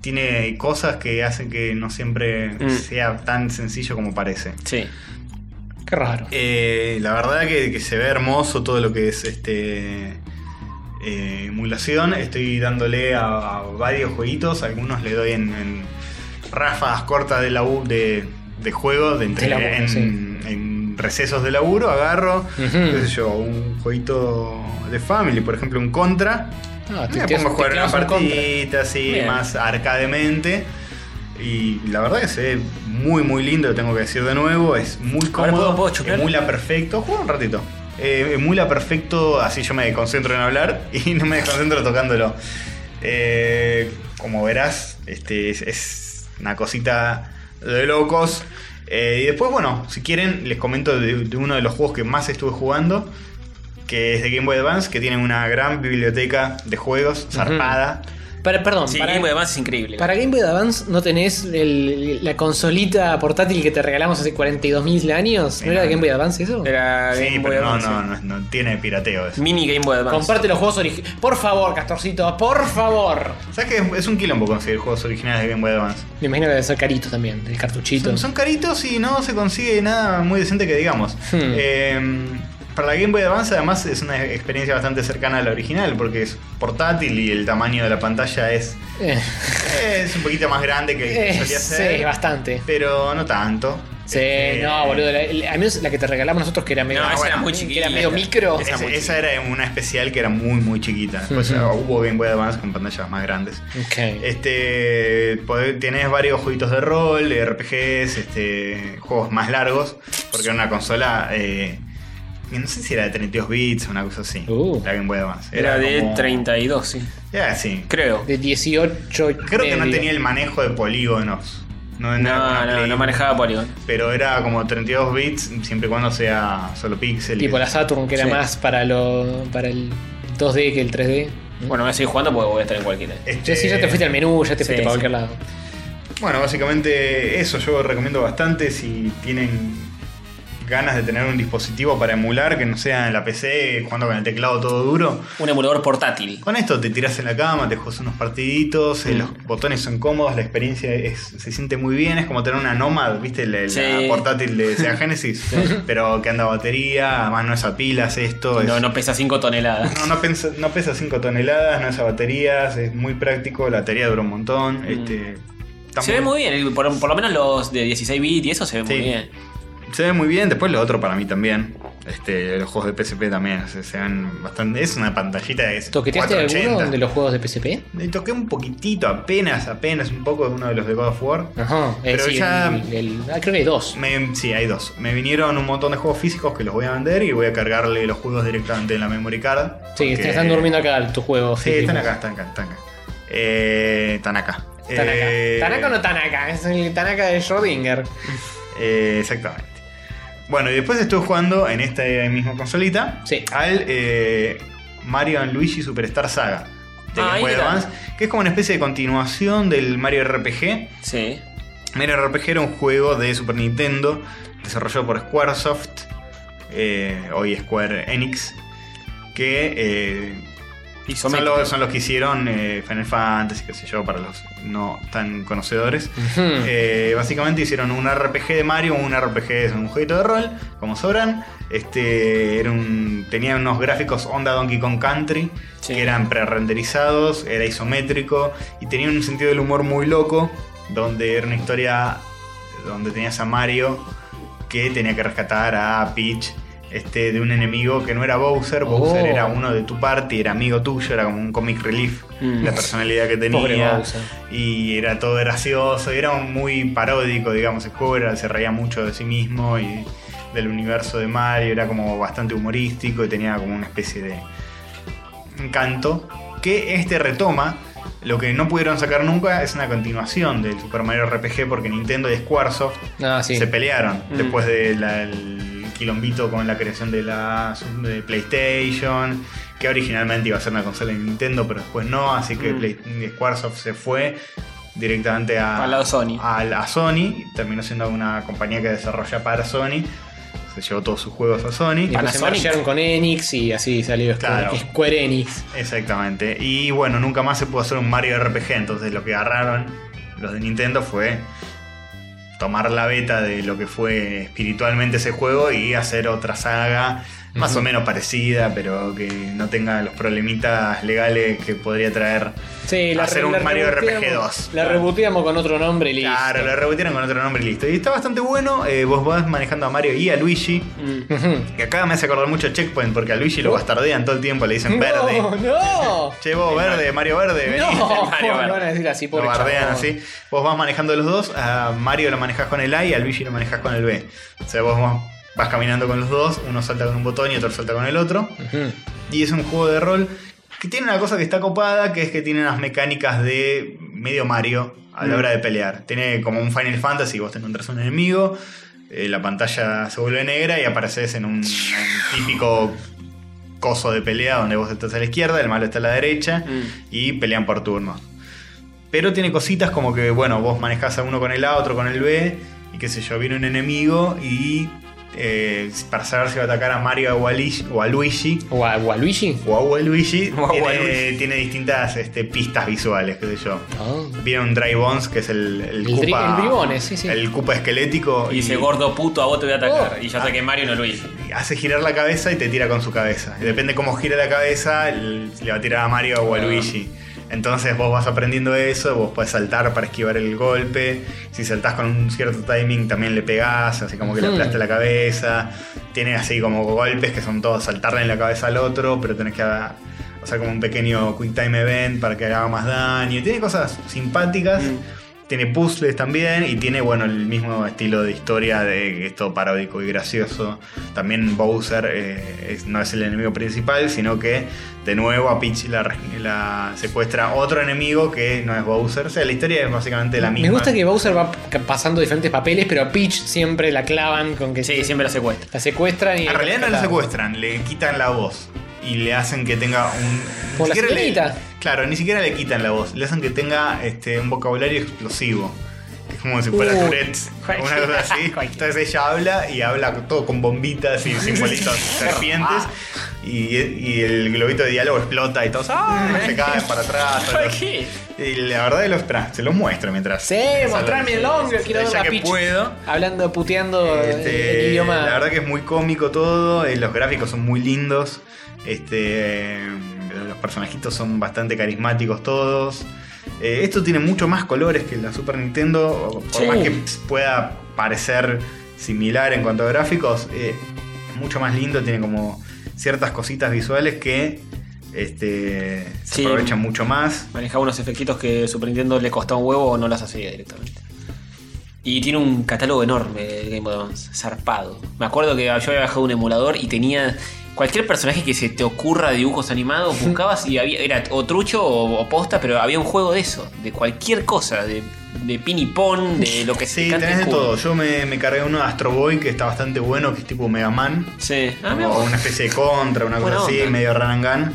[SPEAKER 4] Tiene cosas que hacen que no siempre
[SPEAKER 3] Mm.
[SPEAKER 4] sea tan sencillo como parece.
[SPEAKER 3] Sí.
[SPEAKER 2] Qué raro.
[SPEAKER 4] Eh, la verdad que, que se ve hermoso todo lo que es este eh, emulación. Estoy dándole a, a varios jueguitos. Algunos le doy en, en ráfagas cortas de, labu- de, de juegos, de entre-
[SPEAKER 2] De laburo,
[SPEAKER 4] en,
[SPEAKER 2] sí.
[SPEAKER 4] en recesos de laburo. Agarro,
[SPEAKER 2] Ujú.
[SPEAKER 4] qué sé yo, un jueguito de Family, por ejemplo, un Contra.
[SPEAKER 2] Ah,
[SPEAKER 4] Me pongo a jugar una
[SPEAKER 2] clavas un contra.
[SPEAKER 4] partidita así,
[SPEAKER 3] Bien.
[SPEAKER 4] más arcademente. Y la verdad que se ve muy, muy lindo, lo tengo que decir de nuevo. Es muy cómodo.
[SPEAKER 3] ¿puedo- puedo chusmear?
[SPEAKER 4] emula perfecto. Juega un ratito. Eh, emula perfecto, así yo me concentro en hablar y no me desconcentro tocándolo. Eh, como verás, este es, es una cosita de locos. Eh, y después, bueno, si quieren, les comento de- de uno de los juegos que más estuve jugando que es de Game Boy Advance, que tiene una gran biblioteca de juegos zarpada.
[SPEAKER 2] Para- perdón,
[SPEAKER 3] Sí,
[SPEAKER 2] para,
[SPEAKER 3] Game Boy Advance es increíble.
[SPEAKER 2] para Game Boy Advance no tenés el- la consolita portátil que te regalamos hace 42.000 años. ¿No
[SPEAKER 4] Mira.
[SPEAKER 2] era de Game Boy Advance eso?
[SPEAKER 3] Era
[SPEAKER 4] Sí,
[SPEAKER 3] Game Boy
[SPEAKER 4] pero no,
[SPEAKER 3] Advance.
[SPEAKER 4] no, no, no tiene pirateo eso.
[SPEAKER 3] Mini Game Boy Advance.
[SPEAKER 2] Comparte los juegos originales. Por favor, Castorcito, por favor.
[SPEAKER 4] ¿Sabes que es- es un quilombo conseguir juegos originales de Game Boy Advance?
[SPEAKER 2] Me imagino que debe ser carito también, el cartuchito.
[SPEAKER 4] Son, son caritos y no se consigue nada muy decente que digamos.
[SPEAKER 2] Hmm.
[SPEAKER 4] Eh, para la Game Boy Advance además es una experiencia bastante cercana a la original, porque es portátil y el tamaño de la pantalla es,
[SPEAKER 2] Eh,
[SPEAKER 4] es un poquito más grande que el que
[SPEAKER 2] eh,
[SPEAKER 4] solía
[SPEAKER 2] sí,
[SPEAKER 4] ser.
[SPEAKER 2] bastante.
[SPEAKER 4] pero no tanto.
[SPEAKER 2] Sí,
[SPEAKER 4] Eh,
[SPEAKER 2] no, boludo. La, la- al menos la que te regalamos nosotros, que era medio,
[SPEAKER 3] No, esa era muy
[SPEAKER 2] que
[SPEAKER 3] chiquita.
[SPEAKER 2] medio micro.
[SPEAKER 4] Esa,
[SPEAKER 3] Esa muy
[SPEAKER 4] esa era una especial que era muy, muy chiquita. Después
[SPEAKER 2] Ujú.
[SPEAKER 4] hubo Game Boy Advance con pantallas más grandes.
[SPEAKER 2] Ok.
[SPEAKER 4] Este, podés- tenés varios jueguitos de rol, RPGs, este, juegos más largos, porque era una consola, eh, no sé si era de 32 bits o una cosa así.
[SPEAKER 2] Uh.
[SPEAKER 4] La Game Boy Advance.
[SPEAKER 3] Era de
[SPEAKER 4] como-
[SPEAKER 3] 32, sí.
[SPEAKER 4] Era así.
[SPEAKER 3] Creo.
[SPEAKER 2] De 18. y
[SPEAKER 4] Creo que no
[SPEAKER 2] medio.
[SPEAKER 4] tenía el manejo de polígonos. No, no era
[SPEAKER 3] No,
[SPEAKER 4] una
[SPEAKER 3] no,
[SPEAKER 4] Play,
[SPEAKER 3] no manejaba Polygon.
[SPEAKER 4] Pero era como 32 bits, siempre y cuando sea solo pixel.
[SPEAKER 2] Tipo la Saturn, que era
[SPEAKER 3] Sí.
[SPEAKER 2] más para, lo, para el 2D que el 3D.
[SPEAKER 3] Bueno, voy a seguir jugando porque voy a estar en cualquiera.
[SPEAKER 4] Eh. Este,
[SPEAKER 2] Ya, sí, ya te fuiste al menú, ya te
[SPEAKER 3] Sí,
[SPEAKER 2] fuiste para
[SPEAKER 3] sí.
[SPEAKER 2] cualquier lado.
[SPEAKER 4] Bueno, básicamente eso yo recomiendo bastante si tienen ganas de tener un dispositivo para emular que no sea en la PC jugando con el teclado todo duro.
[SPEAKER 3] Un emulador portátil.
[SPEAKER 4] Con esto te tiras en la cama, te juegas unos partiditos,
[SPEAKER 3] Mm.
[SPEAKER 4] eh, los botones son cómodos, la experiencia es, se siente muy bien, es como tener una Nomad, ¿viste? La, la
[SPEAKER 3] Sí.
[SPEAKER 4] portátil de Sega Genesis, pero que anda a batería, además no es a pilas esto.
[SPEAKER 3] No,
[SPEAKER 4] es-
[SPEAKER 3] no pesa 5 toneladas.
[SPEAKER 4] no, no pesa, no pesa 5 toneladas, no es a baterías, es muy práctico, la batería dura un montón. este, está
[SPEAKER 3] Mm. Se ve muy bien, el- por, por lo menos los de 16 bits y eso se ve
[SPEAKER 4] Sí.
[SPEAKER 3] muy bien.
[SPEAKER 4] Se ve muy bien, después lo otro para mí también. Este, los juegos de PSP también se, se ven bastante. Es una pantallita de
[SPEAKER 2] ¿Toqueteaste
[SPEAKER 4] 480.
[SPEAKER 2] alguno de los juegos de PSP?
[SPEAKER 4] Le toqué un poquitito, apenas, apenas, un poco de uno de los de God of War.
[SPEAKER 2] Ajá. eh,
[SPEAKER 4] Pero
[SPEAKER 2] sí,
[SPEAKER 4] ya-
[SPEAKER 2] el- el- ah, creo que hay dos.
[SPEAKER 4] Me- sí, hay dos. Me vinieron un montón de juegos físicos que los voy a vender y voy a cargarle los juegos directamente en la memory card.
[SPEAKER 2] Sí,
[SPEAKER 4] porque-
[SPEAKER 2] están durmiendo acá tus juegos.
[SPEAKER 4] Sí, están
[SPEAKER 2] físicos.
[SPEAKER 4] acá, están acá, están acá. Eh, están acá.
[SPEAKER 2] Tanaka.
[SPEAKER 4] Eh,
[SPEAKER 2] ¿Tanaka o no Tanaka? Es el Tanaka de Schrödinger.
[SPEAKER 4] Eh, exactamente. Bueno, y después estuve jugando en esta misma consolita
[SPEAKER 2] Sí.
[SPEAKER 4] al eh, Mario and Luigi Superstar Saga de
[SPEAKER 3] Ah,
[SPEAKER 4] Game
[SPEAKER 3] ahí
[SPEAKER 4] Boy
[SPEAKER 3] está.
[SPEAKER 4] Advance, que es como una especie de continuación del Mario RPG.
[SPEAKER 3] Sí.
[SPEAKER 4] Mario RPG era un juego de Super Nintendo desarrollado por Squaresoft, eh, hoy Square Enix, que eh, son, los, son los que hicieron eh, Final Fantasy, qué sé yo, para los no tan conocedores. Eh, básicamente hicieron un RPG de Mario, un RPG es un jueguito de rol, como sobran. Este, era un, tenía unos gráficos onda Donkey Kong Country, que eran pre-renderizados, era isométrico y tenía un sentido del humor muy loco, donde era una historia donde tenías a Mario que tenía que rescatar a Peach este, de un enemigo que no era Bowser. Bowser era uno de tu party, era amigo tuyo, era como un comic relief, la personalidad que
[SPEAKER 2] Mm. Pobre
[SPEAKER 4] tenía.
[SPEAKER 2] Bowser.
[SPEAKER 4] Y era todo gracioso, era un muy paródico, digamos, el juego era- se reía mucho de sí mismo y del universo de Mario, era como bastante humorístico y tenía como una especie de encanto que este retoma. Lo que no pudieron sacar nunca es una continuación del Super Mario RPG porque Nintendo y Squaresoft
[SPEAKER 2] Ah, sí.
[SPEAKER 4] se pelearon después del quilombito con la creación de la sub- de PlayStation, que originalmente iba a ser una consola de Nintendo, pero después no, así que Play- eh, Squaresoft se fue directamente a,
[SPEAKER 10] Al lado Sony.
[SPEAKER 4] a, a Sony, terminó siendo una compañía que desarrolla para Sony, se llevó todos sus juegos a Sony.
[SPEAKER 2] Y después se
[SPEAKER 10] Panasonic.
[SPEAKER 2] marcharon con Enix y así salió Square,
[SPEAKER 4] Claro.
[SPEAKER 2] Square Enix.
[SPEAKER 4] Exactamente. Y bueno, nunca más se pudo hacer un Mario RPG. Entonces lo que agarraron los de Nintendo fue tomar la beta de lo que fue espiritualmente ese juego y hacer otra saga más o menos parecida, pero que no tenga los problemitas legales que podría traer.
[SPEAKER 2] Sí, la,
[SPEAKER 4] Hacer un
[SPEAKER 2] la
[SPEAKER 4] Mario RPG
[SPEAKER 2] reboteamos-
[SPEAKER 4] 2.
[SPEAKER 2] La reboteamos con otro nombre y listo.
[SPEAKER 4] Claro, lo rebotieron con otro nombre y listo. Y está bastante bueno. eh, vos vas manejando a Mario y a Luigi.
[SPEAKER 2] Mm. Ujú.
[SPEAKER 4] Que acá me hace acordar mucho a Checkpoint porque a Luigi lo bastardean todo el tiempo, le dicen verde.
[SPEAKER 2] Oh. No, no.
[SPEAKER 4] Che, vos, verde, Mario Verde, vení.
[SPEAKER 2] No,
[SPEAKER 3] Mario
[SPEAKER 2] lo
[SPEAKER 3] Verde.
[SPEAKER 2] van a decir así,
[SPEAKER 4] Lo
[SPEAKER 2] pobre
[SPEAKER 4] bardean
[SPEAKER 2] chabón.
[SPEAKER 4] así. Vos vas manejando los dos, a Mario lo manejas con el A y a Luigi lo manejas con el B. O sea, vos vas- vas caminando con los dos, uno salta con un botón y otro salta con el otro. Y es un juego de rol que tiene una cosa que está copada, que es que tiene unas mecánicas de medio Mario a
[SPEAKER 2] Mm.
[SPEAKER 4] la hora de pelear. Tiene como un Final Fantasy, vos te encontrás un enemigo, eh, la pantalla se vuelve negra y apareces en un- un típico coso de pelea donde vos estás a la izquierda, el malo está a la derecha
[SPEAKER 2] Mm.
[SPEAKER 4] y pelean por turnos. Pero tiene cositas como que, bueno, vos manejás a uno con el A, otro con el B, y qué sé yo, viene un enemigo y eh, para saber si va a atacar a Mario o a, Lish- o a Luigi,
[SPEAKER 2] ¿O a, o a Luigi?
[SPEAKER 4] o a Waluigi,
[SPEAKER 3] O a
[SPEAKER 4] tiene,
[SPEAKER 3] Waluigi.
[SPEAKER 4] tiene distintas este, pistas visuales, qué sé yo.
[SPEAKER 2] No.
[SPEAKER 4] Viene un Dry Bones, que es el,
[SPEAKER 2] Ah. El dri-
[SPEAKER 4] Koopa-
[SPEAKER 2] el Bribones, sí, sí.
[SPEAKER 4] El Koopa esquelético.
[SPEAKER 3] Y dice, gordo puto, a vos te voy a atacar.
[SPEAKER 2] Oh.
[SPEAKER 3] y ya saqué Mario y no Luigi.
[SPEAKER 4] hace girar la cabeza y te tira con su cabeza. Y depende cómo gira la cabeza, l- le va a tirar a Mario o a Luigi. Entonces vos vas aprendiendo eso, vos podés saltar para esquivar el golpe. Si saltás con un cierto timing también le pegás, así como que le
[SPEAKER 2] Ujú.
[SPEAKER 4] aplasta la cabeza. Tiene así como golpes que son todos saltarle en la cabeza al otro, pero tenés que ha- hacer como un pequeño quick time event para que haga más daño. Tiene cosas simpáticas. Tiene puzzles también y tiene, bueno, el mismo estilo de historia de que es todo paródico y gracioso. También Bowser eh, es- no es el enemigo principal, sino que de nuevo a Peach la, re- la secuestra otro enemigo que no es Bowser. O sea, la historia es básicamente la misma.
[SPEAKER 2] Me gusta que Bowser va ca- pasando diferentes papeles, pero a Peach siempre la clavan con que
[SPEAKER 10] Sí, siempre la secuestra.
[SPEAKER 2] la secuestran y.
[SPEAKER 4] En realidad no la secuestran, le quitan la voz y le hacen que tenga un...
[SPEAKER 2] Por la
[SPEAKER 4] siquiera le-
[SPEAKER 2] sirenita.
[SPEAKER 4] Claro, ni siquiera le quitan la voz, le hacen que tenga este, un vocabulario explosivo. Es como si fuera
[SPEAKER 2] Uh,
[SPEAKER 4] Tourette, una cosa así. Entonces ella habla y habla todo con bombitas y simbolitos serpientes. Y, y el globito de diálogo explota y todos ¡ah! se caen para atrás.
[SPEAKER 10] ¿Por qué?
[SPEAKER 4] Y la verdad es los tra- se los muestro mientras.
[SPEAKER 2] Sí, mostrame el hongo, quiero ver
[SPEAKER 4] Ya
[SPEAKER 2] la
[SPEAKER 4] que
[SPEAKER 2] Peach.
[SPEAKER 4] puedo.
[SPEAKER 2] Hablando, puteando
[SPEAKER 4] Este,
[SPEAKER 2] el idioma.
[SPEAKER 4] La verdad que es muy cómico todo, eh, los gráficos son muy lindos, este, los personajitos son bastante carismáticos todos. Eh, esto tiene mucho más colores que la Super Nintendo, por
[SPEAKER 2] Sí.
[SPEAKER 4] más que pueda parecer similar en cuanto a gráficos, eh, es mucho más lindo, tiene como ciertas cositas visuales que este, se
[SPEAKER 10] Sí.
[SPEAKER 4] aprovechan mucho más.
[SPEAKER 10] Manejaba unos efectitos que Super Nintendo le costaba un huevo o no las hacía directamente. Y tiene un catálogo enorme de Game Boy Advance, zarpado. Me acuerdo que yo había bajado un emulador y tenía cualquier personaje que se te ocurra de dibujos animados, buscabas y había, era o trucho o, o posta, pero había un juego de eso, de cualquier cosa, de, de pin y pon, de lo que se
[SPEAKER 4] Sí,
[SPEAKER 10] cante
[SPEAKER 4] tenés de
[SPEAKER 10] culo.
[SPEAKER 4] todo. Yo me, me cargué uno de Astro Boy que está bastante bueno, que es tipo Mega Man.
[SPEAKER 10] Sí, ah, mira
[SPEAKER 4] o
[SPEAKER 10] vos.
[SPEAKER 4] una especie de contra, una cosa
[SPEAKER 10] Buena
[SPEAKER 4] así,
[SPEAKER 10] onda.
[SPEAKER 4] medio run and gun.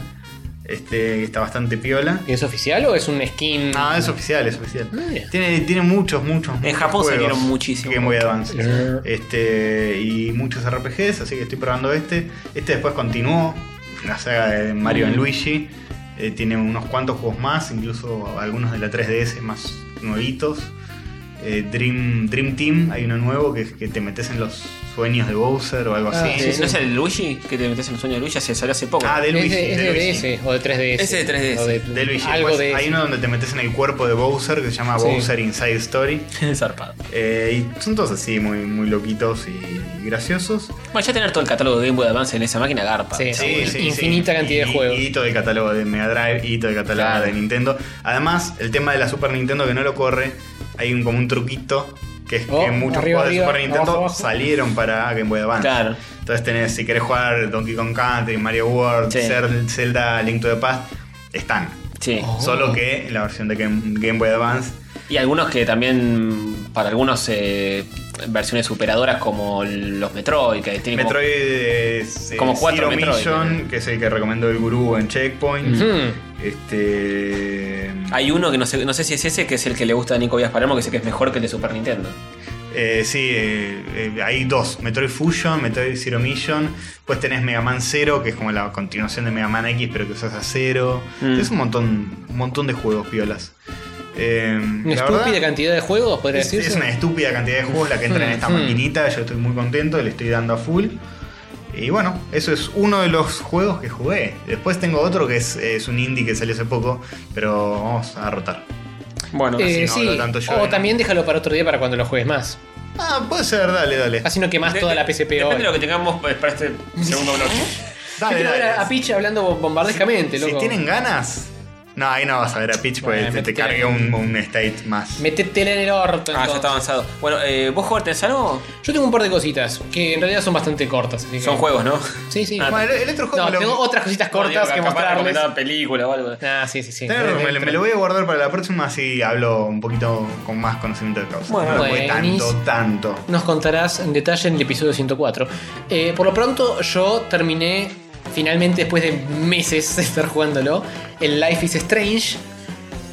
[SPEAKER 4] Este, que está bastante piola.
[SPEAKER 2] ¿Es oficial o es un skin?
[SPEAKER 4] Ah, es oficial, es oficial.
[SPEAKER 2] Mira.
[SPEAKER 4] Tiene, tiene muchos, muchos. muchos
[SPEAKER 10] Ah, Japón
[SPEAKER 4] juegos
[SPEAKER 10] salieron muchísimos.
[SPEAKER 4] de Game Boy Advance.
[SPEAKER 2] Yeah.
[SPEAKER 4] Este, y muchos
[SPEAKER 10] Mm.
[SPEAKER 4] RPGs, así que estoy probando este. Este después continuó la saga de Mario en Luigi. Eh, tiene unos cuantos juegos más, incluso algunos de la 3DS más nuevitos. Eh, Dream, Dream Team, hay uno nuevo que, es que te metes en los sueños de Bowser o algo
[SPEAKER 2] Ah,
[SPEAKER 4] así.
[SPEAKER 10] Eh, ¿No es el Luigi que te metes en el sueño de Luigi? Se salió hace poco.
[SPEAKER 4] Ah, de Luigi.
[SPEAKER 2] es de, es
[SPEAKER 4] de
[SPEAKER 2] de
[SPEAKER 4] Luigi.
[SPEAKER 2] DS o de 3DS.
[SPEAKER 10] Ese de 3DS.
[SPEAKER 2] O
[SPEAKER 4] De Luigi.
[SPEAKER 2] Algo
[SPEAKER 4] Después
[SPEAKER 2] de
[SPEAKER 4] hay uno donde te metes en el cuerpo de Bowser que se llama
[SPEAKER 2] Sí.
[SPEAKER 4] Bowser Inside Story.
[SPEAKER 10] Zarpado.
[SPEAKER 4] Eh, y son todos así, muy, muy loquitos y graciosos.
[SPEAKER 10] Bueno, ya tener todo el catálogo de Game Boy Advance en esa máquina garpa.
[SPEAKER 2] Sí.
[SPEAKER 10] Está
[SPEAKER 2] Sí.
[SPEAKER 10] bueno.
[SPEAKER 2] infinita cantidad de
[SPEAKER 4] Y-
[SPEAKER 2] juegos.
[SPEAKER 4] y Hito de catálogo de Mega Drive, hito de catálogo
[SPEAKER 2] Claro.
[SPEAKER 4] de Nintendo. Además, el tema de la Super Nintendo que no lo corre, hay un, como un truquito que es
[SPEAKER 2] Oh,
[SPEAKER 4] que muchos
[SPEAKER 2] arriba,
[SPEAKER 4] juegos
[SPEAKER 2] arriba,
[SPEAKER 4] de Super Nintendo
[SPEAKER 2] abajo, abajo.
[SPEAKER 4] salieron para Game Boy Advance.
[SPEAKER 10] Claro.
[SPEAKER 4] Entonces tenés, si querés jugar Donkey Kong Country, Mario World,
[SPEAKER 10] Sí.
[SPEAKER 4] Zel- Zelda, Link to the Past, están.
[SPEAKER 10] Sí.
[SPEAKER 4] Oh, Solo que la versión de Game, Game Boy Advance
[SPEAKER 10] Y algunos que también, para algunos, eh, versiones superadoras como los Metroid, que tienen como-
[SPEAKER 4] Metroid es eh,
[SPEAKER 10] Como cuatro
[SPEAKER 4] Zero
[SPEAKER 10] Metroid,
[SPEAKER 4] Mission, que es el que recomendó el gurú en Checkpoint.
[SPEAKER 2] Hmm.
[SPEAKER 4] Este.
[SPEAKER 10] Hay uno que no sé, no sé si es ese, que es el que le gusta a Nico Vías Palermo, que sé que es mejor que el de Super Nintendo.
[SPEAKER 4] eh, sí, eh, eh, hay dos: Metroid Fusion, Metroid Zero Mission. Pues tenés Mega Man Zero, que es como la continuación de Mega Man X, pero que usas a cero.
[SPEAKER 10] Mm.
[SPEAKER 4] Es un montón, un montón de juegos piolas. Eh,
[SPEAKER 2] Una
[SPEAKER 4] la
[SPEAKER 2] estúpida
[SPEAKER 4] verdad,
[SPEAKER 2] cantidad de juegos, podría
[SPEAKER 4] es,
[SPEAKER 2] decirse.
[SPEAKER 4] es una estúpida cantidad de juegos la que entra en esta
[SPEAKER 2] Mm.
[SPEAKER 4] maquinita. Yo estoy muy contento, le estoy dando a full. Y bueno, eso es uno de los juegos que jugué. Después tengo otro que es, es un indie que salió hace poco, pero vamos a rotar.
[SPEAKER 10] Bueno,
[SPEAKER 2] Eh,
[SPEAKER 4] así no
[SPEAKER 2] sí,
[SPEAKER 4] hablo tanto yo,
[SPEAKER 2] o
[SPEAKER 4] ¿no?
[SPEAKER 2] también déjalo para otro día para cuando lo juegues más.
[SPEAKER 4] Ah, puede ser, dale, dale.
[SPEAKER 2] Así no quemás
[SPEAKER 10] De-
[SPEAKER 2] toda la
[SPEAKER 10] de-
[SPEAKER 2] PCP
[SPEAKER 10] Depende
[SPEAKER 2] hoy.
[SPEAKER 10] de lo que tengamos pues, para este segundo bloque.
[SPEAKER 2] Yo
[SPEAKER 4] Dale,
[SPEAKER 2] quiero ver
[SPEAKER 4] dale.
[SPEAKER 2] a- a Peach hablando bombardescamente,
[SPEAKER 4] si
[SPEAKER 2] loco.
[SPEAKER 4] tienen ganas. No, ahí no vas a ver a Peach porque
[SPEAKER 2] Bueno,
[SPEAKER 4] te, te
[SPEAKER 2] metete ahí.
[SPEAKER 4] cargué un, un state más.
[SPEAKER 2] Metetela en el orto.
[SPEAKER 10] Ah, ya
[SPEAKER 2] entonces.
[SPEAKER 10] está avanzado. Bueno, eh, ¿vos jugaste en algo?
[SPEAKER 2] Yo tengo un par de cositas que en realidad son bastante cortas. así que-
[SPEAKER 10] Son juegos, ¿no?
[SPEAKER 2] Sí, sí.
[SPEAKER 4] Bueno, el, el otro juego
[SPEAKER 2] no,
[SPEAKER 4] me lo,
[SPEAKER 2] tengo otras cositas cortas que mostrarles.
[SPEAKER 10] película o algo.
[SPEAKER 2] Ah, sí, sí, sí.
[SPEAKER 4] Tenés- me, me lo voy a guardar para la próxima si hablo un poquito con más conocimiento de causa.
[SPEAKER 10] Bueno,
[SPEAKER 4] no lo jugué tanto,
[SPEAKER 2] buenísimo.
[SPEAKER 4] tanto.
[SPEAKER 2] Nos contarás en detalle en el episodio 104. Eh, por lo pronto, yo terminé finalmente, después de meses de estar jugándolo, el Life is Strange.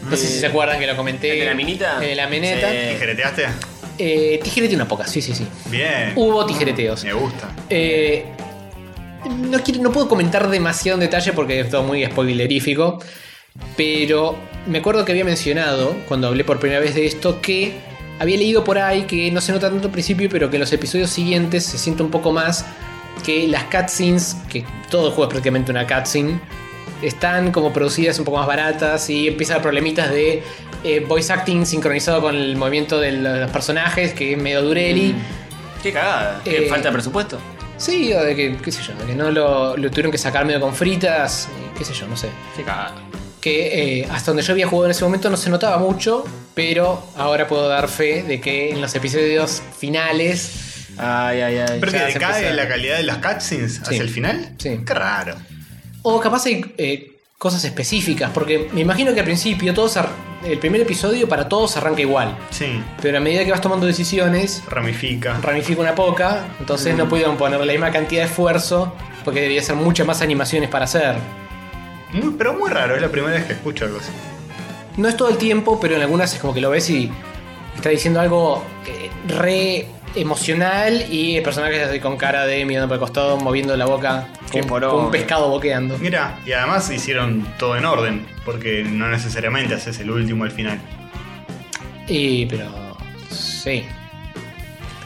[SPEAKER 2] No sé si se acuerdan que lo comenté.
[SPEAKER 10] Mm. ¿El de la minita?
[SPEAKER 2] El de la meneta.
[SPEAKER 10] Sí.
[SPEAKER 4] ¿Tijereteaste?
[SPEAKER 2] Eh, tijerete una poca, sí, sí, sí.
[SPEAKER 4] Bien.
[SPEAKER 2] Hubo tijereteos.
[SPEAKER 4] Me gusta.
[SPEAKER 2] Eh, no, quiero, no puedo comentar demasiado en detalle porque es todo muy spoilerífico. Pero me acuerdo que había mencionado, cuando hablé por primera vez de esto, que había leído por ahí que no se nota tanto al principio, pero que en los episodios siguientes se siente un poco más que las cutscenes, que todo el juego es prácticamente una cutscene, están como producidas un poco más baratas y empieza a haber problemitas de eh, voice acting sincronizado con el movimiento de los personajes, que es medio dureli.
[SPEAKER 10] Qué cagada. ¿Qué
[SPEAKER 2] Eh,
[SPEAKER 10] falta de presupuesto?
[SPEAKER 2] Sí, o de que, qué sé yo, de que no lo, lo tuvieron que sacar medio con fritas, y qué sé yo, no sé.
[SPEAKER 10] Qué cagada.
[SPEAKER 2] Que eh, hasta donde yo había jugado en ese momento no se notaba mucho, pero ahora puedo dar fe de que en los episodios finales.
[SPEAKER 10] Ay, ay, ay.
[SPEAKER 2] Eh,
[SPEAKER 4] Pero
[SPEAKER 2] Ya
[SPEAKER 4] que
[SPEAKER 2] se
[SPEAKER 4] decae
[SPEAKER 2] empieza-
[SPEAKER 4] la calidad de las cutscenes
[SPEAKER 2] Sí.
[SPEAKER 4] hacia el final.
[SPEAKER 2] Sí.
[SPEAKER 4] Qué raro.
[SPEAKER 2] O capaz hay eh, cosas específicas, porque me imagino que al principio todos ar- el primer episodio para todos arranca igual,
[SPEAKER 4] Sí.
[SPEAKER 2] pero a medida que vas tomando decisiones,
[SPEAKER 4] Ramifica.
[SPEAKER 2] ramifica una poca, entonces no pudieron poner la misma cantidad de esfuerzo, porque debía ser muchas más animaciones para hacer.
[SPEAKER 4] Muy- pero muy raro, es la primera vez que escucho algo así.
[SPEAKER 2] No es todo el tiempo, pero en algunas es como que lo ves y está diciendo algo eh, re emocional y el personaje está así con cara de mirando para el costado, moviendo la boca,
[SPEAKER 10] Qué
[SPEAKER 2] como,
[SPEAKER 10] poronga.
[SPEAKER 2] como un pescado boqueando.
[SPEAKER 4] Mira, y además hicieron todo en orden, porque no necesariamente haces el último al final.
[SPEAKER 2] Y pero sí.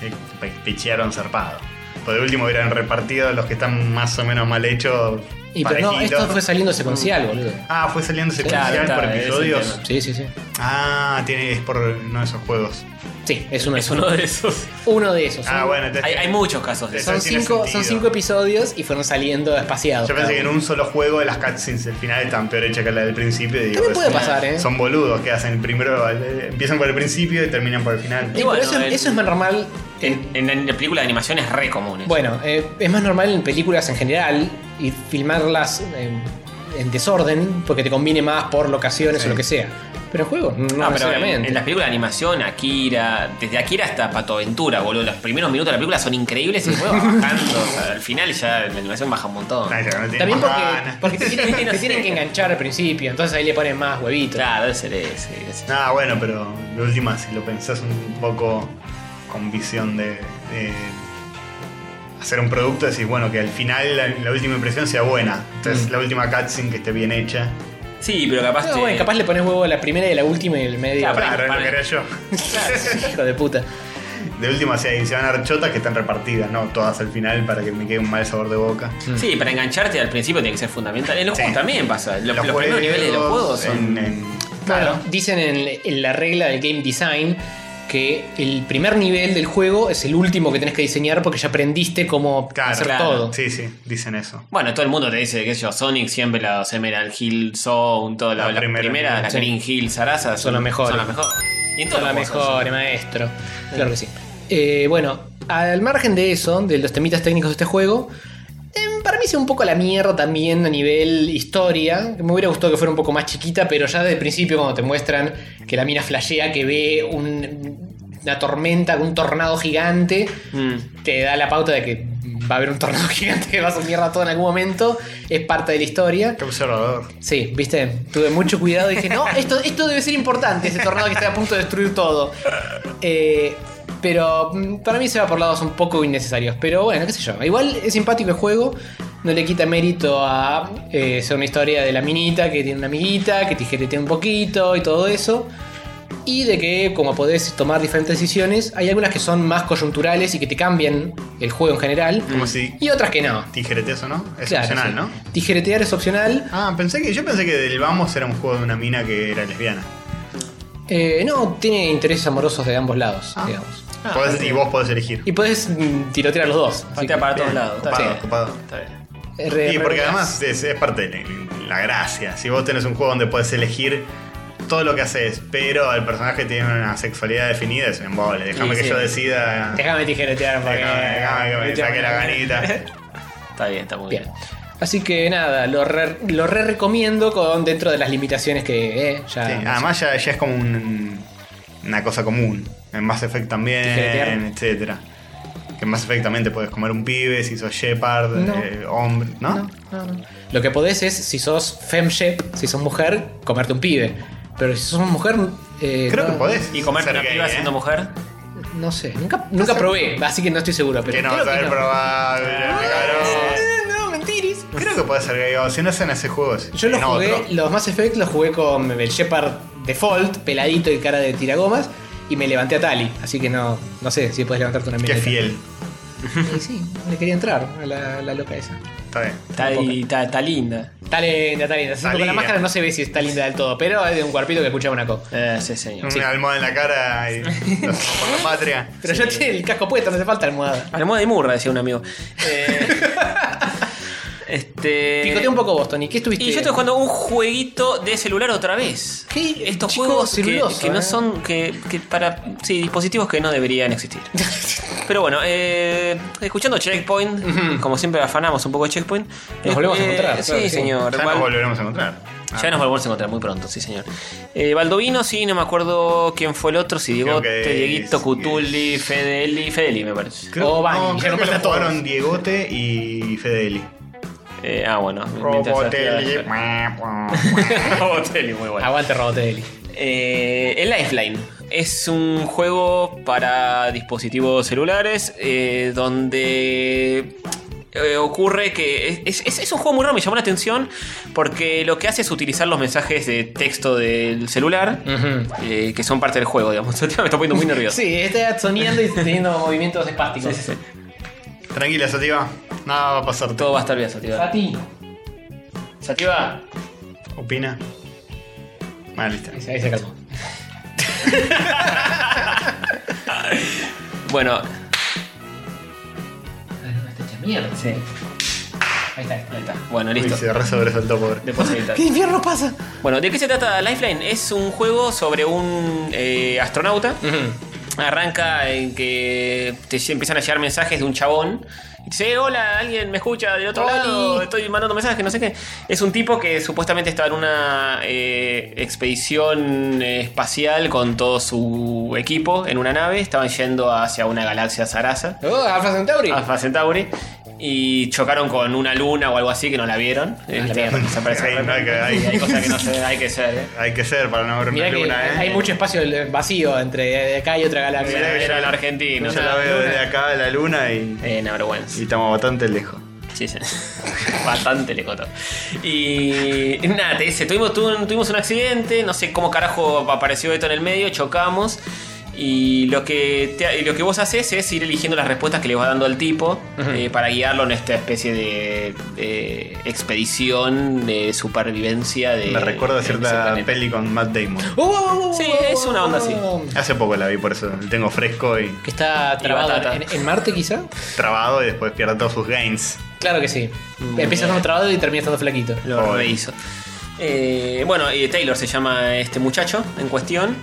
[SPEAKER 4] Te- te Pichearon zarpado. Por de último hubieran repartido los que están más o menos mal hechos.
[SPEAKER 2] Y pero no,
[SPEAKER 4] parejitos.
[SPEAKER 2] esto fue saliendo secuencial, boludo.
[SPEAKER 4] Ah, fue saliendo
[SPEAKER 10] Claro,
[SPEAKER 4] secuencial
[SPEAKER 10] está,
[SPEAKER 4] por
[SPEAKER 10] ese
[SPEAKER 4] episodios.
[SPEAKER 10] entiendo.
[SPEAKER 2] Sí, sí, sí.
[SPEAKER 4] Ah, tiene, es por uno de esos juegos.
[SPEAKER 2] Sí, es uno de
[SPEAKER 10] Es
[SPEAKER 2] esos.
[SPEAKER 10] uno de esos.
[SPEAKER 2] Uno de esos.
[SPEAKER 4] Ah,
[SPEAKER 2] Son-
[SPEAKER 4] bueno, entonces-
[SPEAKER 10] Hay, hay muchos casos de
[SPEAKER 4] Sí.
[SPEAKER 10] eso.
[SPEAKER 2] Son
[SPEAKER 4] eso tiene
[SPEAKER 2] cinco, son
[SPEAKER 4] sentido.
[SPEAKER 2] cinco episodios y fueron saliendo espaciados.
[SPEAKER 4] Yo pensé que en
[SPEAKER 2] cada
[SPEAKER 4] un solo juego de las cutscenes del final están peor hechas que la del principio. y Digo,
[SPEAKER 2] También puede
[SPEAKER 4] es-
[SPEAKER 2] pasar, ¿eh?
[SPEAKER 4] Son boludos que hacen primero, eh, empiezan por el principio y terminan por el final.
[SPEAKER 2] uno. Sí,
[SPEAKER 10] Bueno,
[SPEAKER 2] pero eso,
[SPEAKER 10] el-
[SPEAKER 2] eso es más normal. en-
[SPEAKER 10] En, en, la película de animación es re común. eso.
[SPEAKER 2] Bueno, eh, es más normal en películas en general y filmarlas en, en desorden porque te conviene más por locaciones
[SPEAKER 4] Sí.
[SPEAKER 2] o lo que sea. Pero en juegos, no
[SPEAKER 10] Ah, pero en,
[SPEAKER 2] necesariamente.
[SPEAKER 10] en las películas de animación, Akira, desde Akira hasta Pato Aventura, boludo. Los primeros minutos de la película son increíbles y el juego va bajando. o sea, al final ya la animación baja un montón.
[SPEAKER 4] Ay, ya, Ah, no tiene
[SPEAKER 2] También
[SPEAKER 4] más
[SPEAKER 2] porque,
[SPEAKER 4] ganas.
[SPEAKER 2] porque te, tienen, te tienen que enganchar al principio, entonces ahí le ponen más huevitos.
[SPEAKER 10] Claro, debe ser ese. debe ser.
[SPEAKER 4] Ah, bueno, pero de última, si lo pensás un poco con visión de, de hacer un
[SPEAKER 2] Mm.
[SPEAKER 4] producto, decís, bueno, que al final la, la última impresión sea buena. Entonces, la última cutscene que esté bien hecha.
[SPEAKER 3] Sí, pero capaz.
[SPEAKER 2] No,
[SPEAKER 3] te-
[SPEAKER 2] Ah, bueno, capaz le pones huevo a la primera y a la última y el medio.
[SPEAKER 3] Claro,
[SPEAKER 4] Claro, lo que era yo.
[SPEAKER 2] Hijo de puta.
[SPEAKER 4] De última, si hay- se van a dar chotas que están repartidas, no todas al final para que me quede un mal sabor de boca.
[SPEAKER 3] Mm. Sí, para engancharte al principio tiene que ser fundamental. En los
[SPEAKER 4] Sí.
[SPEAKER 3] juegos también pasa. Los, los primeros niveles de los juegos son.
[SPEAKER 4] en- en-
[SPEAKER 2] Claro. Dicen en, en la regla del game design que el primer nivel del juego es el último que tenés que diseñar porque ya aprendiste cómo
[SPEAKER 4] Claro,
[SPEAKER 2] hacer
[SPEAKER 3] claro.
[SPEAKER 2] todo.
[SPEAKER 4] Sí, sí, dicen eso.
[SPEAKER 3] Bueno, todo el mundo te dice, qué sé yo, Sonic siempre los Emerald Hill Zone, todas las
[SPEAKER 4] La
[SPEAKER 3] la
[SPEAKER 4] primera,
[SPEAKER 3] primeras, las
[SPEAKER 2] sí.
[SPEAKER 3] Green Hill, Sarasa, son,
[SPEAKER 2] las mejores.
[SPEAKER 3] Son las mejores. Y
[SPEAKER 2] Son
[SPEAKER 3] en todos
[SPEAKER 2] la
[SPEAKER 3] los juegos son
[SPEAKER 2] mejor, maestro. Claro que sí. Eh, bueno, al margen de eso, de los temitas técnicos de este juego, em, para mí se un poco a la mierda también a nivel historia. Me hubiera gustado que fuera un poco más chiquita, pero ya desde el principio, cuando te muestran que la mina flashea, que ve un- una tormenta, un tornado gigante,
[SPEAKER 3] así. Mm.
[SPEAKER 2] te da la pauta de que va a haber un tornado gigante que va a hacer mierda todo en algún momento. Es parte de la historia.
[SPEAKER 4] Qué observador.
[SPEAKER 2] Sí, viste, tuve mucho cuidado y dije, no, esto, esto debe ser importante, ese tornado que está a punto de destruir todo. Eh, pero mm, para mí se va por lados un poco innecesarios. Pero bueno, qué sé yo. Igual es simpático el juego, no le quita mérito a eh, ser una historia de la minita que tiene una amiguita, que tijeretea un poquito y todo eso. Y de que como podés tomar diferentes decisiones, hay algunas que son más coyunturales y que te cambian el juego en general.
[SPEAKER 4] Como si
[SPEAKER 2] Y otras que no.
[SPEAKER 4] tijereteas o no. Es
[SPEAKER 2] Claro,
[SPEAKER 4] opcional,
[SPEAKER 2] sí.
[SPEAKER 4] ¿no?
[SPEAKER 2] Tijeretear es opcional.
[SPEAKER 4] Ah, pensé que, yo pensé que del Vamos era un juego de una mina que era lesbiana.
[SPEAKER 2] Eh, no, tiene intereses amorosos de ambos lados,
[SPEAKER 4] Ah.
[SPEAKER 2] digamos.
[SPEAKER 4] Podés- y vos podés elegir.
[SPEAKER 2] Y podés mm, tirotear a los dos. así
[SPEAKER 3] Patea
[SPEAKER 2] que-
[SPEAKER 3] para todos lados. Está
[SPEAKER 4] copado,
[SPEAKER 3] bien.
[SPEAKER 4] copado.
[SPEAKER 3] Está bien.
[SPEAKER 2] Eh, re-
[SPEAKER 4] Y
[SPEAKER 2] re-
[SPEAKER 4] porque además es, es parte de la gracia. Si vos tenés un juego donde podés elegir todo lo que haces, pero el personaje tiene una sexualidad definida, es un embole. Déjame
[SPEAKER 3] Y
[SPEAKER 4] que
[SPEAKER 3] sí.
[SPEAKER 4] yo decida.
[SPEAKER 2] Déjame tijeretear porque...
[SPEAKER 4] Déjame déjame que me saque la ganita.
[SPEAKER 3] Está bien, está muy bien.
[SPEAKER 2] Bien. Así que nada, lo re, lo re recomiendo con dentro de las limitaciones que eh, ya.
[SPEAKER 4] Sí,
[SPEAKER 3] Ah,
[SPEAKER 4] además ya, ya es como un- una cosa común. En Mass Effect
[SPEAKER 2] Tijeretear.
[SPEAKER 4] también, etcétera. Que en Mass Effect también te puedes comer un pibe, si sos Shepard,
[SPEAKER 2] No.
[SPEAKER 4] eh, hombre, ¿no?
[SPEAKER 2] No, no. Lo que podés es, si sos femshep, si sos mujer, comerte un pibe. Pero si sos mujer. eh,
[SPEAKER 4] Creo
[SPEAKER 2] no-
[SPEAKER 4] que podés.
[SPEAKER 3] ¿Y comer
[SPEAKER 4] ser
[SPEAKER 3] una
[SPEAKER 4] gay,
[SPEAKER 3] piba
[SPEAKER 4] ¿eh?
[SPEAKER 3] siendo mujer?
[SPEAKER 2] No sé, nunca, nunca probé, así que no estoy seguro. Pero
[SPEAKER 4] Que no
[SPEAKER 2] creo
[SPEAKER 4] vas a ver
[SPEAKER 2] no.
[SPEAKER 4] probable,
[SPEAKER 3] Ah.
[SPEAKER 4] cabrón.
[SPEAKER 2] Eh, No, mentiris.
[SPEAKER 4] Creo que puede ser gay, o si no es en ese juego. es
[SPEAKER 2] Yo los
[SPEAKER 4] en
[SPEAKER 2] jugué,
[SPEAKER 4] otro.
[SPEAKER 2] los Mass Effect los jugué con el Shepard Default, peladito y cara de tiragomas, y me levanté a Tali, así que no, no sé si puedes levantarte una
[SPEAKER 4] Qué
[SPEAKER 2] mina de
[SPEAKER 4] fiel.
[SPEAKER 2] Tali. Y sí, le quería entrar a la, la loca esa.
[SPEAKER 4] Está bien.
[SPEAKER 3] Está, ahí, está, está linda.
[SPEAKER 2] Está linda, está linda. Se con la
[SPEAKER 4] linda.
[SPEAKER 2] máscara no se ve si está linda del todo, pero es de un cuerpito que escuchaba una coca.
[SPEAKER 3] Eh, sí, señor.
[SPEAKER 4] Una almohada en la cara y por la patria.
[SPEAKER 2] Pero ya tiene el casco puesto, no hace falta almohada.
[SPEAKER 3] Almohada de murra, decía un amigo. Eh, este.
[SPEAKER 2] Picotea un poco vos, Tony. ¿Qué estuviste?
[SPEAKER 3] Y yo estoy jugando un jueguito de celular otra vez.
[SPEAKER 2] Qué
[SPEAKER 3] Estos
[SPEAKER 2] chico
[SPEAKER 3] juegos que-
[SPEAKER 2] celuloso,
[SPEAKER 3] que, no
[SPEAKER 2] eh.
[SPEAKER 3] son. Que, que para. Sí, dispositivos que no deberían existir. Pero bueno, eh, escuchando Checkpoint, como siempre afanamos un poco Checkpoint. eh,
[SPEAKER 2] Nos volvemos a encontrar,
[SPEAKER 3] Sí,
[SPEAKER 2] claro que sí.
[SPEAKER 3] señor.
[SPEAKER 4] Ya nos
[SPEAKER 3] Val-
[SPEAKER 4] volveremos a encontrar. Ah.
[SPEAKER 3] ya nos volvemos a encontrar muy pronto, sí, señor. Eh, Baldovino, sí, no me acuerdo quién fue el otro, si Diegote,
[SPEAKER 4] que
[SPEAKER 3] Dieguito,
[SPEAKER 4] es-
[SPEAKER 3] Cutuli, Fedeli, Fedeli me parece.
[SPEAKER 2] Oh, Bani,
[SPEAKER 4] no,
[SPEAKER 2] ya
[SPEAKER 4] creo
[SPEAKER 2] no
[SPEAKER 4] que
[SPEAKER 2] me
[SPEAKER 4] se
[SPEAKER 2] lo puedo
[SPEAKER 4] atoraron
[SPEAKER 2] decir.
[SPEAKER 4] Diegote y Fedeli.
[SPEAKER 3] Eh, ah, bueno. mientras-
[SPEAKER 4] Robotelli.
[SPEAKER 3] Robotelli, muy bueno.
[SPEAKER 2] Aguante, Robotelli.
[SPEAKER 3] Eh, el Lifeline es un juego para dispositivos celulares eh, donde eh, ocurre que es- es, es- es un juego muy raro, me llamó la atención porque lo que hace es utilizar los mensajes de texto del celular
[SPEAKER 2] Ujú.
[SPEAKER 4] Mm.
[SPEAKER 3] eh, que son parte del juego, digamos. me estoy poniendo muy nervioso.
[SPEAKER 2] Sí, está soñando y teniendo movimientos espásticos. Sí,
[SPEAKER 4] Tranquila, Sativa. Nada va a pasar.
[SPEAKER 3] Todo va a estar bien, Sativa. Sativa.
[SPEAKER 4] ¿Opina? Ah, listo.
[SPEAKER 2] Ahí se calmó.
[SPEAKER 3] Bueno,
[SPEAKER 2] mierda. Sí. Ahí está.
[SPEAKER 3] ahí está. Bueno,
[SPEAKER 4] Uy,
[SPEAKER 3] listo.
[SPEAKER 4] se re sobresaltó, pobre.
[SPEAKER 3] Después editar.
[SPEAKER 2] infierno pasa?
[SPEAKER 3] Bueno, ¿de qué se trata Lifeline? Es un juego sobre un eh, astronauta. Arranca en que te lle- empiezan a llegar mensajes de un chabón. Y te dice, "Eh, hola, alguien me escucha de otro
[SPEAKER 2] Oli.
[SPEAKER 3] lado, estoy mandando mensajes, no sé qué. Es un tipo que supuestamente está en una eh, expedición eh, espacial con todo su equipo en una nave. Estaban yendo hacia una galaxia zaraza.
[SPEAKER 2] Oh, Alpha Centauri.
[SPEAKER 3] Alpha Centauri y chocaron con una luna o algo así que no la vieron. Este, desaparece
[SPEAKER 4] Ahí,
[SPEAKER 3] de
[SPEAKER 4] no hay que-
[SPEAKER 3] repente.
[SPEAKER 4] ahí.
[SPEAKER 3] Y hay cosas que no se hay que ser. ¿eh?
[SPEAKER 4] Hay que ser para no ver una
[SPEAKER 2] Mirá que
[SPEAKER 4] luna, eh.
[SPEAKER 2] hay mucho espacio vacío entre acá y otra galaxia.
[SPEAKER 3] Era el argentino.
[SPEAKER 4] Yo la veo desde acá, la luna, y,
[SPEAKER 3] Eh, una vergüenza.
[SPEAKER 4] y estamos bastante lejos.
[SPEAKER 3] Sí, sí. Bastante le cotó. Y nada, te dice, tuvimos, tuvo un- tuvimos un accidente, no sé cómo carajo apareció esto en el medio, chocamos. Y lo que, te- y lo que vos haces es ir eligiendo las respuestas que le vas dando al tipo eh, para guiarlo en esta especie de eh, expedición de supervivencia de...
[SPEAKER 4] Me recuerdo a
[SPEAKER 3] de
[SPEAKER 4] cierta
[SPEAKER 3] Eh, ese planeta.
[SPEAKER 4] peli con Matt Damon.
[SPEAKER 3] Sí, es una onda así.
[SPEAKER 4] Hace poco la vi, por eso lo tengo fresco y
[SPEAKER 2] Que está trabado
[SPEAKER 3] batata.
[SPEAKER 2] en, en Marte, quizá.
[SPEAKER 4] trabado y después pierde todos sus gains.
[SPEAKER 2] Claro que sí. Empieza estando trabado y termina estando flaquito.
[SPEAKER 3] Lo
[SPEAKER 4] Joder.
[SPEAKER 3] rehizo. Eh, bueno, eh, Taylor se llama este muchacho en cuestión.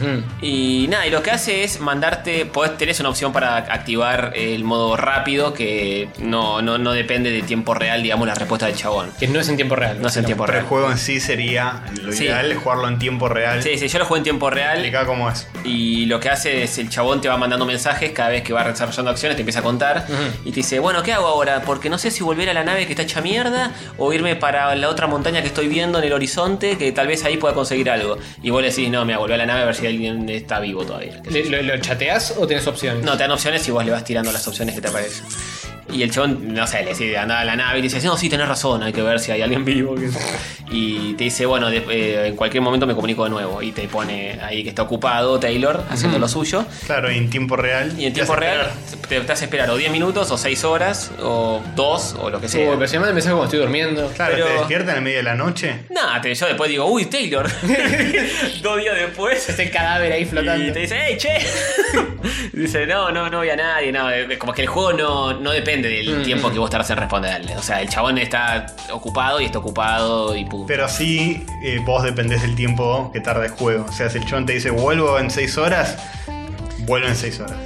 [SPEAKER 2] Ujú.
[SPEAKER 3] Y nada, y lo que hace es mandarte. Podés, tenés una opción para activar el modo rápido que no, no, no depende de tiempo real, digamos, la respuesta del chabón.
[SPEAKER 2] Que no es en tiempo real.
[SPEAKER 3] No es en tiempo
[SPEAKER 4] Pero el
[SPEAKER 3] real.
[SPEAKER 4] juego en sí sería lo
[SPEAKER 3] Sí.
[SPEAKER 4] ideal, jugarlo en tiempo real.
[SPEAKER 3] Sí, sí, yo lo juego en tiempo real.
[SPEAKER 4] Explica cómo es.
[SPEAKER 3] Y lo que hace es el chabón te va mandando mensajes cada vez que va desarrollando acciones, te empieza a contar. Y te dice, bueno, ¿qué hago ahora? Porque no sé si volver a la nave que está hecha mierda o irme para la otra montaña que estoy viendo en el horizonte, que tal vez ahí pueda conseguir algo. Y vos le decís, no, mira, volver a la nave a ver si alguien está vivo todavía.
[SPEAKER 2] ¿Le- ¿Lo, lo chateás o tenés opciones?
[SPEAKER 3] No, te dan opciones y vos le vas tirando las opciones que te aparecen. Y el chabón, no sé, le dice, anda a la nave y le dice, no, sí, tenés razón, hay que ver si hay alguien vivo. que- Y te dice, bueno, de- eh, en cualquier momento me comunico de nuevo. Y te pone ahí que está ocupado Taylor haciendo lo suyo.
[SPEAKER 4] Claro, y en tiempo real.
[SPEAKER 3] Y en
[SPEAKER 4] te
[SPEAKER 3] tiempo
[SPEAKER 4] hace
[SPEAKER 3] real
[SPEAKER 4] esperar.
[SPEAKER 3] te, te hace esperar o 10 minutos, o 6 horas, o 2, o lo que
[SPEAKER 2] Uy,
[SPEAKER 3] sea.
[SPEAKER 2] pero si me mandan mensaje cuando estoy durmiendo.
[SPEAKER 4] Claro,
[SPEAKER 3] pero-
[SPEAKER 4] te despierta en el medio de la noche.
[SPEAKER 3] Nada, te- yo después digo, uy, Taylor. Dos días después.
[SPEAKER 2] Está el cadáver ahí flotando.
[SPEAKER 3] Y te dice, ¡hey, che! dice, no, no, no vi a nadie, no. Es como que el juego no, no depende
[SPEAKER 4] Mm.
[SPEAKER 3] del tiempo que vos tardás en responderle. O sea, el chabón está ocupado y está ocupado y pum.
[SPEAKER 4] Pero sí, eh, vos dependés del tiempo que tarda el juego. O sea, si el chabón te dice vuelvo en 6 horas, vuelvo en 6 horas.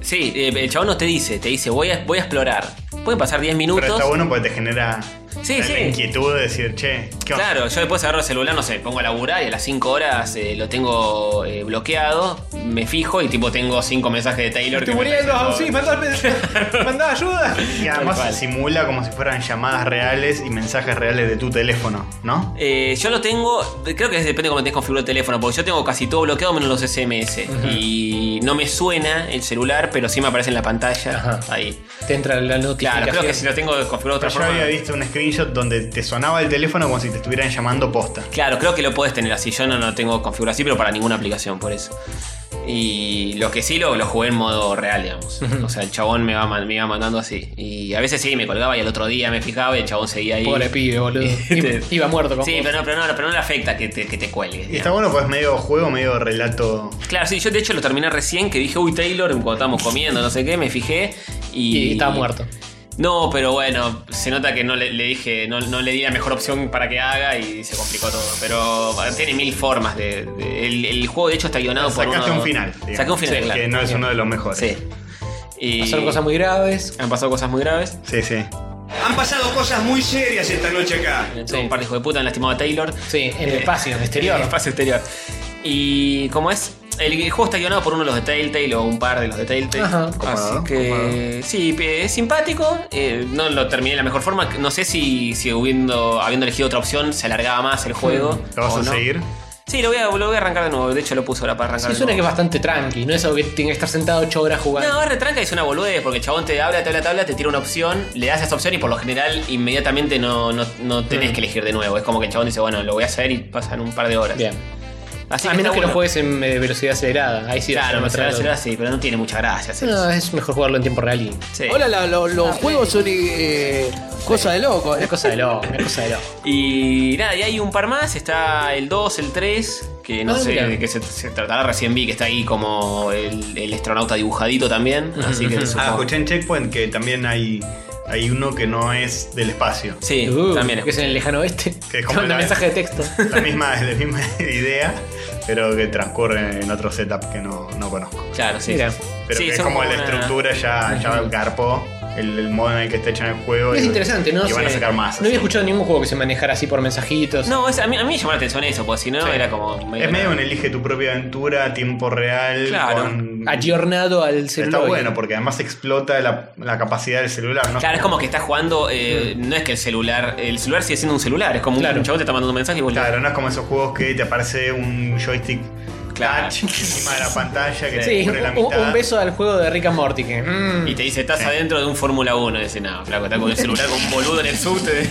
[SPEAKER 3] Sí, eh, el chabón no te dice, te dice, voy a, voy a explorar. Pueden pasar 10 minutos.
[SPEAKER 4] Pero está bueno porque te genera
[SPEAKER 3] Sí,
[SPEAKER 4] la
[SPEAKER 3] sí.
[SPEAKER 4] inquietud de decir, che, ¿qué onda?
[SPEAKER 3] Claro, yo después agarro el celular, no sé, pongo a laburar y a las 5 horas eh, lo tengo eh, bloqueado, me fijo y tipo tengo 5 mensajes de Taylor.
[SPEAKER 2] Estoy
[SPEAKER 3] que me
[SPEAKER 2] muriendo,
[SPEAKER 3] está
[SPEAKER 2] sí,
[SPEAKER 3] diciendo-
[SPEAKER 2] mandá, mandá ayuda.
[SPEAKER 4] Y
[SPEAKER 3] Tal
[SPEAKER 4] además
[SPEAKER 3] cual.
[SPEAKER 4] simula como si fueran llamadas reales y mensajes reales de tu teléfono, ¿no?
[SPEAKER 3] Eh, yo lo tengo, creo que depende de cómo tenés configurado el teléfono, porque yo tengo casi todo bloqueado menos los SMS. Y no me suena el celular, pero sí me aparece en la pantalla.
[SPEAKER 2] Ajá.
[SPEAKER 3] Ahí.
[SPEAKER 2] Te entra la notificación.
[SPEAKER 3] Claro, creo que si lo tengo configurado de otra
[SPEAKER 4] Pero yo
[SPEAKER 3] forma.
[SPEAKER 4] había visto un screenshot donde te sonaba el teléfono como si te estuvieran llamando posta.
[SPEAKER 3] Claro, creo que lo puedes tener así. Yo no lo tengo configurado así, pero para ninguna aplicación, por eso. Y lo que sí lo, lo jugué en modo real, digamos. O sea, el chabón me, va, man- me iba mandando así. Y a veces sí, me colgaba y al otro día me fijaba y el chabón seguía ahí.
[SPEAKER 2] Pobre pibe, boludo.
[SPEAKER 3] Este-
[SPEAKER 2] Iba muerto con
[SPEAKER 3] Sí,
[SPEAKER 2] vos.
[SPEAKER 3] pero no, pero no, pero no le afecta que te, que te cuelgues.
[SPEAKER 4] Y
[SPEAKER 3] digamos.
[SPEAKER 4] está bueno pues medio juego, medio relato.
[SPEAKER 3] Claro, sí, yo de hecho lo terminé recién que dije, uy, Taylor, cuando estábamos comiendo, no sé qué, me fijé y.
[SPEAKER 2] Y estaba muerto.
[SPEAKER 3] No, pero bueno, se nota que no le, le dije, no, no le di la mejor opción para que haga y se complicó todo. Pero tiene mil formas de. de- el, el juego de hecho está guionado por.
[SPEAKER 4] Sacaste
[SPEAKER 3] uno-
[SPEAKER 4] un final. digamos.
[SPEAKER 3] Saqué un final,
[SPEAKER 4] Sí,
[SPEAKER 3] claro.
[SPEAKER 4] Que no es uno de los mejores.
[SPEAKER 3] Sí. Y
[SPEAKER 2] Pasaron cosas muy graves.
[SPEAKER 3] Han pasado cosas muy graves.
[SPEAKER 4] Sí, sí.
[SPEAKER 6] Han pasado cosas muy serias esta noche acá.
[SPEAKER 3] Entró un par de hijos de puta, han lastimado a Taylor.
[SPEAKER 2] Sí, en el
[SPEAKER 3] Eh,
[SPEAKER 2] espacio, en el exterior.
[SPEAKER 3] En el espacio exterior. Y como es, el, el juego está guionado por uno de los de Telltale o un par de los de Telltale.
[SPEAKER 2] Ajá.
[SPEAKER 3] Así
[SPEAKER 4] Copado,
[SPEAKER 3] que sí, pe- es simpático. eh, no lo terminé de la mejor forma. No sé si, si hubiendo, habiendo elegido otra opción se alargaba más el juego.
[SPEAKER 2] Mm.
[SPEAKER 4] ¿Lo vas
[SPEAKER 3] o
[SPEAKER 4] a
[SPEAKER 3] no.
[SPEAKER 4] seguir?
[SPEAKER 3] Sí, lo voy a, lo voy a arrancar de nuevo. De hecho, lo puse ahora para arrancar.
[SPEAKER 2] Sí,
[SPEAKER 3] de
[SPEAKER 2] suena que es
[SPEAKER 3] nuevo.
[SPEAKER 2] bastante tranqui. No es algo que tenga que estar sentado 8 horas jugando.
[SPEAKER 3] No, es retranca y es una boludez, porque el chabón te habla, te habla, te habla, te tira una opción, le das esa opción y por lo general inmediatamente no, no, no tenés
[SPEAKER 2] Mm.
[SPEAKER 3] que elegir de nuevo. Es como que el chabón dice, bueno, lo voy a hacer y pasan un par de horas.
[SPEAKER 2] Bien.
[SPEAKER 3] Así
[SPEAKER 2] a menos
[SPEAKER 3] está
[SPEAKER 2] que lo
[SPEAKER 3] bueno.
[SPEAKER 2] juegues en eh, velocidad acelerada. Ahí sí
[SPEAKER 3] Claro,
[SPEAKER 2] vas a
[SPEAKER 3] me
[SPEAKER 2] encontrar
[SPEAKER 3] será, será, sí, pero no tiene mucha gracia. hacer
[SPEAKER 2] algo.
[SPEAKER 3] eso.
[SPEAKER 2] No, es mejor jugarlo en tiempo real y.
[SPEAKER 3] Sí.
[SPEAKER 11] Hola, la- lo- los juegos son eh, cosa de loco. ¿eh?
[SPEAKER 2] Es cosa de loco, es cosa de loco.
[SPEAKER 3] Y nada, y hay un par más. Está el 2, el 3, que no
[SPEAKER 2] Ah,
[SPEAKER 3] sé
[SPEAKER 2] mira.
[SPEAKER 3] de qué se, se tratará. Recién vi que está ahí como el, el astronauta dibujadito también. Así que
[SPEAKER 4] Ah,
[SPEAKER 3] supongo-
[SPEAKER 4] escuché en Checkpoint que también hay, hay uno que no es del espacio.
[SPEAKER 3] Sí,
[SPEAKER 2] Uh,
[SPEAKER 3] también
[SPEAKER 2] que es en el lejano oeste.
[SPEAKER 4] Que
[SPEAKER 2] Te
[SPEAKER 4] es como
[SPEAKER 2] manda
[SPEAKER 4] la-
[SPEAKER 2] mensaje de texto.
[SPEAKER 4] La misma, la misma idea, pero que transcurre en otro setup que no, no conozco.
[SPEAKER 3] Claro, sí.
[SPEAKER 2] Mira.
[SPEAKER 3] sí, sí.
[SPEAKER 4] Pero
[SPEAKER 3] Sí,
[SPEAKER 4] que es
[SPEAKER 3] son
[SPEAKER 4] como la
[SPEAKER 3] una-
[SPEAKER 4] estructura ya, ya garpó el, el modo en el que está hecho en el juego.
[SPEAKER 2] Es
[SPEAKER 4] y-
[SPEAKER 2] interesante, ¿no?
[SPEAKER 4] Y van a
[SPEAKER 2] sé.
[SPEAKER 4] sacar más.
[SPEAKER 2] No había
[SPEAKER 4] así.
[SPEAKER 2] escuchado ningún juego que se manejara así por mensajitos.
[SPEAKER 3] No, es- a, mí, a mí me llamó la atención eso, porque si no
[SPEAKER 4] Sí.
[SPEAKER 3] era como.
[SPEAKER 4] Es medio un elige tu propia aventura a tiempo real.
[SPEAKER 3] Claro.
[SPEAKER 4] con-
[SPEAKER 2] Ayornado al
[SPEAKER 4] Está
[SPEAKER 2] celular.
[SPEAKER 4] bueno porque además explota la, la capacidad del celular, ¿no?
[SPEAKER 3] Claro, es como que estás jugando. eh, No es que el celular. El celular sigue siendo un celular. Es como un-
[SPEAKER 2] Mm. Claro.
[SPEAKER 3] un chabón te está mandando un mensaje y vos le-
[SPEAKER 4] Claro, no es como esos juegos que te aparece un joystick touch encima de la pantalla que te
[SPEAKER 2] Sí,
[SPEAKER 4] Eh, cubre la
[SPEAKER 2] un, un-
[SPEAKER 4] mitad.
[SPEAKER 2] un beso al juego de Rick and Morty. Que, mm,
[SPEAKER 3] Y te dice, estás adentro de un Fórmula 1. Y dice, no, flaco, está con el celular con un boludo en el subte.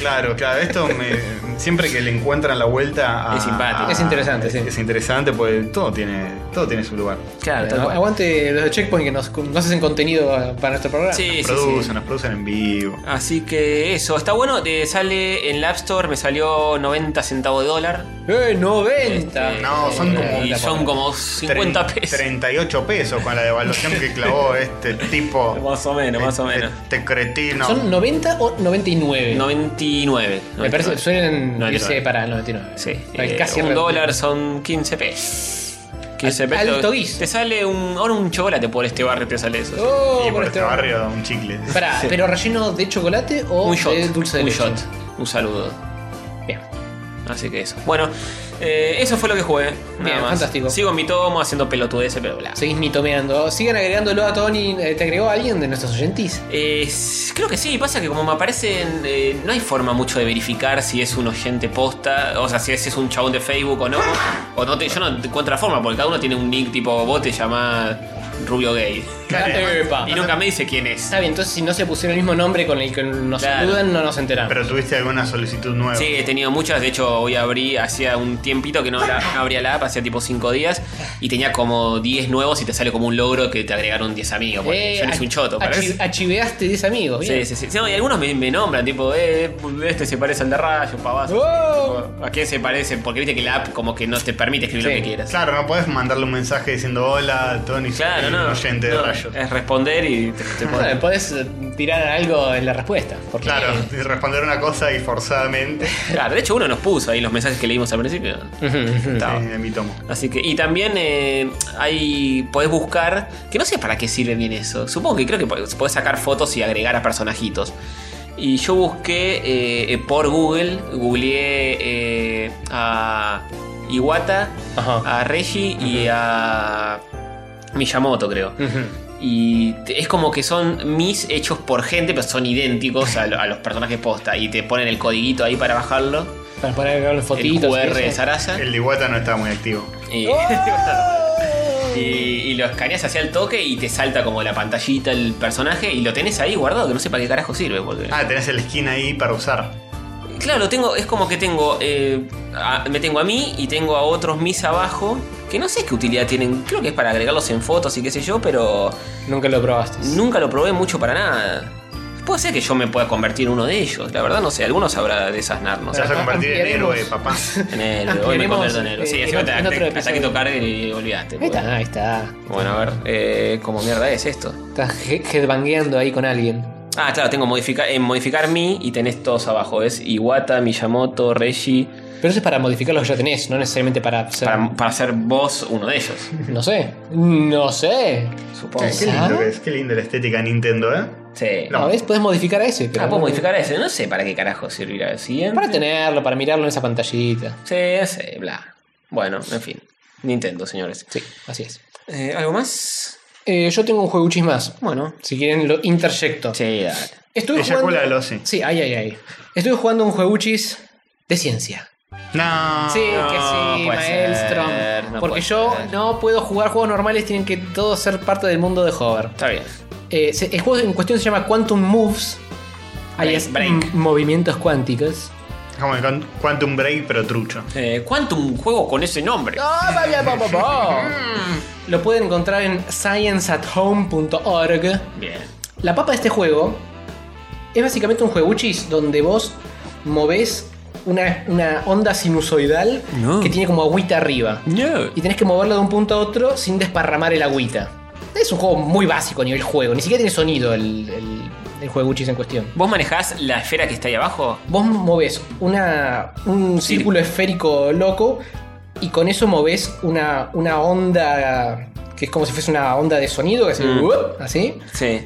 [SPEAKER 4] Claro, claro, esto me- siempre que le encuentran la vuelta a-
[SPEAKER 3] Es simpático.
[SPEAKER 4] a-
[SPEAKER 3] Es interesante,
[SPEAKER 4] es, interesante porque todo tiene, todo tiene su lugar.
[SPEAKER 2] Claro, aguante los de Checkpoint que nos, nos hacen contenido eh, para nuestro programa.
[SPEAKER 4] nos producen, nos producen en vivo.
[SPEAKER 3] Así que eso, está bueno, te sale en la App Store, me salió 90 centavos de dólar. Este,
[SPEAKER 2] ¡Eh, 90!
[SPEAKER 4] No, son como,
[SPEAKER 3] Y son como 50
[SPEAKER 4] Tre-
[SPEAKER 3] pesos.
[SPEAKER 4] 38 pesos con la devaluación que clavó este tipo.
[SPEAKER 3] Más o menos, más o menos.
[SPEAKER 4] Este cretino.
[SPEAKER 2] ¿Son 90 o 99?
[SPEAKER 3] 99.
[SPEAKER 2] Me parece que suelen
[SPEAKER 3] 99.
[SPEAKER 2] irse para el 99. Sí.
[SPEAKER 3] Eh, un dólar son 15 pesos. 15 pesos.
[SPEAKER 2] alto guis.
[SPEAKER 3] Te sale un, ahora un chocolate por este barrio, te sale eso.
[SPEAKER 2] Oh, Y por por este este
[SPEAKER 4] barrio, un chicle.
[SPEAKER 2] Pará, ¿pero relleno de chocolate o
[SPEAKER 3] un shot,
[SPEAKER 2] de Oh, eh, dulce de
[SPEAKER 3] un
[SPEAKER 2] leche?
[SPEAKER 3] shot, un saludo.
[SPEAKER 2] Bien.
[SPEAKER 3] Así que eso. Bueno, eh, eso fue lo que jugué. Nada
[SPEAKER 2] Bien,
[SPEAKER 3] más.
[SPEAKER 2] fantástico.
[SPEAKER 3] Sigo en mi tomo haciendo pelotudeces, pero bla.
[SPEAKER 2] Seguís mitomeando. Sigan agregándolo a Tony. Eh, ¿Te agregó alguien de nuestros oyentes?
[SPEAKER 3] Eh, s- creo que sí, pasa que como me aparecen, eh, no hay forma mucho de verificar si es un oyente posta, o sea, si es, si es un chabón de Facebook o no. O no te- yo no encuentro la forma, porque cada uno tiene un nick tipo, vos te llamás Rubio Gay.
[SPEAKER 2] Epa.
[SPEAKER 3] Y nunca me dice quién es.
[SPEAKER 2] Está bien, entonces si no se pusieron el mismo nombre con el que nos
[SPEAKER 3] Claro.
[SPEAKER 2] saludan, no nos enteramos.
[SPEAKER 4] Pero tuviste alguna solicitud nueva.
[SPEAKER 3] Sí, he tenido muchas. De hecho, hoy abrí, hacía un tiempito que no, la- no abría la app, hacía tipo 5 días, y tenía como 10 nuevos y te sale como un logro que te agregaron 10 amigos. Porque
[SPEAKER 2] Eh,
[SPEAKER 3] yo no soy un choto,
[SPEAKER 2] achi-
[SPEAKER 3] parece.
[SPEAKER 2] Achiveaste 10 amigos.
[SPEAKER 3] Sí,
[SPEAKER 2] bien.
[SPEAKER 3] sí, sí. Sí, no, y algunos me, me nombran, tipo, eh, este se parece al de Rayo, pavazo.
[SPEAKER 2] ¡Oh!
[SPEAKER 3] Tipo, ¿A quién se parece? Porque viste que la app como que no te permite escribir lo que quieras.
[SPEAKER 4] Claro, no podés mandarle un mensaje diciendo hola, Tony,
[SPEAKER 3] Claro,
[SPEAKER 4] soy
[SPEAKER 3] no.
[SPEAKER 4] un oyente
[SPEAKER 3] No,
[SPEAKER 4] de rayos.
[SPEAKER 3] Es responder y te, te
[SPEAKER 2] Bueno,
[SPEAKER 3] ponen.
[SPEAKER 2] podés eh, tirar algo en la respuesta. Porque
[SPEAKER 4] Claro,
[SPEAKER 3] Eh.
[SPEAKER 4] responder una cosa y forzadamente.
[SPEAKER 3] Claro, de hecho uno nos puso ahí los mensajes que leímos al principio. Estaba.
[SPEAKER 4] Sí, de mi eh, tomo.
[SPEAKER 3] Así que, y también eh, hay, podés buscar, que no sé para qué sirve bien eso. Supongo que creo que po- podés sacar fotos y agregar a personajitos. Y yo busqué eh, eh, por Google, googleé eh, a Iwata, a Reggie y a Miyamoto, creo. Y te- es como que son mis hechos por gente, pero son idénticos a, lo- a los personajes posta. Y te ponen el codiguito ahí para bajarlo.
[SPEAKER 2] Para poner que hablen fotitos.
[SPEAKER 3] el QR
[SPEAKER 2] y
[SPEAKER 3] de
[SPEAKER 2] eso.
[SPEAKER 3] Sarasa.
[SPEAKER 4] El de Iwata no está muy activo.
[SPEAKER 3] Y,
[SPEAKER 4] ¡Oh!
[SPEAKER 3] y, y lo escaneas hacia el toque y te salta como la pantallita el personaje y lo tenés ahí guardado, que no sé para qué carajo sirve. Porque...
[SPEAKER 4] Ah, tenés el skin ahí para usar.
[SPEAKER 3] Claro, lo tengo, es como que tengo, eh, a- me tengo a mí y tengo a otros mis abajo, que no sé qué utilidad tienen, creo que es para agregarlos en fotos y qué sé yo, pero
[SPEAKER 2] Nunca lo probaste.
[SPEAKER 3] nunca lo probé mucho para nada. Puede ser que yo me pueda convertir en uno de ellos, la verdad no sé, algunos habrá desasnarnos.
[SPEAKER 4] Te vas a convertir en
[SPEAKER 2] ampliaremos.
[SPEAKER 4] héroe, papá.
[SPEAKER 3] En el, hoy me
[SPEAKER 2] Ampliaremos,
[SPEAKER 3] convierto en héroe. Sí,
[SPEAKER 2] Ah, eh,
[SPEAKER 3] así
[SPEAKER 2] en
[SPEAKER 3] te,
[SPEAKER 2] otro- en otro
[SPEAKER 3] hasta que
[SPEAKER 2] episodio.
[SPEAKER 3] tocar y olvidaste.
[SPEAKER 2] Ahí
[SPEAKER 3] porque-
[SPEAKER 2] está, ahí está.
[SPEAKER 3] Bueno, a ver, eh, ¿cómo mierda es esto?
[SPEAKER 2] Estás he- headbangueando ahí con alguien.
[SPEAKER 3] Ah, claro, tengo modificar, en modificar mi y tenés todos abajo. Es Iwata, Miyamoto, Reggie.
[SPEAKER 2] Pero eso es para modificar lo que ya tenés, no necesariamente para ser.
[SPEAKER 3] Para, para ser vos uno de ellos.
[SPEAKER 2] No sé. No sé.
[SPEAKER 3] Supongo.
[SPEAKER 4] Qué lindo que es, qué lindo la estética Nintendo, ¿eh?
[SPEAKER 3] Sí.
[SPEAKER 2] No, ves, podés modificar a ese. Pero
[SPEAKER 3] Ah, puedo modificar ese. No sé para qué carajo servirá el siguiente.
[SPEAKER 2] Para tenerlo, para mirarlo en esa pantallita.
[SPEAKER 3] Sí, sí, bla. Bueno, en fin. Nintendo, señores.
[SPEAKER 2] Sí, así es.
[SPEAKER 3] Eh, ¿Algo más?
[SPEAKER 2] Eh, yo tengo un jueguchis más.
[SPEAKER 3] Bueno.
[SPEAKER 2] Si quieren, lo interjecto.
[SPEAKER 3] Sí, dale.
[SPEAKER 2] Estuve
[SPEAKER 4] Eyacula
[SPEAKER 2] jugando.
[SPEAKER 4] el Ozzy.
[SPEAKER 2] Sí, ay, ay, ay. Estuve jugando un jueguchis de ciencia.
[SPEAKER 4] No.
[SPEAKER 2] Sí, que sí,
[SPEAKER 3] Ah, puede
[SPEAKER 2] Maelstrom.
[SPEAKER 3] ser, no
[SPEAKER 2] Porque
[SPEAKER 3] puede
[SPEAKER 2] yo
[SPEAKER 3] ser.
[SPEAKER 2] no puedo jugar juegos normales, tienen que todos ser parte del mundo de Hover.
[SPEAKER 3] Está bien.
[SPEAKER 2] Eh, se- el juego en cuestión se llama Quantum Moves. Ahí
[SPEAKER 3] Break,
[SPEAKER 2] es
[SPEAKER 3] break.
[SPEAKER 2] m- movimientos cuánticos.
[SPEAKER 4] Como el Quan- Quantum Break, pero trucho.
[SPEAKER 3] Eh, ¿Cuántum juego con ese nombre?
[SPEAKER 2] Lo pueden encontrar en scienceathome.org.
[SPEAKER 3] Bien.
[SPEAKER 2] La papa de este juego es básicamente un jueguchis donde vos movés una, una onda sinusoidal
[SPEAKER 3] No.
[SPEAKER 2] que tiene como agüita arriba.
[SPEAKER 3] No.
[SPEAKER 2] Y tenés que moverla de un punto a otro sin desparramar el agüita. Es un juego muy básico a nivel juego, ni siquiera tiene sonido el, el, el jueguchis en cuestión.
[SPEAKER 3] ¿Vos manejás la esfera que está ahí abajo?
[SPEAKER 2] Vos movés una, un círculo esférico loco y con eso movés una, una onda que es como si fuese una onda de sonido, que hace
[SPEAKER 3] Mm.
[SPEAKER 2] "Wup", así,
[SPEAKER 3] Sí.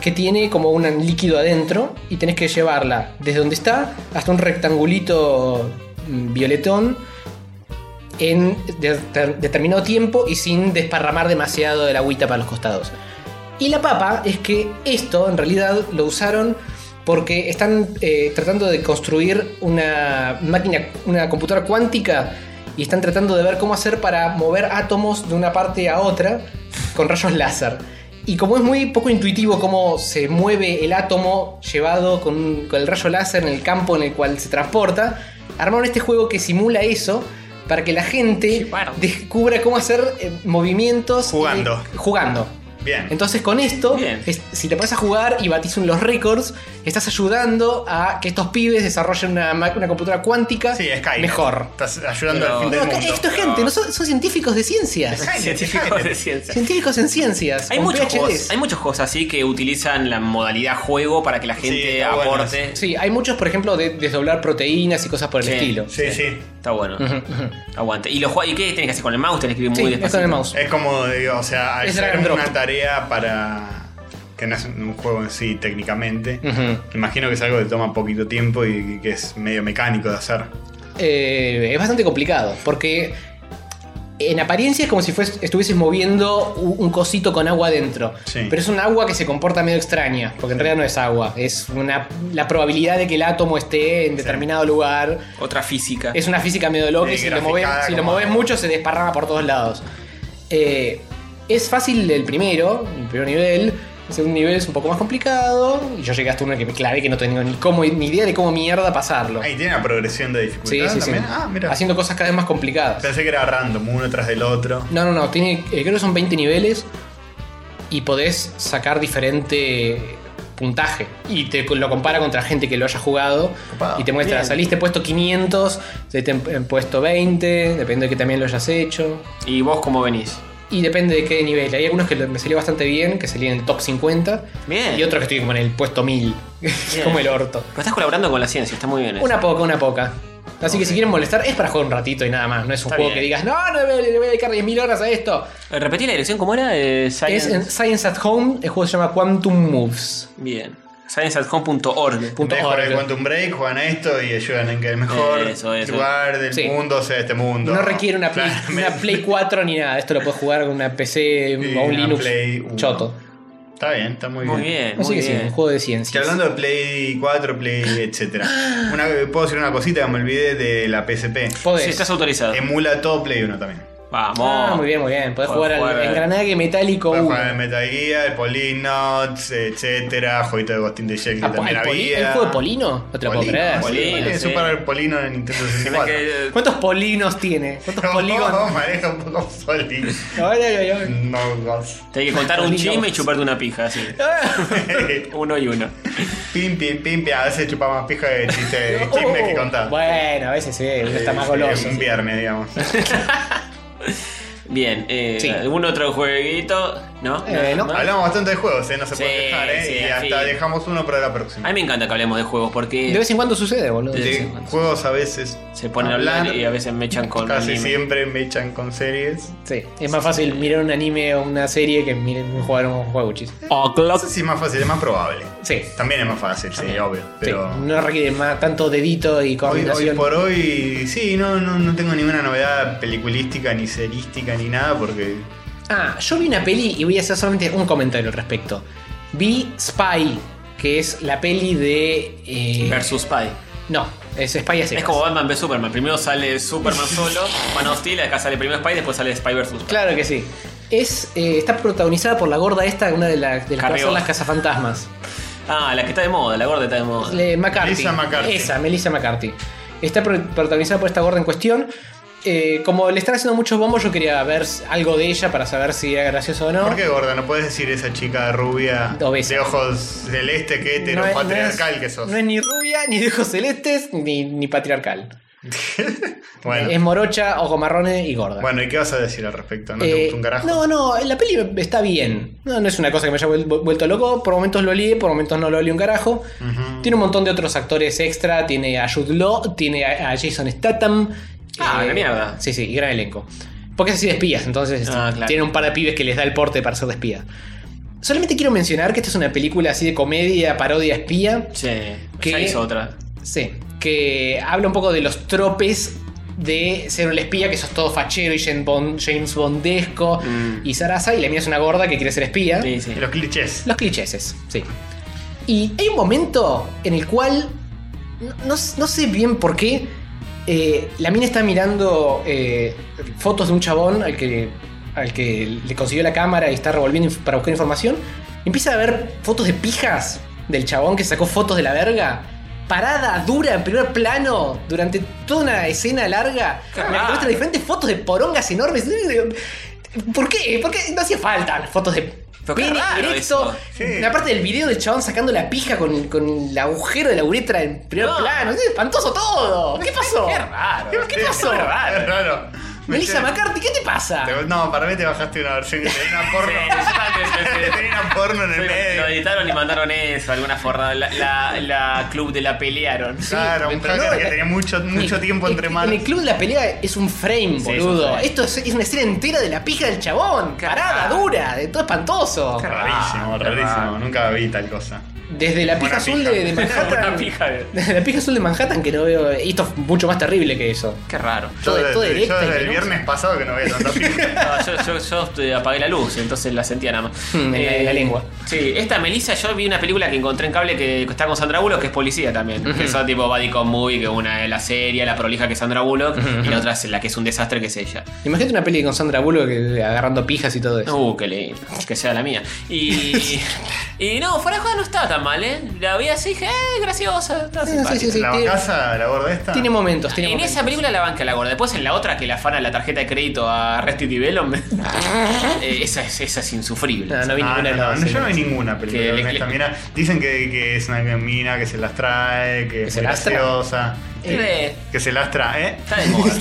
[SPEAKER 2] que tiene como un líquido adentro y tenés que llevarla desde donde está hasta un rectangulito mm, violetón en de- ter- determinado tiempo y sin desparramar demasiado de la agüita para los costados. Y la papa es que esto en realidad lo usaron porque están eh, tratando de construir una máquina, una computadora cuántica y están tratando de ver cómo hacer para mover átomos de una parte a otra con rayos láser. Y como es muy poco intuitivo cómo se mueve el átomo llevado con, un- con el rayo láser en el campo en el cual se transporta, armaron este juego que simula eso para que la gente descubra cómo hacer eh, movimientos jugando. jugando.
[SPEAKER 4] Bien.
[SPEAKER 2] Entonces con esto, es- si te pones a jugar y batís un- los récords, estás ayudando a que estos pibes desarrollen una, ma- una computadora cuántica mejor.
[SPEAKER 4] Estás ayudando
[SPEAKER 2] Pero-
[SPEAKER 4] al fin del
[SPEAKER 2] No,
[SPEAKER 4] mundo.
[SPEAKER 2] esto es gente, no son, son científicos de ciencias.
[SPEAKER 10] Científicos de ciencia.
[SPEAKER 2] Científicos en ciencias.
[SPEAKER 10] Hay
[SPEAKER 2] con
[SPEAKER 10] muchos,
[SPEAKER 2] PhDs.
[SPEAKER 10] juegos, hay muchos juegos así que utilizan la modalidad juego para que la gente aporte.
[SPEAKER 2] Sí, hay muchos, por ejemplo, de desdoblar proteínas y cosas por el
[SPEAKER 10] Sí,
[SPEAKER 2] estilo.
[SPEAKER 10] sí, sí. Está bueno.
[SPEAKER 2] Ujú, ujú.
[SPEAKER 10] Aguante. ¿Y, lo, jue- ¿Y qué tenés que hacer con el mouse? Tenés que ir muy
[SPEAKER 2] Sí, es
[SPEAKER 10] despacito.
[SPEAKER 2] con el mouse.
[SPEAKER 4] Es como, digo, o sea, al
[SPEAKER 2] Es
[SPEAKER 4] ser
[SPEAKER 2] drag and drop.
[SPEAKER 4] una tarea para. que no es un juego en sí técnicamente.
[SPEAKER 2] Ujú.
[SPEAKER 4] Imagino que es algo que toma poquito tiempo y que es medio mecánico de hacer.
[SPEAKER 2] Eh, es bastante complicado, porque en apariencia es como si fues- estuvieses moviendo u- un cosito con agua adentro. Pero es un agua que se comporta medio extraña, porque en realidad no es agua. Es una, la probabilidad de que el átomo esté en determinado lugar.
[SPEAKER 10] Otra física.
[SPEAKER 2] Es una física medio loca
[SPEAKER 10] Sí,
[SPEAKER 2] y si lo, moves,
[SPEAKER 10] graficada
[SPEAKER 2] si lo
[SPEAKER 10] como-
[SPEAKER 2] moves mucho se desparrama por todos lados. Eh, es fácil el primero, el primer nivel. El segundo nivel es un poco más complicado. Y yo llegué hasta uno que me clavé que no tenía ni, cómo, ni idea de cómo mierda pasarlo.
[SPEAKER 4] Ahí tiene una progresión de
[SPEAKER 2] Sí, sí,
[SPEAKER 4] dificultad
[SPEAKER 2] sí.
[SPEAKER 4] también. Ah, mira.
[SPEAKER 2] Haciendo cosas cada vez más complicadas.
[SPEAKER 4] Pensé que era random, uno tras del otro.
[SPEAKER 2] No, no, no. Tiene, eh, creo que son 20 niveles y podés sacar diferente puntaje. Y te lo compara contra gente que lo haya jugado y te muestra,
[SPEAKER 10] Bien.
[SPEAKER 2] saliste puesto 500, saliste en- en puesto 20, depende de que también lo hayas hecho.
[SPEAKER 10] ¿Y vos cómo venís?
[SPEAKER 2] Y depende de qué nivel. Hay algunos que me salió bastante bien, que salí en el top 50.
[SPEAKER 10] Bien.
[SPEAKER 2] Y otros que estoy como en el puesto 1000. como el orto.
[SPEAKER 10] Pero estás colaborando con la ciencia, está muy bien. eso.
[SPEAKER 2] Una poca, una poca. Así que si quieren molestar, es para jugar un ratito y nada más. No es un
[SPEAKER 10] Está
[SPEAKER 2] juego
[SPEAKER 10] bien.
[SPEAKER 2] que digas, no, no le voy a- le voy a dedicar 10.000 horas a esto.
[SPEAKER 10] Eh, Repetí la dirección, ¿cómo era? Eh,
[SPEAKER 2] Es
[SPEAKER 10] science...
[SPEAKER 2] en Science at Home, el juego se llama Quantum Moves.
[SPEAKER 10] Bien. Scienceathome.org.
[SPEAKER 2] Punto
[SPEAKER 4] Ustedes
[SPEAKER 2] org.
[SPEAKER 4] juegan Quantum Break, juegan esto y ayudan en que el mejor
[SPEAKER 10] Eso, eso.
[SPEAKER 4] lugar del
[SPEAKER 2] Sí.
[SPEAKER 4] mundo sea este mundo.
[SPEAKER 2] No requiere una Play, una Play 4 ni nada. Esto lo puedes jugar con una PC o un
[SPEAKER 4] una
[SPEAKER 2] Linux
[SPEAKER 4] Play uno.
[SPEAKER 2] choto.
[SPEAKER 4] Está bien, está muy,
[SPEAKER 2] Muy bien, Así muy que sí, bien. un juego de ciencias.
[SPEAKER 4] Que hablando de Play 4, Play, etc. Una, puedo decir una cosita que me olvidé de la PSP.
[SPEAKER 2] Podés. Sí, estás
[SPEAKER 10] autorizado.
[SPEAKER 4] Emula todo Play 1 también.
[SPEAKER 10] Vamos.
[SPEAKER 2] Ah, muy bien, muy bien. Podés jugar al engranaje metálico
[SPEAKER 4] Podés
[SPEAKER 2] 1.
[SPEAKER 4] jugar al Metal Gear, el Polinuts, etcétera, jueguito de Ghost in the Shell que
[SPEAKER 2] Ah,
[SPEAKER 4] también
[SPEAKER 2] ¿el, poli-
[SPEAKER 4] había.
[SPEAKER 2] el juego de Polino? No te lo puedo
[SPEAKER 4] Polino,
[SPEAKER 2] creer.
[SPEAKER 4] sí, es un par de Polino en Nintendo 64.
[SPEAKER 2] ¿Cuántos polinos tiene? ¿Cuántos polígonos?
[SPEAKER 4] maneja un poco Polino.
[SPEAKER 2] Ay, ay, ay, ay.
[SPEAKER 4] No, Ghost.
[SPEAKER 10] Te hay que contar un
[SPEAKER 4] Polino.
[SPEAKER 10] chisme y chuparte una pija, así.
[SPEAKER 2] Ah.
[SPEAKER 10] uno y uno.
[SPEAKER 4] Pim, pim, pim, pim. A veces chupa más pija de chiste, de chisme que contar.
[SPEAKER 2] Bueno, a veces sí, uno está más
[SPEAKER 4] Sí,
[SPEAKER 2] goloso.
[SPEAKER 4] Un
[SPEAKER 2] sí.
[SPEAKER 4] viernes, digamos.
[SPEAKER 10] Bien, eh, ¿algún otro jueguito? ¿No?
[SPEAKER 4] Eh, no. Hablamos bastante de juegos, eh, no se
[SPEAKER 10] Sí,
[SPEAKER 4] puede dejar, eh.
[SPEAKER 10] sí,
[SPEAKER 4] y
[SPEAKER 10] al
[SPEAKER 4] hasta
[SPEAKER 10] fin.
[SPEAKER 4] dejamos uno para la próxima.
[SPEAKER 10] A mí me encanta que hablemos de juegos porque.
[SPEAKER 2] De vez en cuando sucede, boludo.
[SPEAKER 10] De vez en
[SPEAKER 4] De
[SPEAKER 10] cuando.
[SPEAKER 4] juegos a veces
[SPEAKER 10] Se ponen a hablar y a veces me echan con.
[SPEAKER 4] Casi
[SPEAKER 10] anime.
[SPEAKER 4] siempre me echan con series.
[SPEAKER 2] Sí, es más fácil mirar un anime o una serie que miren, jugar un juego, chis.
[SPEAKER 4] No sé si es más fácil, es más probable.
[SPEAKER 2] Sí.
[SPEAKER 4] También es más fácil, sí, obvio. Pero
[SPEAKER 2] No requiere más tanto dedito y
[SPEAKER 4] hoy, hoy
[SPEAKER 2] coordinación.
[SPEAKER 4] por hoy, sí, no, no, no tengo ninguna novedad peliculística, ni serística, ni nada, porque.
[SPEAKER 2] Ah, yo vi una peli y voy a hacer solamente un comentario al respecto. Vi Spy, que es la peli de. eh,
[SPEAKER 10] Versus Spy.
[SPEAKER 2] No, es Spy así.
[SPEAKER 10] Es como Batman v Superman. Primero sale Superman solo, Man of Steel, acá sale primero Spy, después sale Spy versus.
[SPEAKER 2] Claro que sí. Es, eh, está protagonizada por la gorda esta, una de, la- de las que va a ser
[SPEAKER 10] Carrió.
[SPEAKER 2] las cazafantasmas.
[SPEAKER 10] Ah, la que está de moda, la gorda está de moda.
[SPEAKER 2] Le- McCarthy.
[SPEAKER 10] Melissa McCarthy.
[SPEAKER 2] Esa, Melissa McCarthy. Está pro- protagonizada por esta gorda en cuestión. Eh, como le están haciendo muchos bombos, yo quería ver s- algo de ella para saber si era gracioso o no.
[SPEAKER 4] ¿Por qué gorda? No puedes decir esa chica rubia de ojos celeste que
[SPEAKER 2] No es-
[SPEAKER 4] heteropatriarcal que sos.
[SPEAKER 2] No es ni rubia, ni de ojos celestes, ni, ni patriarcal.
[SPEAKER 4] Bueno.
[SPEAKER 2] Es morocha, ojos marrones y gorda.
[SPEAKER 4] Bueno, ¿y qué vas a decir al respecto? ¿No te
[SPEAKER 2] Eh,
[SPEAKER 4] gusta un carajo?
[SPEAKER 2] no, no, la peli está bien. No, no es una cosa que me haya vuel- vuelto loco. Por momentos lo lié, por momentos no lo lié un carajo. Tiene un montón de otros actores extra. Tiene a Jude Law, tiene a, a Jason Statham.
[SPEAKER 10] Ah,
[SPEAKER 2] Eh,
[SPEAKER 10] la mierda.
[SPEAKER 2] Sí, sí, y gran elenco. Porque es así de espías, entonces
[SPEAKER 10] Ah, claro.
[SPEAKER 2] tiene un par de pibes que les da el porte para ser de espía. Solamente quiero mencionar que esta es una película así de comedia, parodia, espía.
[SPEAKER 10] Sí,
[SPEAKER 2] que,
[SPEAKER 10] ya hizo otra.
[SPEAKER 2] Sí, que habla un poco de los tropes de ser un espía, que sos todo fachero y Jane Bond- James Bondesco
[SPEAKER 10] Mm.
[SPEAKER 2] y Sarasa, y la mía es una gorda que quiere ser espía.
[SPEAKER 4] Y los clichés.
[SPEAKER 2] Los clichés, sí. Y hay un momento en el cual, no, no- no sé bien por qué, eh, la mina está mirando eh, fotos de un chabón al que, al que le consiguió la cámara y está revolviendo inf- para buscar información. Y empieza a ver fotos de pijas del chabón que sacó fotos de la verga. Parada, dura, en primer plano, durante toda una escena larga. En la que muestra diferentes fotos de porongas enormes. ¿Por qué? ¿Por qué no hacía falta las fotos de pene
[SPEAKER 3] raro
[SPEAKER 2] erecto? La parte del video del chabón sacando la pija con, con el agujero de la uretra en primer plano. Es espantoso todo. ¿Qué pasó? Qué raro. ¿Qué, qué pasó?
[SPEAKER 4] Es raro, es raro.
[SPEAKER 2] Melissa McCarthy, ¿qué te pasa?
[SPEAKER 4] Te- No, para mí te bajaste una versión que tenía una porno. tenía una porno en el medio.
[SPEAKER 3] Lo editaron y mandaron eso, alguna forma. La, la- la club de la pelearon.
[SPEAKER 4] Claro, un hacker que tenía mucho, mucho tiempo entre manos.
[SPEAKER 2] En el club de la pelea es un frame,
[SPEAKER 4] Sí, es un
[SPEAKER 2] boludo.
[SPEAKER 4] frame.
[SPEAKER 2] Esto es, es una escena entera de la pija del chabón. Parada, dura, de todo espantoso.
[SPEAKER 4] Rarísimo, rarísimo. Nunca vi tal cosa.
[SPEAKER 2] Desde la pija
[SPEAKER 4] Buena
[SPEAKER 2] azul
[SPEAKER 4] pija.
[SPEAKER 2] de, de Manhattan. Desde la pija azul de Manhattan que no veo. Esto es mucho más terrible que eso.
[SPEAKER 3] Qué raro.
[SPEAKER 2] Todo,
[SPEAKER 4] Yo
[SPEAKER 2] todo
[SPEAKER 4] desde-
[SPEAKER 2] directa y
[SPEAKER 4] yo desde el
[SPEAKER 2] penoso.
[SPEAKER 4] viernes pasado que no veía tanta pija.
[SPEAKER 3] No, yo, yo- yo, eh, apagué la luz, entonces la sentía nada más. Eh,
[SPEAKER 2] Hmm, en la- en la lengua.
[SPEAKER 3] Sí, esta Melissa, yo vi una película que encontré en cable que está con Sandra Bullock, que es policía también.
[SPEAKER 2] Ujú.
[SPEAKER 3] Que son tipo Buddy Cop Movie, que una es la serie, la prolija que es Sandra Bullock,
[SPEAKER 2] Ujú,
[SPEAKER 3] y
[SPEAKER 2] ujú.
[SPEAKER 3] la otra es la que es un desastre, que es ella.
[SPEAKER 2] Imagínate una peli con Sandra Bullock que- agarrando pijas y todo eso.
[SPEAKER 3] Uh, qué lindo. Que sea la mía. Y. y no, fuera de joda no estaba tan mal, ¿eh? La vi así y dije, ¡eh, graciosa! Estaba
[SPEAKER 2] Sí, sí,
[SPEAKER 3] simpática.
[SPEAKER 2] sí, sí, La tiene-
[SPEAKER 4] bajaza, la gorda esta.
[SPEAKER 2] Tiene momentos, tiene
[SPEAKER 3] En
[SPEAKER 2] momentos.
[SPEAKER 3] esa película la banca la gorda. Después en la otra que le afana la tarjeta de crédito a Restit y esa, es, esa es insufrible.
[SPEAKER 2] No, no vi
[SPEAKER 4] Ah,
[SPEAKER 2] ninguna de
[SPEAKER 4] no,
[SPEAKER 2] las
[SPEAKER 4] no,
[SPEAKER 2] dos,
[SPEAKER 4] yo no vi
[SPEAKER 2] sí.
[SPEAKER 4] ninguna
[SPEAKER 3] Que
[SPEAKER 4] película
[SPEAKER 3] le-
[SPEAKER 4] con esta mina. Dicen que, que es una mina que se las trae, que, es
[SPEAKER 2] se las trae?
[SPEAKER 4] graciosa.
[SPEAKER 3] Eh,
[SPEAKER 4] Que se las trae, ¿eh?
[SPEAKER 3] Está de moda.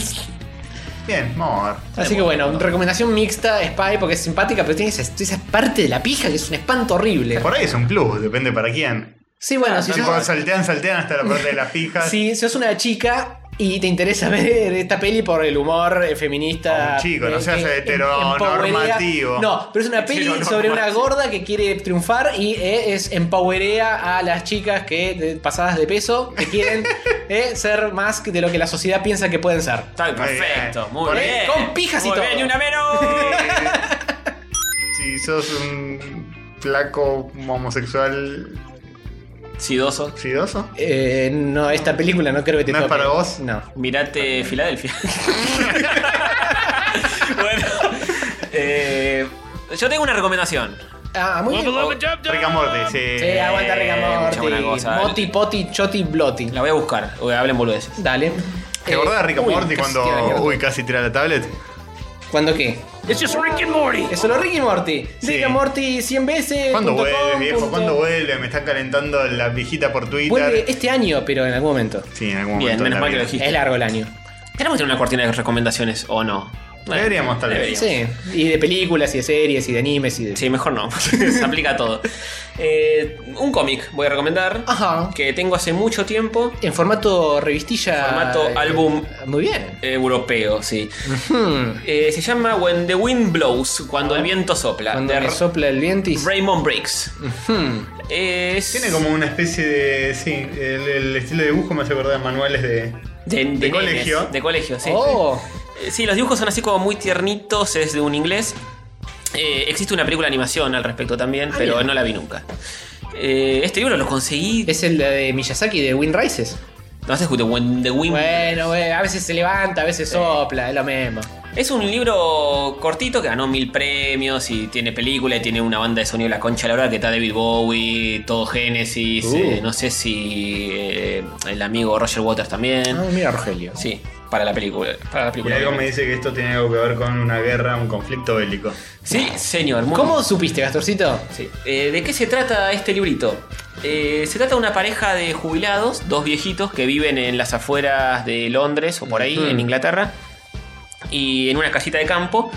[SPEAKER 4] Bien, vamos a ver.
[SPEAKER 2] Así que bueno, recomendación mixta, Spy, porque es simpática, pero tiene esa, esa parte de la pija que es un espanto horrible.
[SPEAKER 4] Eh, Por ahí es un plus, depende para quién.
[SPEAKER 2] Sí, bueno, si
[SPEAKER 4] Si
[SPEAKER 2] sos,
[SPEAKER 4] saltean, saltean hasta la parte de las pijas.
[SPEAKER 2] si sos una chica y te interesa ver esta peli por el humor eh, feminista.
[SPEAKER 4] O un chico, no
[SPEAKER 2] eh,
[SPEAKER 4] seas
[SPEAKER 2] que- que
[SPEAKER 4] heteronormativo.
[SPEAKER 2] empowerea- No, pero es una peli sobre una gorda que quiere triunfar y eh, es empowerea a las chicas que de- pasadas de peso que quieren eh, ser más de lo que la sociedad piensa que pueden ser.
[SPEAKER 3] Está perfecto, muy
[SPEAKER 2] Con-
[SPEAKER 3] bien.
[SPEAKER 2] con pijas y
[SPEAKER 3] Muy
[SPEAKER 2] todo.
[SPEAKER 3] bien, una menos.
[SPEAKER 4] Si sos un flaco homosexual.
[SPEAKER 3] Sidoso.
[SPEAKER 4] ¿Sidoso?
[SPEAKER 2] Eh, no, esta película no creo que te
[SPEAKER 4] ¿No es
[SPEAKER 2] toque.
[SPEAKER 4] para vos?
[SPEAKER 2] No.
[SPEAKER 3] Mirate Filadelfia. bueno, eh, yo tengo una recomendación.
[SPEAKER 2] Ah, muy bien.
[SPEAKER 4] Rica Morty, sí.
[SPEAKER 2] Sí, ah, aguanta
[SPEAKER 3] mucha buena
[SPEAKER 2] Rick Morty.
[SPEAKER 3] cosa.
[SPEAKER 2] Moti, poti, choti, blotti.
[SPEAKER 3] La voy a buscar, o hablen boludeces.
[SPEAKER 2] Dale.
[SPEAKER 4] ¿Te acordás de Rick and
[SPEAKER 2] uy,
[SPEAKER 4] Morty
[SPEAKER 2] casi tira la mierda. Eh,
[SPEAKER 4] cuando. Uy, casi tira la tablet?
[SPEAKER 2] ¿Cuándo qué?
[SPEAKER 3] Es just Rick and Morty.
[SPEAKER 2] Es solo Rick y Morty.
[SPEAKER 4] Sí.
[SPEAKER 2] Rick and Morty 100 veces.
[SPEAKER 4] ¿Cuándo
[SPEAKER 2] punto
[SPEAKER 4] vuelve,
[SPEAKER 2] com,
[SPEAKER 4] viejo?
[SPEAKER 2] punto-
[SPEAKER 4] ¿Cuándo vuelve? Me está calentando la viejita por Twitter.
[SPEAKER 2] Vuelve este año, pero en algún momento.
[SPEAKER 4] Sí, en algún
[SPEAKER 3] Bien,
[SPEAKER 4] momento. de
[SPEAKER 3] menos
[SPEAKER 4] la
[SPEAKER 3] mal que lo
[SPEAKER 4] vida.
[SPEAKER 3] dijiste.
[SPEAKER 2] Es largo el año.
[SPEAKER 3] Tenemos que tener una cortina de recomendaciones o no. Bueno,
[SPEAKER 4] Deberíamos, tal vez.
[SPEAKER 3] deberíamos.
[SPEAKER 2] Sí. Y de películas, y de series, y de animes, y de.
[SPEAKER 3] Sí, mejor no. Se aplica a todo. Eh, un cómic voy a recomendar
[SPEAKER 2] Ajá.
[SPEAKER 3] que tengo hace mucho tiempo.
[SPEAKER 2] En formato revistilla.
[SPEAKER 3] Formato
[SPEAKER 2] eh,
[SPEAKER 3] álbum
[SPEAKER 2] Muy bien.
[SPEAKER 3] europeo, sí.
[SPEAKER 2] Hmm.
[SPEAKER 3] Eh, se llama When the Wind Blows, cuando el viento sopla.
[SPEAKER 2] Cuando
[SPEAKER 3] de
[SPEAKER 2] me sopla el viento y.
[SPEAKER 3] Raymond Briggs.
[SPEAKER 2] Hmm.
[SPEAKER 3] Es
[SPEAKER 4] Tiene como una especie de. Sí, el, el estilo de dibujo me hace acordar de manuales de.
[SPEAKER 3] de, nenes,
[SPEAKER 4] colegio.
[SPEAKER 3] De colegio, sí.
[SPEAKER 2] Oh.
[SPEAKER 3] Eh, Sí, los dibujos son así como muy tiernitos, es de un inglés. Eh, existe una película de animación al respecto también, pero
[SPEAKER 2] bien.
[SPEAKER 3] no la vi nunca. Eh, este libro lo conseguí.
[SPEAKER 2] Es el de Miyazaki de Wind Rises.
[SPEAKER 3] No haces justo, When the Wind
[SPEAKER 2] Bueno, eh, a veces se levanta, a veces sopla, es lo mismo.
[SPEAKER 3] Es un libro cortito que ganó mil premios y tiene película y tiene una banda de sonido de la concha de la hora que está David Bowie, todo Genesis,
[SPEAKER 2] Uh.
[SPEAKER 3] eh, no sé si eh, el amigo Roger Waters también.
[SPEAKER 2] Ah, mira, Rogelio.
[SPEAKER 3] Sí, para la película. Para la
[SPEAKER 4] Y
[SPEAKER 3] película.
[SPEAKER 4] algo me dice que esto tiene algo que ver con una guerra, un conflicto bélico.
[SPEAKER 3] Sí, señor. muy-
[SPEAKER 2] ¿Cómo supiste, Gastorcito?
[SPEAKER 3] Sí. Eh, ¿De qué se trata este librito? Eh, se trata de una pareja de jubilados, dos viejitos que viven en las afueras de Londres o por ahí,
[SPEAKER 2] Ujú.
[SPEAKER 3] en Inglaterra, y en una casita de campo.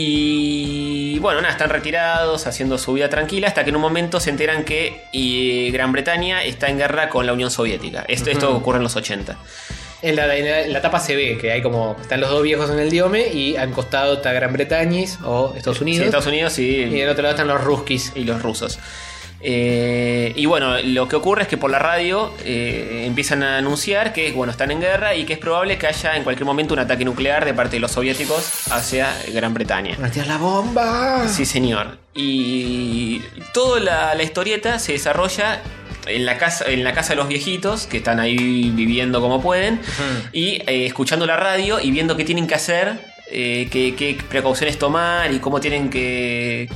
[SPEAKER 3] Y bueno, nada, están retirados, haciendo su vida tranquila, hasta que en un momento se enteran que eh, Gran Bretaña está en guerra con la Unión Soviética. Esto, esto ocurre en los 80.
[SPEAKER 2] En la, en la- en la tapa se ve que hay como. Están los dos viejos en el diome y al costado está Gran Bretaña o Estados
[SPEAKER 3] Sí,
[SPEAKER 2] Unidos.
[SPEAKER 3] Estados Unidos y
[SPEAKER 2] Y del otro lado están los ruskis.
[SPEAKER 3] y los rusos. Eh, y bueno, lo que ocurre es que por la radio eh, empiezan a anunciar que bueno, están en guerra y que es probable que haya en cualquier momento un ataque nuclear de parte de los soviéticos hacia Gran Bretaña.
[SPEAKER 2] ¡Metías la bomba!
[SPEAKER 3] Sí, señor. Y toda la, la historieta se desarrolla en la casa, en la casa de los viejitos, que están ahí viviendo como pueden, y eh, escuchando la radio y viendo qué tienen que hacer, eh, qué, qué precauciones tomar y cómo tienen que.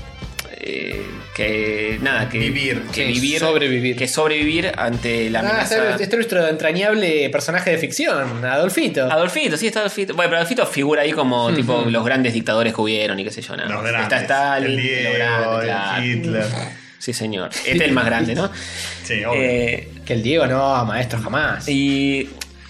[SPEAKER 3] eh, que nada, que vivir, que
[SPEAKER 2] Que
[SPEAKER 3] vivir, sobrevivir, que sobrevivir ante la
[SPEAKER 2] Ah,
[SPEAKER 3] amenaza.
[SPEAKER 2] este es nuestro entrañable personaje de ficción, Adolfito.
[SPEAKER 3] Adolfito, sí, está Adolfito. Bueno, pero Adolfito figura ahí como tipo los grandes dictadores que hubieron y qué sé yo, nada. más. está Stalin,
[SPEAKER 4] el Diego,
[SPEAKER 3] lo grande,
[SPEAKER 4] el
[SPEAKER 3] claro.
[SPEAKER 4] Hitler.
[SPEAKER 3] Sí, señor. Este es el más grande, ¿no?
[SPEAKER 4] Sí,
[SPEAKER 3] Eh,
[SPEAKER 2] que el Diego no, maestro, jamás.
[SPEAKER 3] Y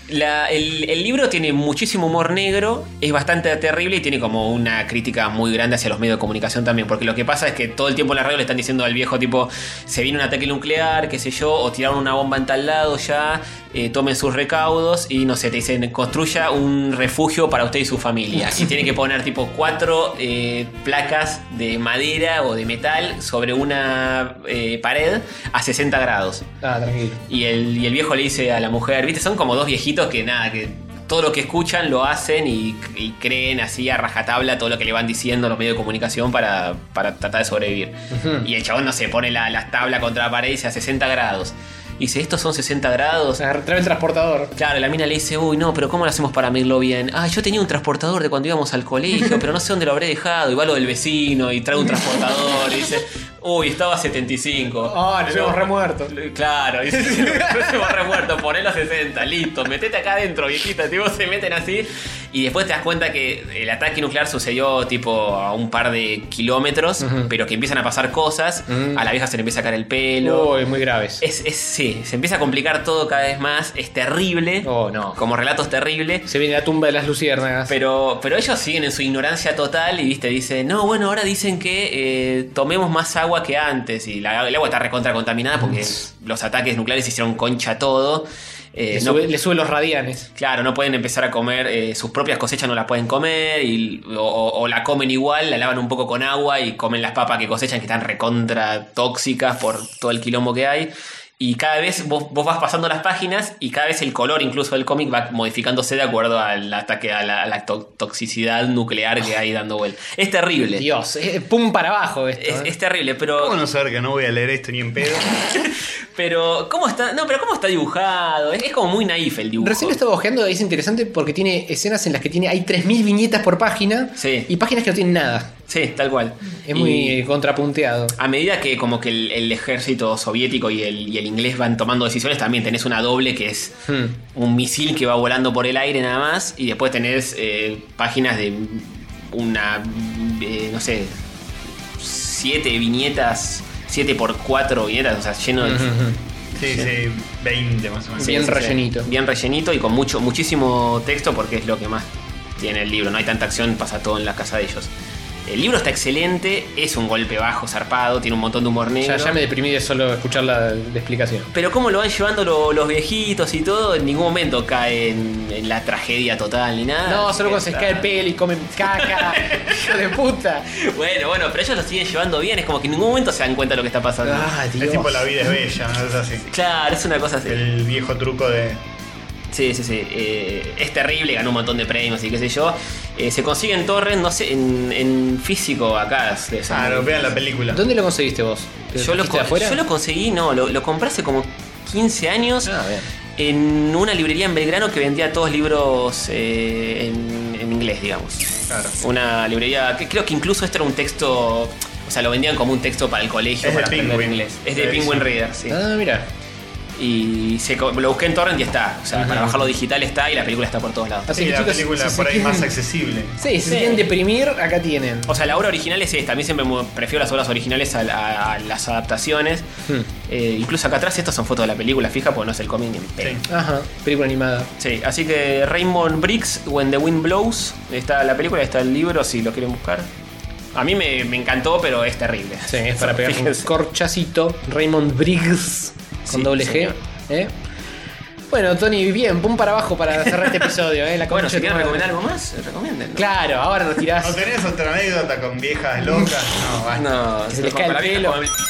[SPEAKER 3] la- el, el libro tiene muchísimo humor negro, es bastante terrible y tiene como una crítica muy grande hacia los medios de comunicación también, porque lo que pasa es que todo el tiempo en la radio le están diciendo al viejo tipo, se viene un ataque nuclear, qué sé yo, o tiraron una bomba en tal lado ya, eh, tomen sus recaudos y no sé, te dicen, construya un refugio para usted y su familia. Y tiene que poner tipo cuatro eh, placas de madera o de metal sobre una eh, pared a 60 grados.
[SPEAKER 2] Ah, tranquilo.
[SPEAKER 3] Y el, y el viejo le dice a la mujer, viste, son como dos viejitos que nada, que todo lo que escuchan lo hacen y, y creen así a rajatabla todo lo que le van diciendo los medios de comunicación para, para tratar de sobrevivir.
[SPEAKER 2] Ujú.
[SPEAKER 3] Y el chabón no se pone la, la tabla contra la pared y dice a 60 grados. Y dice, estos son 60 grados.
[SPEAKER 2] Trae el transportador.
[SPEAKER 3] Claro, la mina le dice, uy, no, pero ¿cómo lo hacemos para medirlo bien? Ah, yo tenía un transportador de cuando íbamos al colegio, pero no sé dónde lo habré dejado. Y va lo del vecino y trae un transportador y dice, uy, estaba a 75.
[SPEAKER 2] Ah, nos
[SPEAKER 3] Pero-
[SPEAKER 2] hemos remuerto.
[SPEAKER 3] Claro, dice, no se va remuerto, ponelo a 60, listo, metete acá adentro, viejita, tipo, se meten así. Y después te das cuenta que el ataque nuclear sucedió tipo a un par de kilómetros, pero que empiezan a pasar cosas, a la vieja se le empieza a caer el pelo.
[SPEAKER 2] Uy, muy graves.
[SPEAKER 3] Es, es- sí, se empieza a complicar todo cada vez más, es terrible.
[SPEAKER 2] Oh, no.
[SPEAKER 3] Como relato es terrible.
[SPEAKER 2] Se viene la tumba de las luciérnagas.
[SPEAKER 3] Pero, pero ellos siguen en su ignorancia total y viste, dicen, no, bueno, ahora dicen que eh, tomemos más agua que antes. Y la- el agua está recontra contaminada porque los ataques nucleares hicieron concha todo. Eh,
[SPEAKER 2] le,
[SPEAKER 3] no-
[SPEAKER 2] sube, le sube los radianes.
[SPEAKER 3] Claro, no pueden empezar a comer, eh, sus propias cosechas no las pueden comer, y, o, o- o la comen igual, la lavan un poco con agua y comen las papas que cosechan que están recontra tóxicas por todo el quilombo que hay. Y cada vez vos, vos vas pasando las páginas y cada vez el color incluso del cómic va modificándose de acuerdo al ataque, a la, a la to- toxicidad nuclear que hay dando vuelta. Es terrible.
[SPEAKER 2] Dios, es pum para abajo esto.
[SPEAKER 3] Eh, Es,
[SPEAKER 2] ¿eh?
[SPEAKER 3] es terrible, pero...
[SPEAKER 4] ¿Cómo no saber que no voy a leer esto ni en pedo?
[SPEAKER 3] Pero, ¿cómo está? No, pero ¿cómo está dibujado? Es, es como muy naif el dibujo.
[SPEAKER 2] Recién lo estaba ojeando, es interesante porque tiene escenas en las que tiene hay 3.000 viñetas por página
[SPEAKER 3] Sí.
[SPEAKER 2] y páginas que no tienen nada.
[SPEAKER 3] Sí, tal cual.
[SPEAKER 2] Es muy
[SPEAKER 3] Y-
[SPEAKER 2] eh, contrapunteado.
[SPEAKER 3] A medida que como que el, el ejército soviético y el, y el inglés van tomando decisiones, también tenés una doble que es
[SPEAKER 2] Hmm.
[SPEAKER 3] un misil que va volando por el aire nada más y después tenés eh, páginas de una, eh, no sé, siete viñetas, siete por cuatro viñetas, o sea, lleno
[SPEAKER 2] Hmm,
[SPEAKER 3] de...
[SPEAKER 4] Sí, sí, 20 más o menos.
[SPEAKER 3] Sí, sí, sí. Bien rellenito y con mucho, muchísimo texto porque es lo que más tiene el libro. No hay tanta acción, pasa todo en la casa de ellos. El libro está excelente, es un golpe bajo, zarpado, tiene un montón de humor negro.
[SPEAKER 2] Ya, ya me deprimí de solo escuchar la, la explicación.
[SPEAKER 3] Pero cómo lo van llevando lo- los viejitos y todo, en ningún momento cae en, en la tragedia total ni nada.
[SPEAKER 2] No,
[SPEAKER 3] Así
[SPEAKER 2] solo
[SPEAKER 3] que
[SPEAKER 2] cuando se
[SPEAKER 3] está-
[SPEAKER 2] cae el pelo y comen caca. hijo de puta.
[SPEAKER 3] Bueno, bueno, pero ellos lo siguen llevando bien, es como que en ningún momento se dan cuenta de lo que está pasando.
[SPEAKER 2] Ah,
[SPEAKER 4] Es
[SPEAKER 2] Dios.
[SPEAKER 4] tipo la vida es bella, ¿no? Es así.
[SPEAKER 3] Claro, es una cosa así.
[SPEAKER 4] El viejo truco de.
[SPEAKER 3] Sí, sí, sí. eh, es terrible, ganó un montón de premios y qué sé yo. Eh, se consigue en torres, no sé, en, en físico acá. se- se-
[SPEAKER 2] Ah,
[SPEAKER 4] Claro, ah, vean la película.
[SPEAKER 2] ¿Dónde lo conseguiste vos? ¿Te
[SPEAKER 3] yo,
[SPEAKER 2] trajiste
[SPEAKER 3] lo,
[SPEAKER 2] de
[SPEAKER 3] con-
[SPEAKER 2] afuera?
[SPEAKER 3] yo lo conseguí, no, lo, lo compré hace como 15 años
[SPEAKER 2] Ah, bien.
[SPEAKER 3] en una librería en Belgrano que vendía todos libros eh, en, en inglés, digamos.
[SPEAKER 4] Claro.
[SPEAKER 3] Una librería que creo que incluso esto era un texto, o sea, lo vendían como un texto para el colegio,
[SPEAKER 4] Es de
[SPEAKER 3] para aprender
[SPEAKER 4] Penguin.
[SPEAKER 3] inglés. Es de
[SPEAKER 4] Sí,
[SPEAKER 3] Penguin
[SPEAKER 4] sí.
[SPEAKER 3] Reader, sí.
[SPEAKER 2] Ah, mira.
[SPEAKER 3] Y se co- lo busqué en torrent y está. O sea, para
[SPEAKER 2] Ujú.
[SPEAKER 3] bajarlo digital está y la película está por todos lados.
[SPEAKER 2] Así
[SPEAKER 4] Sí,
[SPEAKER 2] que
[SPEAKER 4] la
[SPEAKER 2] chicos,
[SPEAKER 4] película
[SPEAKER 2] si
[SPEAKER 4] por
[SPEAKER 2] se
[SPEAKER 4] ahí más
[SPEAKER 2] quieren-
[SPEAKER 4] accesible.
[SPEAKER 2] Sí, si se
[SPEAKER 3] Sí.
[SPEAKER 2] quieren deprimir, acá tienen.
[SPEAKER 3] O sea, la obra original es esta. A mí siempre me prefiero las obras originales a, a- a las adaptaciones.
[SPEAKER 2] Hmm.
[SPEAKER 3] Eh, incluso acá atrás, estas son fotos de la película fija, porque no es el cómic ni en pedo.
[SPEAKER 4] Sí.
[SPEAKER 2] Ajá, película animada.
[SPEAKER 3] Sí, así que Raymond Briggs, When the Wind Blows, está la película, está el libro, si lo quieren buscar. A mí me, me encantó, pero es terrible.
[SPEAKER 2] Sí, es para pegar un
[SPEAKER 3] Fíjense.
[SPEAKER 2] corchacito. Raymond Briggs con
[SPEAKER 3] Sí,
[SPEAKER 2] doble G.
[SPEAKER 3] señor.
[SPEAKER 2] ¿eh? Bueno, Tony, bien, pum para abajo para cerrar este episodio. ¿eh? La
[SPEAKER 3] Bueno,
[SPEAKER 2] concha
[SPEAKER 3] si
[SPEAKER 2] de tu
[SPEAKER 3] quieren
[SPEAKER 2] madre.
[SPEAKER 3] recomendar algo más, recomienden. ¿no?
[SPEAKER 2] Claro, ahora nos tirás.
[SPEAKER 4] ¿No tenés otra anécdota con viejas locas? No, basta.
[SPEAKER 3] Ah, No,
[SPEAKER 2] se les cae el
[SPEAKER 3] para mí es
[SPEAKER 2] pelo.
[SPEAKER 3] como el Piti.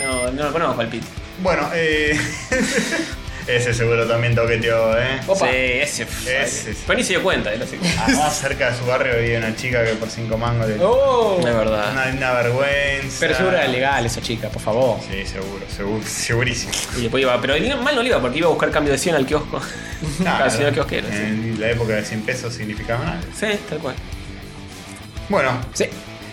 [SPEAKER 3] No, no lo conozco al Pit.
[SPEAKER 4] Bueno, eh, Ese seguro también toqueteó, ¿eh?
[SPEAKER 3] Opa. Sí,
[SPEAKER 4] ese. Ese.
[SPEAKER 3] Pero ni se dio cuenta, eh, él así.
[SPEAKER 4] Además, cerca de su barrio vivía una chica que por cinco mangos le.
[SPEAKER 2] Oh.
[SPEAKER 3] Es verdad.
[SPEAKER 4] Una, una vergüenza.
[SPEAKER 2] Pero seguro era legal esa chica, por favor.
[SPEAKER 4] Sí, seguro, seguro, segurísimo.
[SPEAKER 3] Y después iba, pero ni- mal no le iba porque iba a buscar cambio de 100 al kiosco. al señor kiosquero. sí.
[SPEAKER 4] en la época de 100 pesos significaba nada.
[SPEAKER 3] Sí, tal cual.
[SPEAKER 4] Bueno.
[SPEAKER 2] Sí.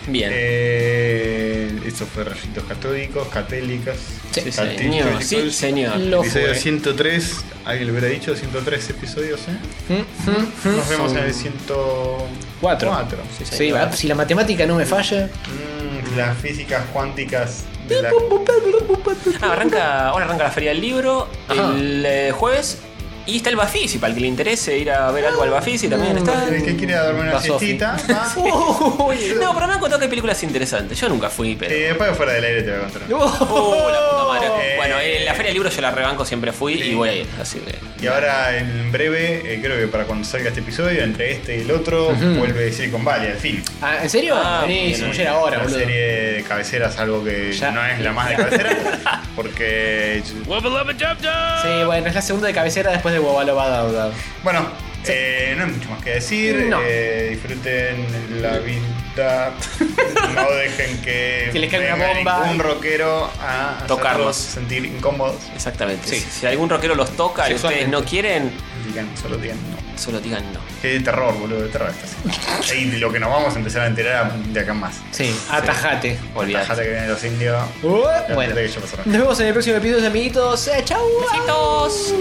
[SPEAKER 3] Bien.
[SPEAKER 4] Eh, eso fue rayitos catódicos, catélicas.
[SPEAKER 3] Sí,
[SPEAKER 4] catélicos,
[SPEAKER 3] señor. Sí,
[SPEAKER 4] católicos.
[SPEAKER 3] señor.
[SPEAKER 2] Lo
[SPEAKER 4] episodio
[SPEAKER 2] fue.
[SPEAKER 4] 103, alguien le hubiera dicho, 103 episodios, ¿eh?
[SPEAKER 3] Mm,
[SPEAKER 4] Nos vemos en el 104.
[SPEAKER 2] Cuatro. Sí, va, si la matemática no me falla.
[SPEAKER 4] Mm, las físicas cuánticas de la-
[SPEAKER 3] Ah, arranca, ahora arranca la Feria del Libro
[SPEAKER 2] Ajá.
[SPEAKER 3] el eh, jueves. Y está el Bafisi, para el que le interese ir a ver algo al Bafisi
[SPEAKER 2] Mm.
[SPEAKER 3] también está.
[SPEAKER 4] El que quiere dormir una
[SPEAKER 3] Va Sofi.
[SPEAKER 4] siestita. va.
[SPEAKER 2] Oh.
[SPEAKER 3] No, pero me han contado que hay películas interesantes. Yo nunca fui, pero.
[SPEAKER 4] Eh, después fuera del aire te voy a contar.
[SPEAKER 3] Oh, la puta madre.
[SPEAKER 4] Eh.
[SPEAKER 3] Bueno, en la Feria del Libro yo la rebanco, siempre fui y voy a ir. Así que.
[SPEAKER 4] Y ahora en breve, eh, creo que para cuando salga este episodio, entre este y el otro, vuelve Silicon Valley, al fin.
[SPEAKER 2] Ah, ¿En serio?
[SPEAKER 3] Ah,
[SPEAKER 2] Buenísimo,
[SPEAKER 4] Tiene
[SPEAKER 2] ya era ahora,
[SPEAKER 4] una
[SPEAKER 2] boludo.
[SPEAKER 4] serie de cabeceras, algo que
[SPEAKER 2] Ya.
[SPEAKER 4] no es la más de cabecera, porque...
[SPEAKER 2] Sí, bueno, es la segunda de cabecera después de Guabalova Dauda.
[SPEAKER 4] Bueno, eh, no hay mucho más que decir,
[SPEAKER 2] No.
[SPEAKER 4] eh, disfruten la vida, no dejen que,
[SPEAKER 2] Que les caiga una
[SPEAKER 4] venga
[SPEAKER 2] bomba.
[SPEAKER 4] ningún rockero a hacerlos
[SPEAKER 3] Tocarlos.
[SPEAKER 4] sentir incómodos.
[SPEAKER 3] Exactamente.
[SPEAKER 2] Sí.
[SPEAKER 3] Si- Si algún rockero los toca y ustedes
[SPEAKER 2] Sexualmente.
[SPEAKER 3] no quieren,
[SPEAKER 4] Digan, solo digan no.
[SPEAKER 3] solo digan no.
[SPEAKER 4] Qué terror, boludo, de terror esta serie. Y de lo que nos vamos a empezar a enterar de acá en más.
[SPEAKER 2] Sí, atajate.
[SPEAKER 3] Olvidate.
[SPEAKER 4] Dejate que vienen los indios.
[SPEAKER 2] Uh,
[SPEAKER 4] Dejate
[SPEAKER 2] bueno,
[SPEAKER 4] que yo paso.
[SPEAKER 2] nos vemos en el próximo episodio, amiguitos. Eh, chau.
[SPEAKER 3] Besitos.